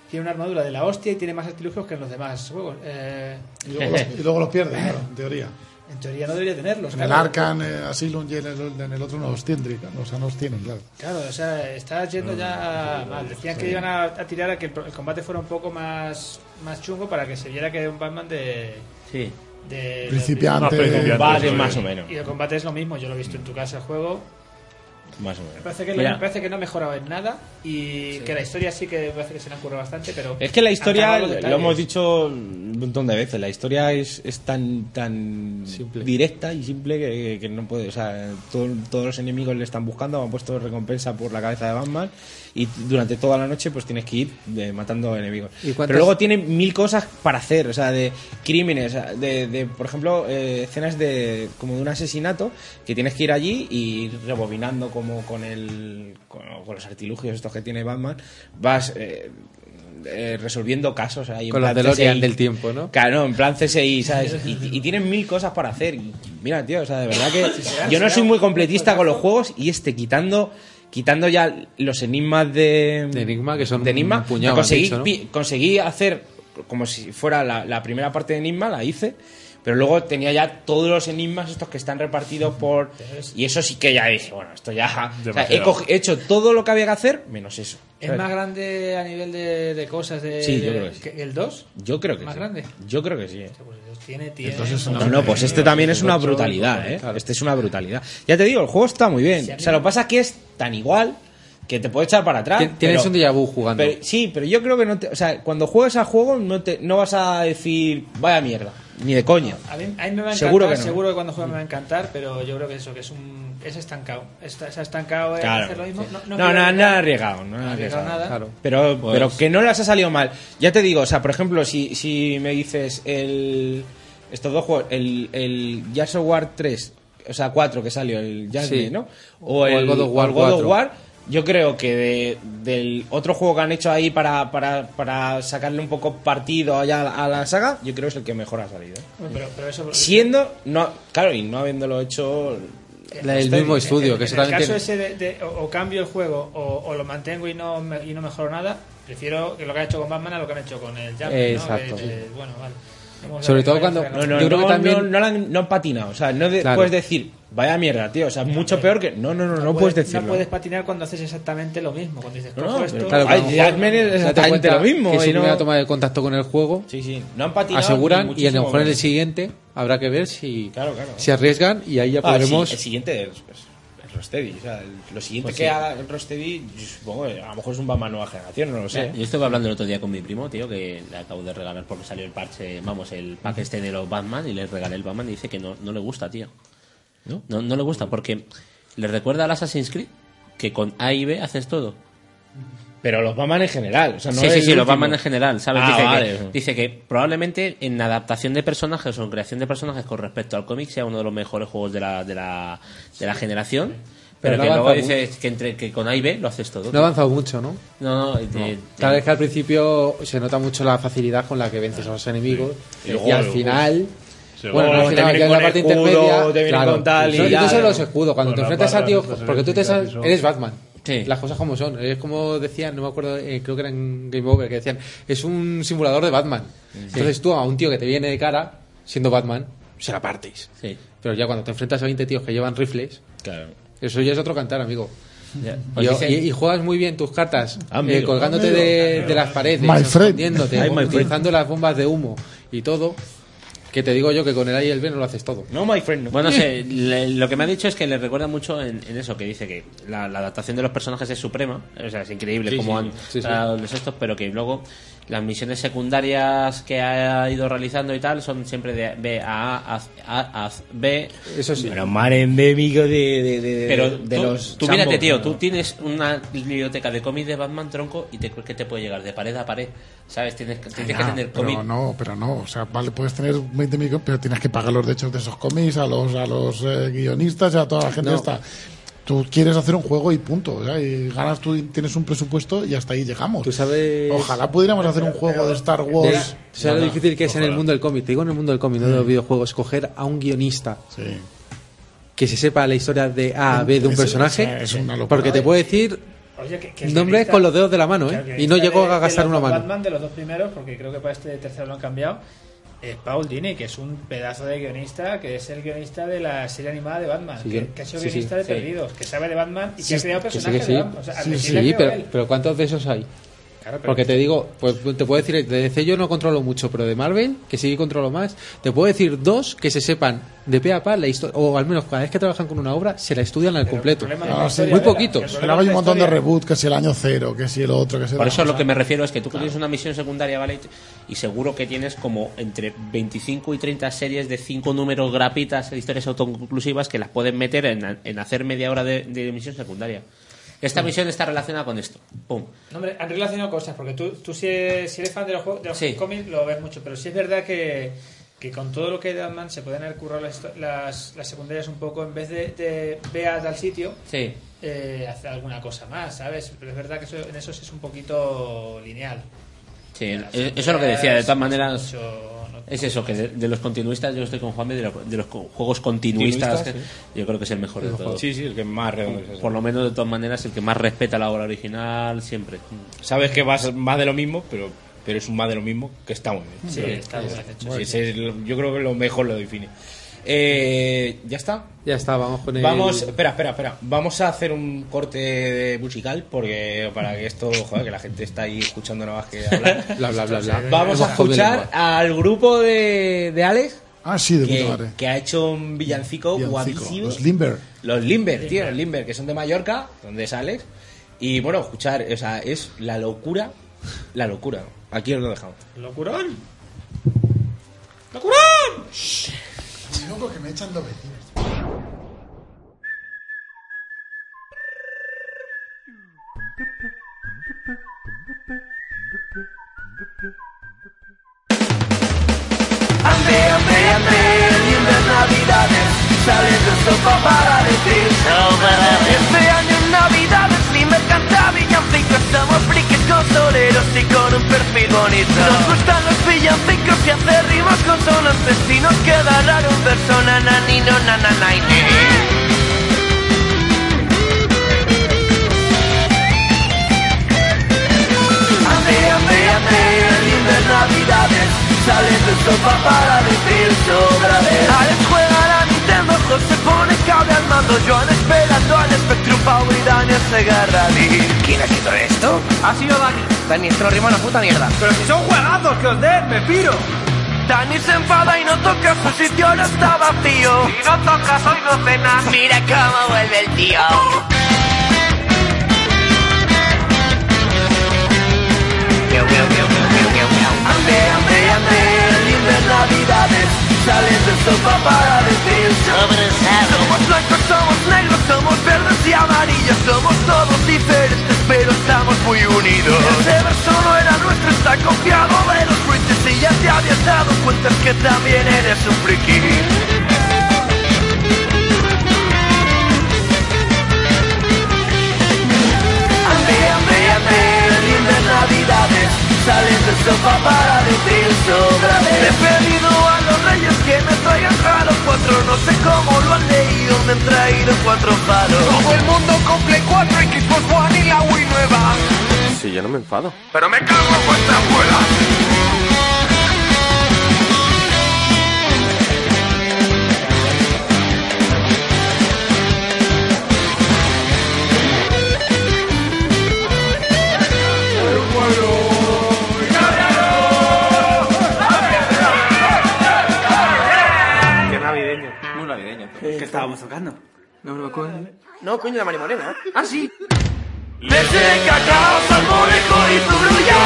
Tiene una armadura de la hostia y tiene más artilugios que en los demás juegos. Eh,
Y (laughs) luego los- y luego los pierde, claro, en teoría.
En teoría no debería tenerlos.
En el
claro.
Arkham, eh, Asylum y en el, en el otro no los tienen, claro, o sea, no los tienen, claro.
Claro, o sea, está yendo ya mal. Decían que iban a, a tirar a que el, pro- el combate fuera un poco más, más chungo para que se viera que era un Batman de.
Sí.
De,
Principiante. Más principiante,
Combate, sí. más o menos.
Y el combate es lo mismo, yo lo he visto en tu casa el juego.
Más o menos.
Me parece que,
Mira,
me parece que no ha mejorado en nada y que la historia sí que me parece que se le han currado bastante, pero.
Es que la historia,
han cagado los
lo
detalles.
hemos dicho un montón de veces, la historia es, es tan, tan directa y simple que, que no puede. O sea, todo- todos los enemigos le están buscando, han puesto recompensa por la cabeza de Batman y durante toda la noche pues tienes que ir eh, matando enemigos.
¿Y cuántas-
Pero luego tiene mil cosas para hacer, o sea, de crímenes, o sea, de, de, por ejemplo, eh, escenas de como de un asesinato que tienes que ir allí y ir rebobinando como con el con, con los artilugios estos que tiene Batman, vas eh, eh, resolviendo casos ahí en
Con los
plan
DeLorean
CSI.
del tiempo, ¿no?
Claro, en plan CSI, ¿sabes? Y, y tienen mil cosas para hacer. Y mira, tío, o sea, de verdad que yo no soy muy completista con los juegos y este quitando quitando ya los enigmas de, Enigma, que son de Enigma,
un puñado, han
conseguí,
dicho, ¿no?
pi- conseguí hacer como si fuera la, la primera parte de Enigma, la hice, Pero luego tenía ya todos los enigmas estos que están repartidos por... Y eso sí que ya dije, bueno, esto ya... o sea, he,
Demasiado.
cogi- he hecho todo lo que había que hacer menos eso.
¿Es más grande a nivel de, de cosas de,
Sí, yo creo que sí.
el 2?
Yo creo que
¿Más
sí.
grande?
Yo creo que sí. ¿eh?
Tiene, tiene.
No, no, pues este también es una
Ocho,
brutalidad, ¿eh? Este es una brutalidad. Ya te digo, el juego está muy bien. O sea, lo que pasa es que es tan igual que te puede echar para atrás.
Tien- Tienes
pero-
un déjà vu jugando.
pero- sí, pero yo creo que no te. O sea, cuando juegues al juego no, te, no vas a decir, vaya mierda, ni de coña.
A mí, a mí me va a encantar,
Seguro
seguro que,
que no.
cuando juegue me va a encantar, pero yo creo que eso, que es un es estancado. Está, se ha estancado en
Claro.
hacer lo mismo. No,
No, no,
quiero
no,
arriesgar.
han arriesgado. No, han
ha arriesgado
arriesgado.
nada.
Claro. Pero,
Pues-
pero que no les ha salido mal. Ya te digo, o sea, por ejemplo, si, si me dices el, estos dos juegos, el, el Gears of War 3, o sea, 4 que salió, el Jasmine,
Sí.
¿no?
O el God of
o
War
el God of
4.
War, yo creo que de- del otro juego que han hecho ahí para, para, para sacarle un poco partido allá a la saga, yo creo que es el que mejor ha salido.
Pero, pero eso,
Siendo, no, claro, y no habiéndolo hecho...
El mismo estudio, que eso
en el
también
caso
tiene-
ese de, de- o, o cambio el juego o, o lo mantengo y no, me- y no mejoro nada, prefiero que lo que han hecho con Batman a lo que han hecho con el Jump.
Exacto.
bueno, vale. Vamos a
Sobre
ver
todo
qué
cuando-
parece
No,
la
no,
cosa.
no, no, no, la han- no han patinado. O sea, no de-
Claro.
puedes decir, vaya mierda, tío. O sea, mucho peor que. No, no, no, no, puedes decirlo.
No puedes patinar cuando haces exactamente lo mismo. Cuando dices,
No,
cojo
no,
esto,
pero claro, Ay, como- ya- Admin es
Date
exactamente
cuenta
lo mismo,
Que es
y
su
no-
primera toma de contacto con el juego.
Sí, sí. No han patinado.
aseguran y a lo
muchísimo
mejor en el
menos.
siguiente habrá que ver si
Claro, claro.
si arriesgan y ahí ya
Ah, sí,
podremos
el siguiente es. es el Rostevi, o sea, el- lo siguiente
Pues
que
sí.
haga el Rostevi, yo supongo, que a lo mejor es un Bama nueva generación, no lo sé.
Eh, yo estuve hablando el otro día con mi primo, tío, que le acabo de regalar porque salió el parche, vamos, el pack este de los Batman y le regalé el Batman y dice que no, no le gusta, tío.
¿No?
No, le gusta porque le recuerda al Assassin's Creed que con A y B haces todo.
Pero los Batman en general, o sea, no
sí,
el
sí, sí, los
último.
Batman en general, ¿sabes?
Ah,
dice,
vale.
que, dice que probablemente en adaptación de personajes o en creación de personajes con respecto al cómic sea uno de los mejores juegos de la, de la, de la generación. Pero,
Pero no
que luego
avanza
dice que, entre, que con A y B lo haces todo.
no
tío.
ha avanzado mucho no
No, no, de-
Claro, es que al principio se nota mucho la facilidad con la que vences a los enemigos
Sí. Y
y,
luego,
al
luego.
final
Sí,
bueno,
luego
al
te
final,
vienen
ya en
con
la parte
escudo, te
intermedia
vienen con tal y
no,
ya,
no solo
¿no?
los escudos cuando
Con
te
las
enfrentas a
barras
tíos
estas
porque tú te
eléctricas
sabes,
y son-
eres Batman
Sí.
las cosas como son es como decían no me acuerdo eh, creo que era en Game Over que decían es un simulador de Batman entonces tú a un tío que te viene de cara siendo Batman se la partes
Sí.
pero ya cuando te enfrentas a 20 tíos que llevan rifles
Claro.
eso ya es otro cantar amigo
Ya.
y,
Pues dicen-
y- y juegas muy bien tus cartas,
Amigo.
eh, colgándote
Amigo.
de, de las paredes,
My friend.
escondiéndote,
Ay, my friend.
utilizando las bombas de humo y todo. Que te digo yo que con el A y el B no lo haces todo.
No, my friend. no.
Bueno,
(laughs)
sé, le- lo que me ha dicho es que le recuerda mucho en, en eso, que dice que la, la adaptación de los personajes es suprema, o sea, es increíble
Sí,
cómo
sí,
han
sí, sí.
tratado los estos, pero que luego las misiones secundarias que ha ido realizando y tal son siempre de B a A, haz A, haz B.
Eso sí.
Pero mar endémico de, de, de, de-
Pero
de
tú,
los.
tú mírate,
chambos,
tío,
¿no?
tú tienes una biblioteca de cómics de Batman tronco y te crees que te puede llegar de pared a pared, ¿sabes? Tienes, que- tienes que
Ah,
Ya,
tener cómics
pero no, pero no. O sea, vale, puedes tener 20 millones, pero tienes que pagar los derechos de esos cómics, a los, a los eh, guionistas, y a toda la gente
No.
esta. Tú quieres hacer un juego y punto. O sea, y ganas tú, tienes un presupuesto y hasta ahí llegamos.
Tú sabes.
Ojalá pudiéramos hacer un juego de Star Wars.
O sea, lo difícil que es en el mundo del cómic. Te digo en el mundo del cómic, no de los videojuegos, escoger a un guionista que se sepa la historia de A a B de un
Es- es-
personaje.
es una locura.
porque te puede decir
Oye, que- que el
nombres
guionista-
con los dedos de la mano,
Claro,
¿eh?
que
Y no
está
llegó
de-
a gastar
de
una
los dos
mano.
Batman de los dos primeros, porque creo que para este tercero lo han cambiado. Es Paul Dini, que es un pedazo de guionista, que es el guionista de la serie animada de Batman,
Sí,
que,
yo-
que ha sido
sí, sí,
guionista de
sí.
Perdidos, que sabe de Batman y
Sí,
que ha creado
que sí,
personajes
que sí.
de Batman. O sea, al
Sí,
decir,
sí,
la creo
pero,
él.
pero ¿cuántos de esos hay?
Claro, pero-
Porque te digo, pues te puedo decir, de DC yo no controlo mucho, pero de Marvel, que sí controlo más, te puedo decir dos que se sepan de pe a pa la historia, o al menos cada vez que trabajan con una obra, se la estudian al completo.
problema no es la historia,
Muy
¿verdad?
poquitos.
Ah, Pero hay un montón de reboot, que si el año cero, que si el otro, que si
Por
el
eso a
otro.
lo que me refiero es que tú tienes una misión secundaria, ¿vale? Y seguro que tienes como entre 25 y 30 series de cinco números grapitas, historias autoconclusivas que las pueden meter en, en hacer media hora de, de misión secundaria.
Mm.
Esta misión está relacionada con esto. Pum.
No, hombre, han relacionado cosas, porque tú, tú si, eres, si eres fan de los, juegos, de los
Sí.
cómics lo ves mucho, pero sí es verdad que, que con todo lo que hay de Batman se pueden haber currado las, las, las secundarias un poco en vez de, de veas al sitio.
Sí.
eh, hacer alguna cosa más, ¿sabes? Pero es verdad que eso, en eso sí es un poquito lineal.
Sí, eh, eso es lo que decía. De todas maneras,
Mucho- no-
es eso, que de, de los continuistas, yo estoy con Juan de, lo- de los co- juegos continuistas,
Continuistas,
que yo creo que es el mejor de todos.
Sí, sí, el que más redondo es ese.
Por lo menos, de todas maneras, el que más respeta la obra original siempre.
Sabes que vas más de lo mismo, pero pero es un más de lo mismo que está muy bien.
Sí,
Creo que
está bien
sí,
hecho.
sí, ese es lo- yo creo que lo mejor lo define. Eh, ¿Ya está?
Ya está, vamos con el...
Vamos, espera, espera, espera. Vamos a hacer un corte de musical porque para que esto, joder, que la gente está ahí escuchando nada más
(laughs)
que hablar.
Bla, bla, bla, bla.
Vamos a
Hemos comido
escuchar al grupo de, de Alex
Ah, sí, de
que,
puta madre.
que ha hecho un villancico,
Villancico,
guapísimo.
Los Limber.
Los Limber, tío, los Limber, que son de Mallorca, donde es Alex. Y bueno, escuchar, o sea, es la locura, la locura. Aquí os lo dejamos.
¡Locurón!
¡Locurón!
Loco que me echan dos vecinos.
Ande, ande, ande, lindas navidades, sale de sopa para decir Este año en navidades mi me canta villancicos, somos frikis con soleros y con un perfil bonito Nos gustan los villancicos y hacer rimas consonantes y nos queda raro un verso nananino nananaine Ande, ande, ande, lindas navidades Sales de sopa para decir sobra de Alex juega a la Nintendo, José pone cable al mando Joan esperando al Spectrum Power y Daniel se agarra a ti. ¿Quién ha escrito esto? Ha sido Dani Dani, esto no rima una puta mierda Pero si son juegazos que os den, me piro Dani se enfada y no toca, su sitio no está vacío Si no tocas hoy no cenas Mira cómo vuelve el tío Ande, ande, ande, lindas navidades Sales de sopa para decir Somos blancos, somos negros, somos verdes y amarillos Somos todos diferentes, pero estamos muy unidos Ese verso no era nuestro, está copiado de los fruites Y ya te habías dado cuenta que también eres un friki Ande, ande, ande, lindas navidades Sales de sopa para decir sobra de Le He pedido a los reyes que me traigan Halo 4 No sé cómo lo han leído, me han traído cuatro palos Todo el mundo con Play 4, Xbox One y la Wii nueva
Sí, yo no me enfado.
Pero me cago en vuestra abuela
Qué navideño. Muy navideño. ¿Qué estábamos tocando? No me acuerdo. No, coño, la marimorena. Ah, sí.
Leche de cacao, salmón, licor y fruya.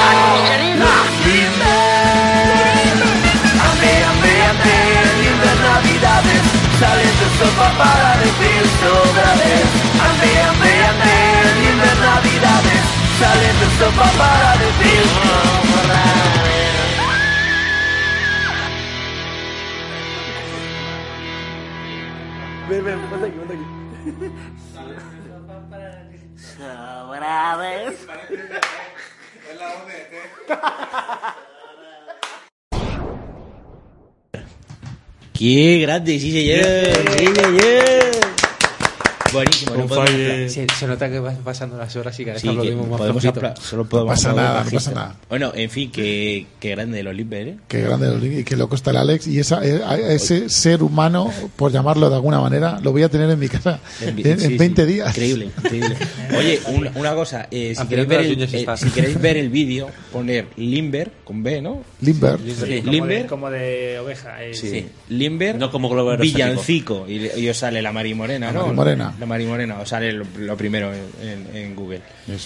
Ande, ande, ande, lindas navidades. Sales de sopa para decir sobrades. Ande, ande, ande, lindas navidades. Sales de sopa para decir sobrades.
Ven, ven, ponte aquí, ponte aquí.
Sobrades.
Qué grande, sí señor, sí señor. Buenísimo, no
Un
podemos
falle.
hablar.
se, se nota que vas pasando las horas y cada vez
Sí, que
aplaudimos más
podemos
flojito.
apla- solo podemos aplaudir bajito. Bueno, en fin, qué, qué grande los Limber, ¿eh?
Qué grande los Limber y qué loco está el Alex. Y esa, eh, a- ese ser humano, por llamarlo de alguna manera, lo voy a tener en mi casa en,
vi- sí,
en
sí.
20 días.
Increíble, increíble. Oye, una, una cosa, eh, si,
Haciendo
queréis ver
las
el,
uñas
eh,
está.
si queréis ver el vídeo, poner Limber con B, ¿no?
Limber.
Sí,
como,
Limber.
de, como de oveja. eh.
Sí. Limber, no como Villancico, y, le- y os sale la Marimorena, ¿no?
Marimorena.
La Marimorena, os sale lo, lo primero en, en- en Google.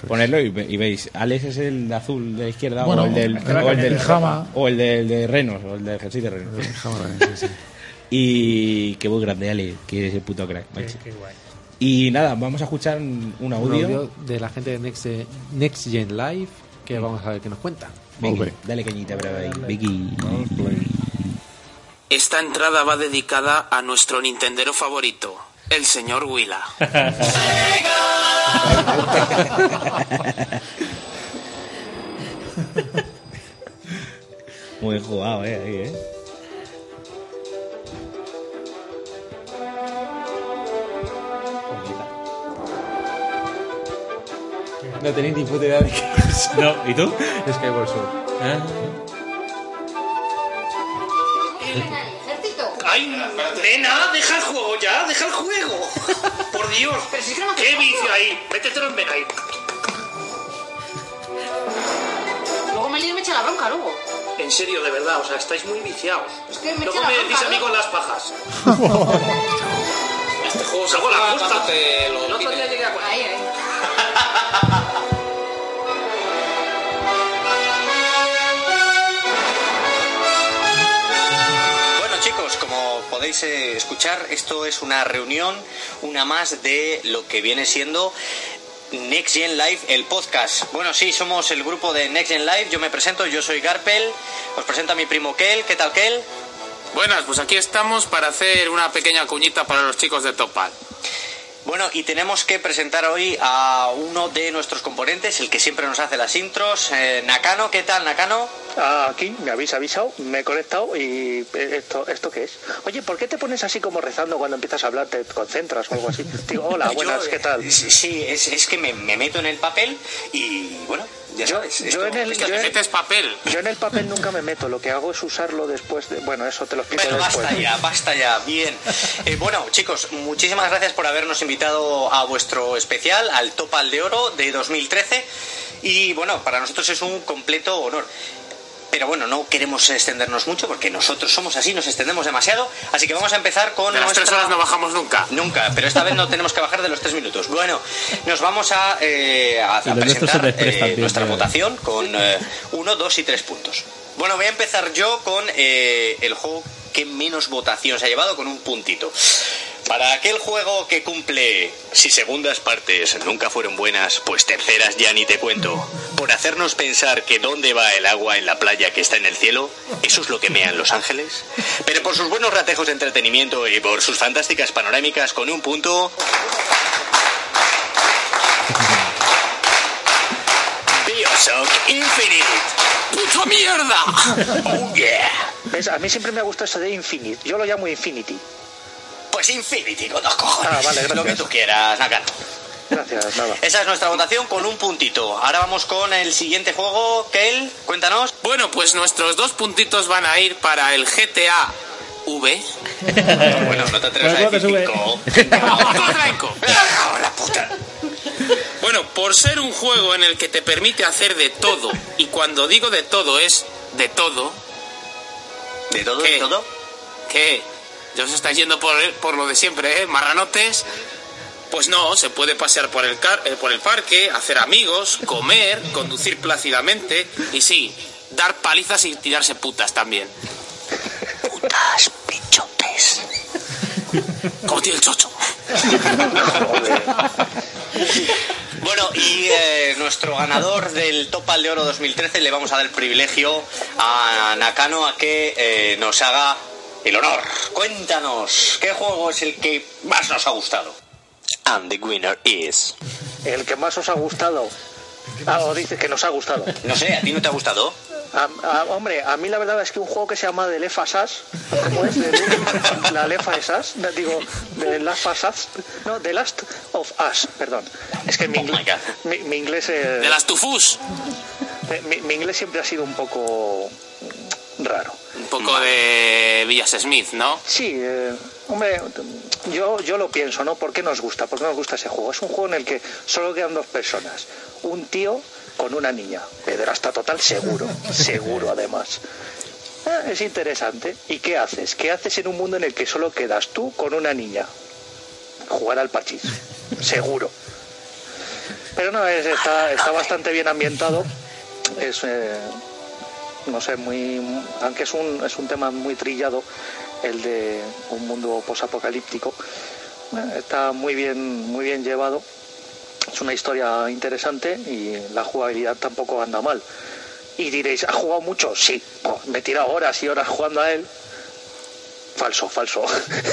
Ponedlo y, ve- y veis, Alex es el de azul de la izquierda,
Bueno,
o el del,
el que va
o el del-
Pijama.
o el del de Renos, o el del jersey de Renos. (laughs) y qué voz grande, Alex, que es el puto crack, macho. Y nada, vamos a escuchar un,
Un
un audio.
audio de la gente de Next, eh, Next Gen Live que vamos a ver qué nos cuenta.
Vicky, dale cañita, brava ahí. Vicky.
Esta entrada va dedicada a nuestro Nintendero favorito, el señor Willa.
Muy jugado, eh, ahí, eh.
No tenéis ni puta idea de qué es.
No, ¿y tú?
Skyward Sword.
¡Ay, nena! ¡Deja el juego ya! ¡Deja el juego! ¡Por Dios! ¡Qué vicio ahí! ¡Métetelo en Benai!
Luego me lío y me echa la bronca, luego.
En serio, de verdad, o sea, estáis muy viciados.
Es que me
Luego
echa la
me
bronca.
decís a mí con las pajas. Este juego se la justa. El otro día llegué a
Ahí, ahí.
Bueno chicos, como podéis eh, escuchar, esto es una reunión, una más de lo que viene siendo Next Gen Live, el podcast. Bueno, sí, somos el grupo de Next Gen Live, yo me presento, yo soy Garpel, os presento a mi primo Kel, ¿qué tal Kel?
Buenas, pues aquí estamos para hacer una pequeña cuñita para los chicos de Topal.
Bueno, y tenemos que presentar hoy a uno de nuestros componentes, el que siempre nos hace las intros, eh, Nakano, ¿qué tal Nakano?
Ah, aquí me habéis avisado, me he conectado y eh, esto, ¿esto qué es? Oye, ¿por qué te pones así como rezando cuando empiezas a hablar? ¿Te concentras o algo así? Digo, hola, buenas,
Yo,
¿qué tal?
eh, Sí, sí, es, es que me, me meto en el papel y bueno, ya sabes. esto- es que te metes papel.
Yo en el papel nunca me meto, lo que hago es usarlo después de... Bueno, eso te lo explico
Bueno,
después.
basta ya, basta ya, bien. Eh, bueno, chicos, muchísimas gracias por habernos invitado a vuestro especial, al Topal de Oro de 2013. Y bueno, para nosotros es un completo honor. Pero bueno, no queremos extendernos mucho porque nosotros somos así, nos extendemos demasiado. Así que vamos a empezar con.
De las tres horas no bajamos nunca.
Nunca, pero esta vez
(laughs)
no tenemos que bajar de los tres minutos. Bueno, nos vamos a, eh, a- a
Y lo nuestro se
presentar
despresta,
eh,
tío,
nuestra
tío.
votación con eh, uno, dos y tres puntos. Bueno, voy a empezar yo con eh, el juego que menos votación se ha llevado, con un puntito. Para aquel juego que cumple, si segundas partes nunca fueron buenas, pues terceras ya ni te cuento. Por hacernos pensar que dónde va el agua en la playa que está en el cielo, eso es lo que mean Los Ángeles. Pero por sus buenos ratejos de entretenimiento y por sus fantásticas panorámicas con un punto, Bioshock Infinite. Oh,
¡Puta mierda! ¿Ves? A mí siempre me ha gustado eso de Infinite. Yo lo llamo Infinity.
Pues Infinity con dos cojones.
Ah, vale, gracias.
Lo que tú quieras, Nakano.
Gracias, nada.
Esa es nuestra votación con un puntito. Ahora vamos con el siguiente juego. Kel, cuéntanos.
Bueno, pues nuestros dos puntitos van a ir para el GTA V.
bueno, no te atrevas a decir cinco.
(laughs)
Bueno, por ser un juego en el que te permite hacer de todo, y cuando digo de todo es de todo.
¿De todo?
¿De todo? ¿Qué? ¿Ya os estáis yendo por, por lo de siempre, eh? ¿Marranotes? Pues no, se puede pasear por el, car- eh, por el parque, hacer amigos, comer, conducir plácidamente y sí, dar palizas y tirarse putas también. Putas, pichotes. Como tiene el chocho.
Bueno, y eh, nuestro ganador del Topal de Oro 2013 le vamos a dar el privilegio a Nakano a que eh, nos haga el honor. Cuéntanos, ¿qué juego es el que más nos ha gustado? And the winner is.
El que más os ha gustado. Ah, o dices que nos ha gustado.
No sé, ¿a ti no te ha gustado?
A- a- hombre, a mí la verdad es que un juego que se llama The Left of Us, ¿cómo es? The- la Left of Us, no, digo, The Last of Us, no, The Last of Us, perdón. Es
Oh
que mi, ingle- mi, mi inglés es...
The Last
of Us. Mi, mi inglés siempre ha sido un poco raro. Un poco de Villas Smith, ¿no? Sí, eh, hombre, yo, yo lo pienso, ¿no? ¿Por qué nos gusta? ¿Por qué nos gusta ese juego? Es un juego en el que solo quedan dos personas. Un tío con una niña. Pederasta total, seguro. seguro, además. Ah, es interesante. ¿Y qué haces? ¿Qué haces en un mundo en el que solo quedas tú con una niña? Jugar al pachis. Seguro. Pero no, es- está, está bastante bien ambientado. Es, eh, no sé, muy. Aunque es un, es un tema muy trillado, el de un mundo posapocalíptico. Bueno, Está muy bien, muy bien llevado. Es una historia interesante y la jugabilidad tampoco anda mal. Y diréis, ¿ha jugado mucho? Sí, Oh, me he tirado horas y horas jugando a él. Falso, falso.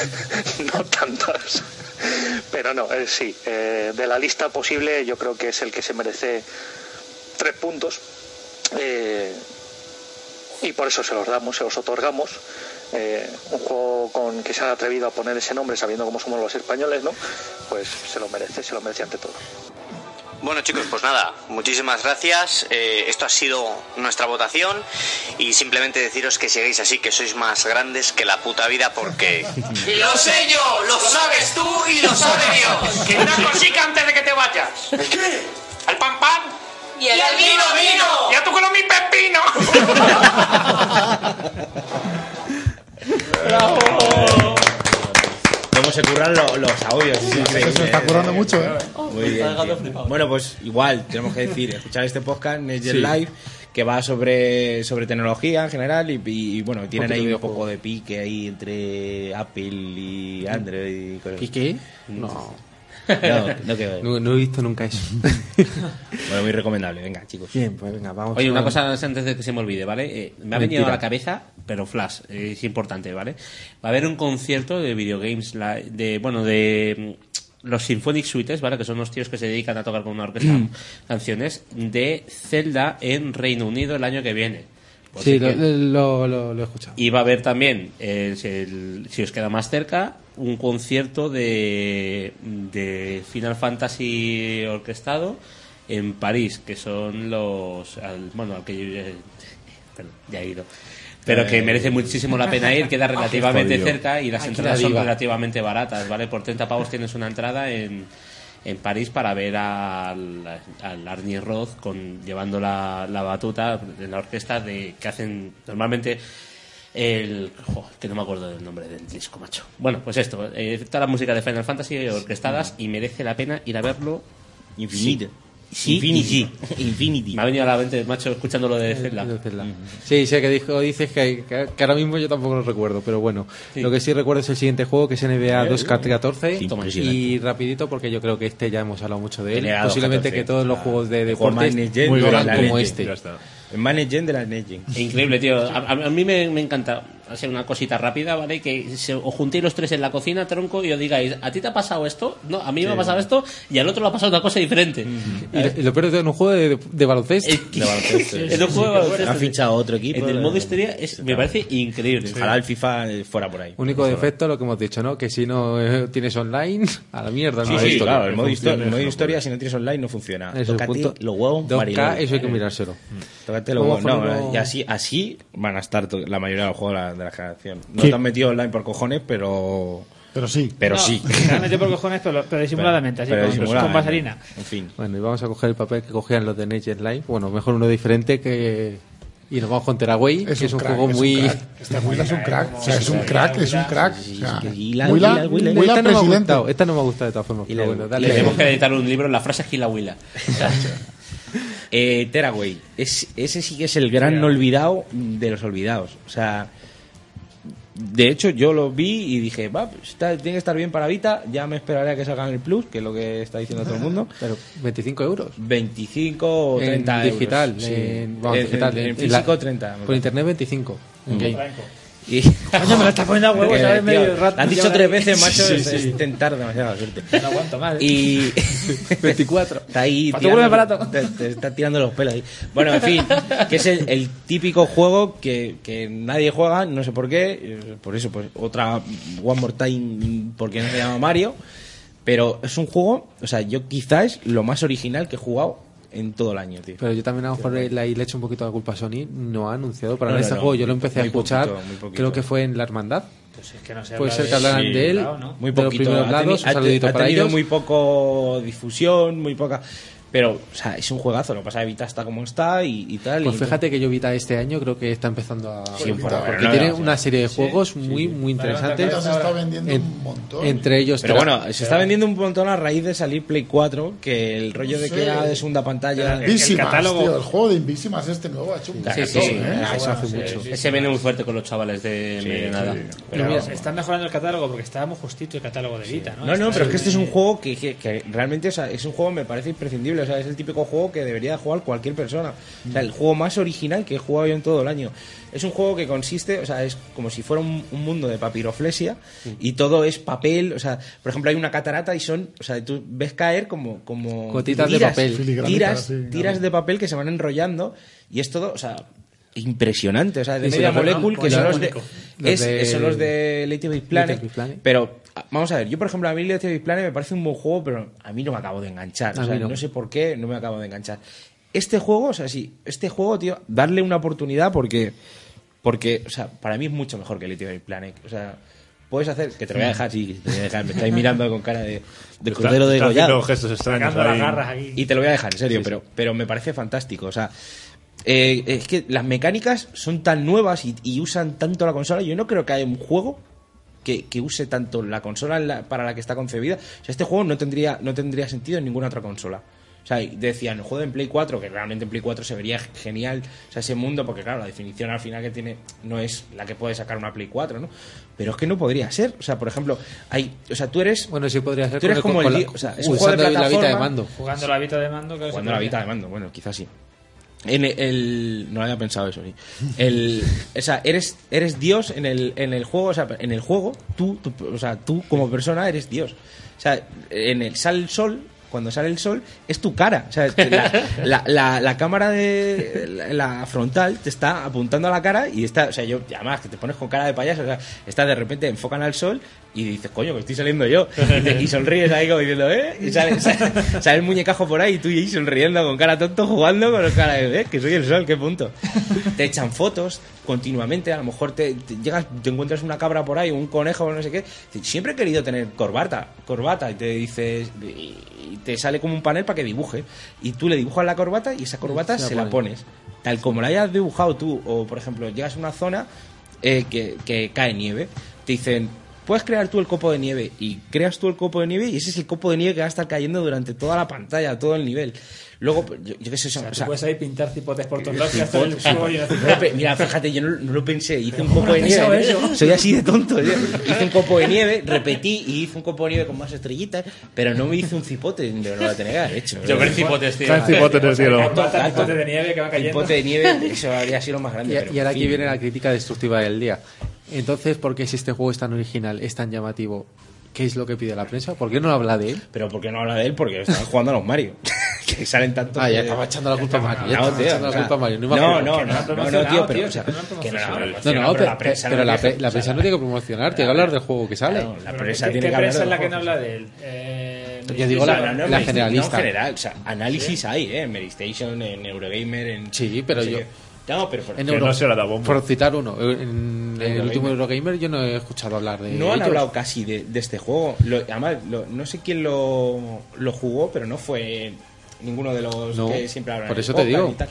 (laughs) no tantas. Pero no, eh, sí, eh, de la lista posible yo creo que es el que se merece tres puntos. Eh, y por eso se los damos, se los otorgamos. Eh, un juego con que se han atrevido a poner ese nombre, sabiendo cómo somos los españoles, ¿no? Pues se lo merece, se lo merece ante todo.
Bueno chicos, pues nada, muchísimas gracias. Eh, esto ha sido nuestra votación y simplemente deciros que sigáis así, que sois más grandes que la puta vida porque...
Y lo sé yo, lo sabes tú y lo sabe Dios. Que una cosica antes de que te vayas. ¿Qué? Al pan pan.
Y el vino, vino.
Y a tu color mi pepino.
Cómo se curran lo- los audios. es increíble.
Se está currando mucho, ¿eh?
Muy bien, tío. Bueno, pues igual, tenemos que decir, escuchar este podcast, Nature
Sí.
Live, que va sobre, sobre tecnología en general y, y, bueno, tienen
Poquito
ahí un
videojuego.
poco de pique ahí entre Apple y
Mm.
Android y cosas
¿Y qué? No.
No, no queda bien.
No, no he visto nunca eso.
(laughs) Bueno, muy recomendable, venga, chicos.
Bien, pues venga, vamos.
Oye, una
Vamos.
cosa antes de que se me olvide, ¿vale? Eh, me ha venido
Mentira.
a la cabeza, pero flash, eh, es importante, ¿vale? Va a haber un concierto de videogames, la- de, bueno, de mm, los Symphonic Suites, ¿vale? Que son los tíos que se dedican a tocar con una orquesta
Mm.
canciones de Zelda en Reino Unido el año que viene. Pues
Sí,
si
lo,
quieres-
lo, lo- lo he escuchado.
y va a haber también, eh, si, el- si os queda más cerca, un concierto de, de Final Fantasy orquestado en París, que son los. al- bueno, al que yo ya, perdón, ya he ido. Pero que
Eh. Ah,
merece muchísimo la pena ir,
(laughs)
queda relativamente
Jodido. Ah,
cerca y las
Aquí
entradas
la
son
diva.
relativamente baratas, ¿vale? Por 30 pavos tienes una entrada en, en París para ver al, al Arnie Roth con, llevando la, la batuta de la orquesta de que hacen normalmente el jo, que no me acuerdo del nombre del disco macho bueno pues esto eh, toda la música de Final Fantasy orquestadas y merece la pena ir a verlo
Infinito.
sí,
Infinity. Eh,
y sí. me ha venido a la mente macho escuchando lo de Zelda
Mm. Sí, sé que dijo, dices que, que- que ahora mismo yo tampoco lo recuerdo, pero bueno.
Sí.
Lo que sí recuerdo es el siguiente juego, que es NBA
Eh,
2K14.
sí, toma,
y rapidito, porque yo creo que este ya hemos hablado mucho de él.
NBA
Posiblemente
2K14,
que todos los
ah,
juegos de
el juego
deportes
más legend
no
de
eran
la
como
legend,
este.
ya está. El Manager de las Legends.
Es
(laughs)
Increíble, tío. A, a- a mí me, me encanta hacer una cosita rápida, ¿vale? Que se, os juntéis los tres en la cocina, tronco, y os digáis, ¿a ti te ha pasado esto? No, a mí me
Sí. Mm-hmm.
ha pasado esto, y al otro le ha pasado una cosa diferente.
Y lo- y lo peor es que en un juego de, de baloncesto.
De baloncesto, sí. En un juego de baloncesto.
Han fichado otro equipo.
En
eh,
el modo historia es- me parece increíble.
Ojalá el FIFA eh, fuera por ahí.
Único defecto, lo que hemos dicho, ¿no? Que si no eh, tienes online, a la mierda.
Sí,
¿no?
sí,
Esto,
claro,
que
el modo, histo-
funcione,
el modo
no
historia, si no tienes online, no funciona.
Eso es
Tócate
punto-
los huevos,
2K,
Marilón.
eso hay que mirárselo.
Mm. Tócate los
Vamos a
huevos. No, eh,
ponerlo-
Y así, así van a estar to- la mayoría de los juegos de la, de la generación. No
Sí.
te han metido online por cojones, pero.
Pero sí.
Pero
No,
sí.
me han metido por cojones, pero, pero disimuladamente, así
Pero
con,
disimuladamente.
con vaselina.
En fin.
Bueno, y vamos a coger el papel que cogían los de Nature Life. Bueno, mejor uno diferente que. Y nos vamos con Teraway, que es un
crack,
juego
es un
muy.
crack. Este Huila es un crack. O sea, es un crack, es un crack. O sea,
Huila,
Huila,
Huila, Esta
Huila
no me ha
presidente.
gustado, esta no me ha gustado de todas formas. pero bueno, dale.
Tenemos que editar un libro, la frase Gila Huila.
Eh, Teraway. Es, ese sí que es el gran olvidado de los olvidados. O sea. De hecho, yo lo vi y dije, va, pues está- tiene que estar bien para Vita, ya me esperaré a que salgan el Plus, que es lo que está diciendo todo el mundo.
(laughs) Pero 25 euros.
25 o
En
30 euros.
digital,
Sí.
en, vamos,
En-
digital,
en- en
en-
físico
la-
30. me
Por
parece.
internet 25. en
Mm.
game.
Y...
Coño, me lo está poniendo
(laughs)
a huevo,
Porque,
¿sabes?
tío,
Medio rato
lo has dicho
llevan
tres
ahí.
veces, macho,
(laughs) Sí,
es,
sí.
es intentar demasiada suerte.
No aguanto más. ¿eh? (laughs)
Y... 24. Está ahí...
Factura de barato.
te, te está tirando los pelos ahí. Bueno, en fin, que es el, el típico juego que, que nadie juega, no sé por qué. eh, Por eso, pues otra One More Time, porque no se llama Mario. Pero es un juego, o sea, yo quizás lo más original que he jugado en todo el año, tío.
Pero yo también a lo mejor le, le he hecho un poquito la culpa a Sony, no ha anunciado para
No,
nada
no,
este
no.
juego. Yo lo empecé a
Muy poquito,
escuchar,
muy poquito.
creo que fue en La Hermandad.
Pues es que no se
Puede
habla
ser
de-
que hablaran
sí,
de él,
claro, ¿no?
muy
de los
poquito
primeros
ha teni-
lados,
ha
un saludito
te- ha
para
tenido
ellos.
muy poco difusión muy poca pero o sea es un juegazo lo que pasa es que Vita está como está y, y tal
Pues
y-
fíjate que yo Vita este año creo que está empezando a...
Sí, un poco,
porque
pero no,
tiene
no,
una
sí.
serie de juegos muy, muy
Vale,
interesantes.
Vita se está vendiendo un montón.
Entre ellos...
pero
Tera-
bueno se está vendiendo un montón a raíz de salir Play 4 que el rollo
No
de
sé.
que era de segunda pantalla
Invisimas, tío, el juego de Invisimas este nuevo ha hecho un
Sí, sí,
crack,
sí.
¿eh?
Ah, eso hace mucho. Ese viene muy fuerte con los chavales de
Sí,
Medianada.
sí.
Pero
Pero
vamos.
están mejorando el catálogo porque estábamos justito el catálogo de Vita, ¿no?
No, no,
Está
pero es que este es un
bien.
juego que, que- que realmente o sea, es un juego me parece imprescindible. O sea, es el típico juego que debería jugar cualquier persona. O sea, el juego más original que he jugado yo en todo el año. Es un juego que consiste, o sea, es como si fuera un, un mundo de papiroflesia y todo es papel. O sea, por ejemplo, hay una catarata y son, o sea, tú ves caer como. como
Gotitas de papel.
Tiras,
Filigranitas, sí,
tiras de papel que se van enrollando y es todo, o sea. impresionante. O sea, de
Y se
Media
lo regalan
Molecule,
con
que son
el
los de,
abanico.
es-
Los de-
son los de Little Big Planet.
Little Big Planet.
Pero, a- vamos a ver, yo por ejemplo, a mí Little Big Planet me parece un buen juego, pero a mí no me acabo de enganchar.
A
O sea,
mí no.
no sé por qué, no me acabo de enganchar. Este juego, o sea, sí, este juego, tío, darle una oportunidad porque, porque o sea, para mí es mucho mejor que Little Big Planet. O sea, puedes hacer, que te lo voy a dejar, sí, te lo voy a dejar, me estáis mirando con cara de, de
Está-
cordero
está
degollado.
haciendo gestos extraños Sacando las ahí. garras aquí.
Y te lo voy a dejar, en serio,
Sí, sí.
pero, pero me parece fantástico. O sea, eh, es que las mecánicas son tan nuevas y, y usan tanto la consola. Yo no creo que haya un juego que, que use tanto la consola en la- para la que está concebida. O sea, este juego no tendría, no tendría sentido en ninguna otra consola. O sea, y decían, el juego en Play 4, que realmente en Play 4 se vería genial, o sea, ese mundo, porque claro, la definición al final que tiene no es la que puede sacar una Play 4, ¿no? Pero es que no podría ser. O sea, por ejemplo, hay, o sea, tú eres... Bueno, sí podría ser. Tú eres
con-
como
con
el...
la-
di- o sea, es un juego de
usando la
plataforma,
Vita de mando.
Jugando la vita de mando, claro.
cuando la
vita
vita de mando, bueno, quizás sí. En el, el- no había pensado eso ni. El, o sea, eres, eres Dios en el, en el juego, o sea, en el juego tú, tú, o sea, tú como persona eres Dios. O sea, en el sale el sol, cuando sale el sol es tu cara, o sea, te- la, la- la- la cámara de la, la frontal te está apuntando a la cara y está, o sea, yo y además que te pones con cara de payaso, o sea, está de repente enfocan al sol y dices, "Coño, que estoy saliendo yo." Y, te- y sonríes ahí como diciendo, "Eh", y sale, (laughs) sale- sale el muñecajo por ahí y tú y ahí sonriendo con cara tonto jugando con cara de, "Eh, que soy el sol, qué punto." Te echan fotos continuamente, a lo mejor te, te llegas, te encuentras una cabra por ahí, un conejo, no sé qué. Dices, Siempre he querido tener corbata, corbata y te dices y, y te sale como un panel para que dibuje y tú le dibujas la corbata y esa corbata
Se la
se la
pone.
pones tal como la hayas dibujado tú o por ejemplo llegas a una zona eh, que, que cae nieve te dicen puedes crear tú el copo de nieve y creas tú el copo de nieve y ese es el copo de nieve que va a estar cayendo durante toda la pantalla todo el nivel luego pues, yo, yo qué sé son- o
Tú
sea,
puedes ahí pintar cipotes por todos lados y hacer el juego y hacer-
no, pe- Mira, fíjate, yo no, no lo pensé, hice un
¿cómo
copo
no
de
has pensado
nieve.
eso?
¿eh? Soy así de tonto. yo. Hice un copo de nieve, repetí y hice un copo de nieve con más estrellitas, pero no me hice un cipote, no lo voy a tener que haber hecho.
Yo ver cipotes, tío.
Está el cipote en el cielo.
Alto, alto.
Cipote de nieve que va cayendo.
Cipote de nieve, eso habría sido lo más grande.
Y,
pero,
y ahora
en
aquí
fin.
viene la crítica destructiva del día. Entonces, ¿por qué si este juego es tan original, es tan llamativo? ¿Qué es lo que pide la prensa? ¿Por qué no habla de él?
Pero ¿por qué no habla de él? Porque están jugando a los Mario. (laughs) que salen tanto.
Ah, ya estaba echando la culpa a Mario, ya
No,
estaba
tío,
echando la
o sea,
culpa a Mario, no
No,
me acuerdo.
no, no,
Que no han
no, no,
promocionado,
tío, pero
tío,
o sea,
que no han
que no
promocionado.
la han
No, no,
promocionado, pero
pero
la prensa
pero
no
la
deja,
pre- la
o sea,
prensa no tiene que promocionar, tiene que hablar del juego que sale.
La
Pero
prensa
¿qué-
tiene
qué
que hablar.
prensa
de
es la
los
que no
juegos.
habla de él? Eh,
Yo digo la-
No, no,
la
Meri-
generalista.
no, en general, o sea, análisis hay, ¿eh? En Medistation, en Eurogamer, en.
Sí, pero
no sé
yo-
qué. No, pero por
En
que
Euro-
no se la da bombo.
por citar uno, en el
Eurogamer.
último Eurogamer yo no he escuchado hablar de
No han
ellos.
hablado casi de, de este juego. Lo- además, lo- no sé quién lo, lo jugó, pero no fue ninguno de los
No,
que siempre hablan.
por
en el
eso te
podcast
digo.
y tal.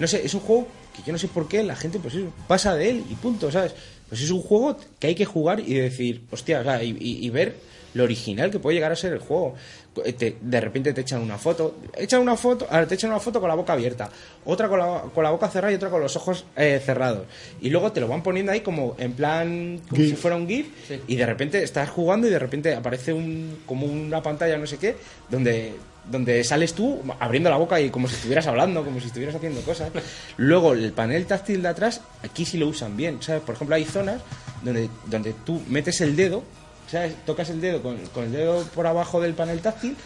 No sé, es un juego que yo no sé por qué la gente pues eso, pasa de él y punto, ¿sabes? Pues es un juego que hay que jugar y decir, hostia, o sea, y, y- y ver lo original que puede llegar a ser el juego. Eh, te- de repente te echan una foto, echan una foto, ahora te echan una foto con la boca abierta, otra con la, con la boca cerrada y otra con los ojos eh, cerrados. Y luego te lo van poniendo ahí como en plan, como
GIF.
si fuera un GIF, y de repente estás jugando y de repente aparece un, como una pantalla, no sé qué, donde, donde sales tú abriendo la boca y como si estuvieras hablando, como si estuvieras haciendo
(laughs)
cosas. Luego el panel táctil de atrás, aquí sí lo usan bien. ¿sabes? Por ejemplo, hay zonas donde, donde tú metes el dedo, ¿sabes? tocas el dedo con, con el dedo por abajo del panel táctil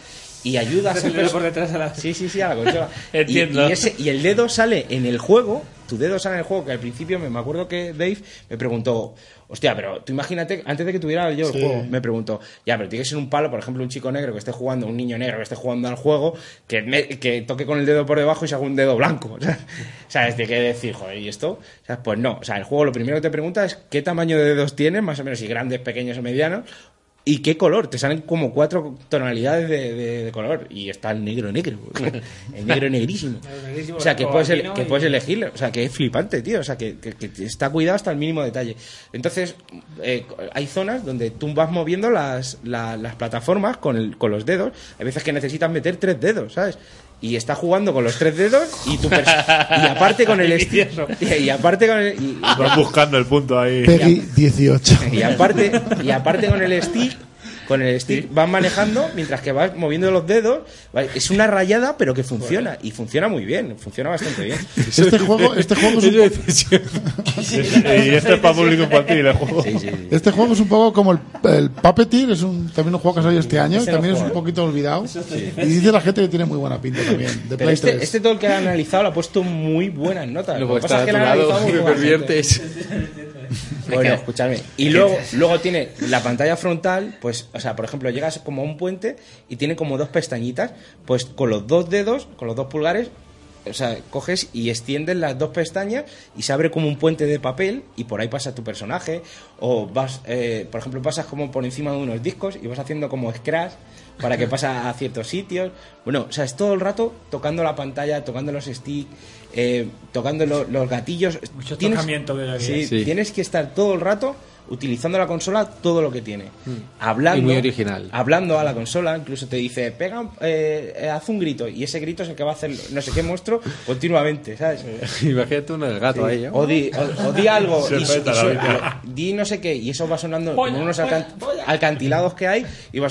y ayudas
El
al
dedo
perso-
por detrás a la-
Sí, sí, sí, a la consola.
(laughs) Entiendo.
Y, y ese- y el dedo sale en el juego, tu dedo sale en el juego, que al principio me, me acuerdo que Dave me preguntó, hostia, pero tú imagínate, antes de que tuviera yo el
Sí.
juego, me preguntó, ya, pero tiene que ser un palo, por ejemplo, un chico negro que esté jugando, un niño negro que esté jugando al juego, que, me- que toque con el dedo por debajo y se haga un dedo blanco. (laughs) ¿Sabes? De qué decir, joder, ¿y esto? ¿Sabes? Pues no, o sea, el juego lo primero que te pregunta es qué tamaño de dedos tienes, más o menos, si grandes, pequeños o medianos, ¿Y qué color? Te salen como cuatro tonalidades de, de- de color. Y está el negro negro. El negro negrísimo. O sea, que puedes, ele- que puedes elegirlo. O sea, que es flipante, tío. O sea, que, que- que está cuidado hasta el mínimo detalle. Entonces, eh, hay zonas donde tú vas moviendo las, la- las plataformas con, el- con los dedos. Hay veces que necesitas meter tres dedos, ¿sabes? Y está jugando con los tres dedos y tu pers- y aparte con el esti- (laughs) y, y aparte con el y-
Vas buscando el punto ahí.
Peggy 18.
y aparte, y aparte con el stick con el stick, vas manejando mientras que vas moviendo los dedos. Vale, Es una rayada, pero que funciona. Y funciona muy bien, funciona bastante bien.
(laughs) Este juego, este juego es un poco-
(laughs) y este es para público infantil, el juego.
Este juego es un poco como el, el Puppeteer, es un, también un juego que salió este año,
Ese
también
no
es un
juego.
poquito olvidado. Y dice la gente que tiene muy buena pinta también, de
Pero
Play
este,
3.
este todo el que ha analizado le ha puesto muy buenas notas.
Luego
Lo que pasa
está
es
a
que
tu
la
(laughs)
ha
lado
analizado
y
muy buena
perviertes.
(laughs) gente. Bueno, escúchame. Y
(laughs)
luego, luego tiene la pantalla frontal, pues, o sea, por ejemplo, llegas como a un puente y tiene como dos pestañitas, pues con los dos dedos, con los dos pulgares, o sea, coges y extiendes las dos pestañas y se abre como un puente de papel y por ahí pasa tu personaje. O vas, eh, por ejemplo, pasas como por encima de unos discos y vas haciendo como scratch para
(laughs)
que pasa a ciertos sitios. Bueno, o sea, es todo el rato tocando la pantalla, tocando los sticks, eh, tocando lo- los gatillos.
Mucho
Tienes-
tocamiento veo aquí,
Sí,
¿eh? Sí.
tienes que estar todo el rato utilizando la consola todo lo que tiene. Hablando,
Mm. Y muy original.
hablando a la consola, incluso te dice, pega, un- eh, eh, haz un grito, y ese grito es el que va a hacer no sé qué monstruo continuamente, ¿sabes?
(laughs) Imagínate uno del gato
Sí.
ahí. ¿eh?
O di, o- o di algo,
Se
y, su-
peta
y
la
su-
vida.
o di no sé qué, y eso va sonando
Polla,
como unos alcan- alcantilados que hay, y va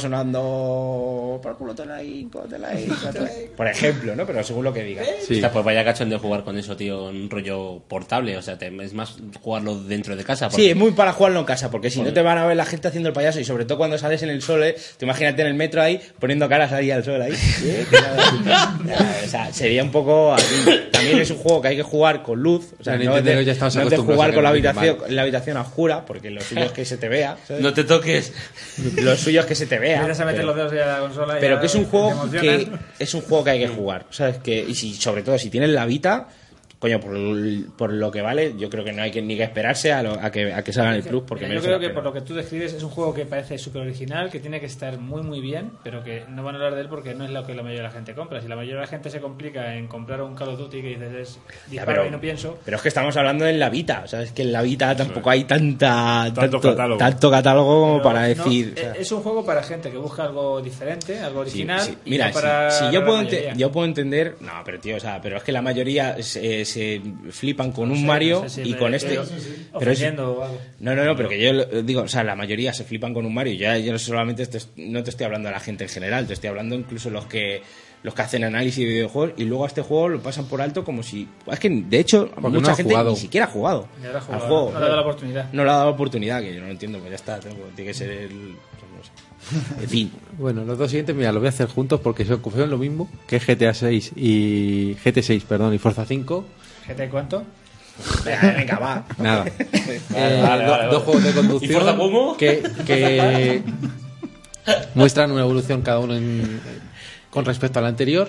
sonando. Por culo, te la hinco, te la hinco, te la hinco. Por ejemplo, ¿no? Pero según lo que diga.
Está, pues vaya cachón de jugar con eso, tío, un rollo portable. O sea, te- es más jugarlo dentro de casa.
Sí,
porque-
es muy para jugarlo en casa, porque si no
Joder.
te van a ver la gente haciendo el payaso, y sobre todo cuando sales en el sol, ¿eh? Tú imagínate en el metro ahí, poniendo caras ahí al
(laughs)
sol ahí. ¿eh? Que nada. o sea, sería un poco. así. También es un juego que hay que jugar con luz. O sea,
En
no es de,
Nintendo ya estamos
no es de
acostumbrados a
jugar
que
con la
nos miren
habitación, la habitación a oscura, porque lo suyo es que se te vea. ¿sabes?
No te toques.
Lo suyo es que se te vea.
Empiezas a meter
pero-
los dedos ahí a la consola. y
pero
ya
que es un
te
juego
emocionas. (laughs)
que es un juego que hay que jugar sabes que y si sobre todo si tienes la Vita coño por, l- por lo que vale yo creo que no hay que ni que esperarse a, lo- a que a que salga en el plus porque
Mira, yo
merece
creo
la
que
pena.
por lo que tú describes es un juego que parece súper original, que tiene que estar muy muy bien, pero que no van a hablar de él porque no es lo que la mayoría de la gente compra. Si la mayoría de la gente se complica en comprar un Call of Duty que dices es
Ya,
disparo
pero,
y no pienso,
pero es que estamos hablando en la Vita o sea es que en la Vita tampoco hay tanta tanto,
catálogo.
tanto catálogo como para
No,
decir
eh, es un juego para gente que busca algo diferente, algo original.
Sí, sí.
y
Mira,
no para
si, si
la
yo, puedo
mayoría.
ente- yo puedo entender. No, pero tío, o sea, pero es que la mayoría se, se flipan con un
sé,
Mario
no sé si
y
me
con
estoy
este. es-
ofendiendo o algo.
No, no, no, pero que yo lo- digo, o sea, la mayoría se flipan con un Mario. Ya yo no solamente te- no te estoy hablando de la gente en general, te estoy hablando incluso los que los que hacen análisis de videojuegos y luego a este juego lo pasan por alto como si es que de hecho
no
mucha
ha
gente
jugado.
ni siquiera ha jugado
Ni habrá jugado,
al juego
no le ha dado la oportunidad.
no le ha dado la oportunidad que yo no lo entiendo pues ya está tengo- tiene que ser el pues no sé. en fin
Bueno, los dos siguientes, mira, los voy a hacer juntos porque son, son lo mismo que GTA 6 y GT 6, perdón, y Forza 5.
¿GT cuánto?
Venga, (laughs) venga, va.
Nada.
Vale,
Eh,
vale,
do-
vale,
Dos
vale.
juegos de
¿Y Forza
conducción
Pomo?
que,
(laughs)
que muestran una evolución cada uno en- con respecto al anterior,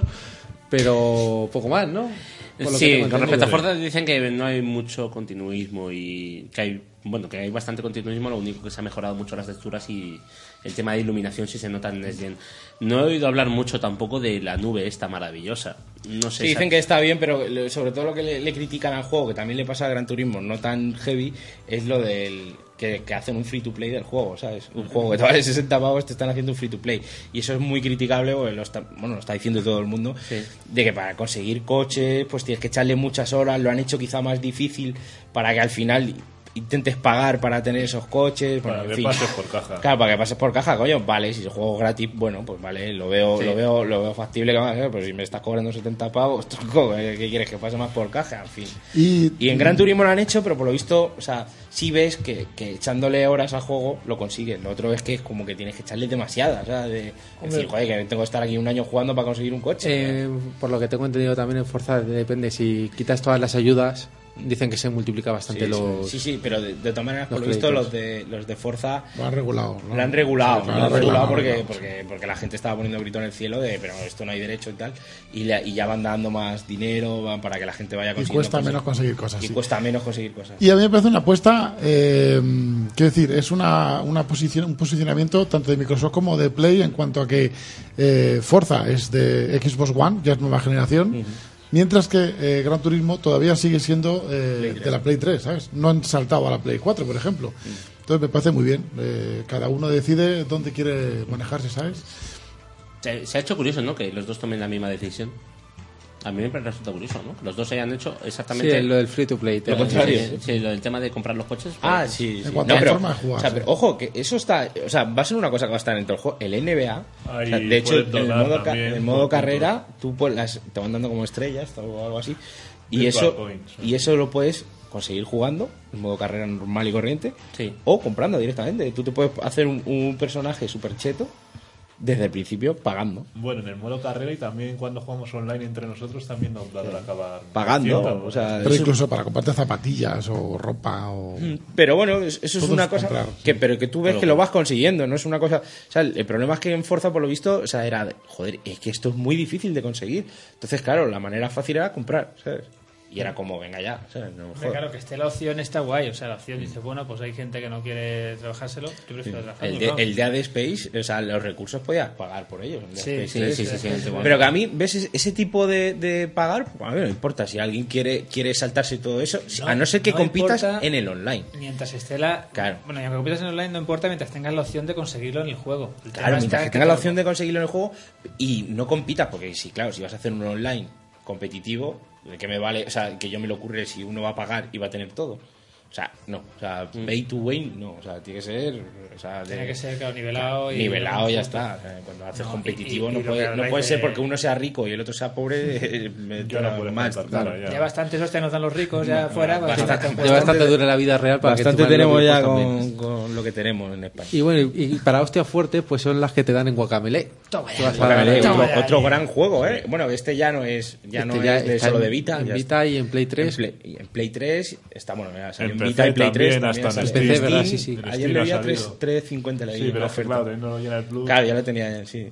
pero poco más, ¿no? Por lo que
Sí,
tengo
con respecto a
entendido.
Forza dicen que no hay mucho continuismo y que hay, bueno, que hay bastante continuismo, lo único que se ha mejorado mucho las texturas y el tema de iluminación si se nota en Next Gen. No he oído hablar mucho tampoco de la nube esta maravillosa. No sé
Sí, dicen
exact-
que está bien, pero lo- sobre todo lo que le, le critican al juego, que también le pasa a Gran Turismo, no tan heavy, es lo del que, que hacen un free to play del juego, ¿sabes? Un juego que te vale 60 pavos, te están haciendo un free to play. Y eso es muy criticable, porque lo está, bueno, lo está diciendo todo el mundo, de que para conseguir coches, pues tienes que echarle muchas horas, lo han hecho quizá más difícil para que al final intentes pagar para tener esos coches, bueno,
Para
en
que
fin.
pases por caja.
Claro, para que pases por caja, coño, vale, si el juego es gratis, bueno, pues vale, lo veo,
Sí.
lo veo, lo veo factible que va a ser, pero si me estás cobrando 70 pavos, (laughs) tronco, ¿qué qué quieres que pase más por caja? En fin.
Y,
Y en Gran Turismo lo han hecho, pero por lo visto, o sea, sí ves que, que echándole horas al juego lo consigues. Lo otro es que es como que tienes que echarle demasiadas, o sea, de
Hombre.
decir, joder, que tengo que estar aquí un año jugando para conseguir un coche.
Eh, por lo que tengo entendido también en Forza depende si quitas todas las ayudas dicen que se multiplica bastante
Sí,
los
sí, sí, pero de, de todas maneras, por
los
lo visto,
créditos.
los de, los de Forza
Lo han regulado, ¿no?
Lo han regulado,
Sí,
lo
lo
han
han
regulado
regulado,
porque,
regulado,
porque, porque la gente estaba poniendo grito en el cielo de pero esto no hay derecho y tal. Y, la- y ya van dando más dinero van para que la gente vaya consiguiendo
cuesta menos conseguir cosas,
Y
sí.
cuesta menos conseguir cosas.
Y a mí me parece una apuesta, eh, quiero decir, es una, una posición, un posicionamiento tanto de Microsoft como de Play en cuanto a que eh, Forza es de Xbox One, ya es nueva generación, mientras que eh, Gran Turismo todavía sigue siendo eh, de la Play 3, ¿sabes? No han saltado a la Play 4, por ejemplo. Entonces me parece muy bien, eh, cada uno decide dónde quiere manejarse, ¿sabes?
se, se ha hecho curioso, ¿no? Que los dos tomen la misma decisión.
A mí me resulta curioso, ¿no? Que Los dos hayan hecho
Sí,
exactamente
lo del free to play. te
lo
lo
contrario.
digo.
Sí, lo del tema de comprar los coches.
Ah,
pues-
sí,
Sí,
En cuanto a
pero-
forma de jugar,
o sea,
sí.
pero ojo, que eso está. O sea, va a ser una cosa que va a estar en todo el juego. El NBA.
Ahí
o sea, de hecho,
puedes
en el
donar
modo, ca-
también,
en el
por
modo
puntos.
carrera, tú pues, las, te van dando como estrellas o algo así. Y
Virtual
eso,
points,
y eso lo puedes conseguir jugando en modo carrera normal y corriente. O comprando directamente. Tú te puedes hacer un, un personaje súper cheto desde el principio pagando.
Bueno, en el modo carrera y también cuando jugamos online entre nosotros también nos va a acabar.
Pagando,
Cierta,
o sea,
Pero
eso-
incluso para comprarte zapatillas o ropa o...
Pero bueno, es- eso es
Todo
una
es
cosa
comprar,
que, pero que tú ves
Pero
que lo
bueno.
vas consiguiendo, no es una cosa. O sea, el el problema es que en Forza, por lo visto, o sea, era de, joder, es que esto es muy difícil de conseguir. Entonces, claro, la manera fácil era comprar, ¿sabes? Y era como, venga ya, ¿sabes? No,
Hombre,
joder.
Claro, que esté la opción está guay. O sea, la opción dice, bueno, pues hay gente que no quiere trabajárselo. Yo prefiero trabajarlo.
El de,
claro.
el de AD Space, o sea, los recursos podías pagar por ellos. en Dead
Sí,
Space
sí,
3.
sí, sí, sí, sí, igual.
Pero que a mí, ¿ves ese- ese tipo de, de pagar? Pues a mí no me importa. Si alguien quiere, quiere saltarse todo eso, si- a no ser que
no
compitas
importa.
en el online.
Mientras esté la...
Claro.
Bueno, y aunque compitas en online no importa mientras tengas la opción de conseguirlo en el juego. El tema
Claro,
está
mientras que
en
tengas la
te lo-
opción de conseguirlo en el juego y no compitas, porque sí, claro, si vas a hacer un online competitivo, ¿de qué me vale? O sea, que yo me lo ocurre si uno va a pagar y va a tener todo. O sea, no. O sea, pay to win, no. O sea, tiene que ser. O sea, de-
Tiene que ser, claro, nivelado y-
Nivelado, ya está. O sea, Cuando haces
No, y-
competitivo,
y- y
no,
lo
puede,
que
no
habláis
puede ser
de-
porque uno sea rico y el otro sea
(laughs)
pobre. eh, me
Ya
da
no puedes
más,
contar,
claro.
Ya bastante hostia nos dan los ricos ya afuera. para
Bastante-
que-
Ya bastante dura la vida real para que
Bastante
te
tenemos
valga
ya
lo que
con, con lo que tenemos en España.
Y bueno, y y para hostias fuertes, pues son las que te dan en Guacamele.
Toma
Tú vas a ver, eh, otro, otro gran juego, ¿eh? Bueno, este ya no es, ya
Este
no
ya
es de
está
solo
en-
de Vita.
en
ya
Vita y en Play
3. En Play, y en Play 3 está bueno, mira, salió en
En
Vita y
PC
Play 3.
también,
también
hasta en
sale.
Steam. En
sí.
Steam
Ayer
ha
le veía
salido.
3, 3.50 le
Sí,
di
pero
una
es que,
oferta.
claro, no lo llena el Plus.
Claro, ya lo tenía, sí.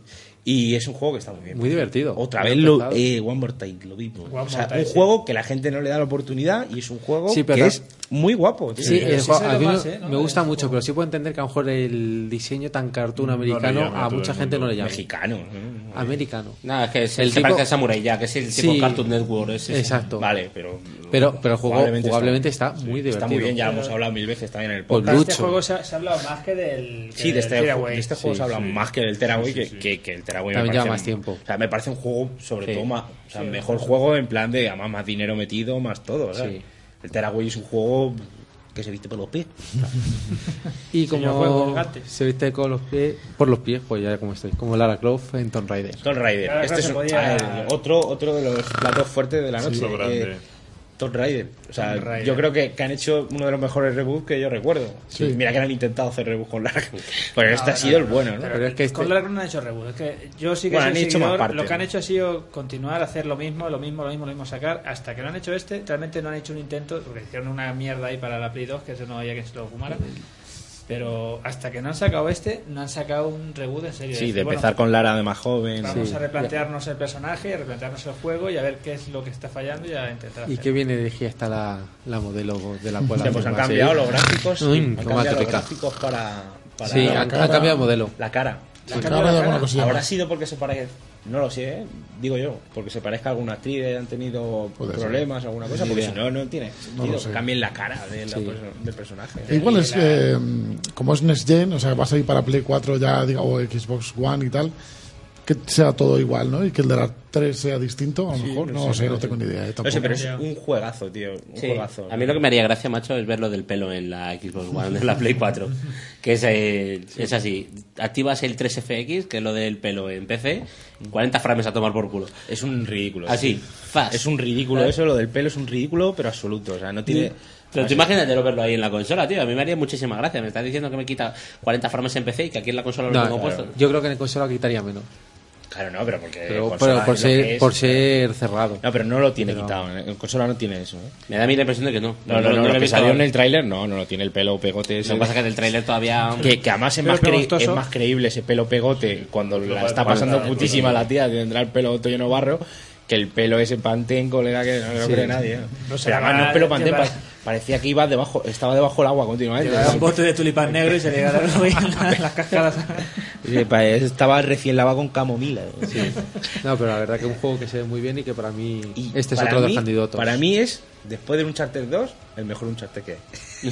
Y es un juego que está muy bien.
Muy divertido.
Otra
Muy
vez lo,
empezado.
eh, One More Time, lo mismo.
One
o sea,
More Time,
un
sí.
juego que la gente no le da la oportunidad y es un juego
Sí, pero
que
la-
es muy guapo. tío.
Sí, el juego- a mí
¿eh?
¿eh? no- me gusta mucho, pero sí puedo entender que a lo mejor el diseño tan cartoon
No le
americano
llama a
a
todo
mucha
el
gente no
mundo.
le llama.
Mexicano.
Americano.
Nada, es que es
El
el que
tipo-
parece a Samurai Jack, es el tipo
Sí.
Cartoon Network. Es ese.
Exacto.
Vale, pero.
Pero, pero el juego
Jugablemente
jugablemente,
está-
está,
sí,
muy divertido. Pues
Está muy bien, ya hemos hablado mil veces también en el
Con
podcast.
Este juego se ha, se ha hablado más que del. que
Sí, de
del
este,
Tearaway.
ju- de este juego
Sí,
se habla
sí.
más que del Teraway que, que, que el Teraway me
También lleva
parece
más tiempo.
O sea, me parece un juego, sobre
Sí.
todo, más, o sea,
Sí,
mejor
sí.
juego en plan de además más dinero metido, más todo. ¿sabes?
Sí.
El Teraway es un juego que se viste por los pies.
(laughs) Y
yo juego
como
elegante.
se viste con los pies, por los pies, pues ya como estoy, como Lara Croft en Tomb Raider.
Tomb Raider.
Claro,
este
no
es
se
un-
podía-
ah, el otro, otro de los platos fuertes de la
Sí,
noche.
lo grande.
eh, Tomb Raider. O sea,
Tomb Raider.
yo creo que, que han hecho uno de los mejores reboots que yo recuerdo.
Sí.
Mira que han intentado hacer reboots con Lara. Pero este
No,
ha
no,
sido
no,
el
no.
bueno, ¿no?
Pero, Con Lara Croft no han hecho reboot. Es que yo sí
este-
que
Bueno,
soy
han hecho
seguidor,
más parte,
Lo que han
¿no?
hecho ha sido continuar a hacer lo mismo, lo mismo, lo mismo, lo mismo, sacar. Hasta que no han hecho este, realmente no han hecho un intento. Porque hicieron una mierda ahí para la Play 2, que eso no había quien se lo fumara. Pero hasta que no han sacado este, no han sacado un reboot en serio.
Sí,
Es
de
decir,
empezar
bueno,
con Lara de más joven.
Vamos
Sí.
a replantearnos el personaje, a replantearnos el juego y a ver qué es lo que está fallando y a intentar
¿Y
hacer.
qué viene de aquí está la, la modelo de la cual
Sí, pues han
hablamos,
cambiado
sí.
los gráficos.
Uy,
han
cómo
cambiado
te
los
pica.
gráficos para. para
Sí, han- han cambiado el modelo.
La cara.
La cara de alguna cosilla
Habrá
más.
sido porque se parezca. No lo sé, ¿eh? digo yo. Porque se parezca a alguna actriz, eh, han tenido
Puede ser.
problemas o alguna cosa.
Ni
Porque
idea.
si no, no tiene sentido.
lo sé.
Cambien la cara de la
Sí. E
perso- del personaje.
Igual
Y
es
la-
que, mm, como es Next Gen, o sea, va a salir para Play 4 ya, diga, o Xbox One y tal, que sea todo igual, ¿no? Y que el de la 3 sea distinto, a lo
Sí,
mejor,
no
no,
sé,
sé,
no
no
sé.
tengo ni idea. ¿eh?
No sé,
Tampoco.
pero es un juegazo, tío. Un
Sí.
juegazo.
A mí lo que me haría gracia, macho, es ver lo del pelo en la Xbox One, en la Play 4. Que es, eh, es así. Activas el 3FX, que es lo del pelo en PC, 40 frames a tomar por culo.
Es un ridículo.
Así,
sí.
fast.
Es un ridículo
¿Sabes?
eso, lo del pelo es un ridículo, pero absoluto. O sea, no tiene.
Pero
no
tú
sé.
imagínate verlo ahí en la consola, tío. A mí me haría muchísima gracia. Me estás diciendo que me quita 40 frames en PC y que aquí en la consola lo
No,
tengo
claro.
puesto.
Yo creo que en el consola quitaría menos.
Claro, no, pero porque.
Pero,
consola
pero por,
es lo que
ser,
es.
por ser cerrado.
No, pero no lo tiene
Pero-
quitado. En consola no tiene eso. ¿eh?
Me da a mí la impresión de que no.
No, no, no,
lo
lo
he
que
visto
salió en
ahora.
el tráiler no, no lo tiene el pelo pegote.
Lo
ese.
que pasa es que del tráiler todavía...
que, que además es
Pero
más,
qué
cre-
gustoso.
es más creíble ese pelo pegote cuando la
va-
está
va a
pasando
estar,
putísima
bueno.
la tía, tendrá el pelo todo lleno de barro, que el pelo ese pantén, colega, que no lo
Sí.
cree nadie. ¿eh?
No sé,
Pero además no es
va-
pelo pantén,
lleva-
pa- parecía que iba debajo, estaba debajo del agua continuamente.
Llevaba un bote de tulipán negro y se le llegaron las cascadas.
Sí, pa- Estaba recién lavado con camomila. ¿eh?
No, pero la verdad que es un juego que se ve muy bien y que para mí este es
Para
otro de
mí-
los candidatos.
Para mí es, después de un Charter 2, el mejor un Charter que hay.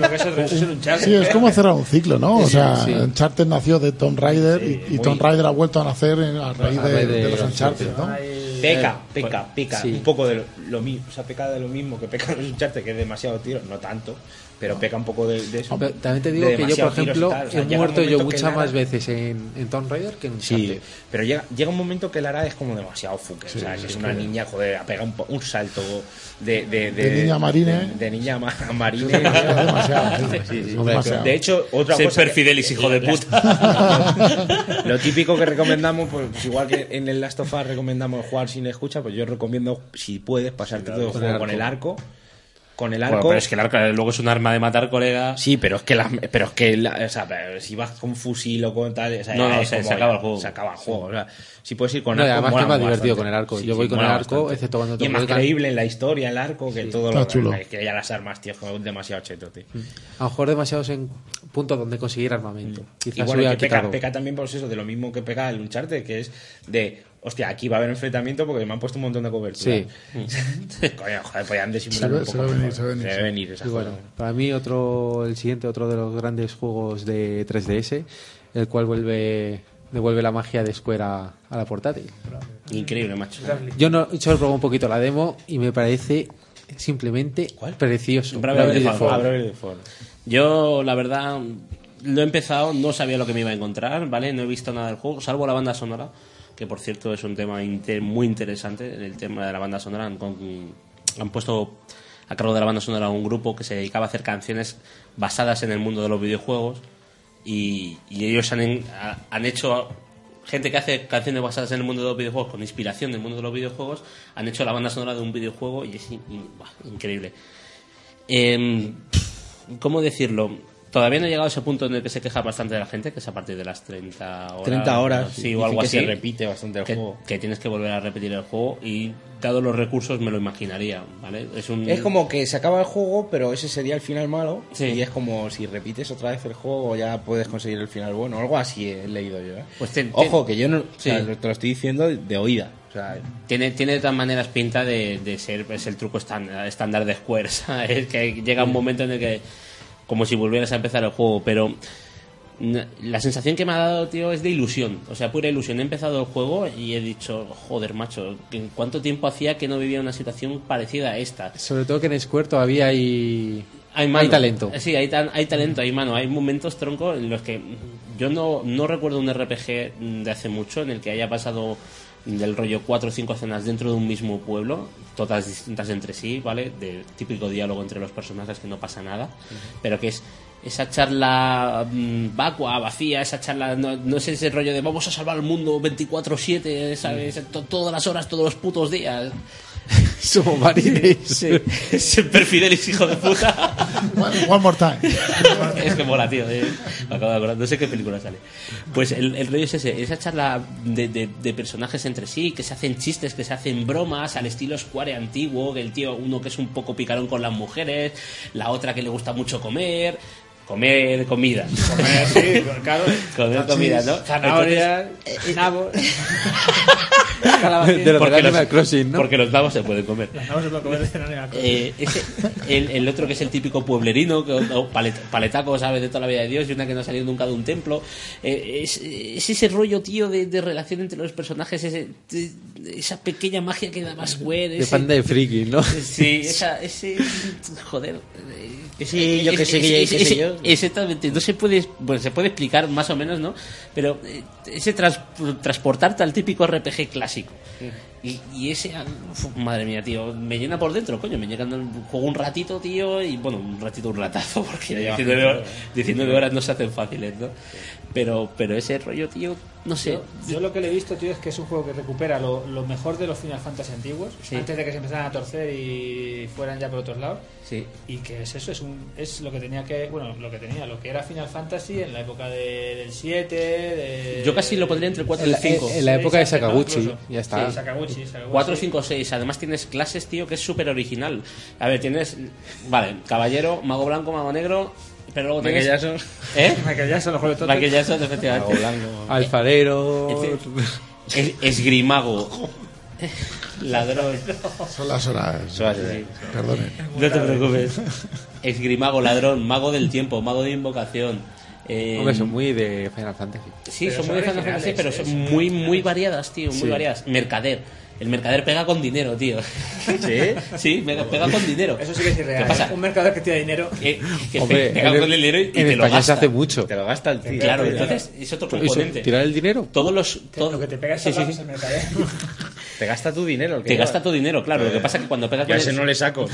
Lo que
(laughs)
es otro- eso es un Charter.
Sí, es como cerrar un ciclo, ¿no? O
Sí,
sea,
sí.
Uncharted nació de Tomb Raider y, y
muy-
Tomb Raider ha vuelto a nacer en- a raíz
raíz de
de, de los
los
Uncharted, ¿no?
Hay
Peca, peca, peca. Un poco de lo, lo mismo. O sea, peca de lo mismo que peca los Uncharted, que es demasiado tiro. No tanto, pero peca un poco de, de eso.
Pero también te digo
De
que yo, por
demasiados tiros y
ejemplo,
tal. O sea,
he
llega un
muerto yo
momento que
muchas
Lara-
más veces en, en Tomb Raider que en
Sí,
Uncharted.
pero llega, llega un momento que Lara es como demasiado fucker.
Sí,
o sea,
sí,
que es
es
una
que-
niña, joder, ha pegado un, po- un salto de, de,
De niña marine.
De, de niña ma- marine. (laughs)
Demasiado, sí.
Sí, sí.
Demasiado.
De hecho, otra
Ser
cosa. que-
Perfidelis, hijo de puta.
(laughs) Lo típico que recomendamos, pues, pues igual que en el Last of Us recomendamos jugar sin escucha, pues yo recomiendo, si puedes, pasarte todo el
con
juego
el
con el arco. Con el arco.
Bueno, pero es que el arco eh, luego es un arma de matar, colega.
Sí, pero es que la- pero es que la- o sea, pero si vas con fusil o con tal, o sea,
No, no,
es
se-
como
se acaba
ya,
el juego.
Se acaba el juego. O sea, si puedes ir con
No, y además
mola
que es más divertido
bastante.
con el arco.
Sí,
Yo
sí,
voy con el
mola
arco, excepto cuando
Y
te
es más
vuelcan.
creíble en la historia, el arco, que todo
Está
lo
chulo.
Es que ya las armas, tío, son demasiado cheto, tío.
A lo mejor demasiados en puntos donde conseguir armamento.
Y
Quizás
bueno,
hubiera
Mm. que peca,
quitado.
peca también por eso, de lo mismo que pega el Uncharted, que es de, hostia, aquí va a haber enfrentamiento porque me han puesto un montón de cobertura.
Sí.
(laughs) Coño, joder, podían
Se
disimularlo
ve-
un
se
poco
va a
mejor.
venir, se va a venir,
Se
sí.
debe venir esa
Y bueno, para mí otro el siguiente otro de los grandes juegos de 3DS, el cual vuelve devuelve la magia de Square a, a la portátil.
Increíble, macho.
Yo no yo solo probé un poquito la demo y me parece simplemente precioso. Bravely Default.
Yo, la verdad, lo he empezado, no sabía lo que me iba a encontrar, ¿vale? No he visto nada del juego, salvo la banda sonora, que por cierto es un tema inte- muy interesante. En el tema de la banda sonora han, con- han puesto a cargo de la banda sonora un grupo que se dedicaba a hacer canciones basadas en el mundo de los videojuegos y, y ellos han, en- ha- han hecho gente que hace canciones basadas en el mundo de los videojuegos con inspiración del mundo de los videojuegos han hecho la banda sonora de un videojuego y es in- in- buah, increíble Em, ¿Cómo decirlo? Todavía no he llegado a ese punto en el que se queja bastante de la gente, que es a partir de las 30 horas.
30 horas,
Sí,
dicen
o algo
que
así.
se repite bastante el
que,
juego.
Que tienes que volver a repetir el juego y, dados los recursos, me lo imaginaría, ¿vale? Es, un,
Es como que se acaba el juego, pero ese sería el final malo.
Sí.
Y es como si repites otra vez el juego, ya puedes conseguir el final bueno. Algo así he leído yo. ¿eh?
Pues ten- ten-
Ojo, que yo no. o sea,
Sí.
te lo estoy diciendo de oída. O sea,
Tiene, tiene de todas maneras pinta de, de ser es el truco estándar, estándar de Square, (laughs) ¿sabes? Que llega un momento en el que como si volvieras a empezar el juego, pero n- la sensación que me ha dado, tío, es de ilusión, o sea, pura ilusión. He empezado el juego y he dicho, joder, macho, ¿en ¿cuánto tiempo hacía que no vivía una situación parecida a esta?
Sobre todo que en Square todavía hay
hay, mano. Eh,
talento.
Sí, hay, tan- hay talento, hay mano. Hay momentos tronco en los que yo no, no recuerdo un RPG de hace mucho en el que haya pasado del rollo cuatro o cinco escenas dentro de un mismo pueblo, todas distintas entre sí, ¿vale? De típico diálogo entre los personajes que no pasa nada, pero que es esa charla mm, vacua, vacía, esa charla, no, no es ese rollo de vamos a salvar el mundo 24-7, ¿sabes? To- todas las horas, todos los putos días.
(laughs) Somos marines.
(laughs) Ese perfidelis, hijo de puta.
One, one more time.
es que mola, tío. eh. Me acabo de acordar. No sé qué película sale. Pues el, el rollo es ese. Esa charla de, de- de personajes entre sí, que se hacen chistes, que se hacen bromas, al estilo Square antiguo, que el tío, uno que es un poco picarón con las mujeres, la otra que le gusta mucho comer. Comer comida. Comer,
claro.
(laughs)
eh,
Comer comida, ¿no?
Zanahorias,
eh, (laughs)
nabos, calabacín.
(laughs) porque, los,
Crossing,
porque los nabos se pueden comer.
Vamos a comer de Animal Crossing.
Eh, ese- el, el otro que es el típico pueblerino, que, o palet- paletaco, ¿sabes? De toda la vida de Dios, y una que no ha salido nunca de un templo. Eh, es, es ese rollo, tío, de, de relación entre los personajes, ese- de- de esa pequeña magia que da más Square.
De
ese-
panda de friki, ¿no?
Sí, esa, ese. Joder. eh,
Sí, yo qué sé, que ya
ese-
qué sé
ese-
yo.
Exactamente, no se puede. Bueno, se puede explicar más o menos, ¿no? Pero eh, ese tras- transportarte al típico RPG clásico. Y, y ese, ah, uf, madre mía, tío, me llena por dentro, coño, me llena, juego un ratito, tío, y bueno, un ratito, un ratazo, (laughs) porque
Ya llevas
19
mucho,
horas, 19 horas no se hacen fáciles, ¿no? Pero, pero ese rollo, tío, no sé,
Yo, yo lo que le he visto, tío, es que es un juego que recupera lo, lo mejor de los Final Fantasy antiguos,
Sí.
antes de que se empezaran a torcer y fueran ya por otros lados.
sí.
Y que es eso, es, un, es lo que tenía que. Bueno, lo que tenía, lo que era Final Fantasy en la época de- del 7. de- eh,
Yo casi lo pondría entre 4
En
y
la-
5.
en la época de Sakaguchi,
Incluso.
ya está.
Sí, Sakaguchi, Sakaguchi.
4, 5, 6. Además tienes clases, tío, que es súper original. A ver, tienes... Vale, caballero, mago blanco, mago negro... Pero luego tienes...
Michael Jackson.
¿Eh?
(laughs) Michael Jackson, los juegos de
Michael Jackson, efectivamente. Ah,
Mago blanco.
Alfarero.
Este- Es, esgrimago. Ladrón.
Son las horas.
Son las horas.
Perdonen.
No te preocupes. Esgrimago, ladrón, mago del tiempo, mago de invocación. Eh,
Hombre, son muy de Final Fantasy.
Sí, son muy de Final Fantasy, pero son muy, muy variadas, tío, muy
Sí.
variadas. Mercader. El mercader pega con dinero, tío. ¿Sí? (laughs) Sí, pega, pega con dinero.
Eso sí que es irreal. ¿eh?
¿Qué pasa?
Un mercader que tiene dinero.
Que, (laughs) que
Hombre,
pe- pega
en-
con el dinero y, y
en
te lo
España se
gasta.
hace mucho.
Te lo gasta el tío.
Te
Claro,
pega.
entonces es otro
Eso,
componente.
¿Tirar el dinero?
Todos los...
Este
todo-
Lo que te pegas
Sí,
es
sí,
el mercader.
Te gasta tu dinero. el que
Te
lleva.
gasta tu dinero, claro. Lo que pasa es que cuando pega
Yo
con
a
el
ese no
(laughs)
le saco.
Cu-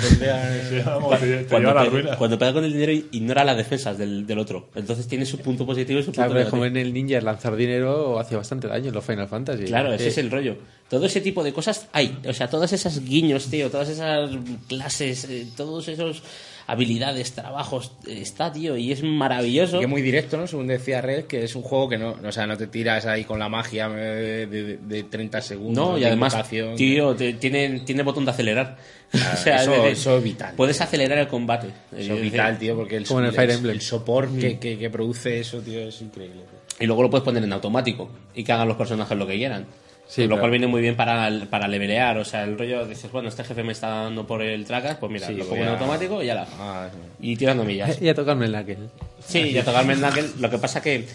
cuando, pega, cuando pega con el dinero ignora las defensas del, del otro. Entonces tiene su punto positivo y su punto
Claro, pero es
negativo.
como en el ninja lanzar dinero hace bastante daño en los Final Fantasy.
Claro, ese
Eh,
es el rollo. Todo ese tipo de cosas hay. O sea, todas esas guiños, tío, todas esas clases, eh, todos esos habilidades, trabajos, eh, está, tío, y es maravilloso.
Y que muy directo, ¿no? Según decía Red, que es un juego que no, o sea, no te tiras ahí con la magia eh, de, de- de 30 segundos.
No, y
de
además,
invocación.
tío, te- tiene, tiene botón de acelerar. (laughs) o sea,
Ah, eso-
es decir,
eso es vital.
Puedes acelerar el combate.
Eso es vital, tío, porque el,
Como en el
el-
Fire Emblem.
el sopor que,
Mm.
que- que produce eso, tío, es increíble.
Y luego lo puedes poner en automático y que hagan los personajes lo que quieran.
Sí,
Con lo
claro.
cual viene muy bien para, para levelear. O sea, el rollo dices, bueno, este jefe me está dando por el tracas, pues mira,
Sí,
lo
voy
pongo en
a- Ah,
automático y ya la. Y tirando millas.
Y a tocarme el laquel.
Sí, y a tocarme el knuckle. Lo que pasa que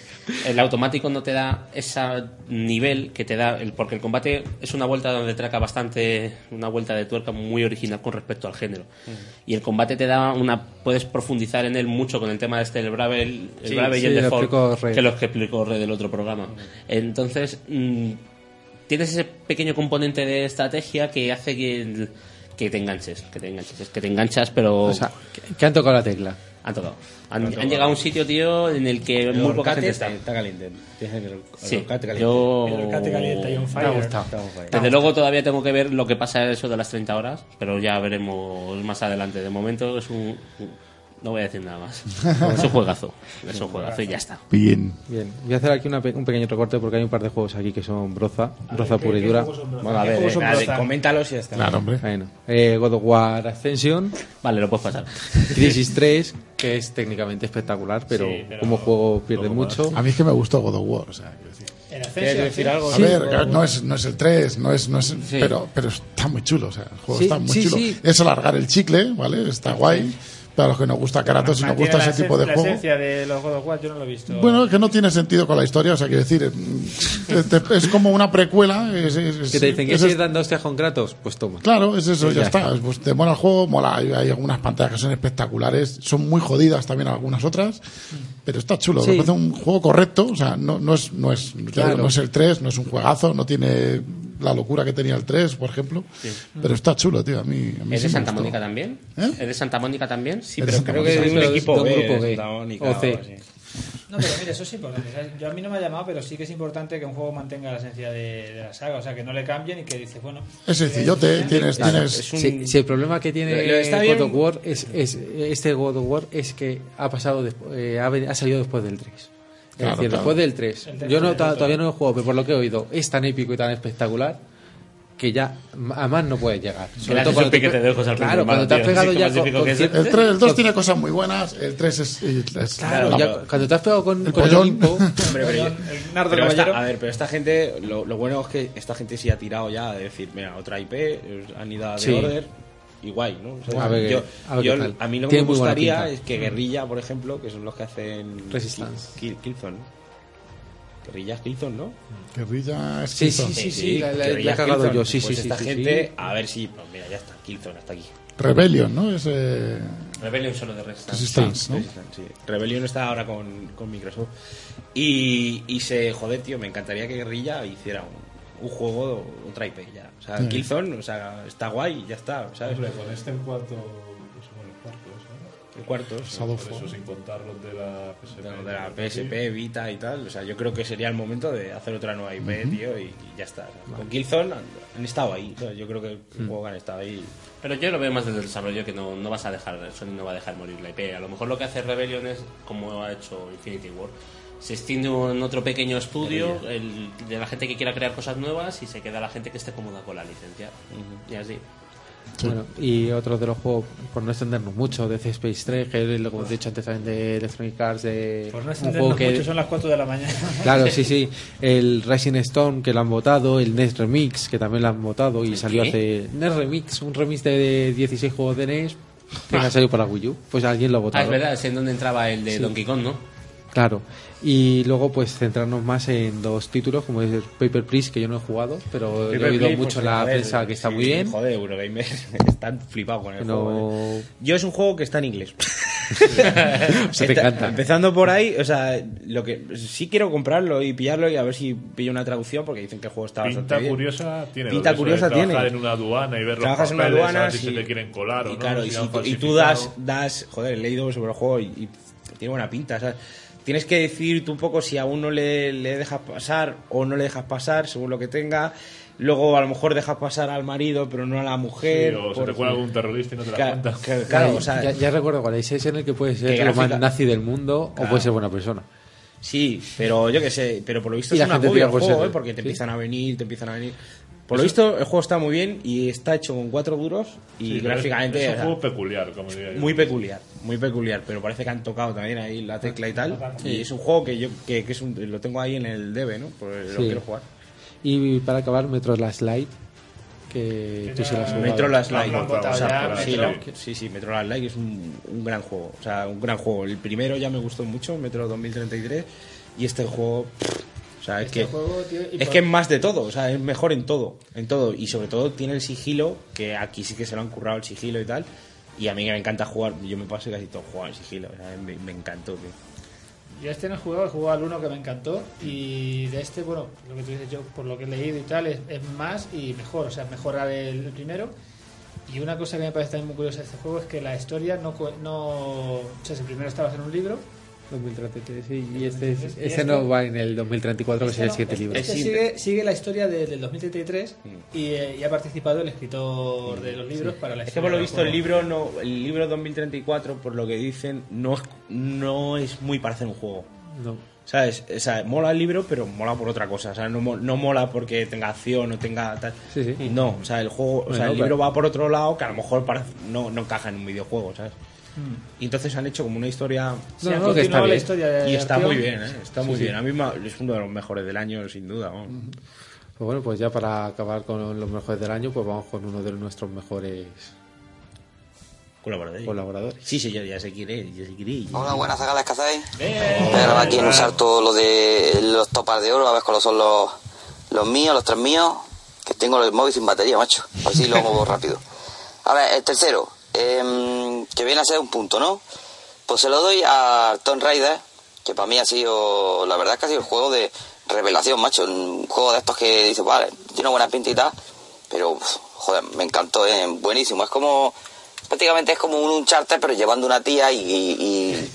el automático no te da ese nivel que te da. El, porque el combate es una vuelta donde traca bastante. Una vuelta de tuerca muy original con respecto al género. Y el combate te da una. Puedes profundizar en él mucho con el tema de este, el Brave, el,
Sí,
Brave y
sí,
el
lo
Default.
explicó Rey.
Que los que explicó Rey del otro programa. Entonces, mm, tienes ese pequeño componente de estrategia que hace que. el- que te enganches, que te enganches, que te enganchas, pero
O sea, que, que han tocado la tecla.
han tocado. Han, han llegado a un sitio, tío, en el que muy poca gente
está,
está.
está caliente. Tienes el- el
Sí,
Orcate caliente.
yo...
El Orcate caliente y on fire.
Me ha gustado.
Está on fire.
Desde luego todavía tengo que ver lo que pasa eso de las 30 horas, pero ya veremos más adelante. De momento es un... No voy a decir nada más. Es un juegazo. Es un juegazo y ya está.
Bien. Bien. Voy a hacer aquí una pe- un pequeño recorte porque hay un par de juegos aquí que son broza, broza
¿qué-
pura y
qué
dura.
juegos son broza? Bueno, a ¿Qué ver, juegos son eh, broza? coméntalos y ya está. Claro, hombre.
Bueno, eh, God of War Ascension.
Vale, lo puedes pasar.
Crisis 3, que es técnicamente espectacular, pero,
Sí, pero
como juego pierde mucho.
A mí es que me gustó God of War. O sea, quiero decir.
¿Quieres decir algo?
A
Sí.
ver, claro, no es, no es el 3, no es, no es, pero, pero está muy chulo. O sea, el juego
Sí,
está muy
sí,
chulo.
sí.
Es alargar el chicle, ¿vale? Está guay. Para los que nos gusta Kratos y nos gusta
Mantiene la
ese tipo de
esencia- La
juego.
esencia de los God of War yo no lo he visto.
Bueno, es que no tiene sentido con la historia, o sea, quiero decir, mm, (laughs) es, es como una precuela. Es, es- es-
Que te dicen,
es-
¿quieres ir dando hostias con Kratos? Pues toma.
Claro, es eso,
Y
ya, está. Pues te mola el juego, mola. Hay, hay algunas pantallas que son espectaculares, son muy jodidas también algunas otras, pero está chulo.
Mm. Sí.
Me parece un juego correcto, o sea, no, no es, no, es, ya
Claro.
digo, no es el 3, no es un juegazo, no tiene la locura que tenía el 3, por ejemplo, pero está chulo, tío. A mí, a mí
¿Es
sí
de
me
Santa
gustó.
Mónica también?
¿Eh?
¿Es de Santa Mónica también? Sí,
Es de Santa Mónica.
es un
Pero
equipo
de un
B,
grupo
es
B.
Santa Mónica o C.
No, pero mira, eso sí, porque ¿sabes? yo a mí no me ha llamado, pero sí que es importante que un juego mantenga la esencia de, de la saga, o sea, que no le cambien y que dices, bueno... eh,
Es sencillote, tienes-
Claro,
tienes-
es un- Sí, sí, el problema que tiene
Lo- lo está bien-
God of War es, es- este God of War es que ha pasado desp- eh, ha, ven- ha salido después del 3. Es
Claro,
decir,
claro.
después del 3.
El tres
Yo no,
del
ta-
otro.
todavía no lo he jugado, pero por lo que he oído, es tan épico y tan espectacular que ya a más no puedes llegar.
haces un
te
piquete
pe-
de ojos al primer
Claro, cuando
malo,
te has
tío.
pegado
Sí,
ya
más
con,
épico que
con
es el-
cierto-
El 3, el 2 tiene cosas muy buenas, el 3 es... es-
Claro,
la-
ya cuando te has pegado con,
El
con
pollón. (laughs)
Olimpo-
Hombre, pero,
El nardo
pero esta-
caballero.
a ver, pero esta gente, lo, lo bueno es que esta gente sí ha tirado ya de decir, mira, otra IP, eh, han ido a The
Sí.
Order y guay, ¿no? O sea,
A ver,
yo,
a ver
yo-
qué tal.
a mí lo que
Tiene
me
muy buena
gustaría
pinta.
es que Guerrilla, por ejemplo, que son los que hacen
Resistance.
Kill- Killzone. Guerrilla es Killzone, ¿no?
Guerrilla Ah, es
Sí, sí,
Killzone.
sí, sí, la- la- la he
Guerrilla es
cagado
Killzone.
yo, sí,
Pues
sí, sí,
Esta
sí,
gente,
sí.
a ver si, pues mira, ya está, Killzone, hasta aquí.
Rebellion, ¿no? Es, eh,
Rebellion solo de Resistance.
Resistance, ¿no?
Resistance, sí. Rebellion está ahora con, con Microsoft. Y, y se, joder, tío, me encantaría que Guerrilla hiciera un, un juego, otra IP ya. O sea,
Sí.
Killzone, o sea, está guay, ya está, ¿sabes?
Hombre, con este en cuarto. pues, bueno, el cuarto, ¿no?
El cuarto, sí.
Por
Pues Shadow
eso,
Fall.
sin contar los de la PSP.
De de la PSP, Vita y tal. O sea, yo creo que sería el momento de hacer otra nueva IP,
Ujú.
tío, y, y ya está. Con Killzone han, han estado ahí. ¿sabes? Yo creo que el juego que han estado ahí.
Pero yo lo veo más desde el desarrollo que no, no vas a dejar, Sony no va a dejar morir la IP. A lo mejor lo que hace Rebellion es como ha hecho Infinity War. Se extiende en otro pequeño estudio el- de la gente que quiera crear cosas nuevas y se queda la gente que esté cómoda con la licencia. Y así.
Bueno, y otros de los juegos, por no extendernos mucho, de Dead Space 3, que es, como he dicho antes también de Electronic Arts, de
Por no
un juego
extendernos
que...
mucho, son las 4 de la mañana.
(laughs) Claro, sí, sí. El Rising Stone que lo han votado, el NES Remix que también lo han votado y salió hace. NES Remix, un remix de 16 juegos de NES que
Ah.
ha salido para Wii U. Pues alguien lo ha
Ah,
votado.
es verdad, es en donde entraba el de
Sí.
Donkey Kong, ¿no?
Claro. Y luego, pues centrarnos más en dos títulos, como es el Paper Please, que yo no he jugado, pero he
pues,
oído
pues,
mucho en la prensa que está muy bien.
Joder, Eurogamer, (laughs) están flipados con el
Pero-
juego. ¿eh? Yo es un juego que está
(laughs)
en inglés.
Eso te
Está-
encanta.
Empezando por ahí, o sea, lo que sí quiero comprarlo y pillarlo y a ver si pillo una traducción porque dicen que el juego está bastante
Pinta
bien.
curiosa tiene. lo
Pinta
de eso de
curiosa tiene.
Trabajar en una aduana y ver los
Trabajas en una
papeles,
aduana,
a ver si
sí.
se te quieren colar o
y
no.
claro, y,
si han
si tú- y tú
falsificado.
das, das, joder, he leído sobre el juego y, y tiene buena pinta, ¿sabes? Tienes que decidir tú un poco si a uno le, le dejas pasar o no le dejas pasar, según lo que tenga. Luego a lo mejor dejas pasar al marido, pero no a la mujer.
Sí, o se
por-
te cuela algún terrorista y no te das
Claro,
cuenta.
claro, claro, o sea,
ya, ya recuerdo cuál es, es en el que puede ser
Que
lo más
gráfica-
nazi del mundo o
Claro.
puede ser buena persona.
Sí, pero yo qué sé, pero por lo visto
Y
es
la
una
gente
agobio
tira
el
por
juego,
ser-
¿eh? porque te
sí.
empiezan a venir, te empiezan a venir. Por lo
Eso-
visto, el juego está muy bien y está hecho con cuatro duros y
Sí, pero es-
gráficamente
Es
o
un
sea,
juego peculiar, como diría yo.
muy peculiar, muy peculiar, pero parece que han tocado también ahí la tecla y tal.
Sí.
Y es un juego que yo que, que es un- lo tengo ahí en el debe, ¿no? Porque lo
Sí.
quiero jugar.
Y para acabar, Metro Last Light, que tú sí la has jugado.
Metro Last Light.
Lo han
O sea, pues,
votado ya,
sí,
Metro.
lo- sí, sí, Metro Last Light es un, un gran juego. O sea, un gran juego. El primero ya me gustó mucho, Metro 2033. Y este juego. pff, o sea, es
Este
que.
juego, tío, y
es
por-
que es más de todo. O sea, es mejor en todo. En todo. Y sobre todo tiene el sigilo, que aquí sí que se lo han currado el sigilo y tal. Y a mí que me encanta jugar. Yo me paso casi todo jugando en sigilo. O sea, me, me encantó, tío.
Yo este no he jugado, he jugado al uno que me encantó y de este, bueno, lo que tú dices yo, por lo que he leído y tal, es, es más y mejor, o sea, mejorar el, el primero. Y una cosa que me parece también muy curiosa de este juego es que la historia no... co- no o sea, si el primero estabas en un libro,
2033, sí, y este, es-
¿Y
este
este?
no va en el 2034, que
Este
será el
no,
siguiente
este-
libro.
este sigue, sigue la historia de- del 2033 y, eh, y ha participado el escritor de los libros para la
Mm. Es que
historia
por lo
del
visto el
juego.
libro no, el libro 2034, por lo que dicen, no es, no es muy para hacer un juego.
No.
¿Sabes? O sea, mola el libro, pero mola por otra cosa. O sea, no, mo- no mola porque tenga acción o tenga tal.
Sí, sí.
No, o sea, el juego, o sea,
Bueno,
el libro
pero-
va por otro lado que a lo mejor para- no, no encaja en un videojuego, ¿sabes? Y entonces han hecho como una historia.
No, no, que está
Continúa la
bien.
historia de y está
Artyom.
muy bien, ¿eh? Está muy
Sí, sí.
bien. A mí me- es uno de los mejores del año, sin duda. vamos.
Pues bueno, pues ya para acabar con los mejores del año, pues vamos con uno de nuestros mejores
Colaboradores.
colaboradores.
Sí, sí, yo ya sé quién es. Yo sé quién es.
Hola, buenas a las que hacéis. Voy a grabar aquí en usar todo lo de los topas de oro, a ver cuáles son los, los míos, los tres míos, que tengo el móvil sin batería, macho. Así lo muevo rápido. A ver, el tercero, em, que viene a ser un punto, ¿no? Pues se lo doy a Tomb Raider, que para mí ha sido, la verdad es que ha sido el juego de revelación, macho. Un juego de estos que dices, vale, tiene buena pinta y tal, pero, uf, joder, me encantó, ¿eh? buenísimo. Es como, prácticamente es como un Uncharted, pero llevando una tía y- y- y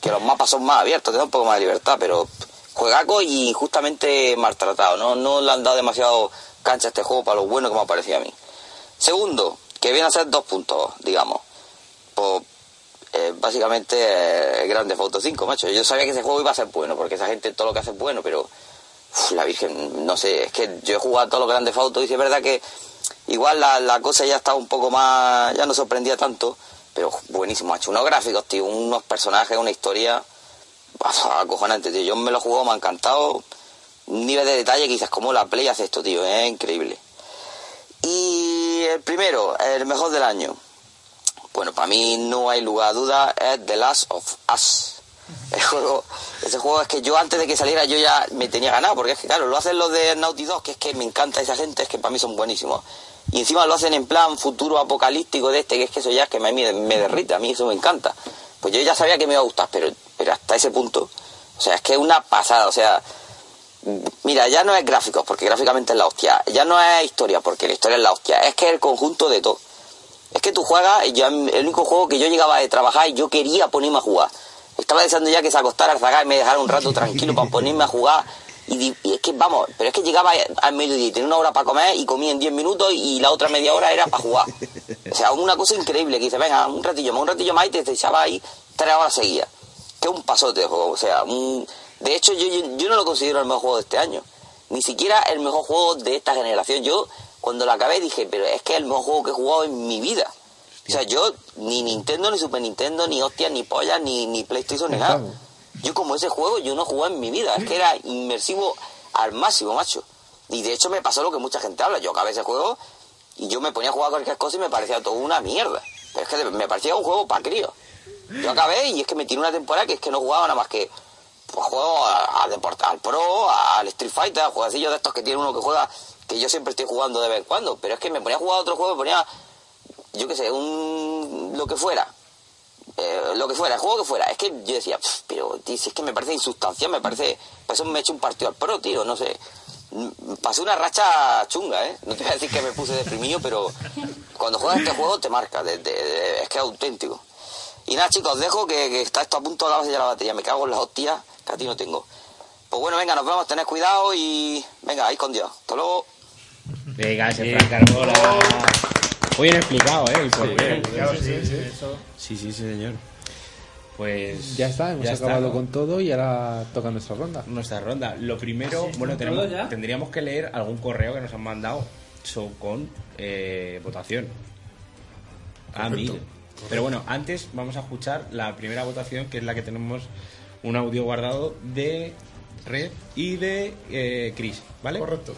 que los mapas son más abiertos, te da un poco más de libertad, pero juegaco y justamente maltratado. No, no le han dado demasiado cancha a este juego para lo bueno que me ha parecido a mí. Segundo, que viene a ser dos puntos, digamos. Pues, eh, básicamente, eh, Grande Foto 5, macho. Yo sabía que ese juego iba a ser bueno, porque esa gente todo lo que hace es bueno, pero uf, la Virgen, no sé, es que yo he jugado a todos los Grandes Fotos y sí es verdad que igual la, la cosa ya estaba un poco más, ya no sorprendía tanto, pero buenísimo, ha hecho unos gráficos, tío, unos personajes, una historia buah, acojonante, tío. Yo me lo he jugado, me ha encantado. Un nivel de detalle que dices, ¿cómo la Play hace esto, tío? Es increíble. Y el primero, el mejor del año. Bueno, para mí no hay lugar a duda, es The Last of Us. (laughs) El juego, ese juego es que yo antes de que saliera yo ya me tenía ganado, porque es que claro, lo hacen los de Naughty Dog, que es que me encanta esa gente, es que para mí son buenísimos. Y encima lo hacen en plan futuro apocalíptico de este, que es que eso ya es que me, me, me derrite, a mí eso me encanta. Pues yo ya sabía que me iba a gustar, pero, pero hasta ese punto, o sea, es que es una pasada, o sea, Mira, ya no es gráficos, porque gráficamente es la hostia. Ya no es historia, porque la historia es la hostia. Es que es el conjunto de todo. Es que tú juegas, y yo, el único juego que yo llegaba de trabajar y yo quería ponerme a jugar. Estaba deseando ya que se acostara el zaga y me dejara un rato tranquilo para ponerme a jugar. Y, di- y es que, vamos, pero es que llegaba al mediodía, y tenía una hora para comer y comía en 10 minutos y la otra media hora era para jugar. O sea, una cosa increíble que dice, venga, un ratillo más, un ratillo más y te echaba ahí tres horas seguidas que es un pasote de juego. O sea, un- de hecho yo, yo, yo no lo considero el mejor juego de este año. Ni siquiera el mejor juego de esta generación. Yo cuando lo acabé dije, pero es que es el mejor juego que he jugado en mi vida. O sea, yo ni Nintendo, ni Super Nintendo, ni hostias, ni pollas, ni, ni PlayStation, ni nada. Yo como ese juego yo no jugué en mi vida. Es que era inmersivo al máximo, macho. Y de hecho me pasó lo que mucha gente habla. Yo acabé ese juego y yo me ponía a jugar a cualquier cosa y me parecía todo una mierda. Pero es que de- me parecía un juego para críos. Yo acabé y es que me tiré una temporada que es que no jugaba nada más que pues, juego a- al Deport- al Pro, a- al Street Fighter, a jueguecillos de estos que tiene uno que juega, que yo siempre estoy jugando de vez en cuando, pero es que me ponía a jugar a otro juego, me ponía, yo qué sé, un lo que fuera. Eh, lo que fuera, el juego que fuera. Es que yo decía, "Pf, pero tío, si es que me parece insustancial, me parece. Por eso me he hecho un partido al pro, tío, no sé. Mm, Pasé una racha chunga, ¿eh? No te voy a decir que me puse deprimido, pero cuando juegas este juego te marca, de- de- de- es que es auténtico. Y nada, chicos, os dejo que, que está esto a punto de acabarse ya la batería. Me cago en las hostias que a ti no tengo. Pues bueno, venga, nos vemos, tened cuidado y venga, ahí con Dios. Hasta luego.
Venga, ese Frank Carbola. Muy bien explicado, ¿eh? El porqué.
Sí, sí, sí, señor.
Pues.
Ya está, hemos
ya está,
acabado
¿no?
con todo y ahora toca nuestra ronda.
Nuestra ronda. Lo primero,
¿todo
bueno, tenemos-
ya?
tendríamos que leer algún correo que nos han mandado so- con eh, votación. Ah,
Correcto.
mira. Pero bueno, antes vamos a escuchar la primera votación, que es la que tenemos un audio guardado de Red y de eh, Chris, ¿vale? Correcto.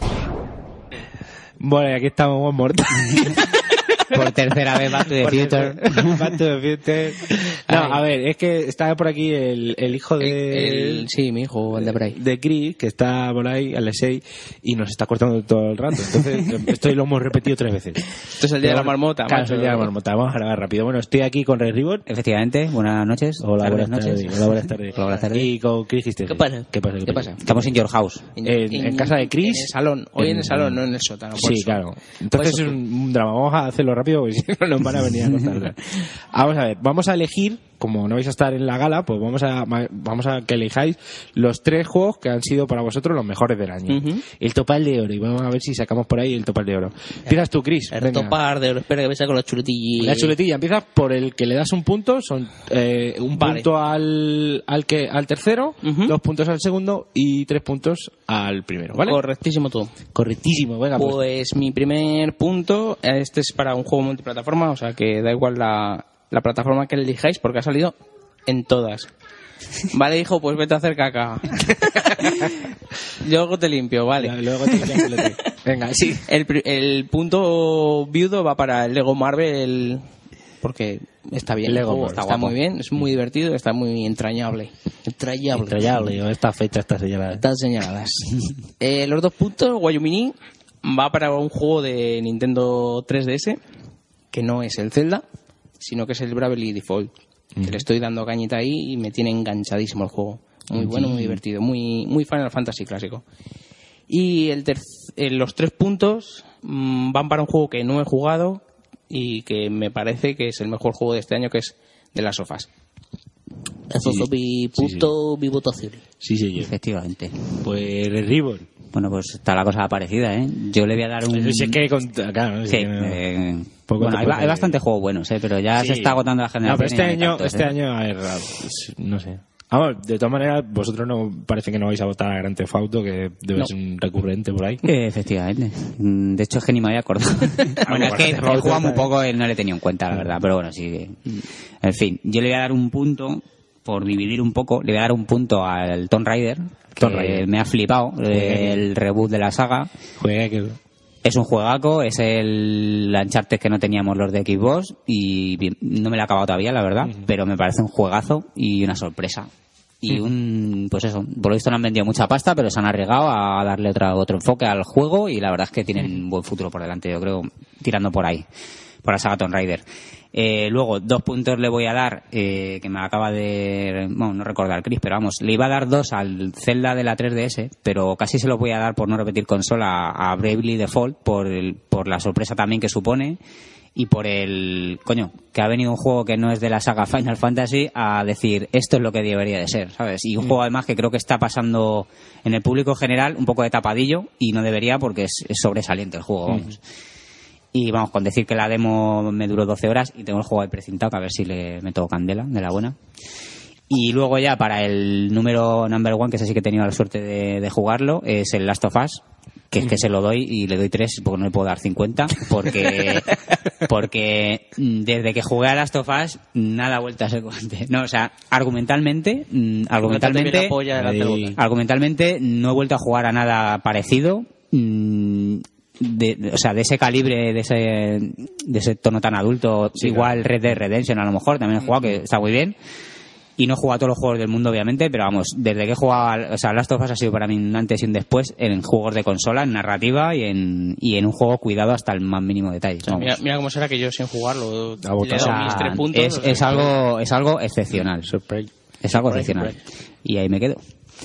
Bueno, y aquí estamos buen muerto.
(laughs)
Por tercera vez Back to the
Por
Future.
tercera- Back to the Future. No, a ver, es que está por aquí el, el hijo de...
El- sí, mi hijo, el de por ahí.
de Chris, que está por ahí, al 6 y nos está cortando todo el rato. Entonces,
(laughs)
eh, esto lo hemos repetido tres veces. Esto
es el día de la marmota,
Claro,
macho.
es el día de la marmota. Vamos a grabar rápido. Bueno, estoy aquí con Red Ribbon.
Efectivamente, buenas noches.
Hola,
tardes,
buenas tardes. Hola, buenas tardes.
Hola, buenas tardes.
Y con Chris Gister.
¿Qué pasa?
¿Qué pasa? ¿Qué pasa?
Estamos en your house.
En, en casa de Chris.
En el salón. Hoy en el salón, no en el sótano. por
Sí,
eso.
claro. Entonces
Por
es
eso.
un, un drama. Vamos a hacerlo rápido porque (laughs) si no nos van a venir a cortar.
(laughs)
vamos a ver, vamos a elegir, como no vais a estar en la gala, pues vamos a, vamos a que elijáis los tres juegos que han sido para vosotros los mejores del año. El topal de oro. Y vamos a ver si sacamos por ahí el topal de oro. Empiezas tú, Chris.
El
venga.
topar de espera que empieza con la chuletilla.
La chuletilla empieza por el que le das un punto, son eh, un
Vale.
punto al, al que al tercero, dos puntos al segundo y tres puntos al primero, ¿vale?
Correctísimo todo.
Correctísimo, venga, pues.
Pues mi primer punto, eh, este es para un juego multiplataforma, o sea que da igual la, la plataforma que elijáis porque ha salido en todas. Vale, hijo, pues vete a hacer caca. Luego te limpio, vale.
Venga, sí.
El, pri- el punto viudo va para el Lego Marvel porque está bien. el
Lego
juego,
Marvel,
está,
está
muy
guapo.
bien, es muy divertido, está muy entrañable. Entrañable.
Entrañable, esta fecha está señalada.
Están señaladas. Eh, los dos puntos, Guayumini va para un juego de Nintendo 3DS que no es el Zelda, sino que es el Bravely Default. Que le estoy dando cañita ahí y me tiene enganchadísimo el juego. Muy bueno, muy
Sí.
divertido, muy, muy Final Fantasy clásico. Y el ter- eh, los tres puntos mm, van para un juego que no he jugado y que me parece que es el mejor juego de este año, que es de las sofás. Eso
Sí.
es mi punto, mi votación.
Sí, señor.
Efectivamente.
Pues el Ribbon.
Bueno, pues está la cosa parecida, ¿eh? Yo le voy a dar un...
Si es que con- claro, es
Sí,
que no-
eh,
Poco
bueno,
te
hay,
puede-
ba- hay bastante juego buenos, ¿eh? Pero ya se
Sí.
está agotando la
No,
generación.
pero este
y hay
año,
tantos,
este
¿eh?
año es raro, es- no sé. Vamos, de todas maneras, vosotros no parece que no vais a votar a Gran Fauto, que debe
No.
ser un recurrente por ahí.
Eh, efectivamente. Mm, De hecho, es que ni me había
(laughs)
acordado. (laughs) bueno, es que he jugado muy poco, eh, no le he tenido en cuenta, la verdad. Pero bueno, sí que... En fin, yo le voy a dar un punto, por dividir un poco, le voy a dar un punto al Tomb Raider, que
Tomb Raider.
me ha flipado,
Juegue.
el reboot de la saga. Es un juegaco, es el Uncharted que no teníamos los de Xbox y bien, no me lo he acabado todavía, la verdad, pero me parece un juegazo y una sorpresa. Y un, pues eso, por lo visto no han vendido mucha pasta, pero se han arriesgado a darle otra, otro enfoque al juego y la verdad es que tienen un buen futuro por delante, yo creo, tirando por ahí, por la saga Tomb Raider. Eh, luego, dos puntos le voy a dar, eh, que me acaba de, bueno, no recordar Chris, pero vamos, le iba a dar dos al Zelda de la 3DS, pero casi se los voy a dar por no repetir consola a Bravely Default por, el- por la sorpresa también que supone y por el coño que ha venido un juego que no es de la saga Final Fantasy a decir esto es lo que debería de ser sabes y un juego además que creo que está pasando en el público general un poco de tapadillo y no debería porque es, es sobresaliente el juego vamos y vamos con decir que la demo me duró 12 horas y tengo el juego ahí precintado que a ver si le meto candela de la buena y luego ya para el número number one, que ese sí que he tenido la suerte de, de jugarlo, es el Last of Us, que
Mm.
es que se lo doy y le doy tres porque no le puedo dar 50,
(laughs)
porque, porque mm, desde que jugué a Last of Us, nada ha vuelto a ser como antes. No, o sea, argumentalmente, mm,
bien
argumentalmente,
la polla delante
eh,
del botón.
argumentalmente no he vuelto a jugar a nada parecido. mm, de, de- o sea, de ese calibre, de ese, de ese tono tan adulto, igual Red Dead Redemption a lo mejor, también he jugado que está muy bien Y no he jugado a todos los juegos del mundo, obviamente, pero vamos, desde que he jugado, al- o sea, Last of Us ha sido para mí un antes y un después en juegos de consola, en narrativa y en, y en un juego cuidado hasta el más mínimo detalle. vamos.
Mira, mira cómo será que yo sin jugarlo. Le he
O
dado
sea,
mis tres puntos.
es,
o sea,
es algo, es algo excepcional. Es algo excepcional. Y ahí me quedo.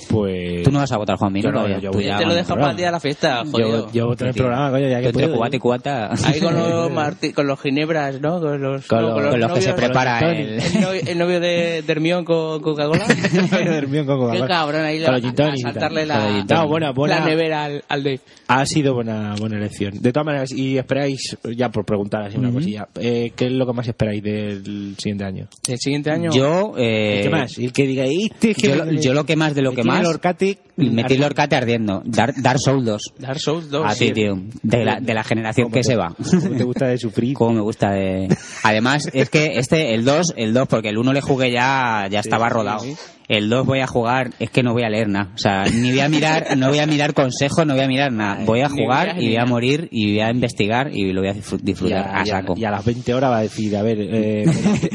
Pues... Tú no vas a votar, Juan Mino.
Yo no,
todavía.
yo
Tú
voy
ya
a- Te lo
con el
dejo para
programa.
el día de la fiesta, Ah, jodido.
Yo, yo voté en el programa, coño, ya que
Tú entre
puedo.
cubata y
cubata.
Ahí con los,
(laughs)
marti- con los ginebras, ¿no? Con los,
Con
no,
los- con los que se
novios.
prepara
Con
el-
novio- El novio, de, de Hermión con
(laughs)
Coca-Cola.
Hermión con Coca-Cola.
Qué cabrón, ahí
Con
la-
los gin tonic
a
y tal.
saltarle la-
Con los gin tonic. No, buena, buena.
la nevera al, al Dave.
Ha sido buena, buena elección. De todas maneras, y esperáis, ya por preguntar así una
Ujú.
cosilla, eh, ¿qué es lo que más esperáis del siguiente año?
El siguiente año.
Yo, eh,
¿Y ¿Qué más? Y el que diga, "Este es que
yo, lo- yo lo que más de lo
me
que
tiene
más.
el Orcate
metí el
ardiendo".
Orcate ardiendo. Dar, Dark Souls 2.
Dark Souls 2.
A ti, tío. De la, de la generación
¿Cómo
que
te-
se va.
(laughs) cómo te gusta de sufrir?
Cómo me gusta de... Además, es que este, el 2, el 2, porque el 1 le jugué ya, ya estaba
sí,
rodado.
sí.
El 2 voy a jugar, es que no voy a leer nada. O sea, ni voy a mirar, no voy a mirar consejos, no voy a mirar nada. Voy a
Ni
jugar
miras
y
ni
voy a
nada.
morir y voy a investigar y lo voy a disfr-
Y
disfrutar
a,
a
y a-
saco.
y a las 20 horas va a decir, a ver, eh, (laughs)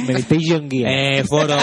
Meditation Gear.
Eh, foro,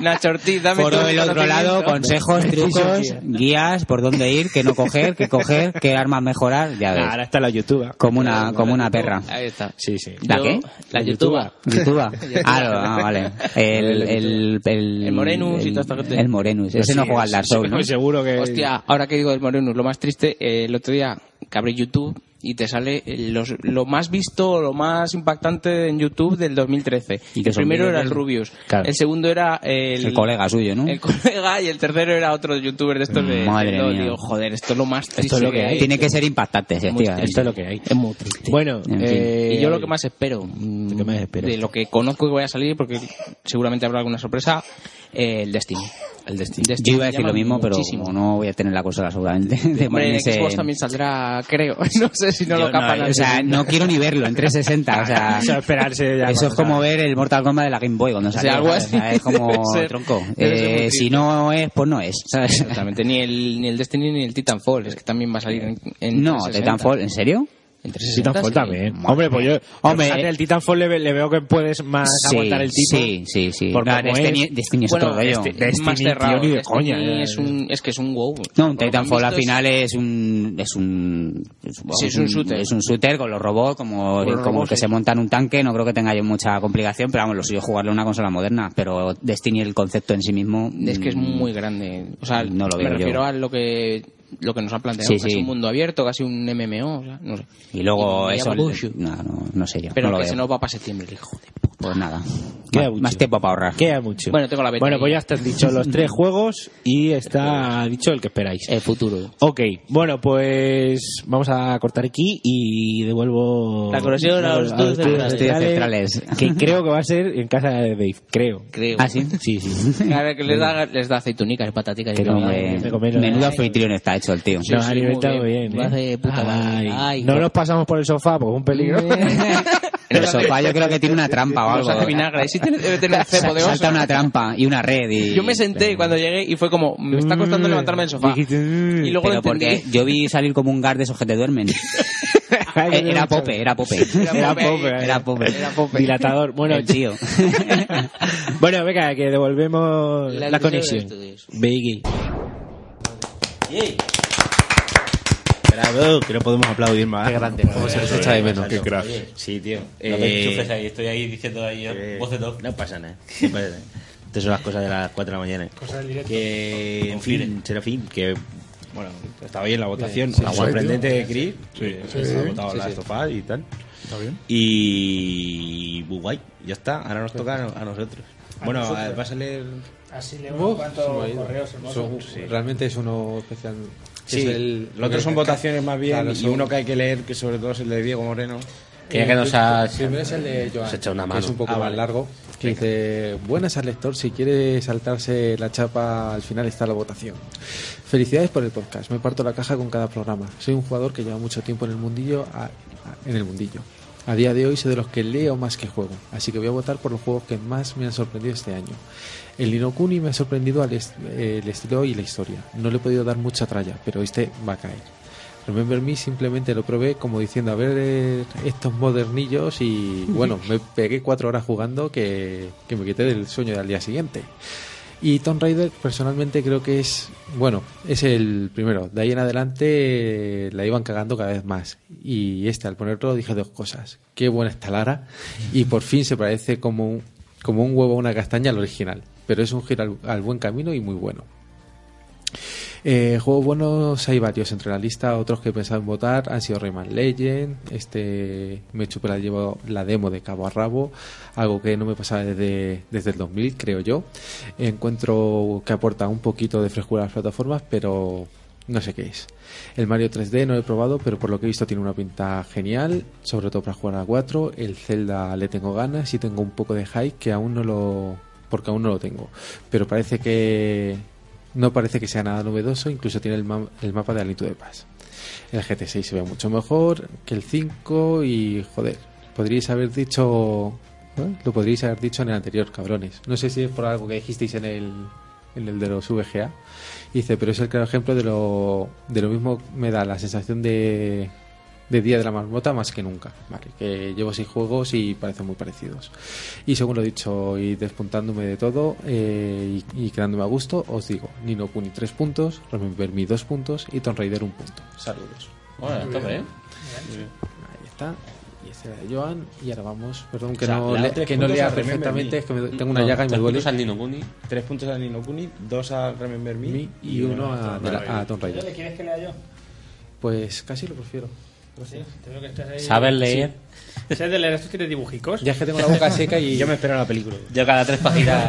Nacho Ortiz, dame
(laughs) Foro
todo
del
el
otro lado,
conocimiento.
consejos, trucos, guías, por dónde ir, qué no coger, qué coger, qué armas mejorar, ya ves.
Ahora está la YouTube.
Como una, como una perra.
Ahí está.
Sí, sí.
¿La
Yo-
qué?
La youtuba.
¿Youtuba? Ah, lo- (laughs) ah,
(laughs)
vale. El, el, el,
El Morenus y toda esta gente. Pues
El Morenus. Ese no juega al Dark
(laughs)
Souls, ¿no?
Seguro que...
Hostia, ahora que digo del Morenus, lo más triste, eh, el otro día que abrí YouTube y te sale los- lo más visto, lo más impactante en YouTube del 2013.
Y que
el
son
primero
vídeos
era el
del-
Rubius,
Claro.
el segundo era el,
El colega suyo, ¿no?
el (laughs) colega y el tercero era otro youtuber de estos de...
Madre
de-
mía.
digo, joder, esto es lo más triste
Esto es lo que hay. Tiene que ser impactante, sí,
Muy
tío.
triste. Esto es
lo
que hay.
Es muy triste.
Bueno,
En fin.
y yo lo que más espero, eh, mm, de lo que conozco que voy a salir, porque seguramente habrá alguna sorpresa, eh, el Destiny.
El Destiny.
Destiny
Yo iba a
me
decir lo
llama
mismo, pero
muchísimo.
como no voy a tener la consola seguramente. (laughs) de
Hombre, en
ponerse-
Xbox también saldrá, creo. (laughs) No sé si no
Yo
lo capan.
no,
antes.
o sea, no quiero ni verlo en 360.
(laughs)
O sea,
Eso es esperarse ya cuando
Eso es como ver el Mortal Kombat de la Game Boy cuando
sea,
salió.
algo
¿sabes?
así.
O sea, es
(laughs)
como
Debe ser-
tronco.
debe ser muy
Eh,
triste.
si no es, pues no es. ¿sabes?
Exactamente, ni el, ni el Destiny ni el Titanfall, es que también va a salir en, en
No,
360.
Titanfall, ¿en serio?
En 360,
Titanfall
sí.
también. Hombre, pues yo...
Hombre,
fíjate, el Titanfall le, ve- le veo que puedes más
Sí,
aguantar el tipo.
sí, sí, sí.
Por
No,
cómo
¿eh?
Destiny-
este es.
Destiny es otro rollo.
este
Desti- Destiny,
Es más
tío,
cerrado,
ni de
Destiny
coña. ¿eh?
es, un, es que es un wow.
eh, No, un
Por lo que han
Titanfall al
visto, es-
final es un es un es,
Sí, es un shooter.
es un shooter con los robots como,
Con los
como
robots,
que
sí.
se montan un tanque, no creo que tenga yo mucha complicación, pero vamos, lo suyo es jugarlo en una consola moderna, pero Destiny el concepto en sí mismo
Es que es
mm,
muy grande. O sea,
no lo
me
veo
refiero
yo.
a lo que, lo que nos han planteado,
Sí,
casi
sí.
un mundo abierto, casi un MMO, o sea, no sé.
Y luego
y
eso
Yamabushi.
no, no, no sé yo,
Pero
no lo
que
veo.
se nos va para septiembre, el hijo de...
Pues nada.
Queda
más,
mucho.
más tiempo para ahorrar.
Queda mucho.
Bueno, tengo la beta
Bueno,
ahí.
pues ya están dicho los
(laughs)
tres juegos y está dicho el que esperáis.
El futuro.
Ok, bueno, pues vamos a cortar aquí y devuelvo
La conexión a los estudios centrales.
centrales.
Que
(laughs)
creo que va a ser en casa de Dave, creo.
Creo.
¿Ah, sí?
Sí,
(laughs)
sí.
A ver, que les da, les da aceitunicas, pataticas.
Que
y
no,
todo.
hombre,
me comí lo-
menudo anfitrión está hecho el tío.
Nos ha alimentado
muy bien.
bien.
Lo
¿eh?
hace de puta madre. Ay,
no
por-
nos pasamos por el sofá porque es un peligro.
El sofá yo creo que tiene una trampa o
Lo
algo.
saca vinagre. Sí tiene- debe tener un cepo de oso.
Salta una trampa y una red y... Mm.
Yo me senté cuando llegué y fue como, me está costando levantarme del sofá. Y luego lo
Pero
entendí.
porque yo vi salir como un guard de esos que te
(laughs)
duermen. Eh, era Pope, era Pope.
Era Pope,
Era Pope.
Dilatador. Bueno,
El tío.
(laughs) bueno, venga, que devolvemos
La
la,
ilusión
conexión.
de estudios.
Beggy. Bravo, que no podemos aplaudir más. Qué grande.
Cómo se les echa de menos.
Qué crack.
Sí, tío. Eh,
No te enchufes
ahí, estoy ahí diciendo ahí voz de todo. No pasa nada. no pasa nada. Estas son las cosas de las 4 de la mañana.
Cosas del directo.
Que, en fin, Serafín, que. Bueno, estaba bien la votación.
Sí, sí,
sorprendente
sí,
de Chris.
Sí,
eh,
que
sí,
se ha
sí.
votado
Sí,
la
sí.
estofada y tal.
Está bien.
Y. Muy guay, ya está. Ahora nos toca a, a nosotros.
A
bueno,
nosotros.
a- vas a leer.
Eh, Así leo unos cuantos
se me ha ido.
correos
Son-
hermosos.
Realmente es uno especial.
Sí,
es el-
los otros son votaciones más bien.
Claro,
y
son-
uno que hay que leer, que sobre todo es el de Diego Moreno.
Eh, Primero es el de Joan.
Se echa una
que
mano.
Es un poco
Ah,
más
vale.
largo. Que dice: Buenas al lector. Si quiere saltarse la chapa, al final está la votación. Felicidades por el podcast. Me parto la caja con cada programa. Soy un jugador que lleva mucho tiempo en el mundillo. a- a- en el mundillo. A día de hoy soy de los que leo más que juego, así que voy a votar por los juegos que más me han sorprendido este año. El Inokuni me ha sorprendido al est- eh, el estilo y la historia. No le he podido dar mucha tralla, pero este va a caer. Remember Me simplemente lo probé como diciendo a ver eh, estos modernillos y bueno, me pegué cuatro horas jugando que, que me quité del sueño del día siguiente. Y Tomb Raider, personalmente, creo que es. Bueno, es el primero. De ahí en adelante eh, la iban cagando cada vez más. Y este, al poner todo, dije dos cosas. Qué buena está Lara. Y por fin se parece como un, como un huevo a una castaña al original. Pero es un giro al- al buen camino y muy bueno. Eh, juegos buenos hay varios entre la lista, otros que he pensado en votar han sido Rayman Legend, este me chupé la, llevo, la demo de cabo a rabo, algo que no me pasaba desde, desde el 2000 creo yo. Encuentro que aporta un poquito de frescura a las plataformas, pero no sé qué es. El Mario 3D no lo he probado, pero por lo que he visto tiene una pinta genial, sobre todo para jugar a 4. El Zelda le tengo ganas y tengo un poco de hype que aún no lo... porque aún no lo tengo. Pero parece que no parece que sea nada novedoso, incluso tiene el, ma- el mapa de Aliento de Paz. El GT6 se ve mucho mejor que el 5 y joder, podríais haber dicho... ¿no? Lo podríais haber dicho en el anterior, cabrones. No sé si es por algo que dijisteis en el, en el de los VGA. Y dice, pero es el claro ejemplo de lo, de lo mismo me da la sensación de, de Día de la Marmota más que nunca. Vale, que llevo seis juegos y parecen muy parecidos. Y según lo dicho, y despuntándome de todo eh, y, y quedándome a gusto, os digo, Nino Kuni 3 puntos, Remember Me 2 puntos y Tomb Raider 1 punto. Saludos.
Bueno,
Muy
toma,
bien.
¿eh? Muy bien.
Ahí está. Y este era de Joan. Y ahora vamos, perdón que
O sea,
no,
le
le-
da tres
que no
puntos
lea
a Remember
perfectamente,
Me.
es que me- tengo una
Mm, No,
llaga y me
tres
duele.
puntos al Nino Kuni.
Tres puntos al Nino Kuni, dos a Remember Me,
Me y uno a- de la- a Tomb Raider.
¿Le quieres que lea yo?
Pues casi lo prefiero.
Pues Sí, te veo que estás ahí.
¿Sabes leer?
Sí. ¿Sabes de leer? ¿Estos tienes dibujicos?
Ya es que tengo la boca seca y
Yo me espero la película.
Yo cada tres páginas.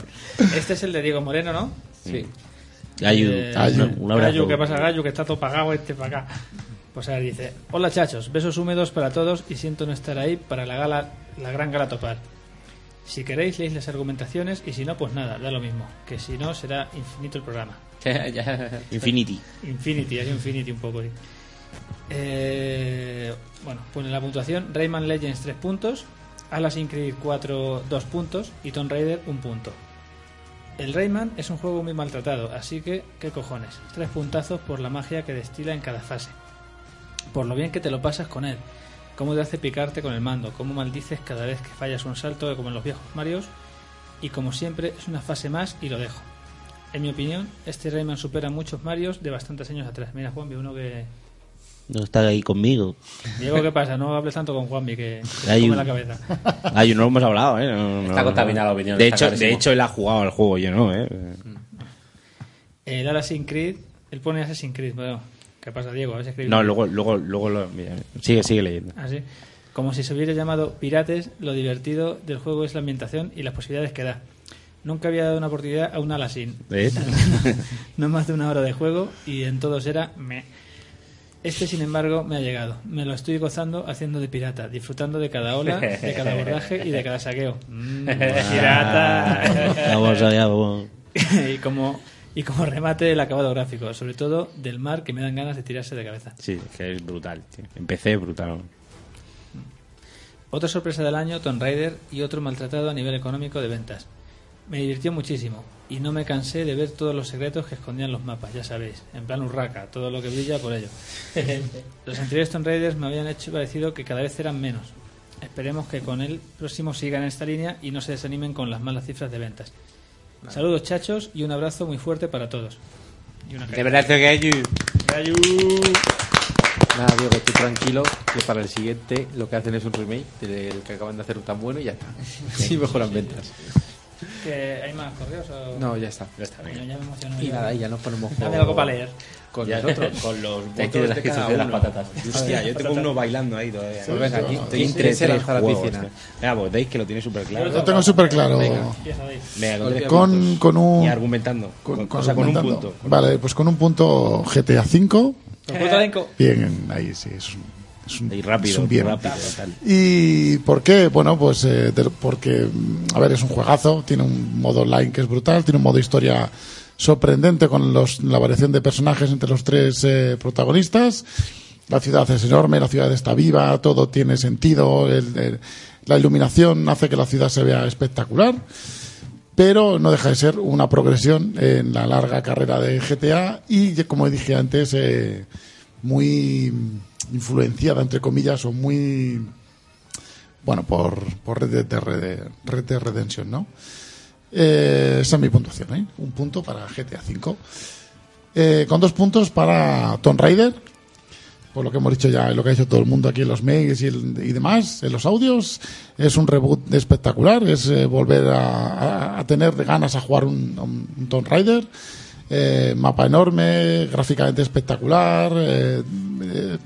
(laughs) Este es el de Diego Moreno, ¿no?
Sí.
Gallu,
Eh,
un- un abrazo.
Gallu, ¿qué pasa, Gallu? Que está todo pagado este para acá. Pues a ver, dice: Hola, chachos, besos húmedos para todos y siento no estar ahí para la gala, la gran gala topar. Si queréis, leéis las argumentaciones y si no, pues nada, da lo mismo. Que si no, será infinito
(laughs)
el programa.
Ya, ya. Infinity.
Infinity, es Infinity un poco. sí. Eh, bueno, pone la puntuación: Rayman Legends 3 puntos, Assassin's Creed 4 2 puntos y Tomb Raider 1 punto. El Rayman es un juego muy maltratado, así que, ¿qué cojones? Tres puntazos por la magia que destila en cada fase. Por lo bien que te lo pasas con él, cómo te hace picarte con el mando, cómo maldices cada vez que fallas un salto como en los viejos Marios, y como siempre es una fase más y lo dejo. En mi opinión, este Rayman supera a muchos Marios de bastantes años atrás. Mira, Juanvi, uno que...
No está ahí conmigo.
Diego, ¿qué pasa? No hables tanto con Juanvi,
(laughs)
que se te
Hay
come
un-
la cabeza.
Ay, no hemos hablado, ¿eh? No, no,
Está
no.
contaminada la opinión,
De
está
hecho, de
clarísimo.
hecho, él ha jugado al juego, yo no, ¿eh?
El Assassin's Creed, él pone Assassin's Creed, bueno, ¿qué pasa, Diego? A ver si escribe
No,
bien.
luego, luego, luego lo... mira, sigue, sigue leyendo.
Así. Ah, Como si se hubiera llamado Pirates, lo divertido del juego es la ambientación y las posibilidades que da. Nunca había dado una oportunidad a un Alasin.
¿Eh?
(laughs) no más de una hora de juego y en todos era me. Este, sin embargo, me ha llegado. Me lo estoy gozando haciendo de pirata, disfrutando de cada ola, de cada abordaje y de cada
(laughs)
saqueo. Mm, pirata.
Ah, Vamos allá, vamos.
(laughs) y como y como remate el acabado gráfico, sobre todo del mar que me dan ganas de tirarse de cabeza.
Sí, es que es brutal, tío. Empecé brutal.
Otra sorpresa del año, Tomb Raider y otro maltratado a nivel económico de ventas. Me divirtió muchísimo y no me cansé de ver todos los secretos que escondían los mapas, ya sabéis, en plan urraca, todo lo que brilla por ello. los anteriores Tomb Raiders me habían hecho parecido que cada vez eran menos. Esperemos que con el próximo sigan en esta línea y no se desanimen con las malas cifras de ventas. Saludos chachos y un abrazo muy fuerte para todos. Y una
De verdad, Gallu.
Nada, Diego, estoy tranquilo que para el siguiente lo que hacen es un remake del que acaban de hacer tan bueno y ya está. Sí, mejoran ventas.
¿Que ¿Hay más correos? o-
No, ya está. Ya
está
Coño, ya me emociono
Y nada, y ya nos ponemos con,
Dame algo para leer.
con
Ya,
nosotros.
(laughs) con los
votos
votos de cada uno. Hostia, yo tengo uno bailando ahí todavía.
Pues venga, aquí te
Tiene
interesa
tres
lanzar a la
juegos,
piscina.
tío. Venga, votéis que lo tiene súper claro.
Yo lo tengo superclaro.
Venga, Venga, con, tres
Con-
puntos.
con un-
Y argumentando. Con, o sea, con un
argumentando.
punto.
Vale, pues con un punto GTA V.
Con punto cinco.
Bien, ahí sí, es un, es un-
Y
es
rápido,
un bien.
rápido, tal.
¿Y por qué? Bueno, pues eh, de- porque, mm, a ver, es un juegazo, tiene un modo online que es brutal, tiene un modo historia sorprendente con los, la variación de personajes entre los tres eh, protagonistas. La ciudad es enorme, la ciudad está viva, todo tiene sentido, el- el- la iluminación hace que la ciudad se vea espectacular pero no deja de ser una progresión en la larga carrera de GTA y, como dije antes, eh, muy influenciada, entre comillas, o muy, bueno, por, por Red Dead Red- Red Dead Redemption, ¿no? Eh, esa es mi puntuación, ¿eh? Un punto para GTA V. Eh, con dos puntos para Tomb Raider, por lo que hemos dicho ya, lo que ha dicho todo el mundo aquí en los mails y, el- y demás, en los audios. Es un reboot espectacular, es eh, volver a, a- a tener ganas a jugar un, un, un Tomb Raider. Eh, mapa enorme, gráficamente espectacular. eh, eh,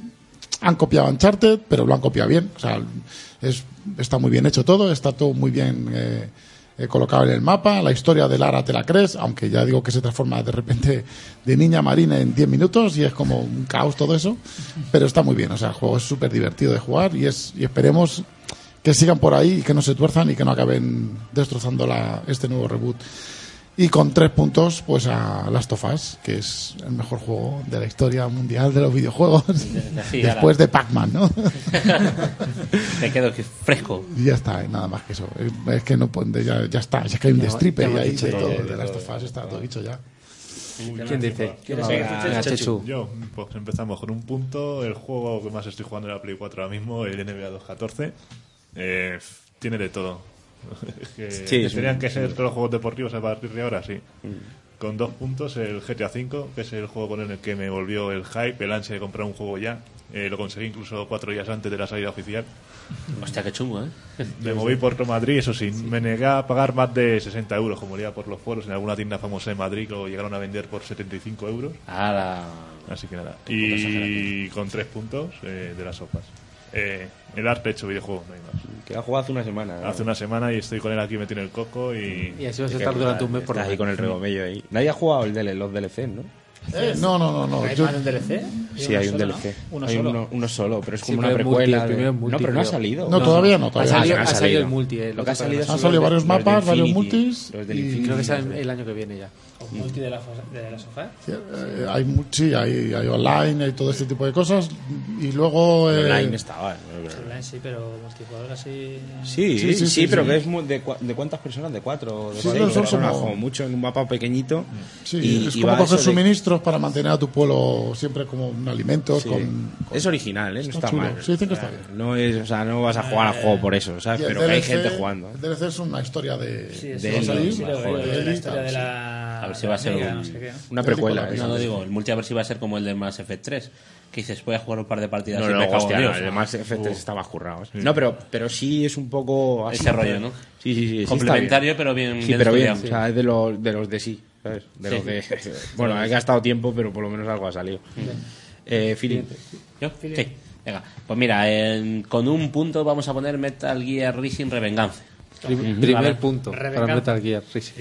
han copiado Uncharted, pero lo han copiado bien. O sea, es- está muy bien hecho todo, está todo muy bien eh, eh, colocado en el mapa. La historia de Lara te la crees, aunque ya digo que se transforma de repente de niña marina en 10 minutos y es como un caos todo eso. Pero está muy bien, o sea, el juego es súper divertido de jugar y, es, y esperemos que sigan por ahí y que no se tuerzan y que no acaben destrozando la- este nuevo reboot. Y con tres puntos, pues a Last of Us, que es el mejor juego de la historia mundial de los videojuegos.
Sí,
(laughs) Después
ala.
de Pac-Man,
(laughs)
¿no?
Te quedo que fresco.
Y ya está, eh, nada más que eso. Eh, Es que no pueden- ya, ya está, ya que hay un
Ya-
destripe
ya
y
hemos
ahí
dicho
de
todo,
todo,
de
de Last
todo.
of Us está todo dicho ya.
¿Quién dice? ¿Quién
Yo,
habla? Venga, Chechu.
Yo, pues empezamos con un punto. El juego que más estoy jugando en la Play 4 ahora mismo, el NBA 214, eh, tiene de todo. (laughs) Es que
Sí, es
tenían
un-
que ser
sí. Mm.
todos los juegos deportivos a partir de ahora, sí. Con dos puntos, el GTA V, que es el juego con el que me volvió el hype, el ansia de comprar un juego ya. Eh, lo conseguí incluso cuatro días antes de la salida oficial.
Hostia, qué chungo, ¿eh?
Me moví por todo Madrid, eso sí, me negué a pagar más de 60 euros, como leía por los foros en alguna tienda famosa de Madrid que lo llegaron a vender por 75 euros. Así que nada. Y con tres puntos eh, de las sopas. Eh, el arte hecho videojuego, no hay más.
Que ha jugado hace una semana. ¿no?
Hace una semana y estoy con él aquí metido en el coco y...
Y así vas a estar durante un mes por
Estás
ahí con el
regomello
ahí. Nadie ha jugado el DL, los DLCs, ¿no?
Eh, no, no, no, no.
¿Hay
yo-
más de un DLC? Sí, hay un DLC.
Uno
Hay
solo.
Uno, uno solo, pero es
Sí,
como una
pero el multi, el
precuela. de-
primero es multi,
no, pero no ha
creo.
salido.
No, todavía no, todavía
Ha
no.
salido,
Ha
ha
salido
salido
el multi, eh,
Lo que ha salido
Han
son
salido
los de- los
varios
de
mapas, varios
Infinity,
multis
Los del
y-
Infinity.
Creo que es el el año que viene ya.
Multi de la, de la sofá.
Eh, hay mu- sí, hay, hay online, hay todo este tipo de cosas. Y luego. eh,
Online estaba.
Online sí, pero multijugador así.
Sí,
Sí,
sí,
sí, sí,
pero
sí.
que es mu- de, cua- de cuántas personas, de cuatro, o de
Sí,
cuatro
no, son
personas,
como-
como mucho en un mapa pequeñito.
Sí,
y,
es
y
como
va
coger
eso de-
suministros para mantener a tu pueblo siempre como un alimento.
Sí.
Con,
Es original, ¿eh? no está,
chulo.
mal.
Sí, dicen que
O sea,
está bien.
No es, o sea, no vas a jugar al
Eh,
juego por eso, ¿sabes?
Y el
Pero que hay
DLC
gente jugando. ¿eh?
El DLC es una historia de.
Sí,
de
sí,
Ellie,
sí,
Ellie,
sí, lo
joder,
veo,
de
lo veo,
Ellie,
la
historia de la-
A ver si va a ser
Venga,
un-
no sé qué, ¿no?
una precuela.
Sí,
¿eh?
sí,
No,
sí.
no,
digo,
digo,
el
el multi a ver si va a ser como el del Mass Effect 3. Que dices, voy a jugar un par de partidas no, no, hostia, no, el Mass Effect 3 está más currado. ¿eh? No, pero, pero sí es un poco así. Ese rollo, ¿no? Sí, sí, sí. sí, está Complementario, bien. pero bien- Sí, bien pero bien. estudiado. O sea, es de los de, los de sí, ¿sabes? De Sí. los de. (laughs) bueno, he gastado tiempo, pero por lo menos algo ha salido. Eh, Philip. ¿Yo? Sí.
Venga, pues mira, en- con un punto vamos a poner Metal Gear Rising Revenganza.
Pri-
Ujú.
primer
Vale.
punto para
Revenganza.
Metal Gear Rising.
Sí,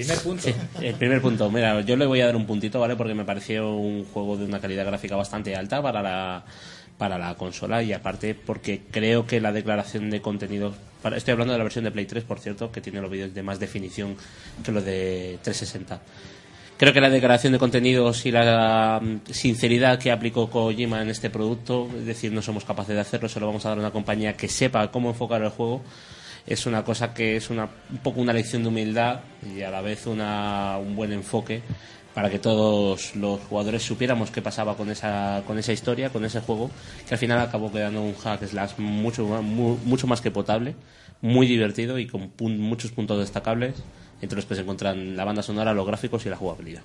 el primer punto. Mira, yo le voy a dar un puntito, ¿vale? Porque me pareció un juego de una calidad gráfica bastante alta para la, para la consola y aparte porque creo que la declaración de contenidos... para- estoy hablando de la versión de Play 3, por cierto, que tiene los vídeos de más definición que los de 360. Creo que la declaración de contenidos y la mm, sinceridad que aplicó Kojima en este producto, es decir, no somos capaces de hacerlo, se lo vamos a dar a una compañía que sepa cómo enfocar el juego, es una cosa que es una, un poco una lección de humildad y a la vez una, un buen enfoque para que todos los jugadores supiéramos qué pasaba con esa, con esa historia, con ese juego, que al final acabó quedando un hack slash mucho, ma- mu- mucho más que potable, muy divertido y con pun- muchos puntos destacables, entre los que se encuentran la banda sonora, los gráficos y la jugabilidad.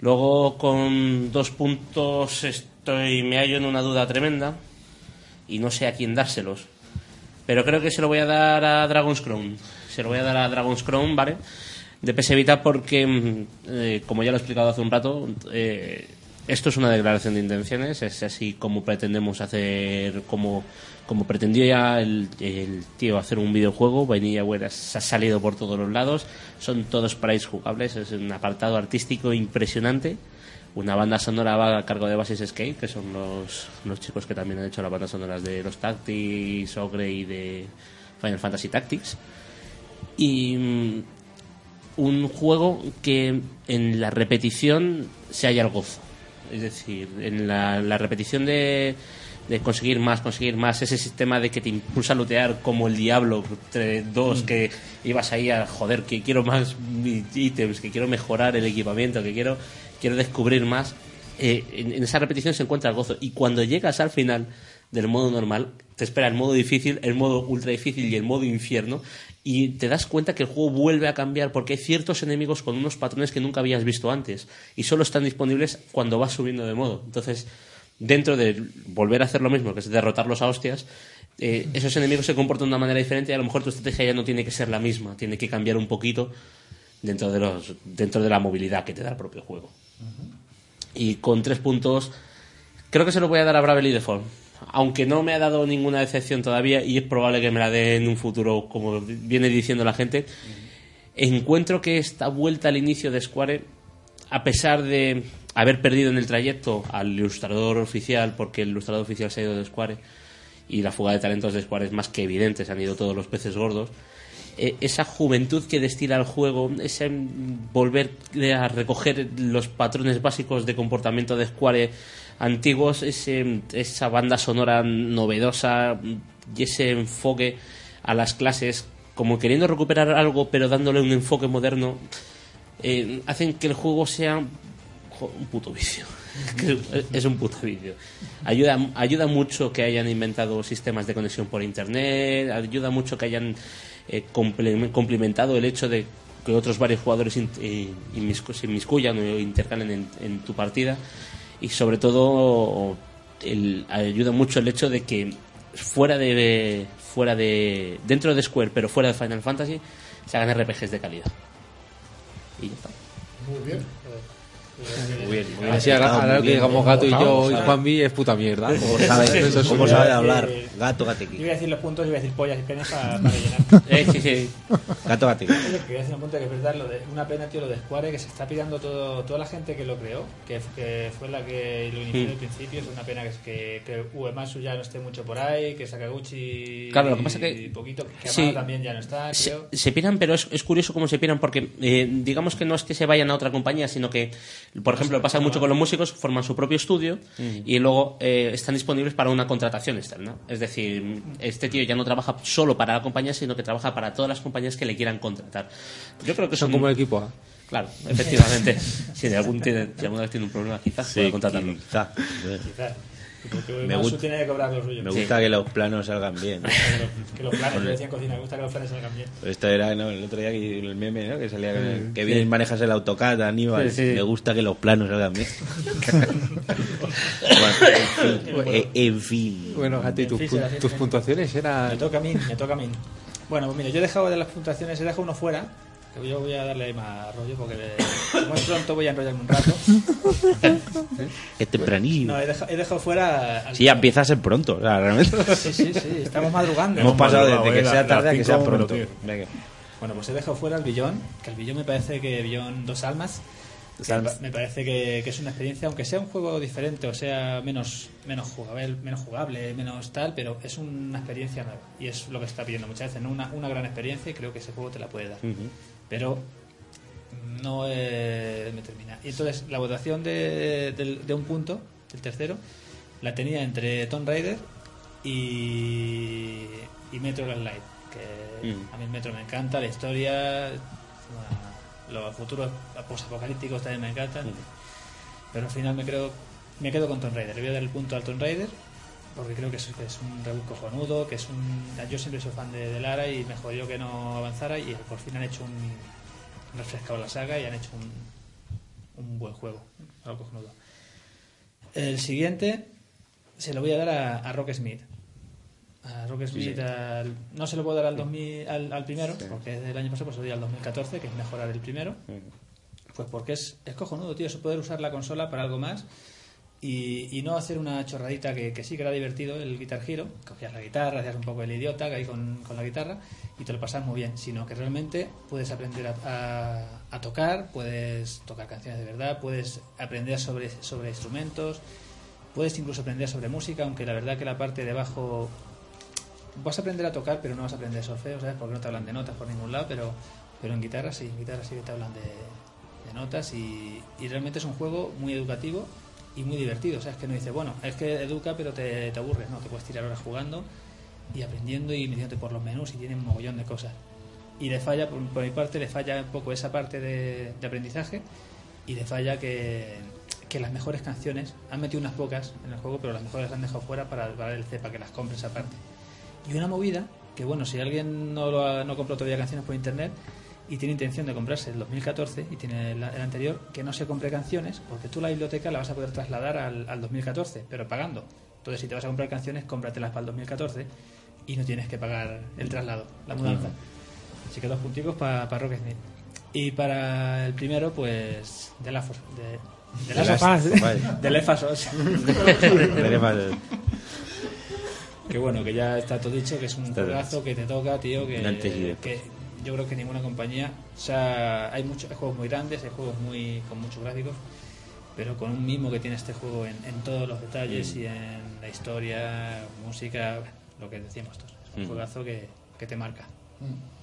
Luego con dos puntos estoy me hallo en una duda tremenda y no sé a quién dárselos. Pero creo que se lo voy a dar a Dragon's Crown. Se lo voy a dar a Dragon's Crown, ¿vale? De PS Vita porque, mm, eh, como ya lo he explicado hace un rato, eh, esto es una declaración de intenciones, es así como pretendemos hacer, como, como pretendió ya el, el tío hacer un videojuego, Vanillaware se ha salido por todos los lados, son todos paraísos jugables, es un apartado artístico impresionante, una banda sonora va a cargo de Basis Skate, que son los, los chicos que también han hecho las bandas sonoras de los Tactics, Ogre y de Final Fantasy Tactics. Y mm, un juego que en la repetición se halla el gozo. Es decir, en la, la repetición de, de conseguir más, conseguir más, ese sistema de que te impulsa a lootear como el Diablo 3, 2, que ibas ahí a joder, que quiero más ítems, que quiero mejorar el equipamiento, que quiero, quiero descubrir más. eh, en, en esa repetición se encuentra el gozo. Y cuando llegas al final del modo normal, te espera el modo difícil, el modo ultra difícil y el modo infierno. Y te das cuenta que el juego vuelve a cambiar porque hay ciertos enemigos con unos patrones que nunca habías visto antes y solo están disponibles cuando vas subiendo de modo. Entonces, dentro de volver a hacer lo mismo, que es derrotarlos a hostias, eh, esos enemigos se comportan de una manera diferente y a lo mejor tu estrategia ya no tiene que ser la misma, tiene que cambiar un poquito dentro de, los, dentro de la movilidad que te da el propio juego. Y con tres puntos, creo que se lo voy a dar a Bravely Default. Aunque no me ha dado ninguna decepción todavía y es probable que me la dé en un futuro, como viene diciendo la gente, encuentro que esta vuelta al inicio de Square, a pesar de haber perdido en el trayecto al ilustrador oficial, porque el ilustrador oficial se ha ido de Square, y la fuga de talentos de Square es más que evidente, se han ido todos los peces gordos, eh, esa juventud que destila el juego, ese mm, volver a recoger los patrones básicos de comportamiento de Square antiguos, ese, esa banda sonora novedosa mm, y ese enfoque a las clases, como queriendo recuperar algo pero dándole un enfoque moderno, eh, hacen que el juego sea jo, un puto vicio. (laughs) Que es un puto vicio. Ayuda, ayuda mucho que hayan inventado sistemas de conexión por internet, ayuda mucho que hayan eh, comple- complementado el hecho de que otros varios jugadores in- eh, inmiscu- se inmiscuyan o intercalen en, en tu partida y sobre todo el- ayuda mucho el hecho de que fuera de fuera de dentro de Square pero fuera de Final Fantasy se hagan RPGs de calidad y ya está.
Muy
Muy
Eh,
bien.
bien,
Ah,
muy bien.
Así ahora, ahora
Muy
que
bien.
digamos gato y
Vamos,
yo y
vamos.
Juan B es puta mierda.
Como sabe-
Eso es
como
un-
(laughs)
sabe
hablar.
Gato,
Eh, Yo
gatequi.
voy a decir los puntos y voy a decir pollas y penas para,
(laughs)
para rellenar.
Eh, sí, sí. Gato, gato.
Oye, que Voy a hacer un punto que es verdad, lo de, una pena, tío, lo de Square, que se está pillando todo, toda la gente que lo creó, que, que fue la que lo inició
Mm.
al principio. Es una pena que, que, que Uematsu ya no esté mucho por ahí, que Sakaguchi.
Claro, lo que pasa
y
que-
poquito, que Kamada
sí.
también ya no está,
se,
creo.
se piran, pero es, es curioso cómo se piran, porque eh, digamos que no es que se vayan a otra compañía, sino que, por ejemplo, pasa mucho con los músicos, forman su propio estudio
Ujú.
y luego eh, están disponibles para una contratación externa. Es decir, este tío ya no trabaja solo para la compañía, sino que trabaja para todas las compañías que le quieran contratar. Yo creo que son como el ¿ah?
equipo A.
Claro, efectivamente. (laughs) si, de algún tiene, si alguna vez tiene un problema, quizás pueda contratarlo.
Quizás. Porque
Me
Uematsu
gust-
tiene que cobrar lo suyo.
me
Sí.
gusta
que los planos salgan bien.
Que los planes, yo decía en cocina, me gusta que los planes salgan bien.
Esto era ¿no? el otro día que el meme, ¿no? Que salía con el-
Sí.
que bien
Sí.
manejas el AutoCAD, Aníbal.
Sí, sí.
Me gusta que los planos salgan
(laughs)
bien. (laughs) Bueno, en fin. Eh, en fin.
Bueno, Gato, ¿y tus,
Sí, sí,
pun-
sí,
tus
sí.
puntuaciones
Me
eran...?
toca a mí, me toca a mí. Bueno, pues mira, yo he dejado de las puntuaciones, he dejado uno fuera. Que yo voy a darle ahí más rollo porque le- como es pronto voy a enrollarme
(laughs)
un rato.
Es tempranillo.
No, he dejado, he dejado fuera. al-
Sí, ya empieza a ser pronto. O sea, realmente.
Sí, sí, sí, estamos madrugando.
Hemos pasado
Madrugado,
desde que
eh,
sea
las-
tarde a
las
que
cinco,
sea
pero
pronto.
tío.
Venga.
Bueno, pues he dejado fuera el billón, que el billón me parece que billón dos almas.
Dos
que
almas.
Me parece que, que es una experiencia, aunque sea un juego diferente, o sea, menos menos jugable, menos jugable, menos tal, pero es una experiencia nueva. Y es lo que se está pidiendo muchas veces, ¿no? Una, una gran experiencia y creo que ese juego te la puede dar. Pero no eh, me termina. Y entonces la votación de, del- de un punto, del tercero, la tenía entre Tomb Raider y, y Metro Last Light. Que
Mm.
a mí el Metro me encanta, la historia, la- los futuros posapocalípticos también me encantan. Pero al final me creo me quedo con Tomb Raider. Le voy a dar el punto al Tomb Raider porque creo que es, que es un reboot cojonudo, que es un... Yo siempre soy fan de, de Lara y me jodió que no avanzara y por fin han hecho un... han refrescado la saga y han hecho un, un buen juego. Algo cojonudo. El siguiente se lo voy a dar a, a Rock Smith. A Rock Smith, al- no se lo puedo dar al, 2000, al, al primero, porque es del año pasado, pues se lo di al 2014, que es mejorar el primero. Pues porque es, es cojonudo, tío, eso poder usar la consola para algo más y, y no hacer una chorradita que, que sí que era divertido, el Guitar Hero. Cogías la guitarra, hacías un poco el idiota que hay con, con la guitarra y te lo pasas muy bien, sino que realmente puedes aprender a, a- a tocar, puedes tocar canciones de verdad, puedes aprender sobre, sobre instrumentos, puedes incluso aprender sobre música, aunque la verdad que la parte de abajo vas a aprender a tocar, pero no vas a aprender solfeo, ¿sabes? Porque no te hablan de notas por ningún lado, pero, pero en guitarra sí, en guitarra sí que te hablan de, de notas y, y realmente es un juego muy educativo y muy divertido, ¿sabes? Que no dice, bueno, es que educa, pero te, te aburres, ¿no? Te puedes tirar horas jugando y aprendiendo y metiéndote por los menús y tiene un mogollón de cosas. Y le falla, por, por mi parte, le falla un poco esa parte de, de aprendizaje y le falla que, que que las mejores canciones, han metido unas pocas en el juego, pero las mejores las han dejado fuera para, para el C, para que las compres aparte. Y una movida, que bueno, si alguien no, lo ha- no compró todavía canciones por internet y tiene intención de comprarse el 2014 y tiene el, el anterior, que no se compre canciones, porque tú la biblioteca la vas a poder trasladar al, al 2014, pero pagando. Entonces, si te vas a comprar canciones, cómpratelas para el 2014 y no tienes que pagar el traslado, la mudanza. Así que dos punticos para pa Rocksmith. Y para el primero, pues, de la fos- de, de las
Last-
sofás,
vale.
(laughs) de Lefasos. (laughs)
De Lefasos.
que bueno, que ya está todo dicho, que es un
Está todo
juegazo que te toca, tío, que,
Un antes y después.
que yo creo que ninguna compañía, o sea, hay muchos hay juegos muy grandes, hay juegos muy con muchos gráficos, pero con un mimo que tiene este juego en, en todos los detalles
Mm.
y en la historia, música, lo que decíamos todos. Es un
Mm.
juegazo que, que te marca.
Mm.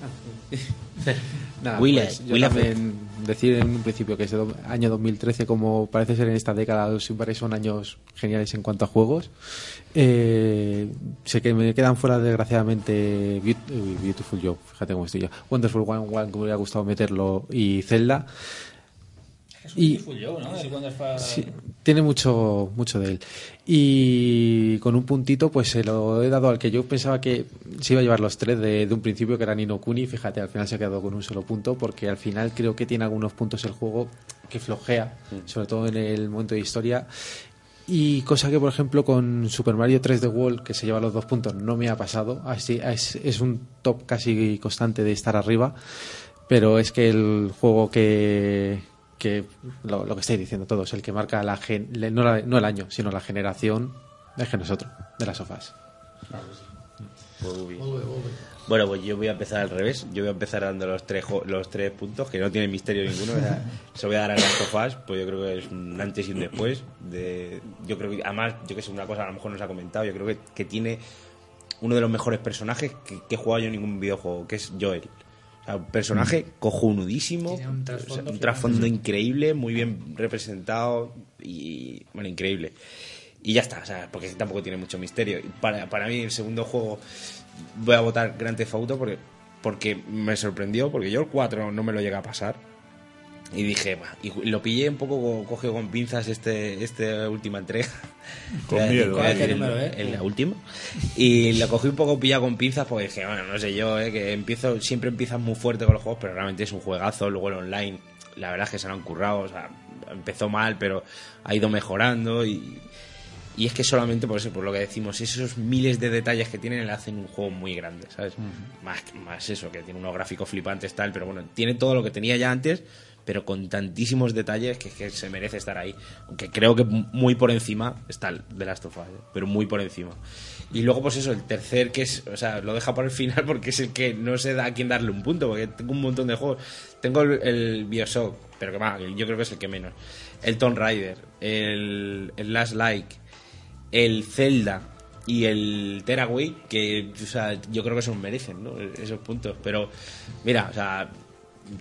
Ah, (laughs) Nada,
Will
pues
it,
yo
will it.
también decir en un principio que ese do- año 2013, como parece ser en esta década, los impares son años geniales en cuanto a juegos. Eh, sé que me quedan fuera, desgraciadamente, Beaut- uy, Beautiful Joe, fíjate cómo estoy yo. Wonderful One One, que me hubiera gustado meterlo, y Zelda. Y,
yo, ¿no? El Wonderful-
Sí, tiene mucho, mucho de él. Y con un puntito, pues se lo he dado al que yo pensaba que se iba a llevar los tres de, de un principio, que era Nino Kuni. Fíjate, al final se ha quedado con un solo punto, porque al final creo que tiene algunos puntos el juego que flojea, sobre todo en el momento de historia. Y cosa que, por ejemplo, con Super Mario 3D World, que se lleva los dos puntos, no me ha pasado. Así, es, es un top casi constante de estar arriba. Pero es que el juego que, que lo, lo que estáis diciendo todos, el que marca la gen- le- no, la- no el año, sino la generación, es que nosotros, de las sofás.
Bueno, pues yo voy a empezar al revés. Yo voy a empezar dando los tres, jo- los tres puntos, que no tienen misterio ninguno. o sea, se lo voy a dar a Last of Us, pues yo creo que es un antes y un después. De, yo creo que, además, yo que sé, una cosa a lo mejor nos ha comentado, yo creo que, que tiene uno de los mejores personajes que, que he jugado yo en ningún videojuego, que es Joel. O sea, un personaje cojonudísimo,
un
o sea,
trasfondo
un trasfondo increíble, muy bien representado y, bueno, increíble. Y ya está, o sea, porque tampoco tiene mucho misterio. Y Para, para mí, el segundo juego voy a votar Grand Theft Auto porque, porque me sorprendió, porque yo el 4 no me lo llegué a pasar. Y dije, "Bah", y ju- lo pillé un poco co- cogido con pinzas este, esta
(laughs)
última entrega.
Con
Voy a decir-
miedo,
voy a
¿eh?
decir
Qué número, ¿eh?
en la última. Y lo cogí un poco pillado con pinzas porque dije, bueno, no sé yo, ¿eh? que empiezo, siempre empiezas muy fuerte con los juegos, pero realmente es un juegazo. Luego el online, la verdad es que se lo han currado, o sea, empezó mal, pero ha ido mejorando y, y es que solamente por eso, por lo que decimos, esos miles de detalles que tienen le hacen un juego muy grande, ¿sabes? más, más eso, que tiene unos gráficos flipantes tal, pero bueno, tiene todo lo que tenía ya antes, pero con tantísimos detalles que, que se merece estar ahí. Aunque creo que muy por encima está el de Last of Us, ¿eh? pero muy por encima. Y luego, pues eso, el tercer que es, o sea, lo deja para el final porque es el que no sé a quién darle un punto, porque tengo un montón de juegos. Tengo el, el Bioshock, pero que más, yo creo que es el que menos. El Tomb Raider, el, el Last Like, el Zelda y el Teraway, que o sea, yo creo que se los merecen, ¿no? Esos puntos. Pero, mira, o sea,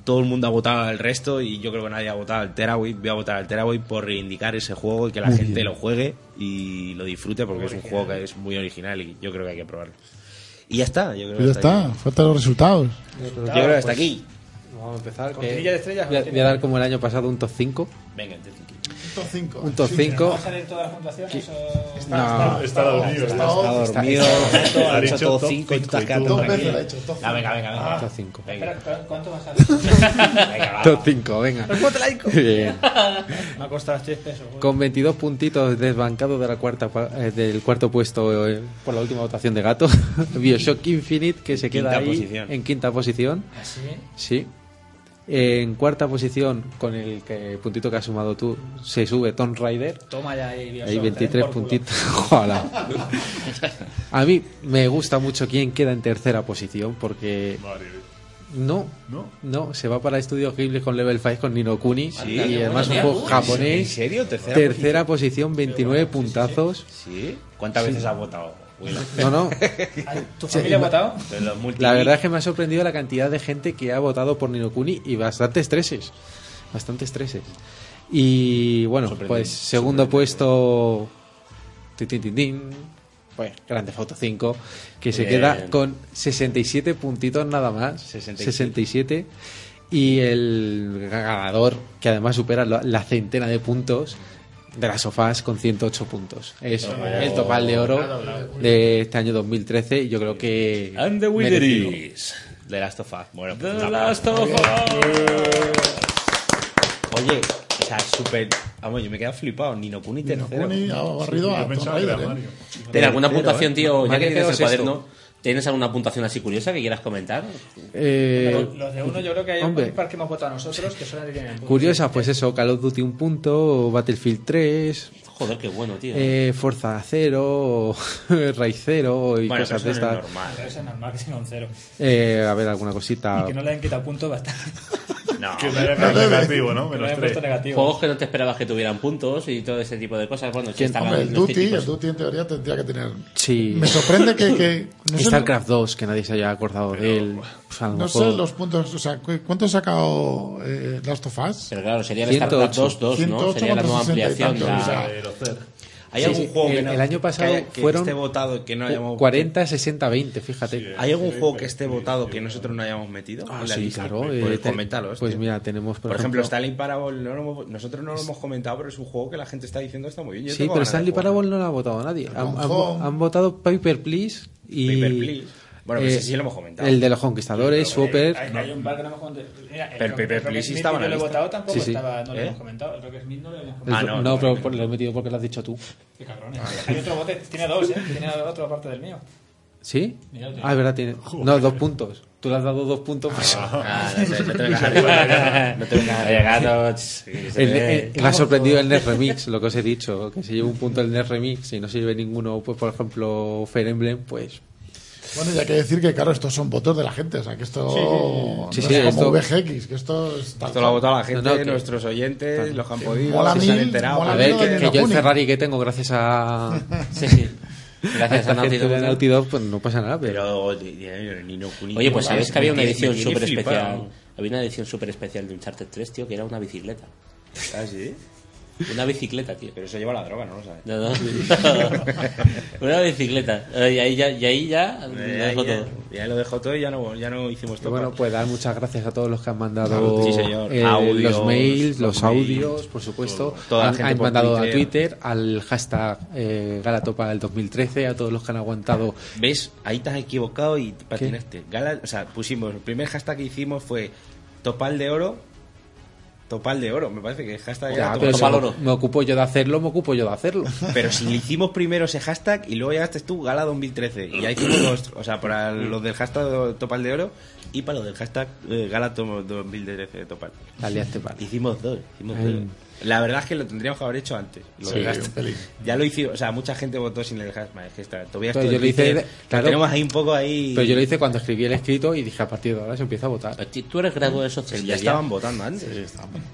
todo el mundo ha votado al resto y yo creo que nadie ha votado al Teraway. Voy a votar al Teraway por reivindicar ese juego y que la
Muy
gente
bien.
lo juegue y lo disfrute porque es un
Original.
juego que es muy original y yo creo que hay que probarlo. Y ya está, yo creo
Pero Pues ya
que hasta
está,
aquí.
faltan los resultados.
Yo creo que hasta
Pues,
aquí.
Vamos a empezar.
Con
que-
trilla de estrellas,
voy, a,
¿no?
voy a dar como el año pasado un top 5.
Venga, un
top 5.
Un top 5.
¿Vamos a salir todas las puntuaciones o...?
No.
Está dormido,
Está- ¿eh?
está
está
dormido.
dormido.
Ha
(laughs) Está-
dicho
ha hecho
top
top 5 y
cinco
tú estás
y
quedando
todo. Dos
tranquilo.
veces ha hecho top
Ah, venga, venga, venga.
Ah.
Top 5.
Espera, ¿cuánto vas a
Top 5, venga. (laughs) Bien.
Me ha costado 3 pesos. güey.
Con 22 puntitos desbancado de la cuarta, pa- eh, del cuarto puesto eh, por la última votación de Gato. (laughs) Bioshock Infinite, que se
Quinta
queda ahí
posición.
en quinta posición.
¿Ah, sí?
Sí. En cuarta posición, con el que- puntito que has sumado tú, se sube Tomb Raider.
Toma ya ahí,
Hay
Bioshock, te den
23
por culo.
puntitos. (laughs)
(laughs)
Ojalá. A mí me gusta mucho quién queda en tercera posición porque... No, no, se va para Estudios Ghibli con Level 5 con Nino Kuni
Sí.
y además un
Bueno,
juego
¿en
japonés.
serio? ¿Tercera
posición, 29 puntazos.
¿Sí? ¿Cuántas
Sí.
veces has votado? Willa?
(laughs) No,
(laughs)
(laughs)
no.
¿Tu
Sí,
familia ha
ma-
votado?
De los multi-
La verdad es que me ha sorprendido la cantidad de gente que ha votado por Nino Kuni y bastantes treses. Bastantes treses. Y bueno, pues segundo puesto. tin, tin, tin, tin, Pues Grande Foto 5, que se
Bien.
queda con 67 puntitos nada más.
67.
67. Y el ganador, que además supera la la centena de puntos de las sofás con 108 puntos. Es
Oh.
el total de oro de este año 2013 y yo creo que...
And the winner is-
De Last of Us. Bueno,
pues,
The
un aplauso.
Last of Us.
Oye, o sea, súper. Vamos, yo me he quedado flipado. Ni no Kuni tercero.
Kuni ha barrido a Yo pensaba Tomb que era Raider, ¿eh? Mario.
¿Tienes alguna
Tercero,
puntuación,
¿eh?
tío? Ya
Mario
que tienes el
quedó sexto.
cuaderno, ¿tienes alguna puntuación así curiosa que quieras comentar?
Eh,
Los de uno yo creo que hay
hombre.
un par que hemos votado nosotros que son las que tienen puntos.
Curiosa, pues eso, Call of Duty un punto, Battlefield 3,
Joder, qué bueno, tío.
eh, Forza 0, (laughs) Rise 0 y
Bueno,
cosas de
pero eso no
estas.
es normal. Pero eso es normal que tenga un cero.
Eh, a ver, alguna cosita.
Y que no le hayan quitado punto bastante.
No.
Que me haya puesto negativo, ¿no? Menos Que me haya tres. puesto negativo.
Juegos que no te esperabas que tuvieran puntos y todo ese tipo de cosas. Bueno, si este
¿Quién?
están
Hombre,
El
los
Duty,
pues.
típicos.
el Duty en teoría tendría que tener.
Sí.
Me sorprende que-
(laughs)
que- no sé-
StarCraft 2, que nadie se haya acordado de él. Pues a lo
No
mejor
sé los puntos, o sea, cu- ¿cuánto ha sacado eh, Last of Us?
Pero claro, sería el StarCraft 2, 2, ¿no?
108
Sería la nueva
contra 60 y
ampliación.
tanto,
la-
o sea,
¿Hay
Sí,
algún
sí,
juego
el,
que no-
el año pasado
que- que
fueron
esté votado que no hayamos-
40, 60, 20, fíjate.
¿Hay algún juego que esté votado que nosotros no hayamos metido?
Ah,
en la
sí,
lista?
claro.
Pues,
eh,
pues
te-
coméntalo,
Pues
hostia.
mira, tenemos, por,
Por, ejemplo, Stanley Parable, no lo hemos- nosotros no lo hemos comentado, pero es un juego que la gente está diciendo está muy bien. Yo
Sí,
tengo
pero
ganas de
Stanley
jugar.
Parable no lo ha votado nadie. Han, han-
Home.
han votado Paper Please y. eh,
Paper Please. Bueno, pero ese sí lo hemos comentado. eh,
El de los conquistadores, Swapper.
Hay, hay un par que no hemos comentado. Mira, el
Per-
Rock-
Per- Per-
Rock
Please
Smith
estaba en la
no lo he
lista.
votado tampoco,
Sí, sí.
estaba- no lo
¿Eh?
hemos comentado. El Rock Smith no lo hemos
El-
ah,
comentado.
no, pero por- lo he metido porque lo has dicho tú.
Qué cabrón. eh. Hay otro bote, tiene dos, ¿eh? Tiene otro aparte del mío.
¿Sí?
Mira, lo tengo.
Ah, es verdad, tiene. No, dos puntos. Tú le has dado dos puntos. Pues...
Ah, no sé, no te vengas arriba, no te vengas arriba.
gato, sí, se
El-
ve.
el- me ha sorprendido el NES Remix, lo que os he dicho. Que se lleva un punto el NES Remix y no sirve ninguno, pues por ejemplo, Fire Emblem, pues.
Bueno, y hay que decir que, claro, estos son votos de la gente, o sea, que esto
Sí, sí, sí.
no
Sí,
es
sí, esto-
como VGX, que esto es tal
Esto lo ha
cual.
votado la gente,
No, no, que-
nuestros oyentes,
Claro.
los que han
Sí,
podido.
mola
si se han
mil,
enterado.
mola A ver, mil que- lo de que yo el Nocuni. Ferrari que tengo gracias
(laughs)
a.
Sí, sí.
a
Gracias
esta
a Naughty
gente de
Dog.
Naughty Dog, pues no pasa nada, pero.
Pero, oye, oye, ni no Kuni-
Oye, pues
no,
sabes
me
que había una
tiene-
edición
me tiene
súper especial.
flipado.
Había una edición súper especial de Uncharted 3, tío, que era una bicicleta.
¿Ah, sí?
Una bicicleta, tío.
Pero eso lleva la droga, ¿no? lo sabes.
No, (laughs) no. una bicicleta. Eh, Y ahí ya, y ahí ya lo
Eh,
dejo
ya-
todo.
Ya lo dejó todo y ya no, ya no hicimos todo.
Bueno, pues dar muchas gracias a todos los que han mandado
Sí, señor.
eh,
Audios,
los mails, los
los
audios,
mails,
por supuesto.
todo. Toda la
han,
gente
han
por
mandado a
Twitter.
Twitter, al hashtag eh, Galatopa del 2013, a todos los que han aguantado.
¿Ves? Ahí te has equivocado y patinaste. Gala, o sea, pusimos, el primer hashtag que hicimos fue Topal de Oro. Topal de Oro, me parece que el hashtag
Ya,
era
pero si
Topal de
me,
Oro.
me ocupo yo de hacerlo, me ocupo yo de hacerlo.
(laughs) Pero si le hicimos primero ese hashtag y luego llegaste tú, Gala 2013. Y ahí hicimos los, o sea, para los del hashtag Topal de Oro y para los del hashtag eh, Gala to- 2013 Topal.
La liaste mal.
Hicimos dos, hicimos
Ay.
dos. La verdad es que lo tendríamos que haber hecho antes. lo
Sí,
del
un
hashtag.
pelín.
ya lo hicimos, o sea, mucha gente votó sin el hashtag. Es que está, todavía
Pero
estoy
yo lo hice-
Twitter, lo
claro.
tenemos ahí un poco ahí.
Pero yo lo hice cuando escribí el escrito y dije a partir de ahora se empieza a votar.
Tú eres graduado de
Ya,
social.
estaban votando antes.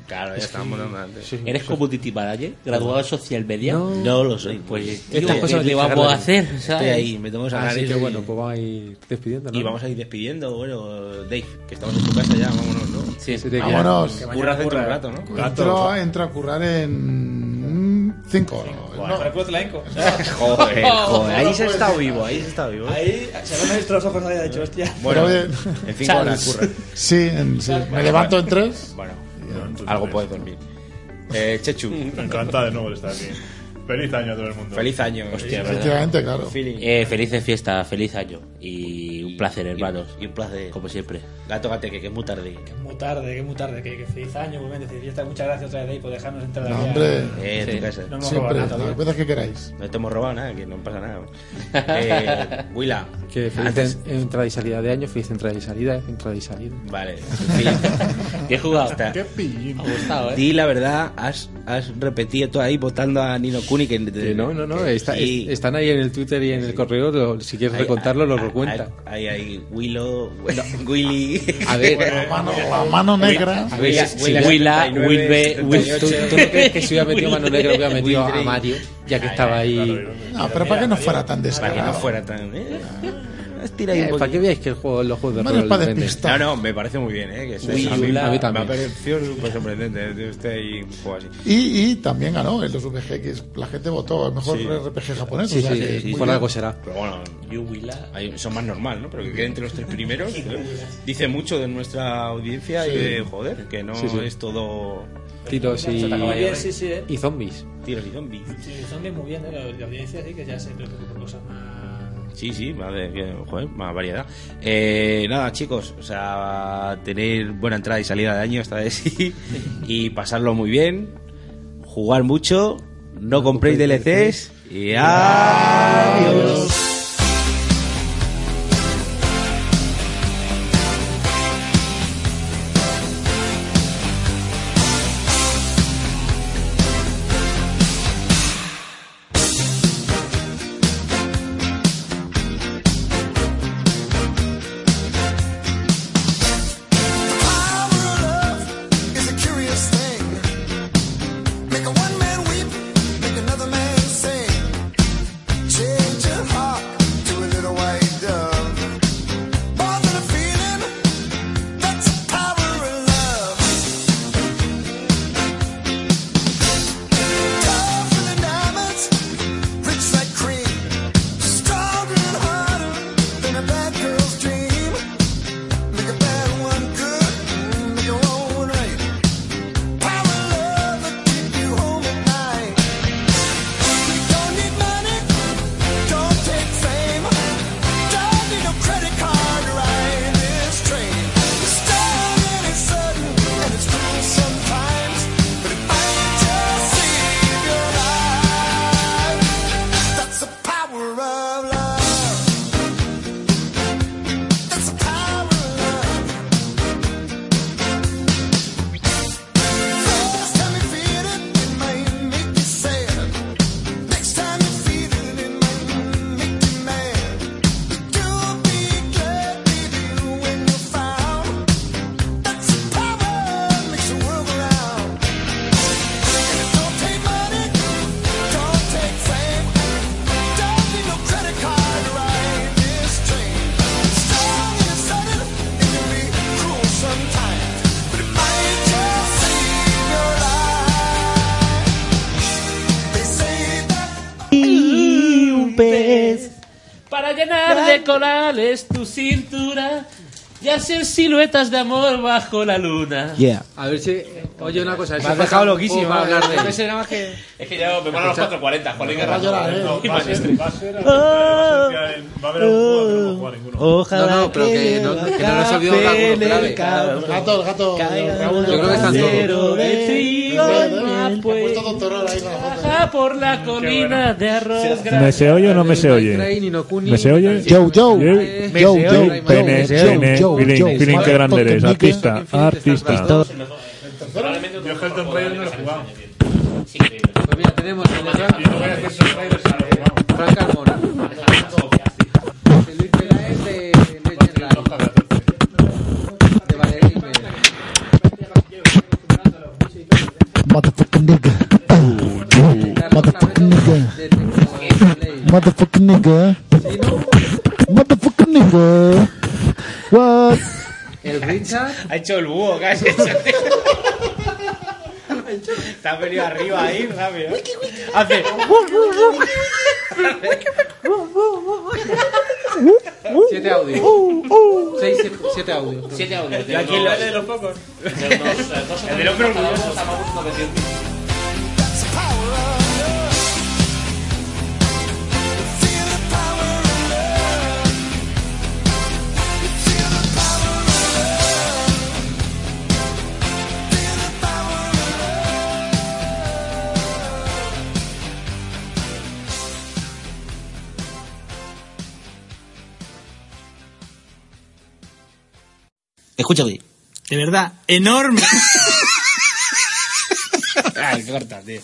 Claro, ya
Es
estaban
que-
votando antes.
¿Eres como Titi Barayé? ¿Graduado de social media?
No, lo soy.
Pues, tío,
Estas cosas
¿qué le
hay que
vamos a
sacarlas.
hacer?
Estoy
¿sabes?
ahí, me tengo que sacar
Así
eso
que
y-
bueno, pues vamos a ir despidiendo. ¿no?
Y vamos a ir despidiendo, bueno, Dave, que estamos en tu casa ya, vámonos, ¿no?
Sí,
Se te queda.
Vámonos.
Que Curras dentro de un rato, ¿no?
Entro, entro a currar en 5 horas.
Bueno, pero cuéntala,
(laughs)
Enco.
(laughs) Joder,
Oh,
joder, ahí se
No,
ha
pues,
estado vivo, ahí se ha estado vivo. ¿eh?
Ahí se le han visto los ojos, había dicho, hostia.
Bueno,
Pero bien.
en cinco horas curra.
Sí, en- sí. me
Vale,
levanto
vale.
en 3.
Bueno, algo puedes dormir. Eh, Chechu.
(laughs) Encantado de nuevo de estar aquí. Feliz año a todo el mundo.
Feliz año.
Hostia, ¿verdad?
Feeling.
Eh, felices fiestas, feliz año. Y un placer, hermanos.
Y un placer.
Como siempre.
Gato gateque, que es muy tarde.
Muy tarde, (laughs) que muy tarde, que, que feliz año, vuelven a decir fiesta. Muchas gracias otra vez ahí por dejarnos entrar
No,
aquí a-
hombre.
Eh,
Sí.
tu casa.
No hemos
Siempre,
robado nada,
las
tío.
veces que queráis.
No te hemos robado nada, que no pasa (laughs) nada. Eh, Willa.
Que feliz
antes-
en- entrada y salida de año, feliz entrada y salida, entrada y salida. (laughs)
Vale, en fin.
¿Qué jugado?
Qué pillín.
Di la verdad, has, has repetido todo ahí votando a Nino Kuni. Que,
Que no, no, no,
que-
está-
y-
es- están ahí en el Twitter y en el correo, lo- si quieres recontarlo, lo recuenta.
Ahí, ahí, Willow, (laughs) Willy.
A
(laughs)
ver.
La mano, la mano negra.
A ver, si- si- ¿Tú, tú no crees que si hubiera metido mano negra hubiera metido a Mario, ya que estaba ahí.
No, pero para que no fuera tan
Para que no
descarado.
fuera tan. eh.
estira ahí un
para
poquito.
que veáis que el juego, los juegos de
Manos
rol
pa'
dependen.
despistar.
No, no, me parece muy bien, ¿eh? Que se-
Uy,
a, mí,
la-
a mí
también.
Me ha parecido súper sorprendente. tío, Este ahí un juego así.
Y, y también ganó en los VGX. La gente votó el mejor
Sí.
RPG japonés. o sea que muy
por
bien.
algo será. Pero bueno, Yuwila, ahí son más normal, ¿no? Pero que quede entre los tres primeros ¿no? dice mucho de nuestra audiencia y
Sí.
de joder, que no
Sí, sí.
es todo
Tiros y,
Sota caballo,
Sí, sí, eh.
y zombies.
tiros y zombies.
Sí, son bien muy bien, ¿eh? La, la audiencia sí que ya se preocupa por cosas más.
Sí, sí, más, de- que- joder, más variedad. Eh, nada, chicos, o sea, tener buena entrada y salida de año esta vez (laughs) sí, y pasarlo muy bien, jugar mucho, no, compréis DLCs y adiós.
It's a curious thing. Make a one man weep, make another man sing. Change your heart to a little white dove. More than a feeling, that's the power of love. Tough than diamonds, rich like cream, stronger and harder than a bad girl's dream. Make a bad one good, make a wrong one right. Power love will keep you home at night. You don't need money, don't take fame, don't need no credit card to ride this train. It's stern and it's sudden and it's cruel sometimes, but it might just save your life. That's the power of love. That's the power of love. First time you feel it, it might make you sad. Next time you feel it, it might make you mad. Do be glad, baby, when you found. That's the power makes the world go round. And it don't take money, don't take fame, don't need no credit card to ride this train. Strong and sudden, it can be cruel sometimes. Might just save your life. They say that
Y un pez. Para llenar de corales tu cintura y hacer siluetas de amor bajo la luna.
Yeah. A ver si. Oye, una cosa.
Me
si
has
pasa
dejado
un
loquísimo,
poco para
¿eh?
hablar de-
Yo pensé Es que ya me van a los 4.40, Jolín
Va a llorar, ¿eh?
Va a ser- va a ser- va a haber un juego que no hemos jugado ninguno.
No, no, pero que no, que no nos olvidemos de alguno clave.
Gato, el gato. Raúl,
Yo creo que están todos.
pues, Baja por la colina de arroz
¿Me se oye o no me se oye? ¿Me se oye? Joe, Joe.
Me Joe, se oye. Joe.
Pene,
Me se oye.
pene,
Joe, Joe.
Pilín, Pilín, qué
Vale,
grande
porque
eres.
Mike-
Artista, artista.
Yo Helton Player no lo he jugado.
Pues mira, tenemos el de Frank. Frank Carmona. El Luis Peláez de Legend Live.
este.
De Valerie Mel.
Motherfucking nigga. Oh, yeah. Motherfucking nigga. Motherfucking nigga. Motherfucking nigga.
(laughs)
What?
El Richard.
Ha hecho el búho,
(laughs)
casi. Te has venido arriba ahí, rápido. Hace.
Uh, Siete audios.
uh,
Seis, siete, siete audios.
Siete audios.
Y aquí
los-
lo-
pocos. De unos, eh, dos o tres
El del hombre
por cada uno,
orgulloso.
estamos uno de cien.
Escúchame. De
(laughs)
verdad, enorme.
Ay, corta, tío.